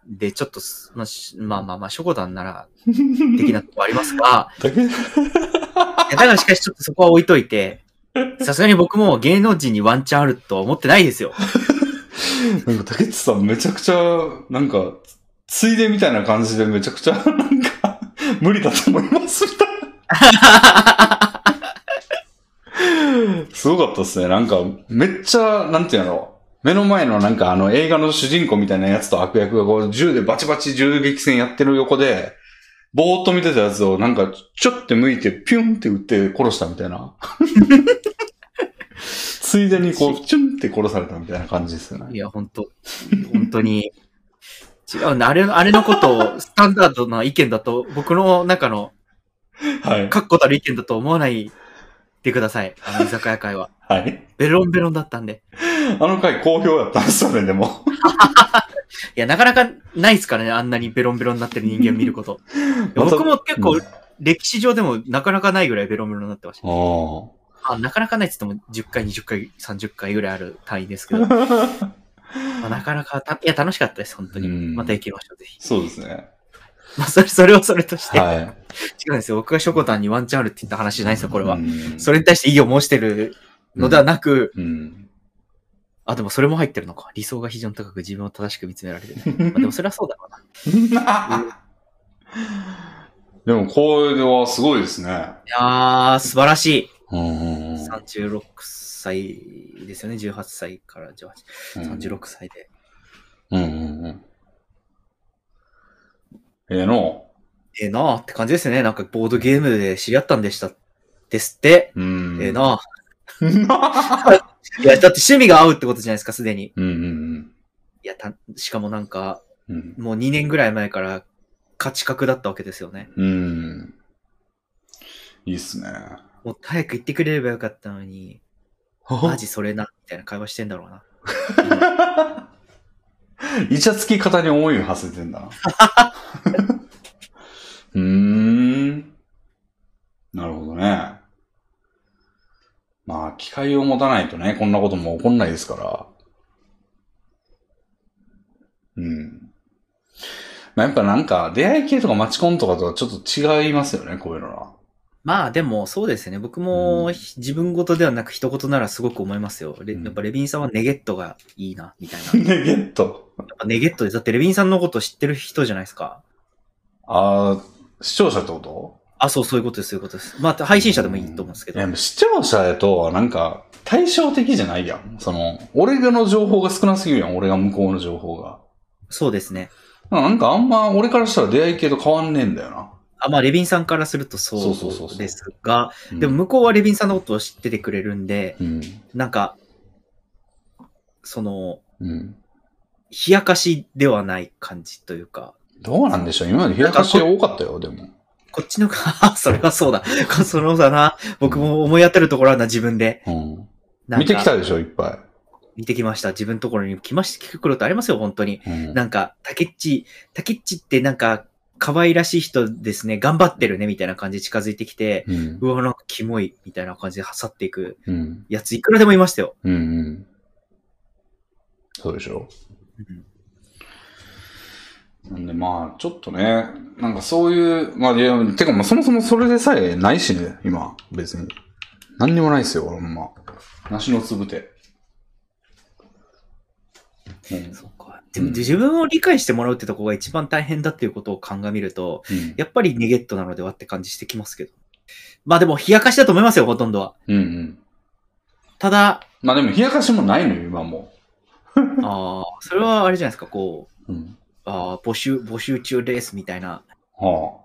で、ちょっとす、まあしまあまあまあ、ショコタンなら、的なとこありますが、
竹
いやだからしかしちょっとそこは置いといて、さすがに僕も芸能人にワンチャンあるとは思ってないですよ。
なんか竹内さんめちゃくちゃ、なんか、ついでみたいな感じでめちゃくちゃ、なんか、無理だと思いますみたいな。すごかったっすね。なんか、めっちゃ、なんていうの、目の前のなんかあの映画の主人公みたいなやつと悪役がこう銃でバチバチ銃撃戦やってる横で、ぼーっと見てたやつをなんかちょって向いてピュンって撃って殺したみたいな。ついでにこう、チュンって殺されたみたいな感じですよね
い。や、本当本当に。違うんだ。あれ、あれのことをスタンダードな意見だと、僕の中の
はい。
確固たる意見だと思わないでください。あの居酒屋会は。
はい。
ベロンベロンだったんで。
あの回好評だったんですよね、でも。
いや、なかなかないですからね、あんなにベロンベロンになってる人間を見る こと。いや僕も結構
うん、
歴史上でもなかなかないぐらいベロンベロンになってました。
あ
あなかなかないって言っても10回、20回、30回ぐらいある単位ですけど。
あ。
まあ、なかなかた、いや、楽しかったです、本当に。
うん
また行きましょう、ぜひ。
そうですね。
まあ、それ、それはそれとして。
は
違うんですよ。僕がショコタンにワンチャンあるって言った話じゃないですよ、これ
い。
は。
うん
それに対して異議を申してるのではなく、
うん。
あ、でもそれも入ってるのか。理想が非常に高く自分を正しく見つめられて る。まあ、でもそれはそうだろうな。
でも、これはすごいですね。
いやー、素晴らしい。
うんうん
36歳ですよね、18歳から18、36歳で。
うんうんうん。ええの。
ええなーって感じですね。なんかボードゲームで知り合ったんでした。ですって。
うん。
ええ。な
う
ー
ん
いや、だって趣味が合うってことじゃないですか、すでに。
うん
いや、た、しかもなんか、
うん。うん。
もう2年ぐらい前から価値格だったわけですよね。
うん。いいっすね。
もっと早く行ってくれればよかったのに、マジそれな、みたいな会話してんだろうな。
イチャつき方に思いを馳せてんだな。うーん。なるほどね。まあ、機体を持たないとね、こんなことも起こんないですから。うん。まあ、やっぱなんか、出会い系とかマチコンとかとはちょっと違いますよね、こういうのは。
まあでもそうですね。僕も
うん
ひ自分事ではなく一言ならすごく思いますよ。レ
うん
やっぱレビンさんはネゲットがいいな、みたいな。や
ネ
っ
ゲット。
ぱネゲットです。だってレビンさんのこと知ってる人じゃないですか。
ああ、視聴者ってこと
あ、そう、そういうことです、そういうことです。まあ配信者でもいいと思うんですけ
いや
ど。
でも視聴者やと、なんか、対照的じゃないやん。その、俺の情報が少なすぎるやん、俺が向こうの情報が。
そうですね。
なんかあんま、俺からしたら出会い系と変わんねえんだよな。
あ、まあレビンさんからすると
そうそうそ
そう
そうう
ですが、
うん
でも、向こうはレビンさんのことを知っててくれるんで、
うん。
なんか、その、
うん。
冷やかしではない感じというか、
どうなんでしょう今まで冷やかし多かったよ、でも。
こっちのか、 それはそうだ。そのだな。僕も思い当たるところはな、自分で。
うん。
なんか
見てきたでしょ、いっぱ
見てきました。自分のところに来ました。聞くことありますよ、本当に。
い。うん。
なんか、タケッチ、タケッチってなんか、可愛らしい人ですね。頑張ってるね、みたいな感じで近づいてきて、
うん
う。わ、なんかキモい、みたいな感じで去っていく
うん。
やつ、いくらでもいましたよ。
うん。うん。そうでしょ
うん
なんでまあ、ちょっとね、なんかそういう、まあ、いや、てかまあそもそもそれでさえないしね、今、別に。何にもないですよ、ほんま。梨のつぶて。うん
そうか。でも、自分を理解してもらうってとこが一番大変だっていうことを鑑みると、
うん
やっぱりネゲットなのではって感じしてきますけど。まあでも、冷やかしだと思いますよ、ほとんどは。
うんうん。
ただ、
まあでも、冷やかしもないのよ、今も
ああ、それはあれじゃないですか、こう、
う。うん。
ああ、募集、募集中ですみたいな。
は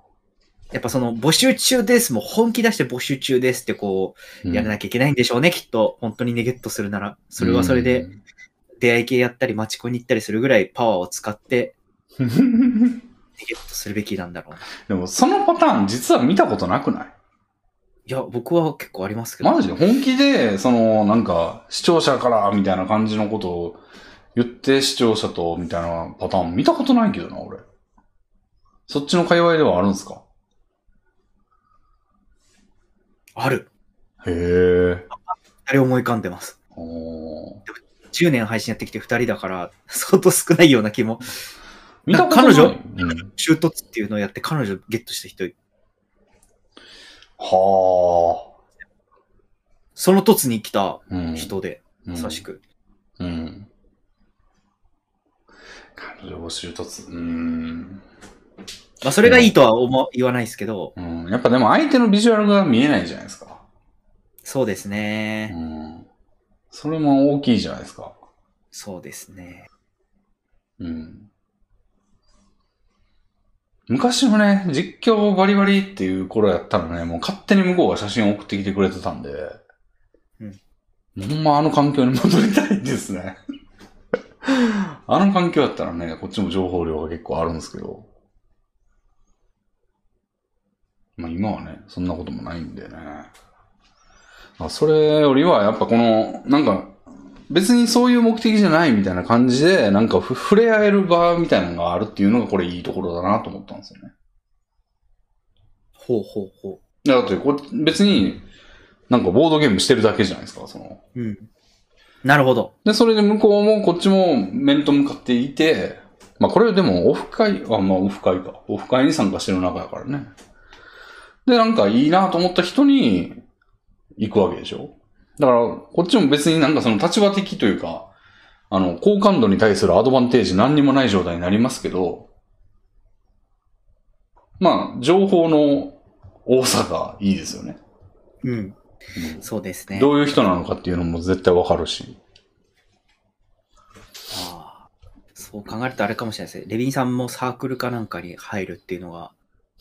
やっぱその、募集中ですも本気出して募集中ですってこ
あ。
う、やらな
きゃ、
きゃいけないんでしょうね、きっと。本当にネゲットするなら。それはそれで、出会い系やったり、マチコンに行ったりするぐらいパワーを使って、
うん。
ネゲットするべきなんだろうな。い
でも、そのパターン、実は見たことなくない
や、僕は結構ありますけど。
マジで本気で、その、なんか、視聴者から、みたいな感じのことを言って、視聴者と、みたいなパターン見たことないけどな、俺。そっちの界隈ではあるんすか
ある。
へえ。
あれ思い浮かんでます。
おー
10年配信やってきて2人だから、相当少ないような気も。
見たことない。
彼女
うん、
中突っていうのをやって彼女ゲットした人、
は
その突に来た
あ。うん。
人で、
うん、
まさしく。
うん。彼女募集突。うん。
まあ、それがいいとは思わ言わないですけど、
うん。やっぱでも相手のビジュアルが見えないじゃないですか。
そうですね。
うん。それも大きいじゃないですか。
そうですね。
うん。昔のね、実況バリバリっていう頃やったらね、もう勝手に向こうが写真を送ってきてくれてたんで、
うん
ほんまあの環境に戻りたいですね。 あの環境やったらね、こっちも情報量が結構あるんですけど。まあ今はね、そんなこともないんでね。まあそれよりはやっぱこの、なんか、別にそういう目的じゃないみたいな感じで、なんかふ触れ合える場みたいなのがあるっていうのがこれいいところだなと思ったんですよね。
ほうほうほ
いやだってこれ別になんかボードゲームしてるだけじゃないですか、その。
う。うん。なるほど。
で、それで向こうもこっちも面と向かっていて、まあこれでもオフ会、あ、まあオフ会か。オフ会に参加してる中やからね。で、なんかいいなと思った人に行くわけでしょ。だから、こっちも別になんかその立場的というか、あの、好感度に対するアドバンテージ何にもない状態になりますけど、まあ、情報の多さがいいですよね。
うん。
うん
そうですね。
どういう人なのかっていうのも絶対わかるし。
あーそう考えるとあれかもしれないですね。レビンさんもサークルかなんかに入るっていう のが、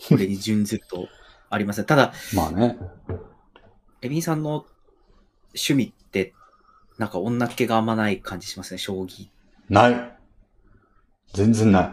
これに準ずるとありますね。ただ、
まあね。
レビンさんの趣味って、なんか女っ気があんまない感じしますね、将棋。
ない。全然ない。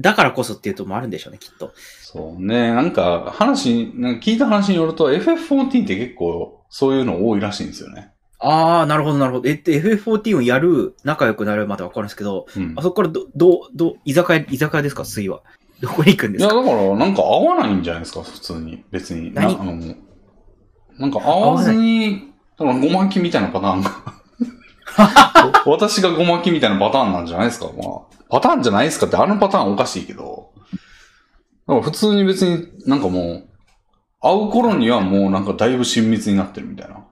だからこそっていうともあるんでしょうね、きっと。
そうね。なんか話、なんか聞いた話によると FF14 って結構そういうの多いらしいんですよね。
ああ、なるほど、なるほど。え、で FF14 をやる、仲良くなるまでわかるんですけど、
うん
あ。そこからど、どう、どう、居酒屋、居酒屋ですか水は。どこに行くんで
い
す
や、
か
だからなんか合わないんじゃないですか、普通に。別に。なあ
何
の、なんか合わずに、多分ごまきみたいなパターンが。 私がごまきみたいなパターンなんじゃないですか。まあ、パターンじゃないですかって、あのパターンおかしいけど。だから普通に別になんかもう、会う頃にはもうなんかだいぶ親密になってるみたいな。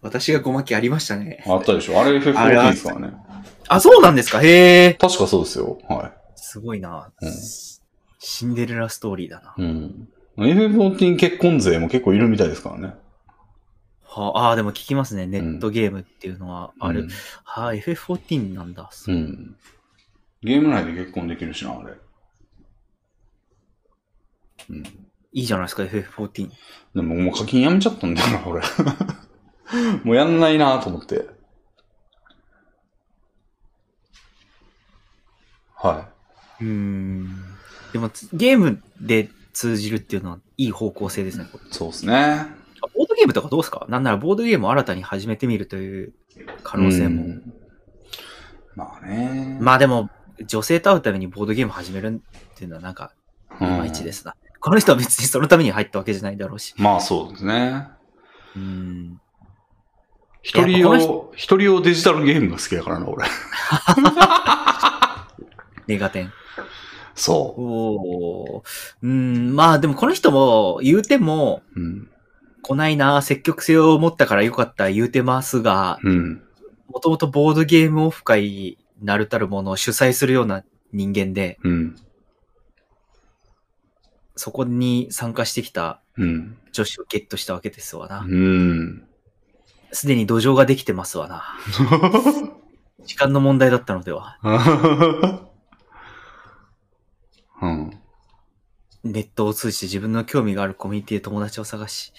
私がごまきありましたね。
あったでしょあれ FF
あれ
大きい
は
ですからね。
あ、そうなんですかへえ。
確かそうですよ。は
すごいな、
うん
シンデレラストーリーだな。
い。うん。FF14 結婚勢も結構いるみたいですからね。
はあ、あーでも聞きますね。ネットゲームっていうのはある。
うん
はあ、FF14 なんだ。
うん。ゲーム内で結婚できるしな、あれ。うん。で
いいじゃないですか、FF14。
ももう課金やめちゃったんだよな、俺。 もうやんないなと思って。は
うーん。でも、つゲームで通じるっていうのはいい方向性ですね。これ
い。そうですね。
あボードゲームとかどうですかなんならボードゲームを新たに始めてみるという可能性も。
うんまあね。
まあでも、女性と会うためにボードゲーム始めるっていうのはなんか、いまいちですな。この人は別にそのために入ったわけじゃないだろうし。
まあそうですね。
うん。
一人
いや
用、一人用デジタルゲームが好きだからな、俺。
ネガテン。
そ
おーうん、まあでもこの人も言うても、
う。うん。
こないな、積極性を持ったからよかった言うてますが、
うん。
もともとボードゲームオフ会なるたるものを主催するような人間で、
うん。
そこに参加してきた
うん。
女子をゲットしたわけですわな。
うん。
すでに土壌ができてますわな。時間の問題だったので は。
嗯うん。
ネットを通じて自分の興味があるコミュニティで友達を探し。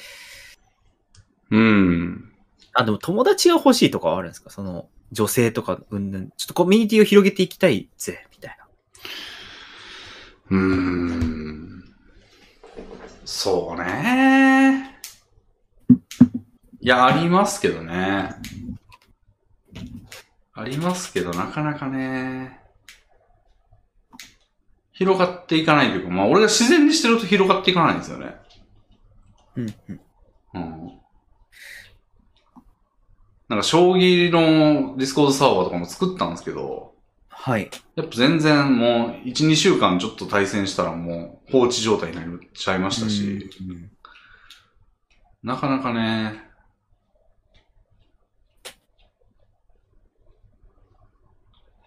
うん。
あ、でも友達が欲しいとかはあるんですかその、女性とか、うんぬん。ちょっとコミュニティを広げていきたいぜ、みたいな。
うん。そうね。いや、ありますけどね。ありますけど、なかなかね。広がっていかないというか、まあ、俺が自然にしてると広がっていかないんですよね。
うん、うん。
うんなんか将棋のディスコードサーバーとかも作ったんですけど、
はい。
やっぱ全然もう1、2週間ちょっと対戦したらもう放置状態になっちゃいましたし、
うん
なかなかね、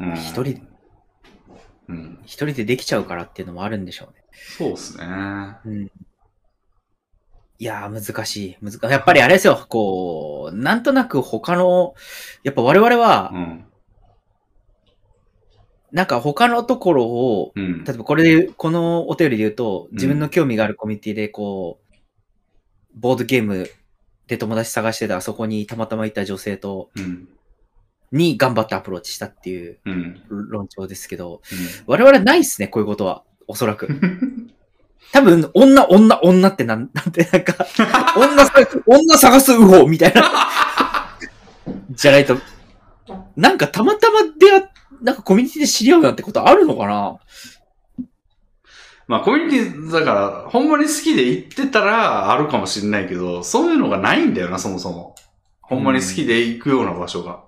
うん
一人で、
うん。
一人でできちゃうからっていうのもあるんでしょうね。
そうですね。
いやー、難しい。難しい。やっぱりあれですよ、こう、なんとなく他の、やっぱ我々
う
は、
ん。
なんか他のところを、
うん
例。えばこれで、このお便りで言うと、
ん
自分の興味があるコミュニティで、こう、ボードゲームで友達探してたら、そこにたまたまいた女性と、
うん。
に頑張ってアプローチしたっていう
うん。うん
論調ですけど、我々ないっすね、こういうことは。おそらく。
うん。
多分、女、女、女ってなん、 なんて、なんか、女探す、女探すウホみたいな。じゃないと。なんか、たまたま出会っ、なんかコミュニティで知り合うなんてことあるのかな
まあコミュニティだから、ほんまに好きで行ってたらあるかもしれないけど、そういうのがないんだよな、そもそも。ほんまに好きで行くような場所が。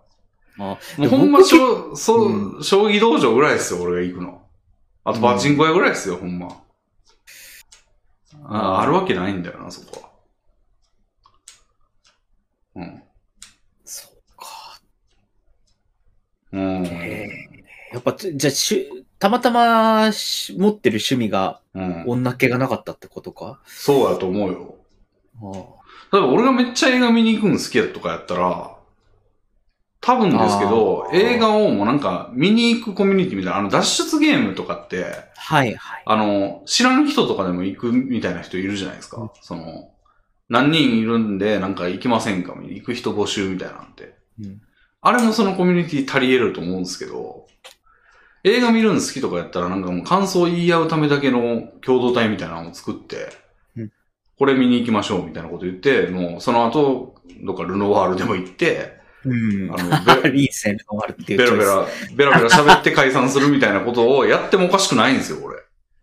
あ
もう
で
ほんま
僕結
将、そう、
う
将棋道場ぐらいですよ、俺が行くの。あとパチンコ屋ぐらいですよ、ほんま。ああるわけないんだよな、そこは。うん。
そうか。
うん。
やっぱ、つじゃあ、しゅたまたまし持ってる趣味が
うん、
女系がなかったってことか。
そうやと思うよ。
ああ
例えば俺がめっちゃ映画見に行くの好きやとかやったら、多分ですけど
あ、ー
映画をもうなんか見に行くコミュニティみたいな、あの脱出ゲームとかって、
はいはい。
あの、知らん人とかでも行くみたいな人いるじゃないですか。
うん
その、何人いるんでなんか行きませんか行く人募集みたいなんて。
うん
あれもそのコミュニティ足り得ると思うんですけど、映画見るの好きとかやったらなんかもう感想を言い合うためだけの共同体みたいなのを作って、
うん
これ見に行きましょうみたいなこと言って、もうその後、どっかルノワールでも行って、
うん。
あのベ
いいですね、ノワールってい
ベ
うチ
ラ
ョイ
ベ
ス。
ラ、ベラベラ喋って解散するみたいなことをやってもおかしくないんですよ、俺。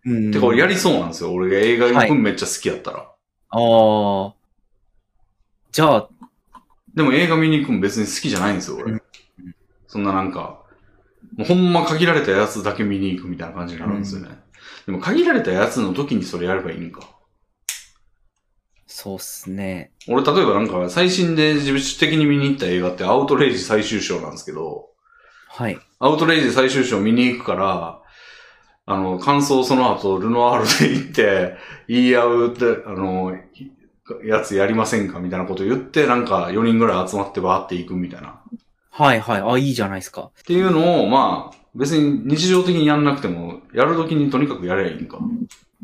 うん
てか、俺やりそうなんですよ。俺が映画行くんめっちゃ好きやったら。
ああ。じゃあ、
でも映画見に行くの別に好きじゃないんですよ、俺。そんななんか、もうほんま限られたやつだけ見に行くみたいな感じになるんですよね。でも限られたやつの時にそれやればいいんか。
そうっすね。
俺、例えばなんか、最新で自主的に見に行った映画って、アウトレイジ最終章なんですけど、
はい。
アウトレイジ最終章見に行くから、あの、感想その後、ルノアールで行って、言い合うって、あの、やつやりませんかみたいなこと言って、なんか4人ぐらい集まってバーって行くみたいな。
はいはい。あ、いいじゃないですか。
っていうのを、まあ、別に日常的にやんなくても、やるときにとにかくやればいいんか。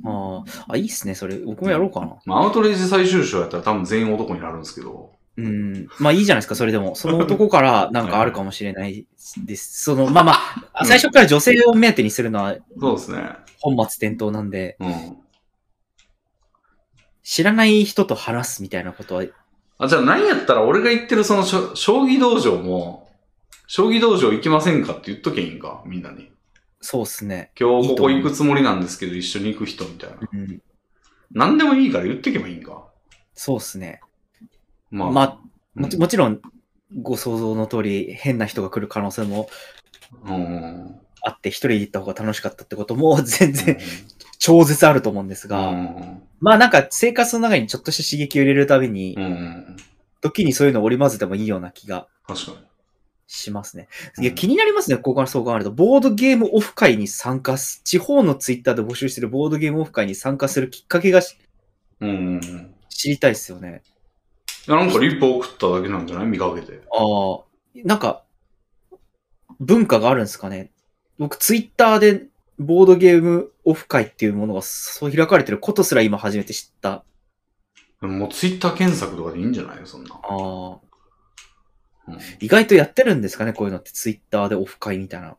あーあ、いいっすね。それ、僕もやろうかな。
まあ、アウトレイジ最終章やったら多分全員男になるんですけど。
うん。まあいいじゃないですか、それでも。その 男からなんかあるかもしれないです。その、まあま
う
あ、
ん
最初から女性を目当てにするのは
そうですね。
本末転倒なんで、
うん。
知らない人と話すみたいなことは、
あ、じゃあ何やったら俺が言ってるそのしょ将棋道場も、将棋道場行きませんかって言っとけいいんか、みんなに。
そうっすね。
今日ここ行くつもりなんですけど、一緒に行く人みたいな。
うん。
何でもいいから言ってけばいいんか。
そうっすね。
まあ、
まあ、もち
う
もちろん、ご想像の通り、変な人が来る可能性も
ん。 うん。
あって、一人で行った方が楽しかったってことも 全
う
然
ん
超絶あると思うんですが、
うん
まあなんか生活の中にちょっとした刺激を入れるたびに、
うん。
時にそういうのを織り交ぜてもいいような気が
確かに。
しますね。
うん
いや、気になりますね、ここからそう考えると。ボードゲームオフ会に参加す、地方のツイッターで募集してるボードゲームオフ会に参加するきっかけがし
うんうんうん。
知りたいですよね。
いや、なんかリップ送っただけなんじゃない見かけて。
ああ、なんか、文化があるんですかね。僕、ツイッターでボードゲームオフ会っていうものがそう開かれてることすら今初めて知った。
でももうツイッター検索とかでいいんじゃないよ、そんな。
ああ、
うん
意外とやってるんですかね、こういうのって。ツイッターでオフ会みたいなの。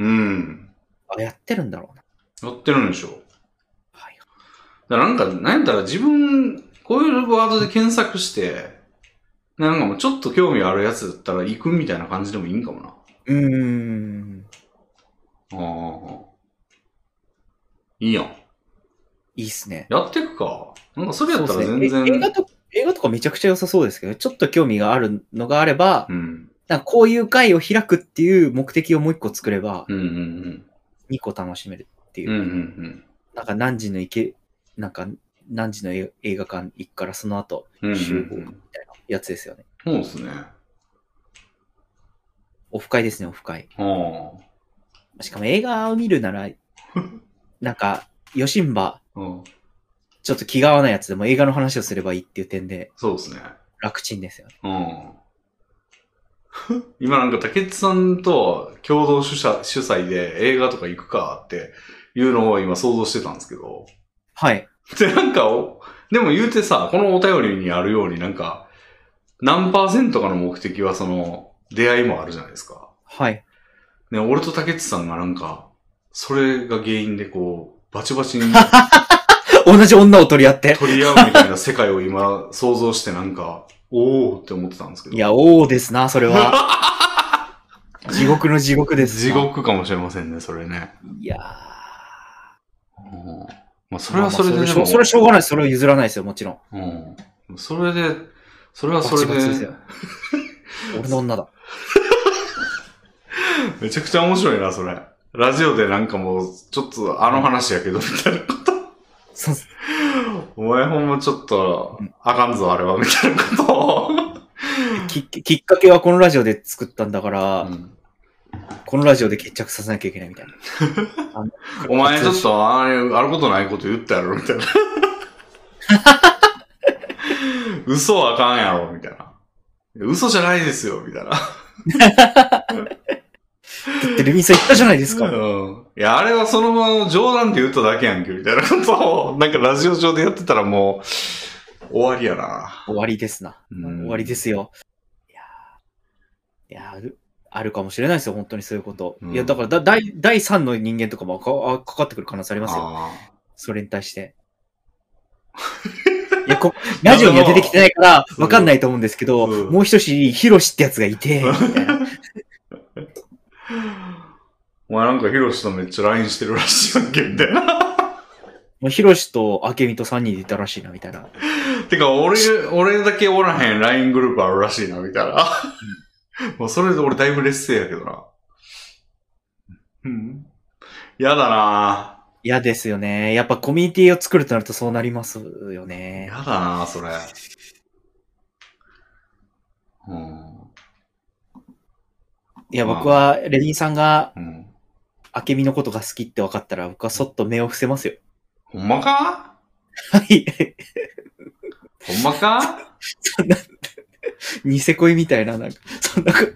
うん。
あ、やってるんだろうな。
やってるんでしょ。
はい。
だからなんか、なんやったら自分、こういうワードで検索して、なんかもうちょっと興味あるやつだったら行くみたいな感じでもいいんかもな。
うーん。
ああ。いいやん。
いいっすね。
やってくか。なんかそれやった
そう
ら
っす
全然。
ねえ映画と。映画とかめちゃくちゃ良さそうですけど、ちょっと興味があるのがあれば、
うん。
なんかこういう会を開くっていう目的をもう一個作れば、
うんうん
2個楽しめるってい
うん。
う。
うんうん
なんか何時の行け、なんか何時の映映画館行くからその後、
うん。うんうんうん
集合みたいなやつですよね。
そうですね。
オフ会ですね、オフ会。
ああ。
しかも映画を見る なら、なんか、ヨシンバ、
うん。
ちょっと気が合わないやつでも映画の話をすればいいっていう点で
そうですね。
楽ちんですよね。
うん。 今なんか竹内さんと共同主催主催で映画とか行くかっていうのを今想像してたんですけど。
はい。
で、なんかお、でも言うてさ、このお便りにあるようになんか、何パーセントかの目的はその、出会いもあるじゃないですか。
はい。
ね、俺と竹内さんがなんか、それが原因でこう、バチバチ に
同じ女を取り合って。
取り合うみたいな世界を今想像してなんか、おーって思ってたんですけど。
いや、おおですな、それは。 地獄の地獄です
地
な。
獄かもしれませんね、それね。
いやー
うんまあ、それはそれで
まあまあ
で
そ
も、
れそれしょうがないです。それを譲らないですよ、もちろん。
うん。それで、それはそれ
バチバチです
で
よ、俺の女だ。
めちゃくちゃ面白いな、それ。ラジオでなんかもう、ちょっとあの話やけど、みたいなこと。
そうっす
お前ほんまちょっと、あかんぞ、あれは、みたいなことを。
ききっかけはこのラジオで作ったんだから、
うん
このラジオで決着させなきゃいけないみたいな。
お前ちょっと、あれ、あることないこと言ったやろ、みたいな。 嘘はあかんやろ、みたいな。嘘じゃないですよ、みたいな。
だってレミさん言ったじゃないです か。
うん。いや、あれはそのまま冗談で言っただけやんけ、みたいなことを、なん かラジオ上でやってたらもう、終わりやな。
終わりですな。
うん
終わりですよ。いやーいやーあるあるかもしれないですよ、本当にそういうこと。
うん
いや、だからだ第、第3の人間とかもかあかかってくる可能性ありますよ。
あ
それに対して。 いやこラジオには出てきてないから、わかんないと思うんですけど、
うん
もう一人、ヒロシってやつがいて、みたい な。
ーお前なんかヒロシとめっちゃ LINE してるらしいやんけ、みたいな。
もうヒロシと明美と3人でいたらしいな、みたいな。
てか、俺、俺だけおらへん LINE グループあるらしいな、みたいな。もうそれで俺だいぶ劣勢やけどな。うん。やだな
嫌ですよね。やっぱコミュニティを作るとなるとそうなりますよね。
やだなそれ。うん。
いや、僕は、レディンさんが、
うん。
明美のことが好きって分かったら、僕はそっと目を伏せますよ。
ほんまか
はい。
ほんまか
ニセ恋みたいな、なんか、そんな感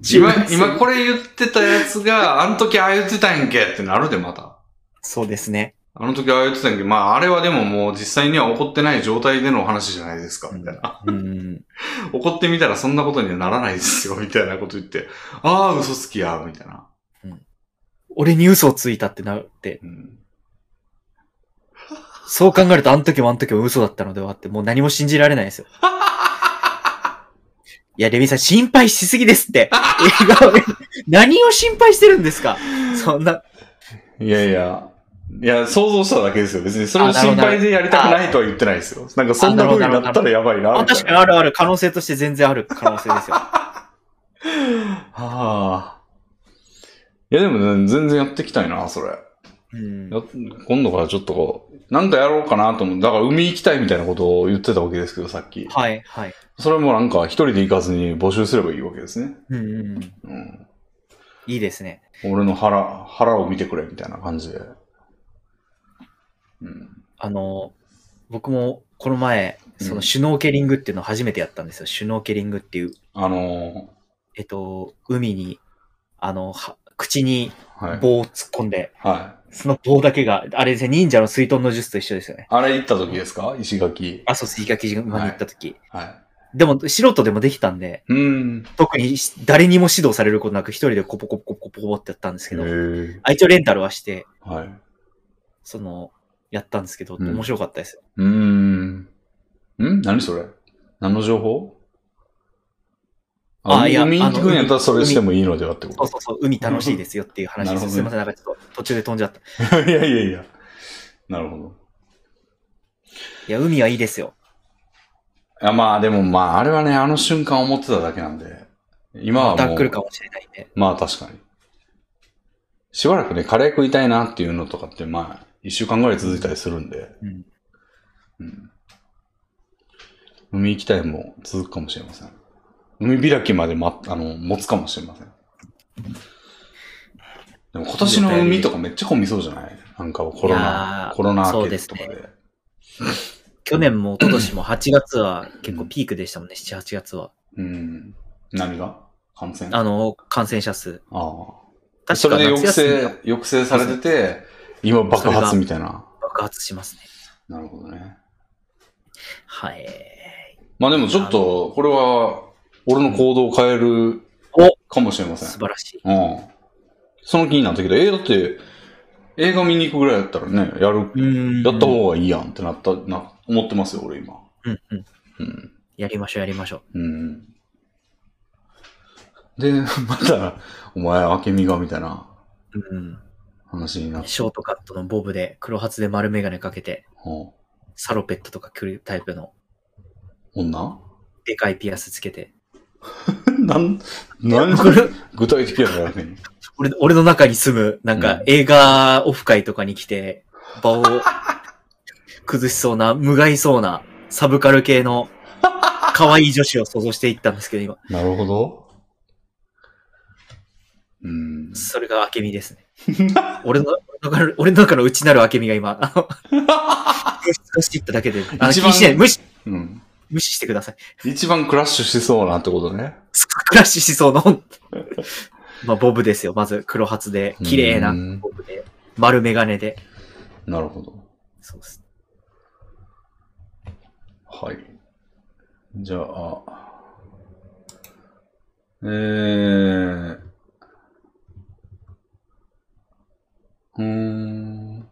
じ。
今、今これ言ってたやつが、あの時ああ言ってたんやんけってなるで、また。
そうですね。
あの時ああ言ってたんやんけまあ、あれはでももう実際には起こってない状態でのお話じゃないですか、みたいな。
うん。
怒ってみたらそんなことにはならないですよ、み たいなこと言って、ああ、嘘つきや、みたいな。
俺に嘘をついたってなって、
うん、
そう考えると、あの時もあの時も嘘だったのではって、もう何も信じられない ですよ。いや、レミさん、心配しすぎです って。映画を何を心配してるんですかそんな、
いやいや、いや、想像しただけですよ。別にそれを心配でやりたくないとは言ってないですよ。なんかそんな風になったらやばいな、
あ
みた
確
い
かに
な。
あるある可能性として全然ある可能性ですよ。
はあ。いや、でも全然やっていきたいな、それ。
うん。
や今度からちょっとこう、なんかやろうかなと思う。だから海行きたいみたいなことを言ってたわけですけど、さっき。
はい、はい。
それもなんか一人で行かずに募集すればいいわけですね。
うんうんうん。
うん。
いいですね。
俺の腹、腹を見てくれ、みたいな感じで。うん。
あの、僕もこの前、そうの
ん
シュノーケリングっていうのを初めてやったんですよ。シュノーケリングっていう、
あの
えっと、海に、あの、は口に
ー、はい。
棒を突っ込んで、
はい。
その棒だけが、あれですね、忍者の水遁の術と一緒ですよね。
あれ行った時ですか石垣。
あ、そう、水が基準まで行った時。
はい。
でも、素人でもできたんで、
うーん。
特に誰にも指導されることなく一人でコポコポコポコポってやったんです
へ
けど、
え。
あ一応レンタルはして、
はい。
その、やったんですけど、
うん
面白かったです。
うーん。ん何それ何の情報
あ
あ、
い
い
や
や、海
あ
行
の
くんやったらそれしてもいいのではって
そう
こ
そうそう、海楽しいですよっていう話
な
で
るほ
す。
ど
すいません、なんかちょっと途中で飛んじゃった。い
と。 いやいやいや。なるほど。
や、海はいいですよ。
いや、まあでもまあ、あれはね、あの瞬間思ってただけなんで。今は
ま
もう。
た来るかもしれないんで。
まあ確かに。しばらくね、カレー食いたいなっていうのとかって、まあ、一週間ぐらい続いたりするんで。
うん
うん海行きたいも続くかもしれません。海開きまで、ま、あの、持つかもしれません。でも今年の海とかめっちゃ混みそうじゃないなんかコロ
いや
ナ
ー、
コロナ
そ
明
うで
け
す
とか
ね
で。
去年も一昨年も8月は結構ピークでしたもんね、7、8月は。
うん。何が感染
あの、感染者数。
ああ。
確
そ
か
れで
夏
抑
休み
制
が、
抑制されてて、今爆発みたいな。
爆発しますね。
なるほどね。
はい。
まあでもちょっと、これは、俺の行動を変える
お
かもしれませ
素
ん。
晴らしい。
うん。その気になったけど、えー、だって、映画見に行くぐらいだったらね、やる、
うん
やった方がいいやんってなった、な、思ってますよ、俺今。
うんうん。
うん。
やりましょう、やりましょう。
うん。で、 また、お前、明美が、みたいな
うん。
話になって。
ショートカットのボブで、黒髪で丸メガネかけて、
うん
サロペットとか着るタイプの、
女
でかいピアスつけて。
なん、なん
これ、
具体的やな、やけに。
俺俺の中に住む、なんか
うん
映画オフ会とかに来て、場 を崩しそうな、無害そうな、サブカル系の、可愛い女子を想像していったんですけど、今。
なるほど。うん。
それが明美ですね。俺の、俺の中の内なる明美が今、 あの、少しいっただけで、あの気
一番
にしない無視、
うん。
無視してください。
一番クラッシュしそうなってことね。
クラッシュしそうな。まあ、ボブですよ。まず、黒髪で、綺麗な
うん
ボブで、丸メガネで。
なるほど。
そうです。
はい。じゃあ、えー、うーん。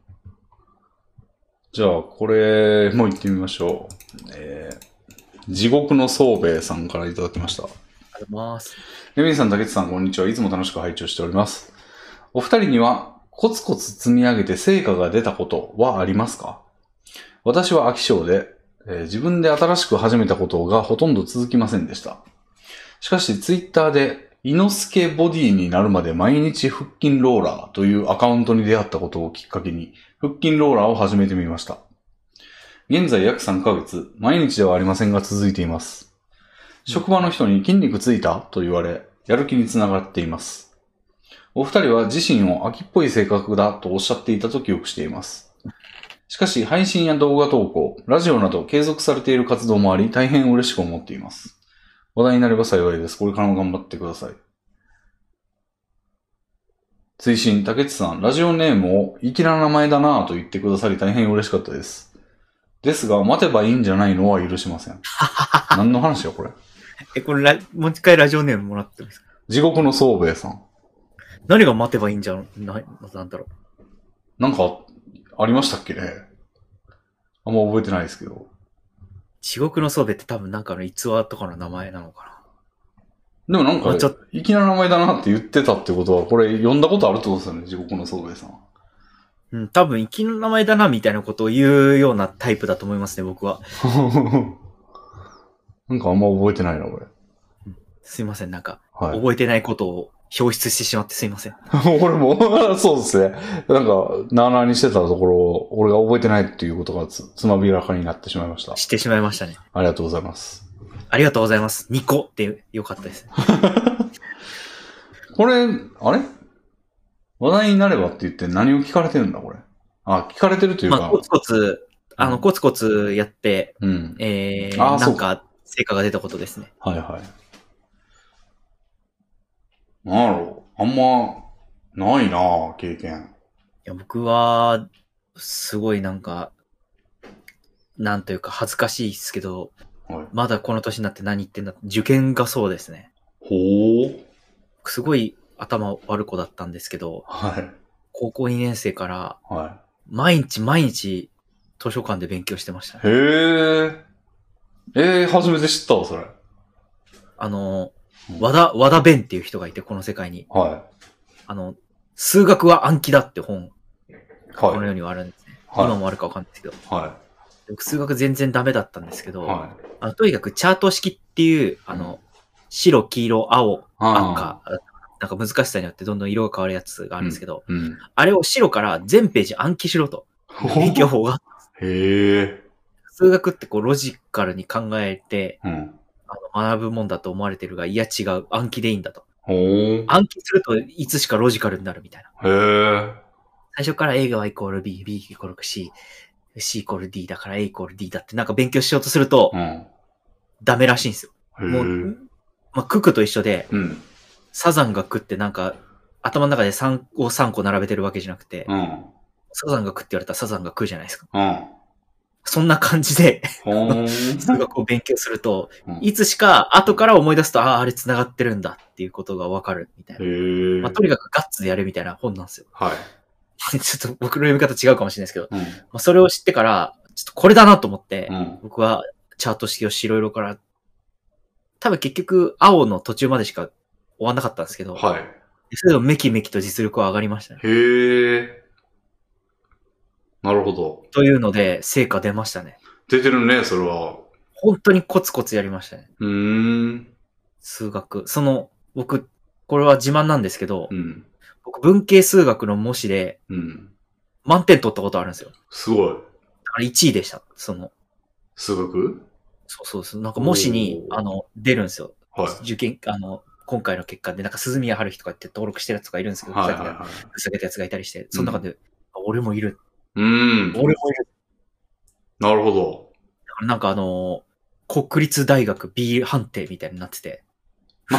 じゃあ、これも行ってみましょう。えー、地獄の宗兵衛さんからいただきました。
ありがとうございます。
レミンさん、竹内さん、こんにちは。いつも楽しく拝聴しております。お二人には、コツコツ積み上げて成果が出たことはありますか私は飽き性で、えー自分で新しく始めたことがほとんど続きませんでした。しかし、ツイッターで、イノスケボディになるまで毎日腹筋ローラーというアカウントに出会ったことをきっかけに、腹筋ローラーを始めてみました。現在約3ヶ月、毎日ではありませんが続いています。職場の人に筋肉ついたと言われ、やる気につながっています。お二人は自身を飽きっぽい性格だとおっしゃっていたと記憶しています。しかし、配信や動画投稿、ラジオなど継続されている活動もあり、大変嬉しく思っています。話題になれば幸いです。これからも頑張ってください。追伸、竹内さん、ラジオネームを粋な名前だなぁと言ってくださり大変嬉しかったです。ですが、待てばいいんじゃないのは許しま せん。何の話よ、これ。
え、これラ、もう一回ラジオネームもらってもいいですか
地獄の宗兵衛さん。
何が待てばいいんじゃないなんだろ
なんか、ありましたっけねあんま覚えてないですけど。
う。地獄の装備って多分なんかの逸話とかの名前なのか
でもなん
ま
か
あちょっ、
粋な名前だなって言ってたってことは、これ読んだことあるってことですよね、地獄の宗兵衛さん。
な。うん、多分、生きの名前だな、みたいなことを言うようなタイプだと思いますね、僕は。
なんかあんま覚えてないな、これ。
すいません、なんか、
はい。
覚えてないことを表出してしまってすいません。
俺も、そうですね。なんか、なあなあにしてたところ、俺が覚えてないっていうことがつつまびらかになってしまいました。
してしまいましたね。
ありがとうございます。
ありがとうございます。2個ってよかったです。
これ、あれ話題になればって言って何を聞かれてるんだ、これ。あ、聞かれてるというか。
まあ、コツコツ、あの、コツコツやって、
うん。
え
あー
ー、なんか、成果が出たことですね。
はいはい。なんやろう。あんま、ないなあ経験。
いや、僕は、すごいなんか、なんというか恥ずかしいですけど、
はい。
まだこの年になって何言ってんだ受験がそうですね。
ほー。
すごい頭悪い子だったんですけど、
はい。
高校2年生から
は
毎日毎日図書館で勉強してましたね
い。へえ。えー、初めて知ったわ、それ。
あの
うん、
和田、和田弁っていう人がいて、この世界に。
は
あの、数学は暗記だって本、
い。
この
はい。
世にはあるんですね。今
は
もあるかわかんないですけど。
い。は
僕数学全然ダメだったんですけ
い。
ど、
は
あのとにかくチャート式っていう、あの、白、黄色、
い。
青、赤、なんか難しさによってどんどん色が変わるやつがあるんですけど、
うん。
あれを白から全ページ暗記しろと、勉強法が。
へえ。
数学ってこうロジカルに考えて、
うん。
あの学ぶもんだと思われてるが、いや違う、暗記でいいんだと。
ほー。
暗記するといつしかロジカルになるみたいな。
へ
最初から A がイコール B、B イコール C、C イコール D だから A イコール D だってなんか勉強しようとすると
え。うん。
ダメらしいんですよ。も
へえ。
う、まあ、ククと一緒で、
うん。
サザンが食ってなんか、頭の中で3を3個並べてるわけじゃなくて、
うん。
サザンが食って言われたらサザンが食うじゃないですか。
うん。
そんな感 じで、
ほー。
数学を勉強すると、
うん
いつしか後から思い出すと、ああ、あれ繋がってるんだっていうことがわかるみたいな。
へえ
まあ、。とにかくガッツでやるみたいな本なんですよ。
はい。
ちょっと僕の読み方違うかもしれないですけど、
うん。
まあ、それを知ってから、ちょっとこれだなと思って、
うん。
僕はチャート式を白色から、多分結局青の途中までしか終わんなかったんですけど、
はい。
それでもメキメキと実力は上がりましたね。
へえ。なるほど。
というので、成果出ましたね。
出てるね、それは。
本当にコツコツやりましたね。
うーん。
数学。その、僕、これは自慢なんですけど
う、ん。
僕、文系数学の模試で
うん。
満点取ったことあるんですよ。だ
すごい。
から1位でした。その、
数学
そうそうそう。なんか模試に、
おー
あの、出るんですよ。
はい。
受験、あの、今回の結果で、なんか鈴宮春日とかって登録してるやつとかいるんですけど、ふ
はい
ざ
は
け
い
た
はい。
ふざけたやつがいたりして、その中で、あ俺もいる。
うーん。
俺もいる。
なるほど。
だからなんかあのー国立大学 B 判定みたいになってて、
ま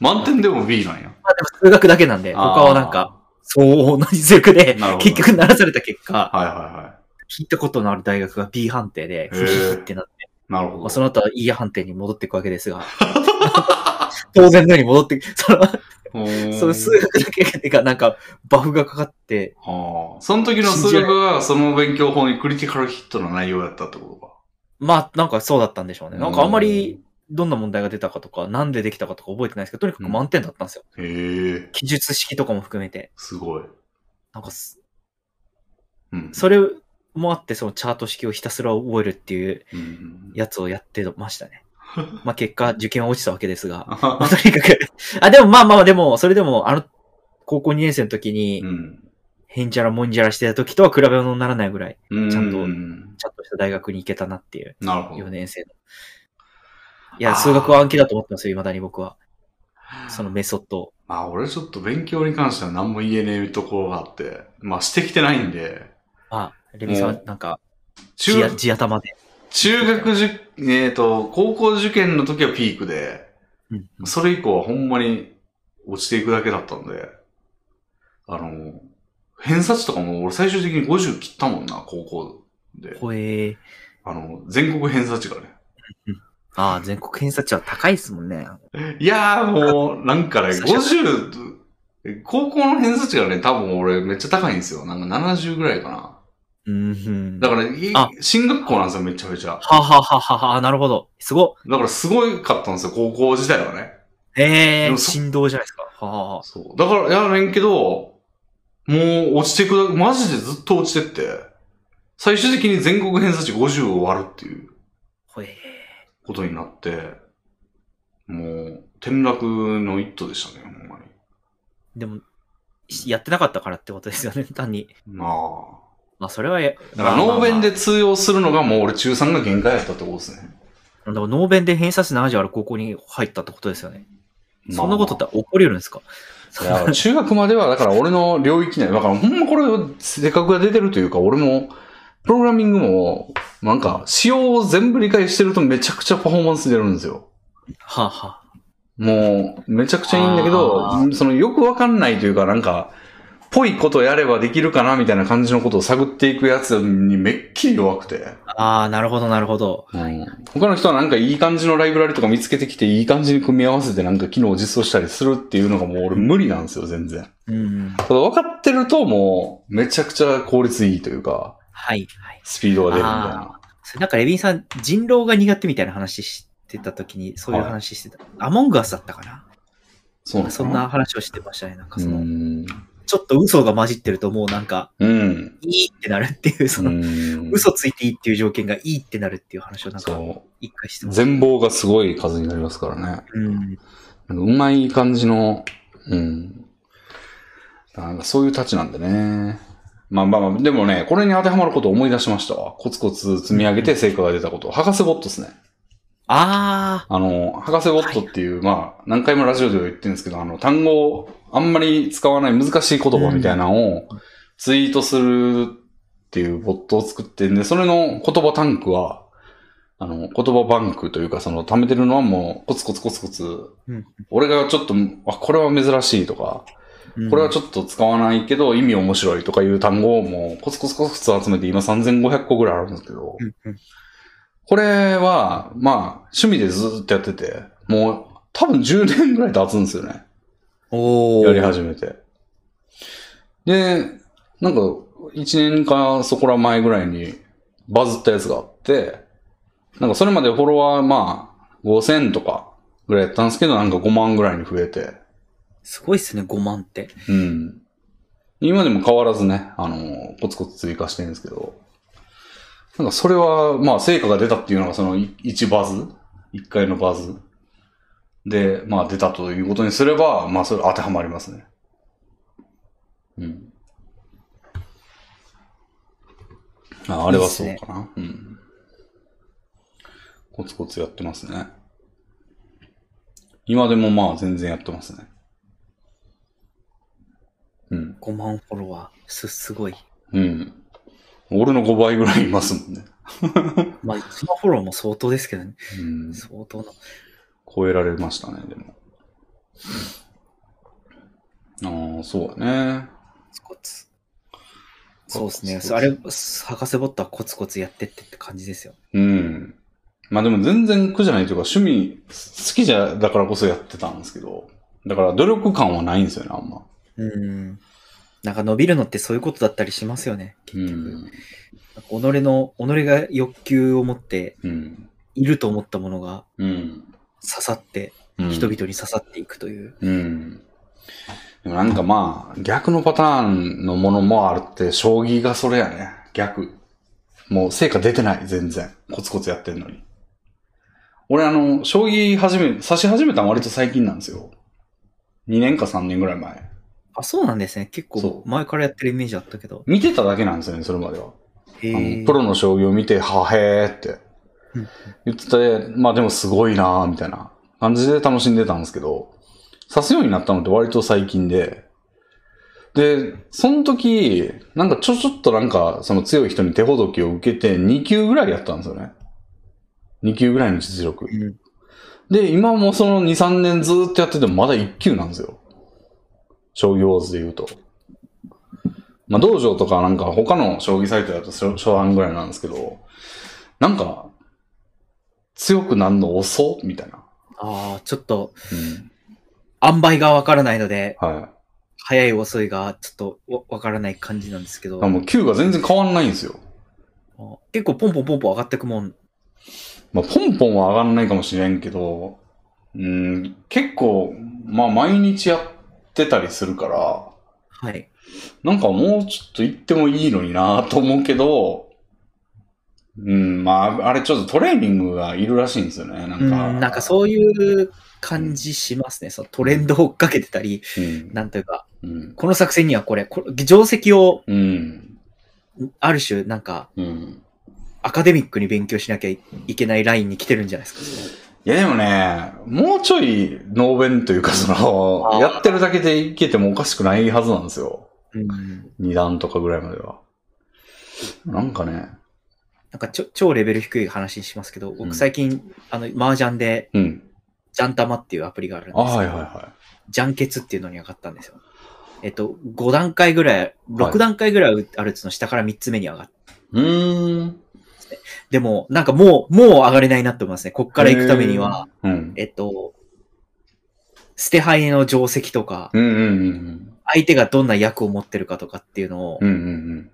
満点でも B なんや。
まあでも数学だけなんで、他はなんか、そう、同じ数学で
なるほど、
結局鳴らされた結果、
あー。はいはいは
聞いたことのある大学が B 判定で、
へ
ふ
ー
ひひってなって、
い。なるほ
まあ、
ど。
その後は E 判定に戻っていくわけですが、 当然のように戻って、 その、その数
学。
学だけがなんか、バフがかかって、
ああ。その時の数学が、その勉強法にクリティカルヒットの内容やったってこ
まあ、なんかそうだったんでしょうね。
とか。
なんかあんまり、どんな問題が出たかとか、なんでできたかとか覚えてないですけど、とにかく満点だったんですよ。
うん。へえ、
記述式とかも含めて。
すごい。
なんかす、
うん。
それもあって、そのチャート式をひたすら覚えるっていう
うん
やつをやってました ね。まあ結果、受験は落ちたわけですが。
あは
まあ
は
とにかく、あ、でもまあまあ、でも、それでも、あの、高校2年生の時に
う、ん。
へんじゃらもんじゃらしてた時とは比べ物にならないぐらい、
うん
ちゃんと
うん
ちゃんとした大学に行けたなっていう、
なるほ
4
ど。
年生の。いや、数学は暗記だと思ってますよ、未だに僕は。そのメソッドを。
まあ、俺ちょっと勉強に関しては何も言えねえところがあって、まあ、してきてないんで、
まあ、レミさんは
う
なんか、地
中
や、地頭で。
中学受、えっ、と、高校受験の時はピークで、
うん
それ以降はほんまに落ちていくだけだったんで、あの、偏差値とかも俺最終的に50切ったもんな、高校で。
ほえー。
あの、全国偏差値がね。
ああ、全国偏差値は高いですもんね。
いやーもう、なんか ね、50、高校の偏差値がね、多分俺めっちゃ高いんですよ。なんか70ぐらいかな。
うんふん。
だから、い
あ
進学校なんですよ、めちゃめちゃ。
ははははは、なるほど。すご
だからすごかったんですよ、高校時代はね。
い。え
で
え
も
ー、
そ
振動じゃないですか。はははは。
そう。だから、やねんけど、もう落ちてくだ、マジでずっと落ちてって、最終的に全国偏差値50を割るっていう
ほえ
ことになって、もう、転落の一途でしたね、ほんまに。
ー。でも、しやってなかったからってことですよね、 単に。
なあ。
まあ、それはや、
だから、
まあまあ
ノーベン
ま
で通用するのがもう俺中3が限界やったってことですね。
あ。だから、ノーベンで偏差値70ある高校に入ったってことですよね。
まあ
そんなことって起こり得るんですか
いや、中学までは、だから俺の領域内、だからほんまこれ、性格が出てるというか、俺も、プログラミングも、なんか、仕様を全部理解してるとめちゃくちゃパフォーマンス出るんですよ。
はあ、は
もう、めちゃくちゃいいんだけ
あ
ど、その、よくわかんないというか、なんか、ぽいことやればできるかな、みたいな感じのことを探っていくやつにめっきり弱くて。
あ、ああ、なるほど、なるほど。
うん他の人はなんかいい感じのライブラリとか見つけてきて、いい感じに組み合わせてなんか機能を実装したりするっていうのがもう俺無理なんですよ、全然。
うん。
ただ分かってるともう、めちゃくちゃ効率いいというか、
はい、はい。
スピードが出るみたいな。
それなんか、レビンさん、人狼が苦手みたいな話してた時に、そういう話してた。アモングアスだったかな
そう
まあ
の
そんな。話をしてましたね。なんか
う
その、
ん。
ちょっと嘘が混じってるともうなんか、
うん。
いいってなるっていう、その、
うん
嘘ついていいっていう条件がいいってなるっていう話をなんか、
そ
一回して
う。
ます。
全貌がすごい数になりますからね。
うん。
なんかうまい感じの、うん。なんかそういうたちなんでね。まあまあまあ、でもね、これに当てはまることを思い出しましたわ。コツコツ積み上げて成果が出たこと。博士ボットですね。
あ
あの、博士ボットっていう、まあ、何回もラジオでは言ってるんですけど、あの、単語をあんまり使わない難しい言葉みたいなのをツイートするっていうボットを作ってんで、それの言葉タンクは、あの、言葉バンクというか、その、貯めてるのはもう、コツコツコツコツ
うん、
俺がちょっと、あ、これは珍しいとか、
ー。
これは
ち
ちょっと使わないけど、意味面白いとかいう単語をもう、コツコツコツコツ集めて、今3500個ぐらいあるんですけど、
ょっと。
これは、まあ、趣味でずーっとやってて、もう、多分10年ぐらい経つんですよね。
お
やり
ー。
始めて。で、なんか、1年かそこら前ぐらいにバズったやつがあって、なんかそれまでフォロワー、まあ、5000とかぐらいやったんですけど、なんか5万ぐらいに増えて、
すごいっすね、5万って。
うん。今でも変わらずね、あの、コツコツ追加してるんですけど、なんかそれは、まあ成果が出たっていうのがそのい一バズ一回のバズで、まあ出たということにすれば、まあそれ当てはまりますね。うん。ああれはそうかな。うん。コツコツやってますね。今でもまあ全然やってますね。うん。
5万フォロワー。す、すごい。
うん。俺の5倍ぐらいいますもんね。
まあ、1万フォローも相当ですけどね。
うん。
相当な。
超えられましたね、でも。ああ、そうだね。
コツ。そうです
コ
ね。
ツコツ
そうあれ、博士ボットはコツコツやってってって感じですよ。
うん。まあでも全然苦じゃないというか、趣味、好きじゃ、だからこそやってたんですけど、だから努力感はないんですよね、あんま。
うん。なんか伸びるのってそういうことだったりしますよね。
う
結局。
ん。
己の、己が欲求を持って
うん。
いると思ったものが
うん。
刺さって、
うん
人々に刺さっていくという。
うん。でもなんかまあ、逆のパターンのものもあるって、将棋がそれやね。逆。もう成果出てない、全然。コツコツやってんのに。俺あの、将棋始め、指し始めたの割と最近なんですよ。2年か3年ぐらい前。
あ、そうなんですね。結
そ
構前からやってるイメージあったけど。
見てただけなんですよね、それまでは。
へ
あ
え
のプロの将棋を見て、はへーって
うん
言ってて、まあでもすごいなーみたいな感じで楽しんでたんですけど、指すようになったのって割と最近で、で、その時、なんかちょちょっとなんか、その強い人に手ほどきを受けて2級ぐらいやったんですよね。2級ぐらいの実力。
うん
で、今もその2、3年ずーっとやっててもまだ1級なんですよ。将棋ウォーズで言うと。まあ、道場とかなんか他の将棋サイトだと初初版ぐらいなんですけど、なんか、強くなんの遅っみたいな。
ああ、ちょっと、
うん。
塩梅がわからないので、
はい。
早い遅いがちょっとわわからない感じなんですけど
だから、もう級が全然変わんないんですよ。
結構ポンポンポンポン上がってくもん。
まあ、ポンポンは上がんないかもしれんけど、うん、結構、まあ、毎日やってたりするから、
はい。
なんかもうちょっと行ってもいいのになと思うけど、うん、まあ、あれちょっとトレーニングがいるらしいんですよね。なん
うん
か。
なんかそういう感じしますね。そのトレンドを追っかけてたり、
うん。
なんというか、
うん。
この作戦にはこれ、これ定石を
うん。
ある種なんか
うん。
アカデミックに勉強しなきゃいいけないラインに来てるんじゃないですか。
いやでもね、もうちょい能弁というか、その、
あー
やってるだけでいけてもおかしくないはずなんですよ。
うん、
二段とかぐらいまでは。なんかね、
なんかちょ超レベル低い話しますけど、
うん
僕最近、あの、麻雀で、
うん。
ジャンタマっていうアプリがあるんですけ
あ、
ど、
はいはいは
ジャンケツっていうのに上がったんですよ。えっと、5段階ぐらい、6段階ぐらいあるうちの下から3つ目に上がって、
い。うーん。
でも、なんかもう、もう上がれないなって思いますね。こっから行くためには、
うん。
えっと、捨て牌の定石とか、
うんうんうん
相手がどんな役を持ってるかとかっていうのを、
うん。うんうんうん。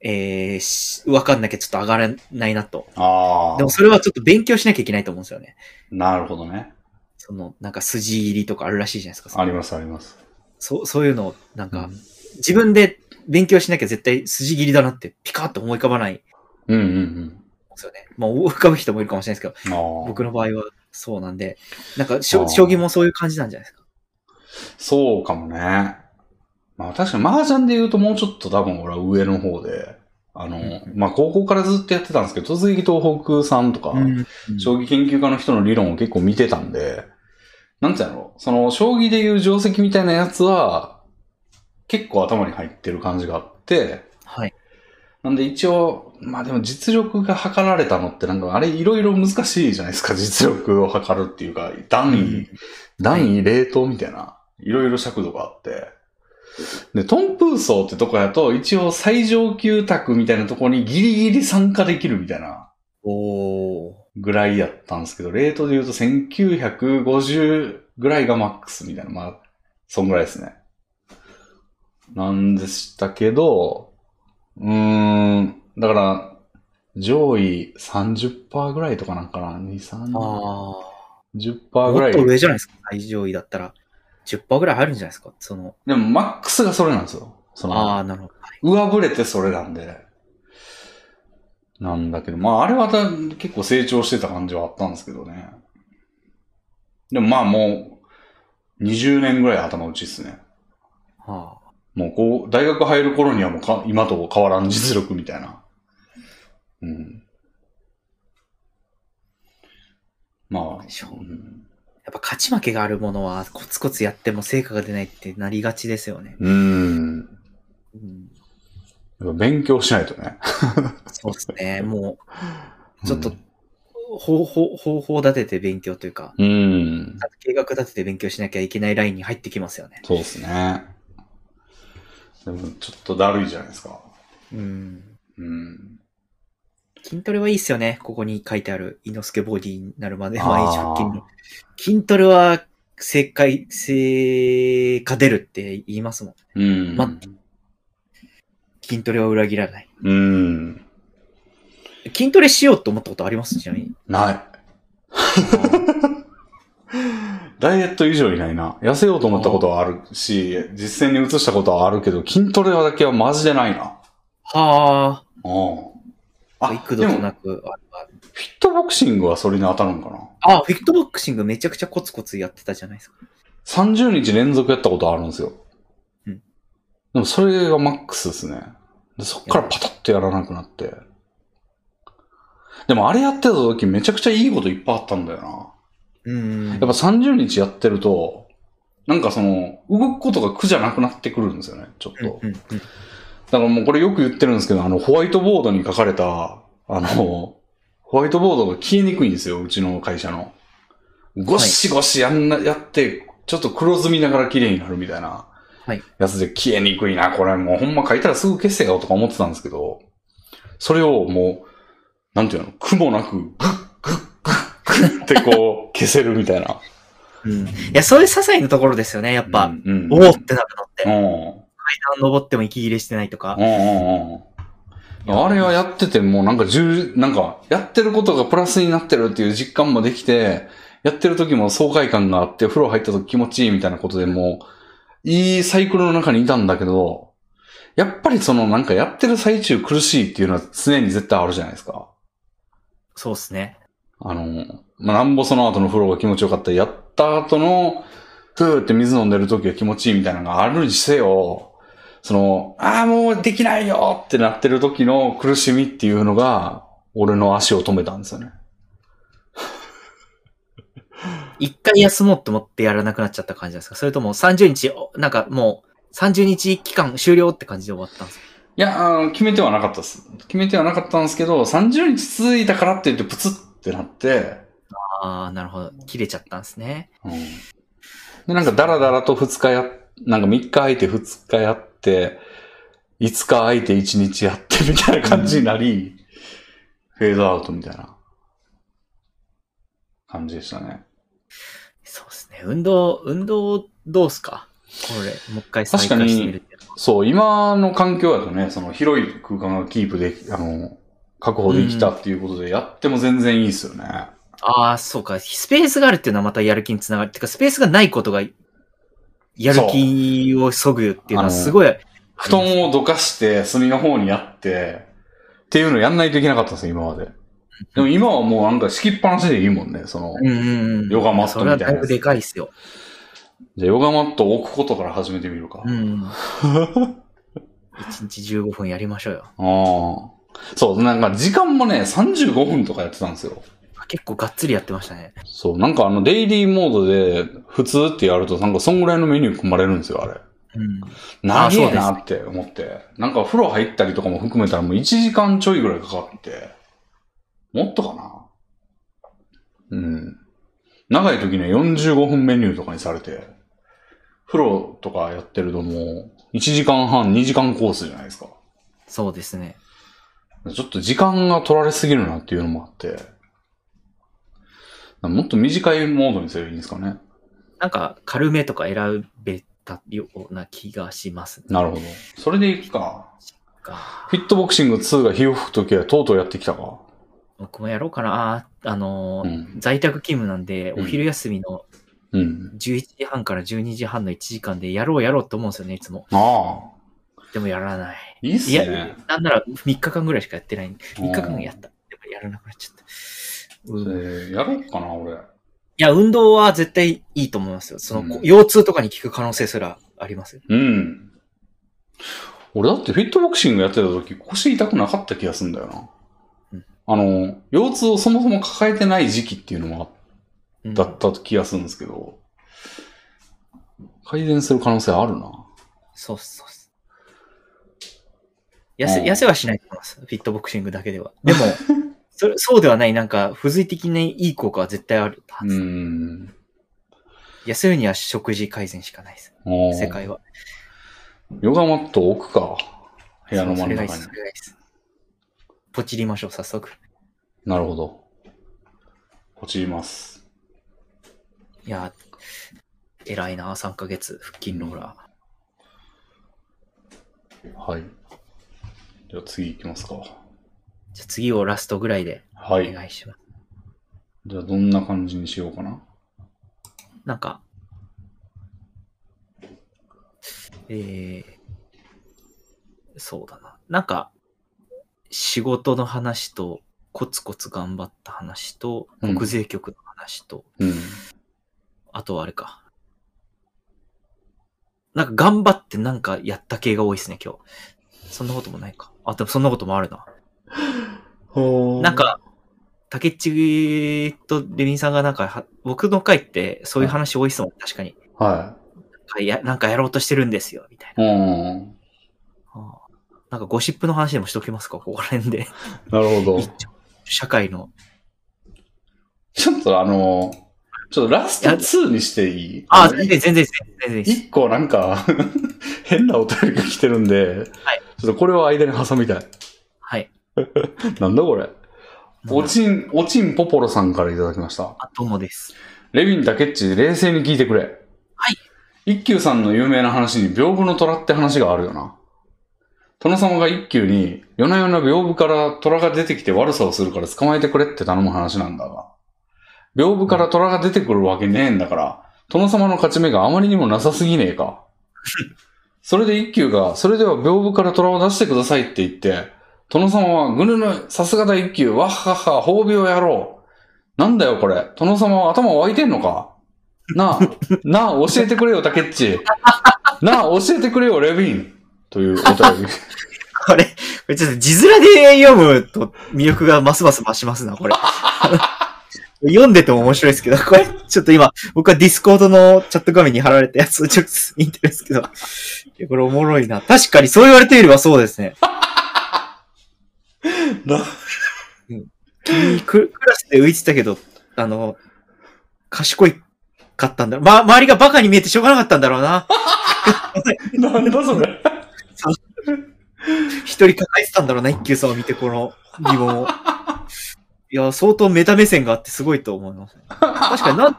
えーし、わかんなきゃちょっと上がらないなと。
あ
でもそれはちょっと勉強しなきゃいけないと思うんですよね。
あ。なるほどね。
その、なんか筋入りとかあるらしいじゃないですか。
ありますあります。
そう、そういうのを、なんか、自分で勉強しなきゃ絶対筋切りだなってピカッと思い浮かばないんで
うんうん
すよね。まあ、思い浮かぶ人もいるかもしれないですけ
うん。ああ。
ど、僕の場合はそうなんで、なんか、
あ
将
ー
将棋もそういう感じなんじゃないですか。
そうかもね。まあ確かに麻雀で言うともうちょっと多分俺は上の方で、あの、
うん
まあ高校からずっとやってたんですけど、突撃東北さんとか、将棋研究家の人の理論を結構見てたんで、なんていうのその、将棋でいう定石みたいなやつは、結構頭に入ってる感じがあって、
はい。
なんで一応、まあでも実力が測られたのってなんかあれいろいろ難しいじゃないですか、実力を測るっていうか、段位、
うん
段位冷凍みたいな、いろいろ尺度があって。で、トンプーソーってとこやと、一応最上級卓みたいなとこにギリギリ参加できるみたいな
おー。
ぐらいやったんですけど、レートで言うと1950ぐらいがマックスみたいな、まあ、そんぐらいですね。なんでしたけど、うーん、だから、上位30%ぐらいとかなんかな ?2、
ああ。
30%ぐ
も
ら
っ
い
と。上じゃないですか。最上位だったら。10%ぐらい入るんじゃないですか。その、
でも、マックスがそれなんですよ。その
ああ、なるほど。
上振れてそれなんで。なんだけど、まああれはだ結構成長してた感じはあったんですけどね。でもまあもう、20年ぐらい頭打ちっすね。
はあ、
もうこう、大学入る頃にはもうか今と変わらん実力みたいな。うん。まあ、
そう
うん
やっぱ勝ち負けがあるものは、コツコツやっても成果が出ないってなりがちですよね。
うん。
うん、
やっぱ勉強しないとね。
そうですね。もう、ち
ず
ょっと、方法、方法立てて勉強というか、
うん。
計画立てて勉強しなきゃいけないラインに入ってきますよね。
そうですね。でも、ちょっとだるいじゃないですか。
うん。
うん。
筋トレはいいっすよね。ここに書いてある、猪之助ボディになるまで毎日
あー
腹筋の。筋トレは、正解、成果出るって言いますもん。
うん。
ま筋トレは裏切らない。
うん。
筋トレしようと思ったことありますちなみに。
ない。 ダイエット以上にないな。痩せようと思ったことはあるし、実践に移したことはあるけど、筋トレだけはマジでないな。
は
うん。
あ。
あ、
幾
で
度
も、
と
フィッ
なく。あ
トボクシングはそれに当たるんかな。
あ、フィットボクシングめちゃくちゃコツコツやってたじゃないですか。
30日連続やったことあるんですよ。
うん
でもそれがマックスですね。でそっからパタッとやらなくなって。でもあれやってた時めちゃくちゃいいこといっぱいあったんだよな。
うん。や
やっぱ30日やってると、なんかその、動くことが苦じゃなくなってくるんですよね、ちょっと。
うんうんうん
だからもうこれよく言ってるんですけど、あの、ホワイトボードに書かれた、あの、ホワイトボードが消えにくいんですよ、うちの会社の。ゴシゴシやんな、やって、ちょっと黒ずみながら綺麗になるみたいな。
はい
やつで消えにくいな、これもうほんま書いたらすぐ消せよとか思ってたんですけど、それをもう、なんていうの、苦もなく、グッ、グッ、グッ、グッってこう、消せるみたいな。
うん。いや、そういう些細なところですよね、やっぱ。
うんうん、
おおってなるのって。
う
階
ん。
段登っても息切れしてないとか
う。んうんうん。あれはやっててもうなんか重、なんか、やってることがプラスになってるっていう実感もできて、やってる時も爽快感があって、風呂入った時気持ちいいみたいなことでもう、いいサイクルの中にいたんだけど、やっぱりそのなんかやってる最中苦しいっていうのは常に絶対あるじゃないですか。
そうっすね。
あの、まあ、なんぼその後の風呂が気持ちよかったりやった後の、ふーって水飲んでる時が気持ちいいみたいなのがあるにせよ、その、ああ、もうできないよってなってる時の苦しみっていうのが、俺の足を止めたんですよね。
一回休もうと思ってやらなくなっちゃった感じなんですかそれとも30日、おなんかもう30日期間終了って感じで終わったんですか
いや、あの決めてはなかったです。決めてはなかったんですけど、30日続いたからって言ってプツってなって、
ああ、なるほど。切れちゃったんですね。
うんで、なんかダラダラと2日やっ、なんか3日空いて2日やって、5日空いて1日やってみたいな感じになり、フェードアウトみたいな感じでしたね。
そうですね。運動、運動どうすかこれ、もう一回再開してみるっていうのは
そう、今の環境だとね、その広い空間がキープでき、あの、確保できたっていうことでやっても全然いいですよね。
ああ、そうか。スペースがあるっていうのはまたやる気につながる。てか、スペースがないことが、やる気をそぐっていうのはすごい、
布団をどかして、隅の方にやって、っていうのをやんないといけなかったんですよ、今まで。でも今はもうなんか敷きっぱなしでいいもんね、その。
うんうんうん。
ヨガマットみたいなやつ
それはだいぶでかいっすよ。
じゃあヨガマットを置くことから始めてみるか。
う
あ
ん。1日15分やりましょうよ。
あ。そう、なんか時間もね、35分とかやってたんですよ。
結構がっつりやってましたね。
そう、なんかあの、デイリーモードで、普通ってやると、なんかそんぐらいのメニュー組まれるんですよ、あれ。
うん。あ
長
そう
え
です
なって思って。なんか風呂入ったりとかも含めたらもう1時間ちょいぐらいかかって。もっとかなうん。長い時には45分メニューとかにされて、風呂とかやってるともう1時間半、2時間コースじゃないですか。
そうですね。
ちょっと時間が取られすぎるなっていうのもあって、もっと短いモードにすればいいんですかね。
なんか、軽めとか選べたような気がします、ね。
なるほど。それでいくか。
か
フィットボクシング2が火を吹くときはとうとうやってきたか。
僕もやろうかな。ああのー
うん
在宅勤務なんで、
うん
お昼休みの
うん。
11時半から12時半の1時間でやろうやろうと思うんですよね、いつも。
ああ。
でもやらない。
いいっす
いや、
ね。
なんなら3日間ぐらいしかやってない。3日間や
っ
った。でもやらなくなっちゃった。
え
うん、い
ーやろうかな、俺。
や、運動は絶対いいと思いますよ。その、
うん
腰痛とかに効く可能性すらありますよ。
うん。俺だってフィットボクシングやってた時腰痛くなかった気がするんだよな。
うん
あの、腰痛をそもそも抱えてない時期っていうのも
うん
だった気がするんですけど、改善する可能性あるな。
そうっす、そうっす。痩せ、
うん
痩せはしないと思います。フィットボクシングだけでは。でも、それ、そうではない、なんか、付随的にいい効果は絶対あるは
う
ず。
ん。
痩せるには食事改善しかないです。
おー
世界は。
ヨガマット置くか。部屋の
そう
真
そ
ん
れがいい
中
で
に
す。そ。れがいいです。ポチりましょう、早速。
なるほど。ポチります。
いやー、偉いな、3ヶ月、腹筋ローラー。
はい。じゃあ次行きますか。
じゃあ次をラストぐらいで
は
お
い。
願いします。
じゃあどんな感じにしようかな。
なんか、えー、そうだな。なんか、仕事の話と、コツコツ頑張った話と、
うん
国税局の話と、
うん。
あとはあれか。なんか頑張ってなんかやった系が多いですね、今日。そんなこともないか。あ、でもそんなこともあるな。
ほ
なん、か、竹内とレミンさんがなんかは、僕の回ってそういう話多いっすもん、確かに。
は
なんかやなんかやろうとしてるんですよ、みたい
い。うん。
な。ああなんかゴシップの話でもしときますか、ここら辺で。
なるほど。
一応社会の。
ちょっとあの、ちょっとラスト2にしていい
ああ、
の
全然、全然、全然いいです。
一個なんか、 変なお便りが来てるんで、
はい
ちょっとこれは間に挟みたい。
はい。
なんだこれ。おちん、おちんぽぽろさんからいただきました。
あ、どうもです。
レビン・タケッチ、冷静に聞いてくれ。
はい。
一休さんの有名な話に屏風の虎って話があるよな。殿様が一休に、夜な夜な屏風から虎が出てきて悪さをするから捕まえてくれって頼む話なんだが。屏風から虎が出てくるわけねえんだから、殿様の勝ち目があまりにもなさすぎねえ か。それで一休が、それでは屏風から虎を出してくださいって言って、殿様は、ぐぬぬ、さすがだ一休、わっはっは、褒美をやろう。なんだよこれ。殿様は頭湧いてんのかなあ、なあ、教えてくれよ、タケッチ。なあ、教えてくれよ、レヴィン。というお便り。
これ、これちょっと字面で読むと魅力がますます増しますな、これ。読んでても面白いですけど、これ、ちょっと今、僕はディスコードのチャット画面に貼られたやつをちょっと見てるんですけど、いやこれおもろいな。確かにそう言われてみればそうですね。
な
君ククラスで浮いてたけど、あの、賢いかったんだろう。ま、周りがバカに見えてしょうがなかったんだろうな。
なんだそれ。
一人抱えてたんだろうな、一級さんを見て、この疑問を。いや、相当メタ目線があってすごいと思います、ね。確かになん、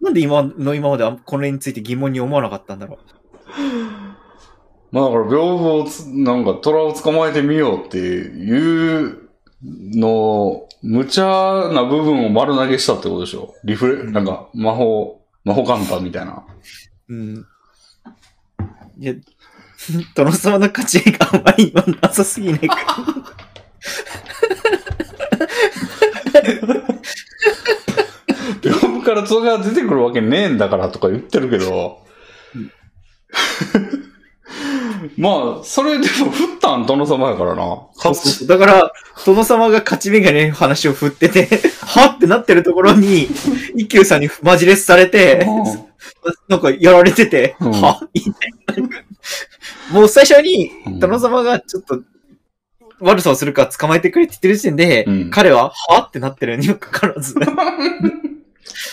なんで今の今まであんこれについて疑問に思わなかったんだろう。
まあだから、屏風をつ、なんか、虎を捕まえてみようっていうの、無茶な部分を丸投げしたってことでしょ。リフレ、なんか、魔法、魔法カンパみたいな。
うん。いや、 殿様の勝ちがあまり今なさすぎないか。
屏風から虎が出てくるわけねえんだからとか言ってるけど
うん。
まあ、それでも振ったん殿様やからな。
そうそうそうだから、殿様が勝ち目がね、話を振ってて、 はってなってるところに、一休さんにマジレスされて、なんかやられてて、
うん
はみたいな。もう最初に
うん、
殿様がちょっと、悪さをするから捕まえてくれって言ってる時点で、
うん
彼は、はってなってるにもかかわらず、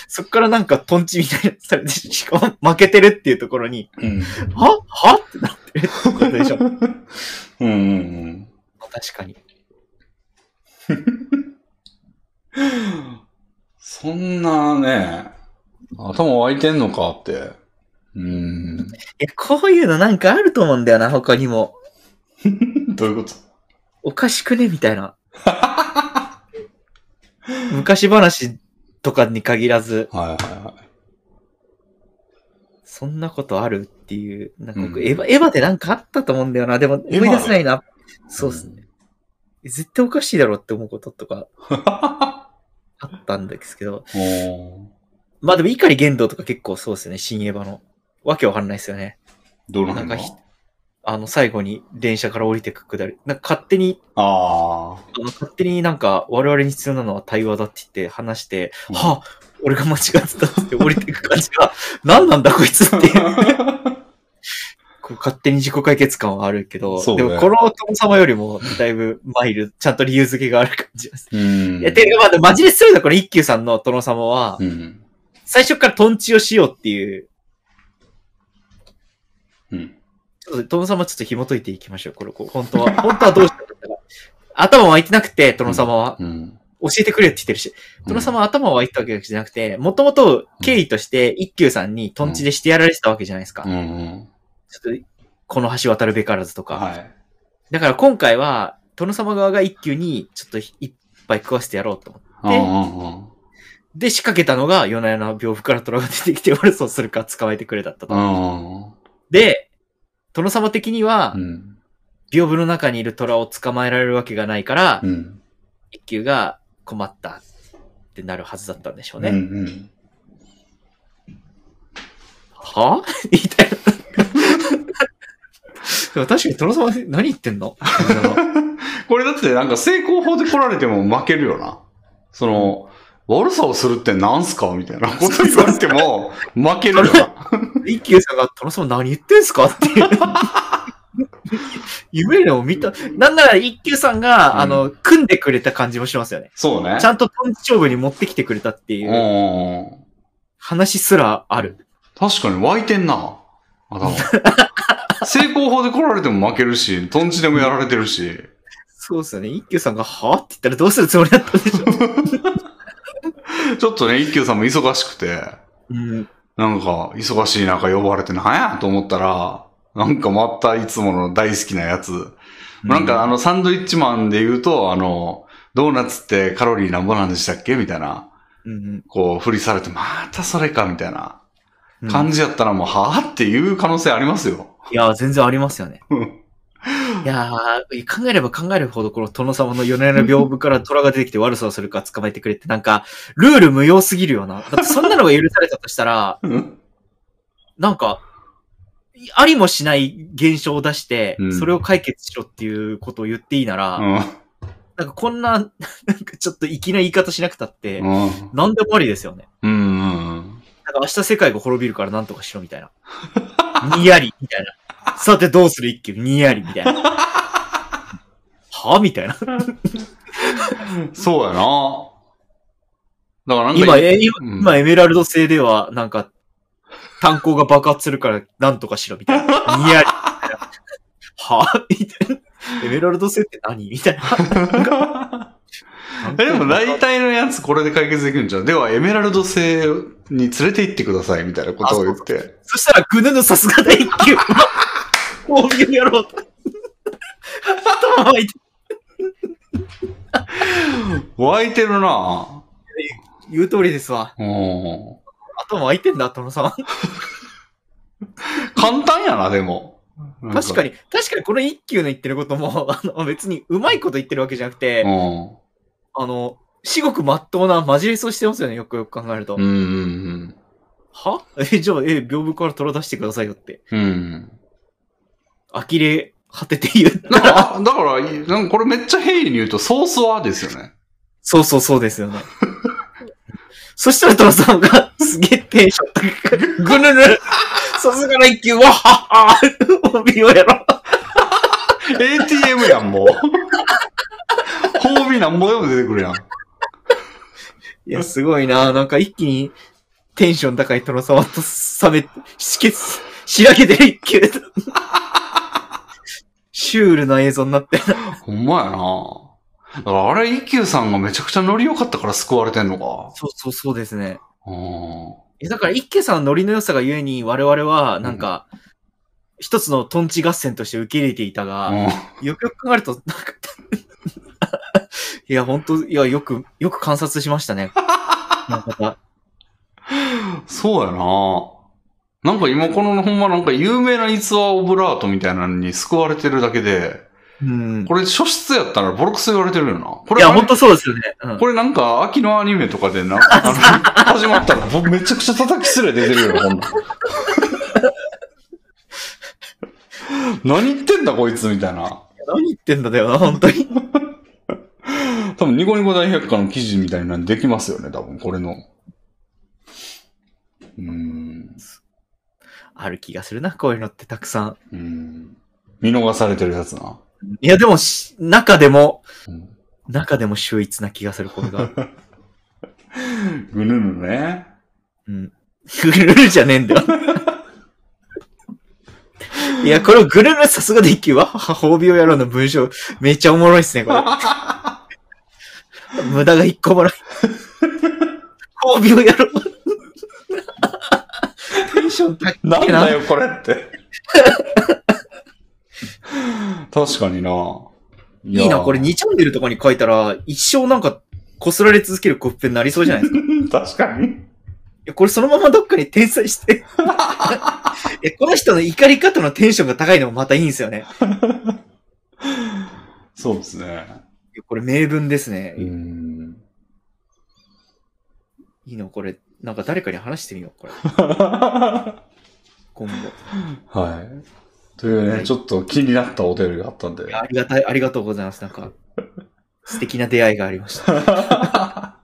そっからなんかトンチみたいなのされて、しかも負けてるっていうところに、
うん。
ははってなってるってことで しょ。
うんうん
確かに。
うん。そんなね、頭湧いてんのかって。うん。
いや、こういうのなんかあると思うんだよな、他にも。
どういうこと
おかしくねみた いな。昔話とかに限らず、
はいはいはい。
そんなことあるっていう、なんか僕、
うん
エヴァ、エヴァでなんかあったと思うんだよな。でも、
エヴァ
思い出せないな。そうっすね。絶対おかしいだろうって思うこととか あったんですけど。
おー
まあでも、碇玄道とか結構そうですね。新エヴァの。わけわかんないですよね。
どの辺が
なんかひあの、最後に電車から降りてくくだり。なんか勝手に、
ああ。
あの勝手になんか、我々に必要なのは対話だって言って話して、
うん
はあ、俺が間違ってたって降りてく感じが、何なんだこいつっていう。 こう勝手に自己解決感はあるけど、
そう
で
ね
もこのお殿様よりもだいぶマイルド、ちゃんと理由付けがある感じです。
うん
いや、ていうかまあでもマジでするのはこの一休さんの殿様は
う、ん。
最初からトンチをしようっていう、
うん。
ちょっと殿様ちょっと紐解いていきましょう、これ、こう本当は。 本当はどうしたかったか。頭湧いてなくて、殿様は。
うん。
教えてくれって言ってるし。殿様は頭湧いてたわけじゃなくて、もともと経緯として一休さんにトンチでしてやられてたわけじゃないですか。
うんうん。
ちょっと、この橋渡るべからずとか。
はい。
だから今回は、殿様側が一級にちょっと一杯食わせてやろうと思って、
うんうんうん。
で、仕掛けたのが、夜な夜な屏風から虎が出てきて悪そうするから捕まえてくれだったと。
あ
で、殿様的には
あ。う、ん。
屏風の中にいる虎を捕まえられるわけがないから、
うん。
一級が困ったってなるはずだったんでしょうね。
うんうん。
は ぁみたいな。 でも確かに殿様、何言ってんの
これだってなんか成功法で来られても負けるよな。その、悪さをするってなんすかみたいなこと言われても負けるよな。
一休さんが、殿様何言ってんすかっていう。夢でも見た。なんなら一休さんが、
うん
あの、組んでくれた感じもしますよね。
そうね。
ちゃんとトンチ勝負に持ってきてくれたっていううん
うんうん。
話すらある。
確かに湧いてんな。 頭。成功法で来られても負けるし、トンチでもやられてるし。
そうですよね。一休さんが、はぁって言ったらどうするつもりだったんで しょう。
ちょっとね、一休さんも忙しくて、
うん。
なんか、忙しい中呼ばれてなんやと思ったら、なんかまたいつもの大好きなやつ。なんかあの、サンドイッチマンで言うと、あの、ドーナツってカロリーなんぼなんでしたっけみたいな。
うん、
こう、振りされて、またそれかみたいな
うん。
感じやったらもう、はぁっていう可能性ありますよ。
いやー、全然ありますよね
うん。
いやー、考えれば考えるほど、この殿様の夜な夜な屏風から虎が出てきて悪さをするから捕まえてくれって、なんか、ルール無用すぎるよな。だってそんなのが許されたとしたら、
うん
なんか、ありもしない現象を出して
うん、
それを解決しろっていうことを言っていいなら、
うん。
なんかこんな、なんかちょっと粋な言い方しなくたって、
うん。
なんでもありですよね。
うんうん。
なんか明日世界が滅びるからなんとかしろみたいな。にやり、みたいな。さてどうする一級にやり、みたいな。はみたいな。
そうやな。だからなんか、
今、え今
うん
今エメラルド星では、なんか、炭鉱が爆発するからなんとかしろ、みたいな。にやり、みたいな。はみたいな。エメラルド星って何みたいな。
えでも大体のやつこれで解決できるんじゃん。では、エメラルド星に連れて行ってください、みたいなことを言って。
そしたら、ぐぬぬさすがだ一級。こういうやろう。頭が痛い
湧いてるな
言う通りですわ。
うん。
頭開いてんだ、殿様。
簡単やな、でも。
確か
に。
に、確かにこの一級の言ってることも、あの、別にうまいこと言ってるわけじゃなくて、
う
あの、至極真っ当なマジレスをしてますよね、よくよく考えると。
ん。うんうん
は え、じゃあ、え、屏風から虎出してくださいよって。
うん。うん。
呆れ果てて言う。
だから、 あだから、いなんかこれめっちゃ平易に言うと、ソースはですよね。
そうそうそうですよね。 そしたら殿様が、すげえテンション高く、ぐぬぬ、 さすがの一級、わっはっは、お 見よやろ。
ATM や ん、もう。褒美なんぼでも出てくるやん。
いや、すごいな。なんか一気にテンション高い殿様と冷め、しけつ、しらけてる一級だ シュールな映像になってる。
ほんまやなだからあれ、一休さんがめちゃくちゃノリ良かったから救われてんのか。
そうそうそうですね。
うん。
え、だから一休さんのノリの良さがゆえに我々は、なんか、一つのトンチ合戦として受け入れていたが、よくよく考えると、なんか、いや、本当いや、よく、よく観察しました ね。なんか、
うんそうやななんか今このほんまなんか有名な逸話オブラートみたいなのに救われてるだけで、
うん。
これ初出やったらボロクソ言われてるよな。こ
い
れ
や、
あれ
本当そうですよね。うん
これなんか、秋のアニメとかでな、あの、始まったら、ぼめちゃくちゃ叩きすれ出てるよ、こんなん。何言ってんだ、こいつ、みたいな。
何言ってんだよな、本当に。
多分、ニコニコ大百科の記事みたいなのできますよね、多分、これの。うーん。
ある気がするな、こういうのってたくさん。
うーん。見逃されてるやつな。
いや、でもし、中でも、
うん
中でも秀逸な気がする、これが。
ぐぬぬね。
うん。ぐるるじゃねえんだ よ。いや、これぐるるさすがで一級わはは、褒美をやろうの文章、めっちゃおもろいっすね、こ れ。無駄が一個もない。褒美をやろう。テンション高い
なん
な
だよ、これって。確かにな。い
い
や
いな、これ2チャンネルとかに書いたら、一生なんか、こすられ続けるコッペになりそうじゃないです か。い
確かに。
や、これそのままどっかに転載 して。え、この人の怒り方のテンションが高いのもまたいいんですよね。
そうですね。
いやこれ名文ですね。
うん。
いいのこれ、なんか誰かに話してみよう、これ。
は
今後。
い。という
は
ね、
い
ちょっと気になったお便りがあったんで。
いやありがたい、ありがとうございます。なんか、素敵な出会いがありました。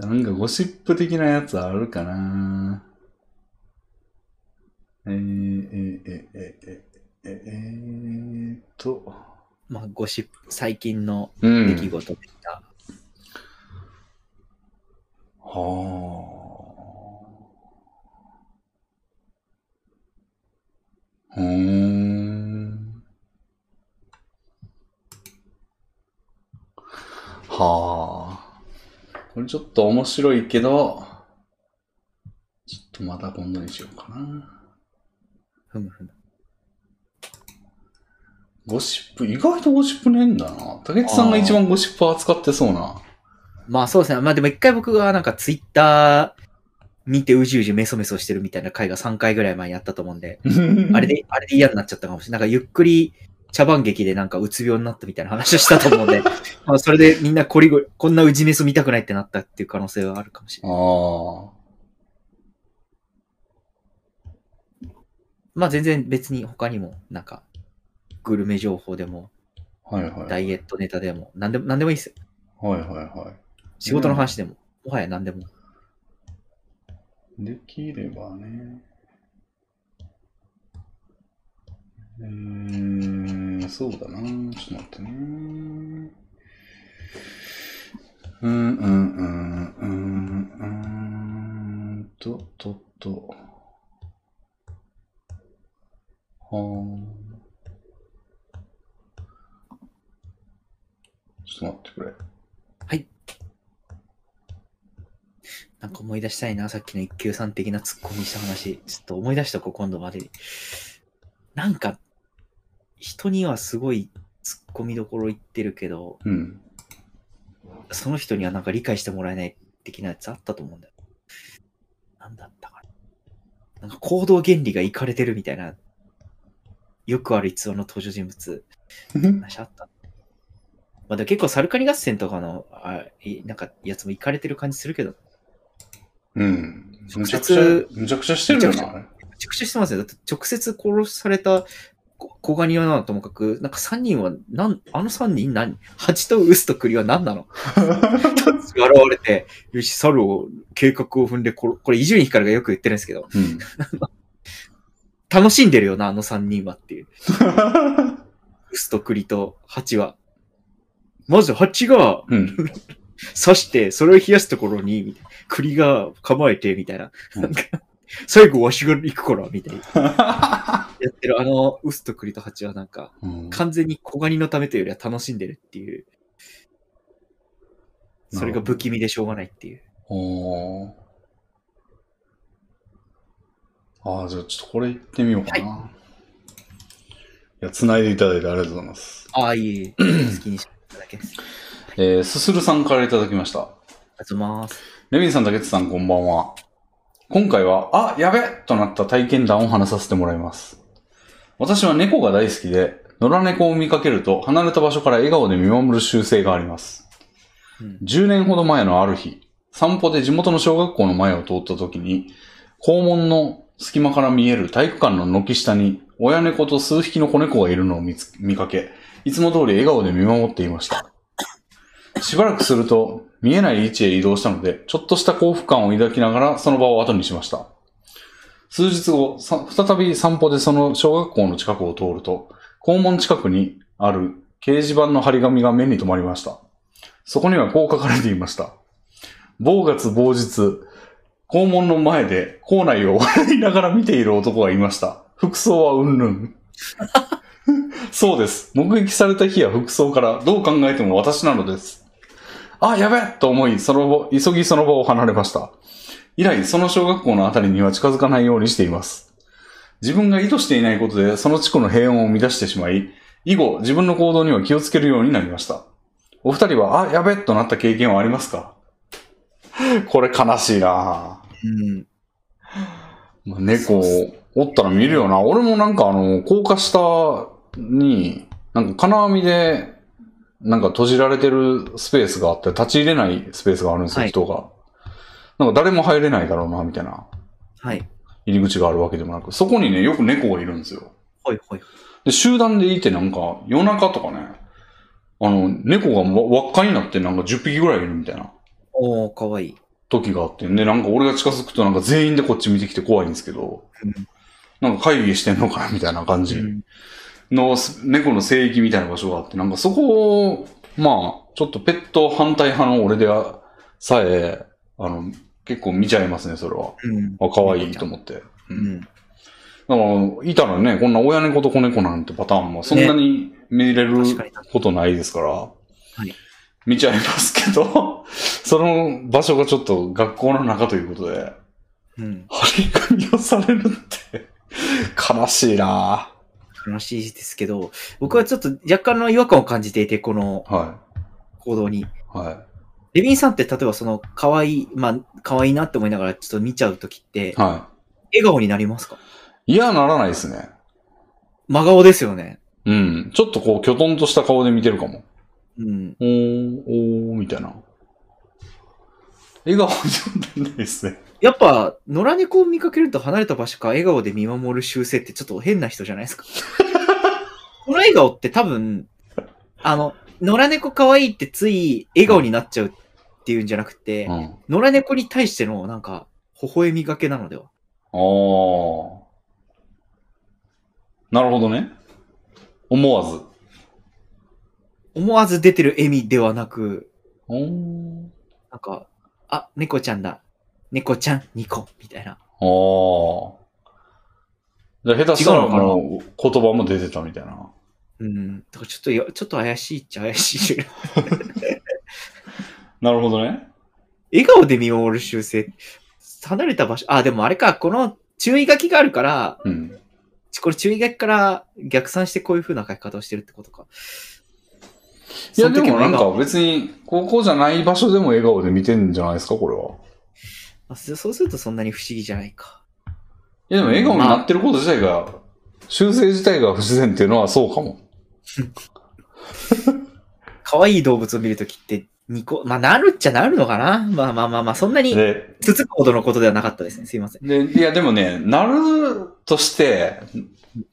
なんかゴシップ的なやつあるかなえー、えー、えー、えー、えー、えー、えーっと。
まあ、ゴシップ、最近の
う
出来
ん。
事でした。
はあ。うーん。はあ。これちょっと面白いけど、ちょっとまた今度にしようかな。
ふむふむ。
ゴシップ、意外とゴシップねえんだな。竹内さんが一番ゴシップ扱ってそうな。
まあ、そうですね。まあ、でも一回僕がなんかツイッター見てうじうじメソメソしてるみたいな回が3回ぐらい前にあったと思うんで、あれで、あれで嫌になっちゃったかもしれない。なんかゆっくり茶番劇でなんかうつ病になったみたいな 話をしたと思うんで、まあ、それでみんなこりごり、こんなうじメソ見たくないってなったっていう可能性はあるかもしれない。
ああ。
まあ全然別に他にも、なんか、グルメ情報でも、
はいはい。
ダイエットネタでも、なんでも、なんでもいいですよ。
はいはいはい。
仕事の話でも、もはや何でも。
できればね。うーん、そうだな。ちょっと待ってね。うんうんうんうんうんうんと、とっと。はーちょっと待ってくれ。
なんか思い出したいな、さっきの一級さん的なツッコミした話。ちょっと思い出しとこう、今度までに。なんか、人にはすごいツッコミどころ言ってるけど、
うん。
その人にはなんか理解してもらえない的なやつあったと思うんだよ。なんだったかな。なんか行動原理がいかれてるみたいな、よくある逸話の登場人物。話あった。まあ、でも結構サルカニ合戦とかの、あいなんかやつも行かれてる感じするけど、
うん。むちゃくちゃ
直接、
むちゃくちゃしてるよ
むちゃ
な、
く
あれ。
めちゃくちゃしてますよ。だって直接殺されたこ小ガニはなともかく、なんか3人は、なんあの3人何蜂とウスと栗は何なの突如現れて、よし、猿を、計画を踏んで殺、これ伊集院光がよく言ってるんですけど、
うん。
楽しんでるよな、あの3人はっていう。ウスと栗と蜂は。まず蜂が
うん。
刺して、それを冷やすところに、みたいな栗が構えて、みたいな。
うん
なんか最後、わしが行くから、みたいな。やってる、あの、ウスと栗と蜂はなんか、
うん
完全に小ガニのためというよりは楽しんでるっていう。それが不気味でしょうがないっていう。
おーああ、じゃあちょっとこれ行ってみようかな。い、や、繋いでいただいてありがとうございます。
ああ、いい。好きにしていただけです。あり
えー、すするさんからいただきました。
がとうございます。
レミンさん、竹内さん、こんばんは。今回は、あ、やべとなった体験談を話させてもらいます。私は猫が大好きで、野良猫を見かけると離れた場所から笑顔で見守る習性があります。
うん
10年ほど前のある日、散歩で地元の小学校の前を通った時に、校門の隙間から見える体育館の軒下に、親猫と数匹の子猫がいるのを見つ見かけ、いつも通り笑顔で見守っていました。しばらくすると、見えない位置へ移動したので、ちょっとした幸福感を抱きながら、その場を後にしました。数日後、さ再び散歩でその小学校の近くを通ると、校門近くにある掲示板の張り紙が目に留まりました。そこにはこう書かれていました。某月某日、校門の前で校内を笑いながら見ている男がいました。服装はうんぬん。 そうです。目撃された日や服装からどう考えても私なのです。あ、やべえと思い、その場、急ぎその場を離れました。以来、その小学校のあたりには近づかないようにしています。自分が意図していないことで、その地区の平穏を乱してしまい、以後、自分の行動には気をつけるようになりました。お二人は、あ、やべっとなった経験はありますかこれ悲しいな
うん。
まあ猫、おったら見るよな。俺もなんかあの、高架下に、なんか金網で、なんか閉じられてるスペースがあって、立ち入れないスペースがあるんですよ、
はい
人が。なんか誰も入れないだろうな、みたいな。
はい。
入り口があるわけでもなく。そこにね、よく猫がいるんですよ。
ほいほい。
で、集団でいてなんか、夜中とかね、あの、猫がわ輪っかになってなんか10匹ぐらいいるみたいな
おー、かわいい。
時があって、ね、なんか俺が近づくとなんか全員でこっち見てきて怖いんですけど、なんか会議してんのかなみたいな感じ
うん
の、す猫の聖域みたいな場所があって、なんかそこを、まあ、ちょっとペット反対派の俺でさえ、あの、結構見ちゃいますね、それは。
うん。
あ、可愛いと思って。う
うんん。
だから、いたらね、こんな親猫と子猫なんてパターンもそんなに見れる
確かに
ことないですから、
い
見ちゃいますけど、 その場所がちょっと学校の中ということで、
うん。
張り紙をされるって、悲しいな
悲しいですけど、僕はちょっと若干の違和感を感じていて、この
ぁは
行動に。
い。は
レビンさんって例えばその、可愛い、まあ、可愛いなって思いながらちょっと見ちゃうときって
い。、は
笑顔になりますか
い。いや、ならないですね。
真顔ですよね。
うん。ちょっとこう、きょとんとした顔で見てるかも。
うん。
おー、おー、みたいな。笑顔じゃないですね。
やっぱ、野良猫を見かけると離れた場所から笑顔で見守る習性ってちょっと変な人じゃないで すか。この笑顔って多分、あの、野良猫可愛いってつい笑顔になっちゃうっていうんじゃなくて、
うん。
野良猫に対してのなんか、微笑みがけなのでは。
ああ。なるほどね。思わず。
思わず出てる笑みではなく、
おー
なんか、あ、猫ちゃんだ。猫ちゃん、ニコ、みたいな。
あーじゃあ下手したら
違うのかな
もう言葉も出てたみたいな。
うん。だからちょっとよ、ちょっと怪しいっちゃ怪しい。
なるほどね。
笑顔で見守る習性。離れた場所、あ、でもあれか、この注意書きがあるから、
うん。
ちこれ注意書きから逆算してこういう風な書き方をしてるってことか。
いや
その
で
時
もなん
笑
か
顔
別に、ここじゃない場所でも笑顔で見てんじゃないですか、これは。
あそそうするとそんなに不思議じゃないか。
いやでも笑顔になってること自体が、修正自体が不自然っていうのはそうかも。
可愛い動物を見るときって、ニコ、まあ、なるっちゃなるのかなまあまあまあまあ、そんなに、
で、
つつくほどのことではなかったですね。すいません。
で、いや、でもね、なるとして、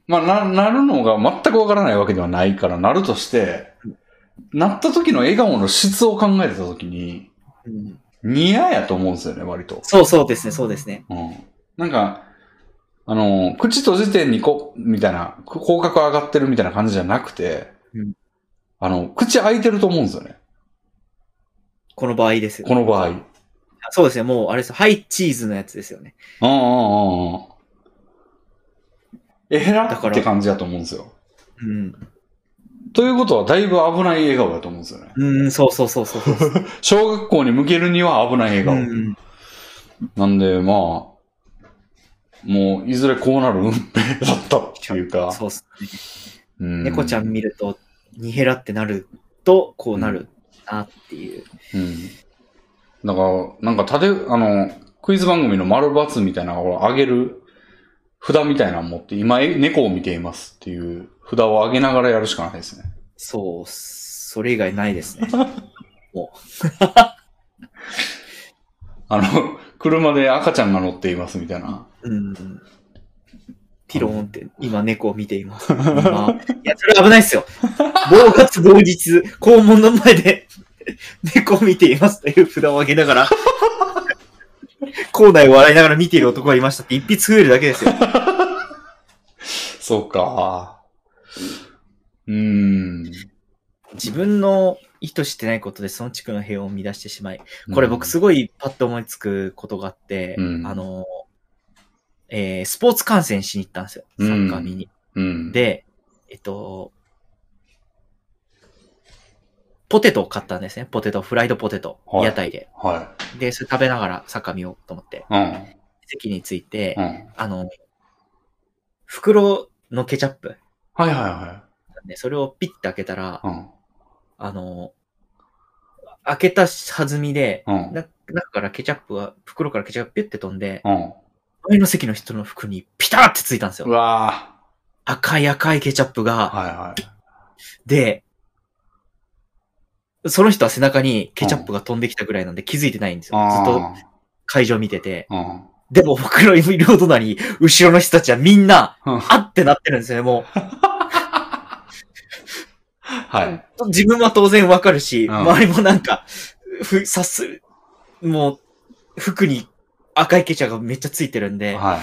まあ、な、なるのが全くわからないわけではないから、なるとして、なった時の笑顔の質を考えてた時に、
うん
ニヤやと思うんですよね、割と。
そうそうですね、そうですね。
うん。なんか、あの、口閉じてニコ、みたいな、こ口角上がってるみたいな感じじゃなくて、
うん
あの、口開いてると思うんですよね。
この場合です。
この場合。うん
そうですね、もう、あれです。はい、チーズのやつですよね。
うんうんうん。えへら
だか
っ
ら
て感じだと思うんですよ。
うん。
ということは、だいぶ危ない笑顔だと思うんですよね。
うん、そうそうそ うそうそう。
小学校に向けるには危ない笑顔。
うん
なんで、まあ、もう、いずれこうなる運命だったっていうか。
そうっすね。
うん
猫ちゃん見ると、ニヘラってなると、こうなるなっていう。
うん。だから、なんか、たて、あの、クイズ番組の丸×みたいな、ほら、あげる札みたいなの持って、今、え猫を見ていますっていう札を上げながらやるしかないですね。
そう、それ以外ないです ね。
あの、車で赤ちゃんが乗っていますみたいな。
うん。ピローンって、今猫を見て います。今いや、それ危ないっすよ。暴発同日、校門の前で、 猫を見ていますという札を上げながら、校内を笑いながら見ている男がいましたって一筆増えるだけですよ。
そうか。うーん。
自分の意図してないことでその地区の平穏を乱してしまい、これ僕すごいパッと思いつくことがあって、
うん
あの、えースポーツ観戦しに行ったんですよ。サッカー見に。
うん。
で、えっと、ポテトを買ったんですね。ポテト、フライドポテト。
はい
屋台で。
は
で、それ食べながらサッカー見ようと思って。
い。うん。
席に着いて、
うん。はい
あの、袋のケチャップ
はいは
なんで、それをピッて開けたら、
い。うん。
あの、開けた弾みで、
うん。
な中からケチャップが、袋からケチャップがピュって飛んで、
うん。
前の席の人の服にピタってついたんです
う
よ。
わ
赤い赤いケチャップ
ー
が、
はいはい。
で、その人は背中にケチャップが飛んできたぐらいなんで気づいてないんですよ。ずっと会場見てて。
と。うん。
でも僕のいる大人に、後ろの人たちはみんな、あってなってるんですよね、もう。
はい。
自分は当然わかるし、
うん
周りもなんか、ふ、さす、もう、服に赤いケチャがめっちゃついてるんで、
はい。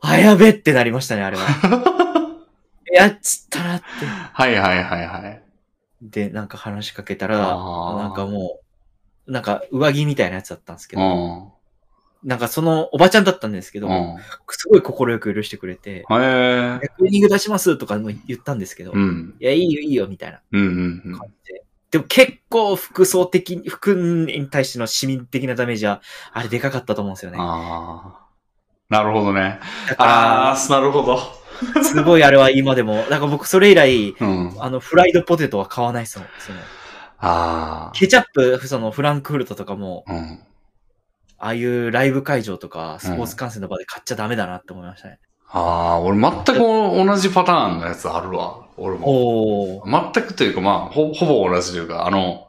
あ、やべってなりましたね、あれは。 やっつったなって。
はいはいはいはい。
で、なんか話しかけたら、
あー
なんかもう、なんか上着みたいなやつだったんですけ
う
ど、
ん。
なんかそのおばちゃんだったんですけど、
うん。
すごい快く許してくれて、
へえ。
クリーニング出しますとかも言ったんですけど、
う
い
ん。
や、いいよいいよみたいな。
うんうんうん。
感じで。でも結構服装的に、服に対しての市民的なダメージは、あれでかかったと思うんですよね。
ああ。なるほどね。
だ
あ
か
あ、なるほど。
ら、すごいあれは今でも、なんか僕それ以来、
うん。あ
あの、フライドポテトは買わないですもん。その
あー。
ケチャップ、そのフランクフルトとかも、
うん。
ああいうライブ会場とか、スポーツ観戦の場で買っちゃダメだなって思いましたね。
ああ、俺全く同じパターンのやつあるわ。俺も。
おー。
全くというか、まあ、ほほぼ同じというか、あの、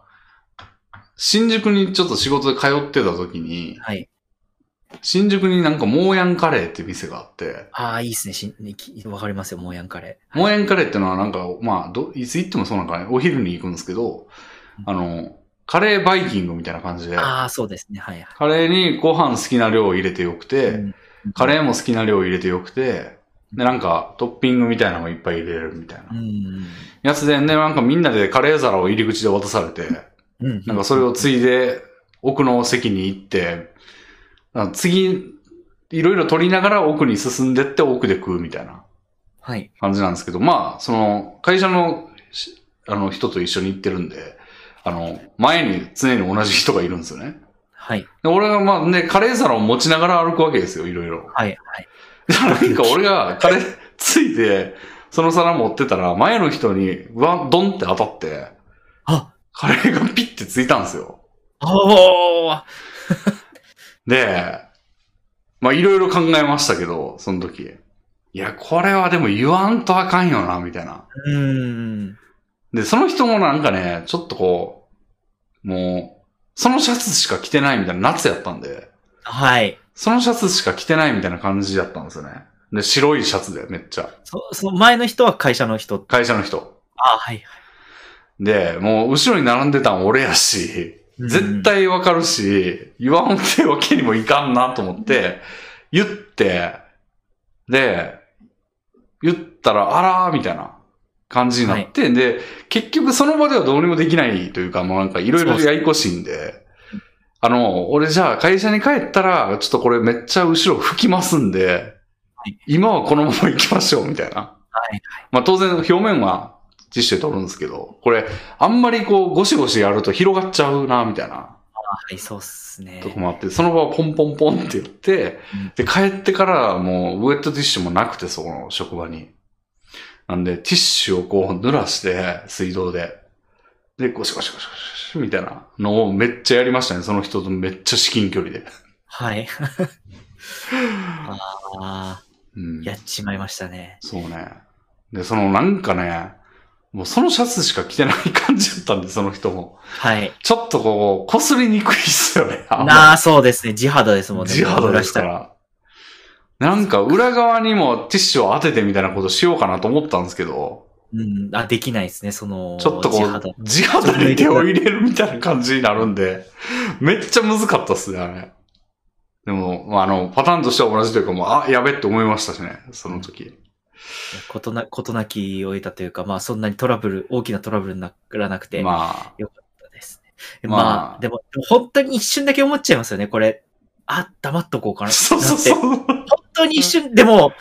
新宿にちょっと仕事で通ってた時に、
はい。
新宿になんかモーヤンカレーって店があって、
ああ、いいですねしんき。わかりますよ、モーヤンカレー。
モーヤンカレーってのはなんか、まあ、ど、いつ行ってもそうなんかね、お昼に行くんですけど、あの、カレーバイキングみたいな感じで、
ああ、そうですね、はいはい。
カレーにご飯好きな量を入れてよくて、
うん
カレーも好きな量を入れてよくて、で、なんかトッピングみたいなのもいっぱい入れるみたいな。
うん。
やつで、ね、なんかみんなでカレー皿を入り口で渡されて、
うん。
なんかそれをついで、奥の席に行って、なんか次、いろいろ取りながら奥に進んでって奥で食うみたいな
はい。
感じなんですけど、まあ、その、会社のし、あの、人と一緒に行ってるんで、あの、前に常に同じ人がいるんですよね。
はい。
で俺がまあね、カレー皿を持ちながら歩くわけですよ、いろいろ。
はい。はい。
なんか俺がカレーついて、その皿持ってたら、前の人に、うわ、ドンって当たって、
あ
カレーがピッてついたんですよ。
おー
で、まあいろいろ考えましたけど、その時。いや、これはでも言わんとあかんよな、みたいな。
うーん。
で、その人もなんかね、ちょっとこう、もう、そのシャツしか着てないみたいな、夏やったんで、
はい。
そのシャツしか着てないみたいな感じだったんですよね。で、白いシャツで、めっちゃ。
そその前の人は会社の人。
会社の人。
あはい。
で、もう後ろに並んでたん俺やし、絶対わかるし、言わんってわけにもいかんなと思って、言って、で、言ったら、あらーみたいな感じになって、で、結局その場ではどうにもできないというか、もうなんかいろいろやいこしいんで、あの、俺じゃあ会社に帰ったら、ちょっとこれめっちゃ後ろ吹きますんで、
はい
今はこのまま行きましょう、みたいな。
はい
まあ当然表面はティッシュで取るんですけど、これ、あんまりこう、ゴシゴシやると広がっちゃうな、みたいな
はい、そうっすね
と。こもあって、その場をポンポンポンって言って
う
で、
ん、
帰ってからもう、ウェットティッシュもなくて、そこの職場に。なんで、ティッシュをこう、濡らして、水道で。で、ゴシゴシゴシゴシゴシみたいなのをめっちゃやりましたね。その人とめっちゃ至近距離で。
はい。ああ、
うん、
やっちまいましたね。
そうね。で、そのなんかね、もうそのシャツしか着てない感じだったんで、その人も。
はい。
ちょっとこう、擦りにくいっすよね。あんま
なあ、そうですね。地肌ですもんね。
地肌ですか
濡ら
ら。なんか裏側にもティッシュを当ててみたいなことしようかなと思ったんですけど、
したら。うん。あ、できないですね。その、
ちょっとこ
地肌。
う、地肌に手を入れるみたいな感じになるんで、めっちゃ難かったっすね、あれ。でも、まあ、あの、パターンとしては同じというか、もう、あ、やべって思いましたしね、その時。
ことな、ことなきを得たというか、まあ、そんなにトラブル、大きなトラブルにならなくて。
ま
よかったですね。
ま
ま
あ
あ、でも、でも本当に一瞬だけ思っちゃいますよね。これ、あ、黙っとこうか
あ、
な。
そうそう
なんて
そう。
本当に一瞬、でも、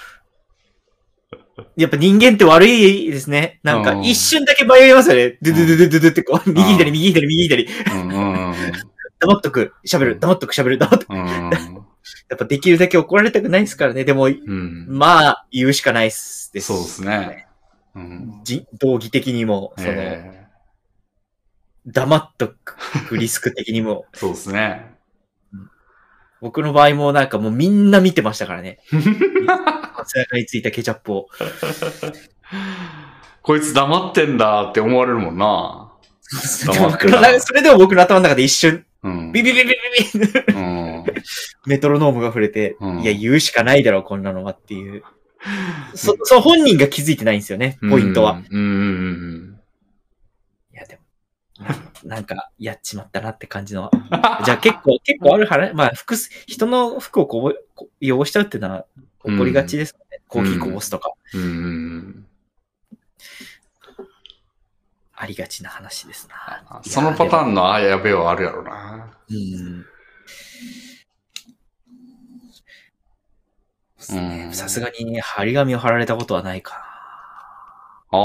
やっぱ人間って悪いですね。なん
う
か
ん
一瞬だけ迷いますよね。ドゥドゥドゥドゥドゥドゥってこう、右左、
うん
右左、右左。
うんうん
黙っとく、喋る、黙っとく、喋る、黙っとく。
うん
やっぱできるだけ怒られたくないですからね。でも、
うん。うん。
まあ、言うしかないっす。です。
そうですね。うん。
じ。道義的にも、その、
ええ
黙っとくリスク的にも。
そうですね。
僕の場合もなんかもうみんな見てましたからね。背中についたケチャップを。
こいつ黙ってんだって思われるもん な。黙って
僕
る
の
な
中それでも僕の頭の中で一瞬、
うん。
ビビビビビビ
うん。
メトロノームが触れて、
うん
いや、言うしかないだろ、こんなのはっていう。そ、そう本人が気づいてないんですよね、ポイントは。
うん。うんうん
いや、でも、ななんか、やっちまったなって感じの。じゃあ結構、結構ある話、まあ、服す、人の服をこぼ、こ汚しちゃうっていうのは起こりがちですよね。コーヒーこぼすとか、
うん。うんうん
ありがちな話ですな。
そのパター
ン。
ンのあやべえはあるやろな。
うん。そう
う
ね
ん
さすがにね、張り紙を貼られたことはないか
ああ。
な。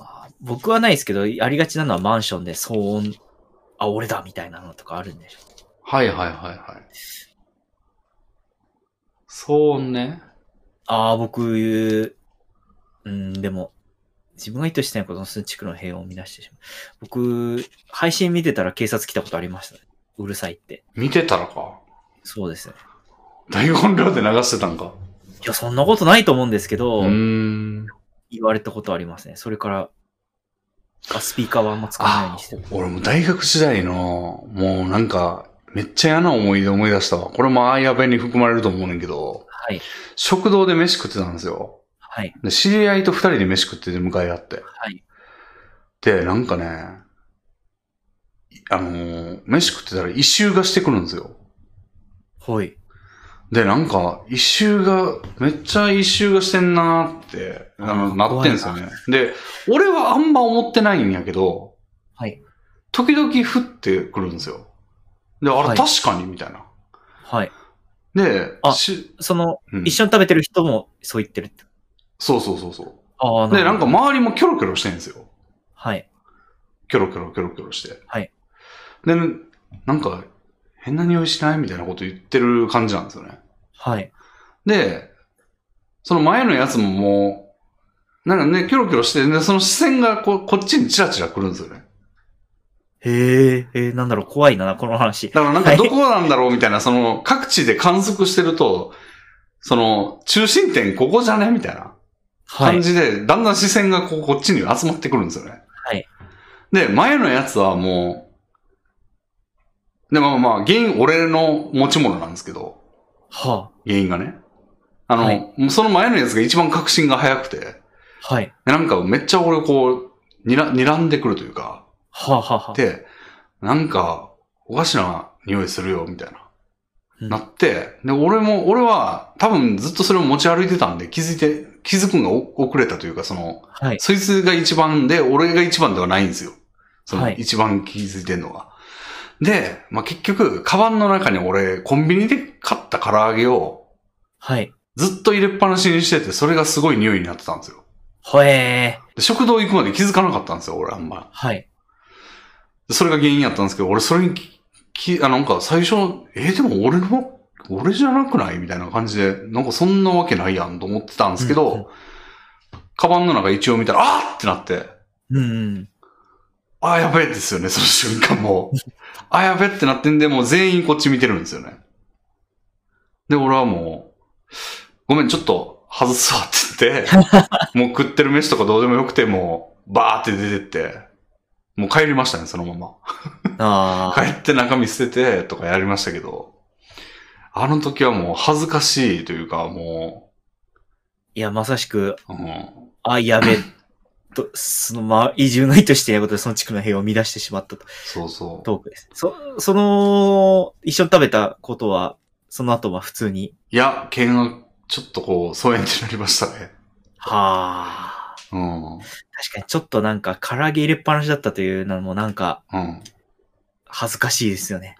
あー僕はないですけど、ありがちなのはマンションで騒音、あ、俺だみたいなのとかあるんでしょ。
はいはいはいはい。そうね。
ああ、僕、うん、でも、自分が意図してないことの数値区の平穏を乱してしまう。僕、配信見てたら警察来たことありましたね。うるさいって。
見てたらか。
そうですね。
大音量で流してたんか。
いや、そんなことないと思うんですけ
う
ど、
ーん。
言われたことありますね。それから、あスピーカーはあんま使わないよう
あ
にしてる。
俺も大学時代の、もうなんか、めっちゃ嫌な思い出思い出したわ。これもあやべに含まれると思うねんけど、
はい。
食堂で飯食ってたんですよ。
はい。
で、知り合いと二人で飯食ってて向かい合って。
はい。
で、なんかね、あのー飯食ってたら異臭がしてくるんですよ。
ほい。
で、なんか、一周が、めっちゃ一周がしてんなーって、あの、
あー
なってんすよね。で、俺はあんま思ってないんやけど、
はい。
時々降ってくるんですよ。で、あれ、
はい
確かに、みたいな。
はい。
で、
あ
し
その、
うん
一緒に食べてる人もそう言ってるって。
そうそうそうそう。
ああ、
で、なんか
ま、
周りもキョロキョロしてんですよ。
はい。
キョロキョロキョロキョロして。
はい。
で、なんか、変な匂いしないみたいなこと言ってる感じなんですよね。
はい。
で、その前のやつももう、なんかね、キョロキョロして、でその視線がこうこっちにチラチラ来るんですよね。
へえ、えー、なんだろう、怖いな、この話。
だからなんかどこなんだろうみたいな、その各地で観測してると、その中心点ここじゃねみたいな
はい
感。じで、だんだん視線がこうこっちに集まってくるんですよね。
はい。
で、前のやつはもう、で、まあまあ、原因俺の持ち物なんですけど、
は
原因がね。あの、
は
もうその前のやつが一番確信が早くて、
あ、はい。
でなんかめっちゃ俺こう、にら、睨んでくるというか、
はあ、はあ、はあ。
で、なんか、おかしな匂いするよ、みたいな。
うん
なって、で、俺も、俺は、多分ずっとそれを持ち歩いてたんで、気づいて、気づくのがお遅れたというか、その、
はい。
そいつが一番で、俺が一番ではないんですよ。その、
はい
一番気づいてんのが。で、まあ、結局、カバンの中に俺、コンビニで買った唐揚げを、
はい。
ずっと入れっぱなしにしてて、それがすごい匂いになってたんですよ。
ほえー。
で食堂行くまで気づかなかったんですよ、俺あんま。
はい。
でそれが原因やったんですけど、俺それにき、きあ、なんか最初、えーでも俺の、俺じゃなくないみたいな感じで、なんかそんなわけないやんと思ってたんですけど、
うんうん
カバンの中一応見たら、あーってなって、
うん。
あーやべえですよね、その瞬間もう。あーやべえってなってんで、もう全員こっち見てるんですよね。で、俺はもう、ごめん、ちょっと外すわって言って、もう食ってる飯とかどうでもよくて、もう、バーって出てって、もう帰りましたね、そのまま。
ああ。
帰って中身捨ててとかやりましたけど、あの時はもう恥ずかしいというか、も
いや、まさしく、
う、うん、
あ、やべ、と、その、ま、移住の意図してやることで、その地区の平和を乱してしまったと、
そうそう。
トークです。そ、その、一緒に食べたことは、その後は普通に、
いや、剣がちょっとこう、疎遠になりましたね。
はあ。
うん、うん、
確かに、ちょっとなんか、唐揚げ入れっぱなしだったというのも、なんか、恥ずかしいですよね。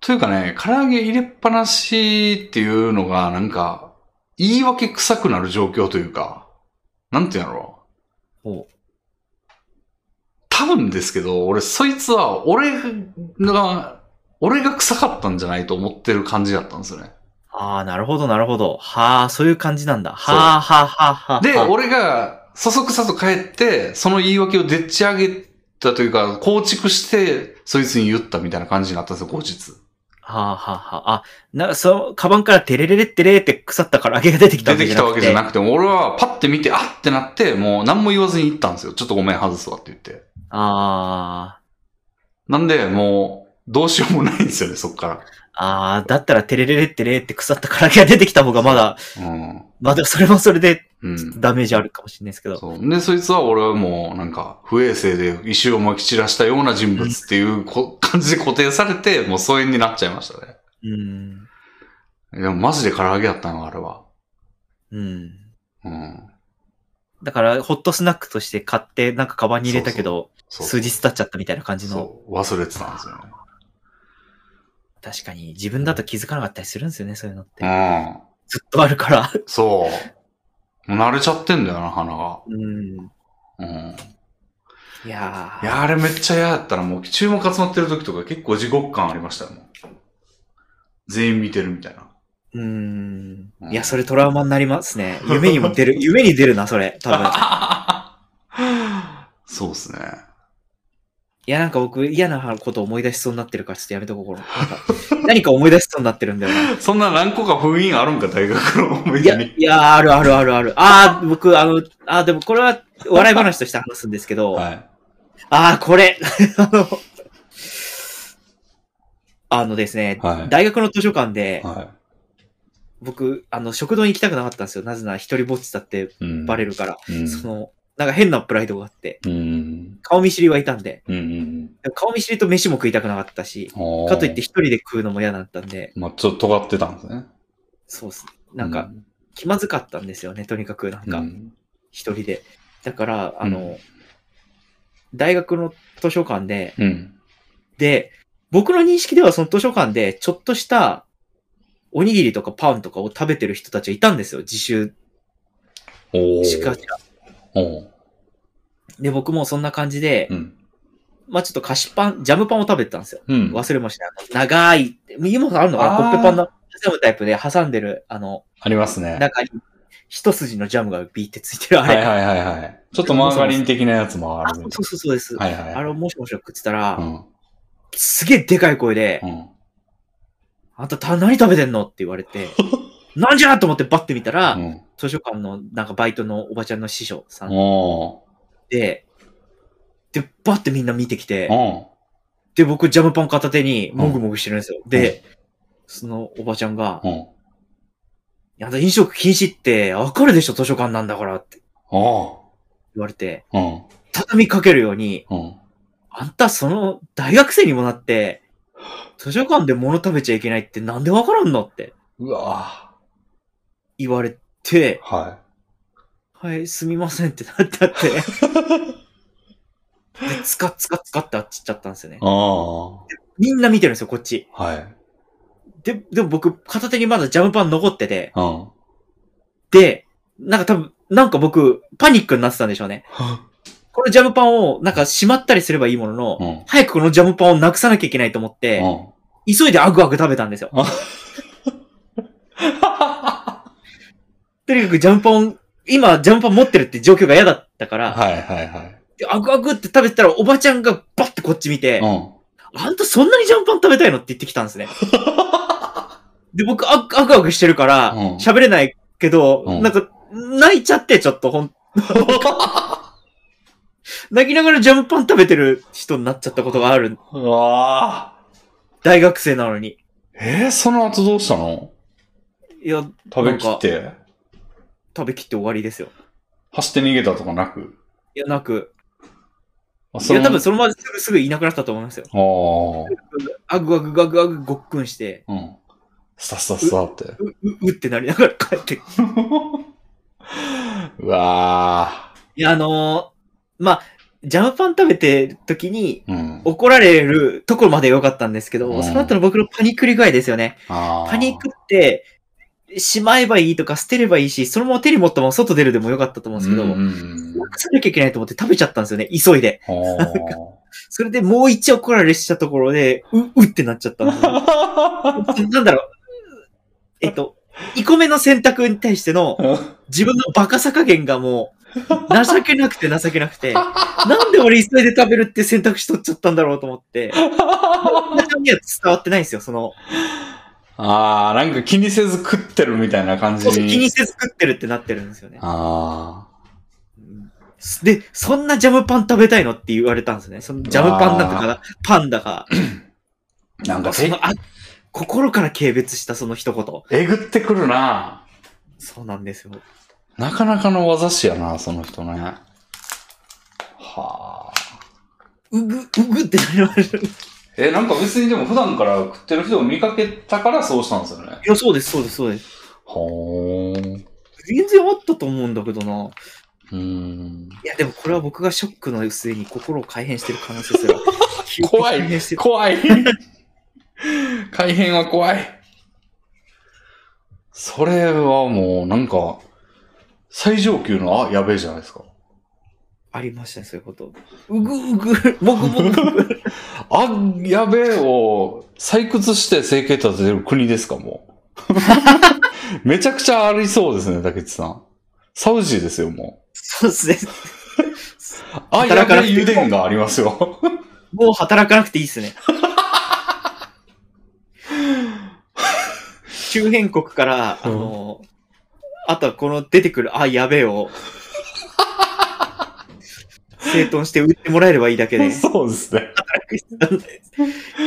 というかね、唐揚げ入れっぱなしっていうのが、なんか、言い訳臭くなる状況というか、なんていうんやろう。
ほう。
多分ですけど、俺、そいつは、俺が、俺が臭かったんじゃないと思ってる感じだったんですよね。
ああ、なるほど、なるほど。はあ、そういう感じなんだ。はあ、はあ、はあ、はあ。
で、
はあ
俺が、そそくさと帰って、その言い訳をでっち上げたというか、構築して、そいつに言ったみたいな感じになったんですよ、後日。
はあはあはあ。あ、なんか、そう、カバンからテレレレテレって腐ったから揚げが出てきた
出
わ
て
けじ
きた
ゃなく
わ
て。
けじゃなくて、俺はパッて見て、あっってなって、もう何も言わずに行ったんですよ。ちょっとごめん、外すわって言って。
あ
なんで、もう、どうしようもないんですよね、そっか
あ。ああ、だったらテレレレテレって腐ったから揚げが出てきた方がまだ、
ら。うん。
まだそれもそれで
うん。
ダメージあるかもしれないですけど。
そう。で、そいつは俺はもう、なんか、不衛生で石を撒き散らしたような人物っていうこ感じで固定されて、もう疎遠になっちゃいましたね。
うん。
でもマジで唐揚げやったの、あれは。
うん。
うん。
だから、ホットスナックとして買って、なんかカバンに入れたけど、
そう。
数日経っちゃったみたいな感じの。
そう。忘れてたんですよね。
確かに、自分だと気づかなかったりするんですよね、そういうのって。
うん。
ずっとあるから。
そう。もう慣れちゃってんだよな、鼻が。
うん。
うん。
いや
い
ー。
や、あれめっちゃ嫌やったら、もう注目集まってる時とか結構地獄感ありましたよ、もう全員見てるみたい な。
うん
う。ん
いや、それトラウマになりますね。夢にも 出る、夢に出るな、それ。 多分。
そうっすね。
いや、なんか僕嫌なこと思い出しそうになってるから、ちょっとやめとこう、 この。なんか何か思い出しそうになってるんだよ な。
そんな何個か封印あるんか、大学の思い
いや、
出に。
いや、あるあるあるある。ああ、僕、あの、ああ、でもこれは笑い話として話すんですけど、あ
はい。
あ、これ、 あの、あのですね、
はい
大学の図書館で、
は
僕、あの、食堂に行きたくなかったんですよ。なぜなら一人ぼっちだって
い。うん
バレるから、
うん。
その、なんか変なプライドがあって、
うん。
顔見知りはいたんで、
うんうん
でも顔見知りと飯も食いたくなかったし、
うん。
かといって
あ
一人で食うのも嫌だったんで、
ー。まあ、ちょっと尖ってたんですね。
そうっす。なんか、気まずかったんですよね、とにかく、なん
う
か、
ん、
一人で。だから、あの、
う
大学の図書館で、
うん。
で、僕の認識ではその図書館で、ちょっとした、おにぎりとかパンとかを食べてる人たちがいたんですよ、自習
おー
しかじゃ。
おー
で、僕もそんな感じで
う、ん。
まあちょっと菓子パン、ジャムパンを食べてたんですよ。
うん。
忘れました。あの長い、右もあるのかなコ
あー
ッペパンの挟むタイプで挟んでる、あの、
ありますね。
中に一筋のジャムがビーってついてる、あ
はい
れ。
はいはいはい。ちょっとマーガリン的なやつもあ
あ、
る
そ
み
う
た
そうそうです。
いな。はいはい。
あれをもしもし食ってたら、
うん。
すげえでかい声で、
うん。
あんたた何食べてんのって言わ れて、なんじゃと思ってバッて見たら、
うん。
図書館のなんかバイトのおばちゃんの師匠さん
お
で、で、バッてみんな見てきて
ー。う、ん。
で、僕ジャムパン片手にもぐもぐしてるんですよ。で、そのおばちゃんが、
うん。
いやあんた飲食禁止ってわかるでしょ図書館なんだからって
お
言われて、
ー。うん。
畳みかけるように、
うん。
あんたその大学生にもなって、図書館で物食べちゃいけないってなんでわからんのって
うわ
言われて、
ーは
はい、すみませんってなってあ って。で、つかつかつかってあっち行っちゃったんですよね
い。。あ
みんな見てるんですよ、こっち。
あ。はい。
で、でも僕、片手にまだジャムパン残ってて、
うん。
で、なんか多分、なんか僕、パニックになってたんでしょうね。このジャムパンを、なんかしまったりすればいいものの、
うん。
早くこのジャムパンをなくさなきゃいけないと思って、
うん。
急いでアグアグ食べたんですよ
あ。
とにかくジャムパン、今、ジャムパン持ってるって状況が嫌だったから、
はいはいはい。
でアグアグって食べてたら、おばちゃんがバッてこっち見て、
うん。
あんたそんなにジャムパン食べたいのって言ってきたんで すね。で、僕、あアクアクしてるから
うん、
喋、れないけど、
うん
なんか、泣いちゃって、ちょっ と、ほん、泣きながらジャムパン食べてる人になっちゃったことがある。
うわあ。
大学生なのに。
えー、その後どうしたの
いや、
食べきって、
食べきって終わりですよ。
走って逃げたとかなく。
いや、なく。
あ
い
そ
や、
の
多分そのまますぐ、すぐいなくなったと思いますよ。アグアグアグアグごっくんして、
ああ。うん。スタスタスタって。
う、う、うってなりながら帰って。いう
わ
や、あのーまあ、ジャムパン食べてる時に、
ーうん。
怒られるところまで良かったんですけど、
うん
その後の僕のパニックり具合ですよね。パ
パ
ニックって、しまえばいいとか捨てればいいし、そのまま手に持ったまま外出るでも良かったと思うんですけど、
うんうんうん
なくさなきゃいけないと思って食べちゃったんですよね、急いで。 それでもう一怒られしたところで、う、うってなっちゃったんですよ なんだろう、えっと、2個目の選択に対しての
あー
自分のバカさ加減がもう、情けなくて情けなくて、なんで俺急いで食べるって選択肢取っちゃったんだろうと思って、 中身は伝わってないんですよ、その、
ああ、なんか気にせず食ってるみたいな感じ
そうそう気に
に。
せず食ってるってなってるんですよね。
あ
で、そんなジャムパン食べたいのって言われたんですね。そのジャムパンなんだか、パンだか、
あ、なんか
そ
え
のあ心から軽蔑したその一言。
えぐってくるな。
そうなんですよ。
なかなかの技師やな、その人ね。はあ。
うぐ、うぐってなりました。い
え、なんか別にでも普段から食ってる人を見かけたからそうしたんですよね。
や、そうです、そうです、そうです。
ほーん。
全然あったと思うんだけどな。
うーん。
いや、でもこれは僕がショックの末に心を改変してる可能性す ら。
怖い
改変してる
怖い 改変は怖いそれはもうなんか、最上級の、あ、やべえじゃないですか。
ありましたね、そういうこと。うぐうぐ、もぐもぐも ぐ。
あ、やべえを採掘して生計立ててる国ですか、もう。 めちゃくちゃありそうですね、竹内さん。サウジですよ、も
そうですね。
う。あ、や
働かな
べ
く
え
ても
油田がありますよ。
もう働かなくていいです ね。周辺国から、あの、あとはこの出てくる、あ、やべえを、整頓して売ってもらえればいい だけで。
そうですね。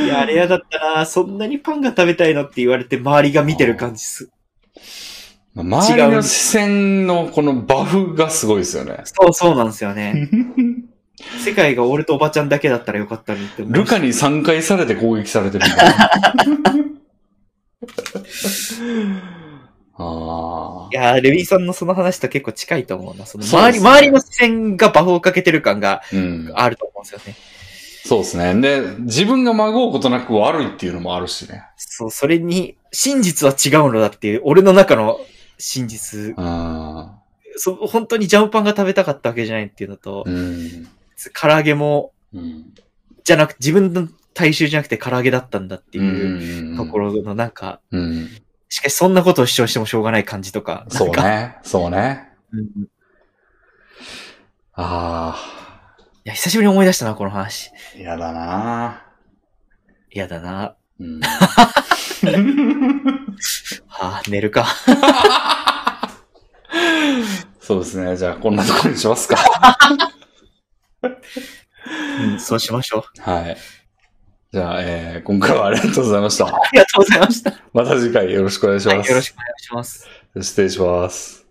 いや、あれやだったな。そんなにパンが食べたいのって言われて、周りが見てる感じす。
まあ周りの視線のこのバフがすごいですよ ね。
そうそうなんですよね。世界が俺とおばちゃんだけだったらよかったのにって思う
ルカに3回されて攻撃されてるみたいな。 ああ
い。やーレビンさんのその話と結構近いと思うな。その
そう
周
です
り、
ね
周りの視線がバフをかけてる感が
うん。
あると思うんですよね。
そうですね。で、自分がまごうことなく悪いっていうのもあるしね。
そう、それに、真実は違うのだっていう、俺の中の真実。
うん。
そう、本当にジャムパンが食べたかったわけじゃないっていうのと
う、ん。
唐揚げも、
うん。
じゃなく、自分の大衆じゃなくて唐揚げだったんだっていう
う
ところのなんか、
うん。
しかしそんなことを主張してもしょうがない感じとか。
そう
なんか。
ね。そうね。
うんい
あ
や、久しぶりに思い出したな、この話。
あ。やだな
嫌だな。
うん。
はあ、寝るか。
そうですね。じゃあ、こんなところにしますか。
うん、そうしましょう。
はい。じゃあ、えー今回はありがとうございました。
ありがとうございました。
また次回よろしくお願いし
はい、
ます。
よろしくお願いします。
失礼します。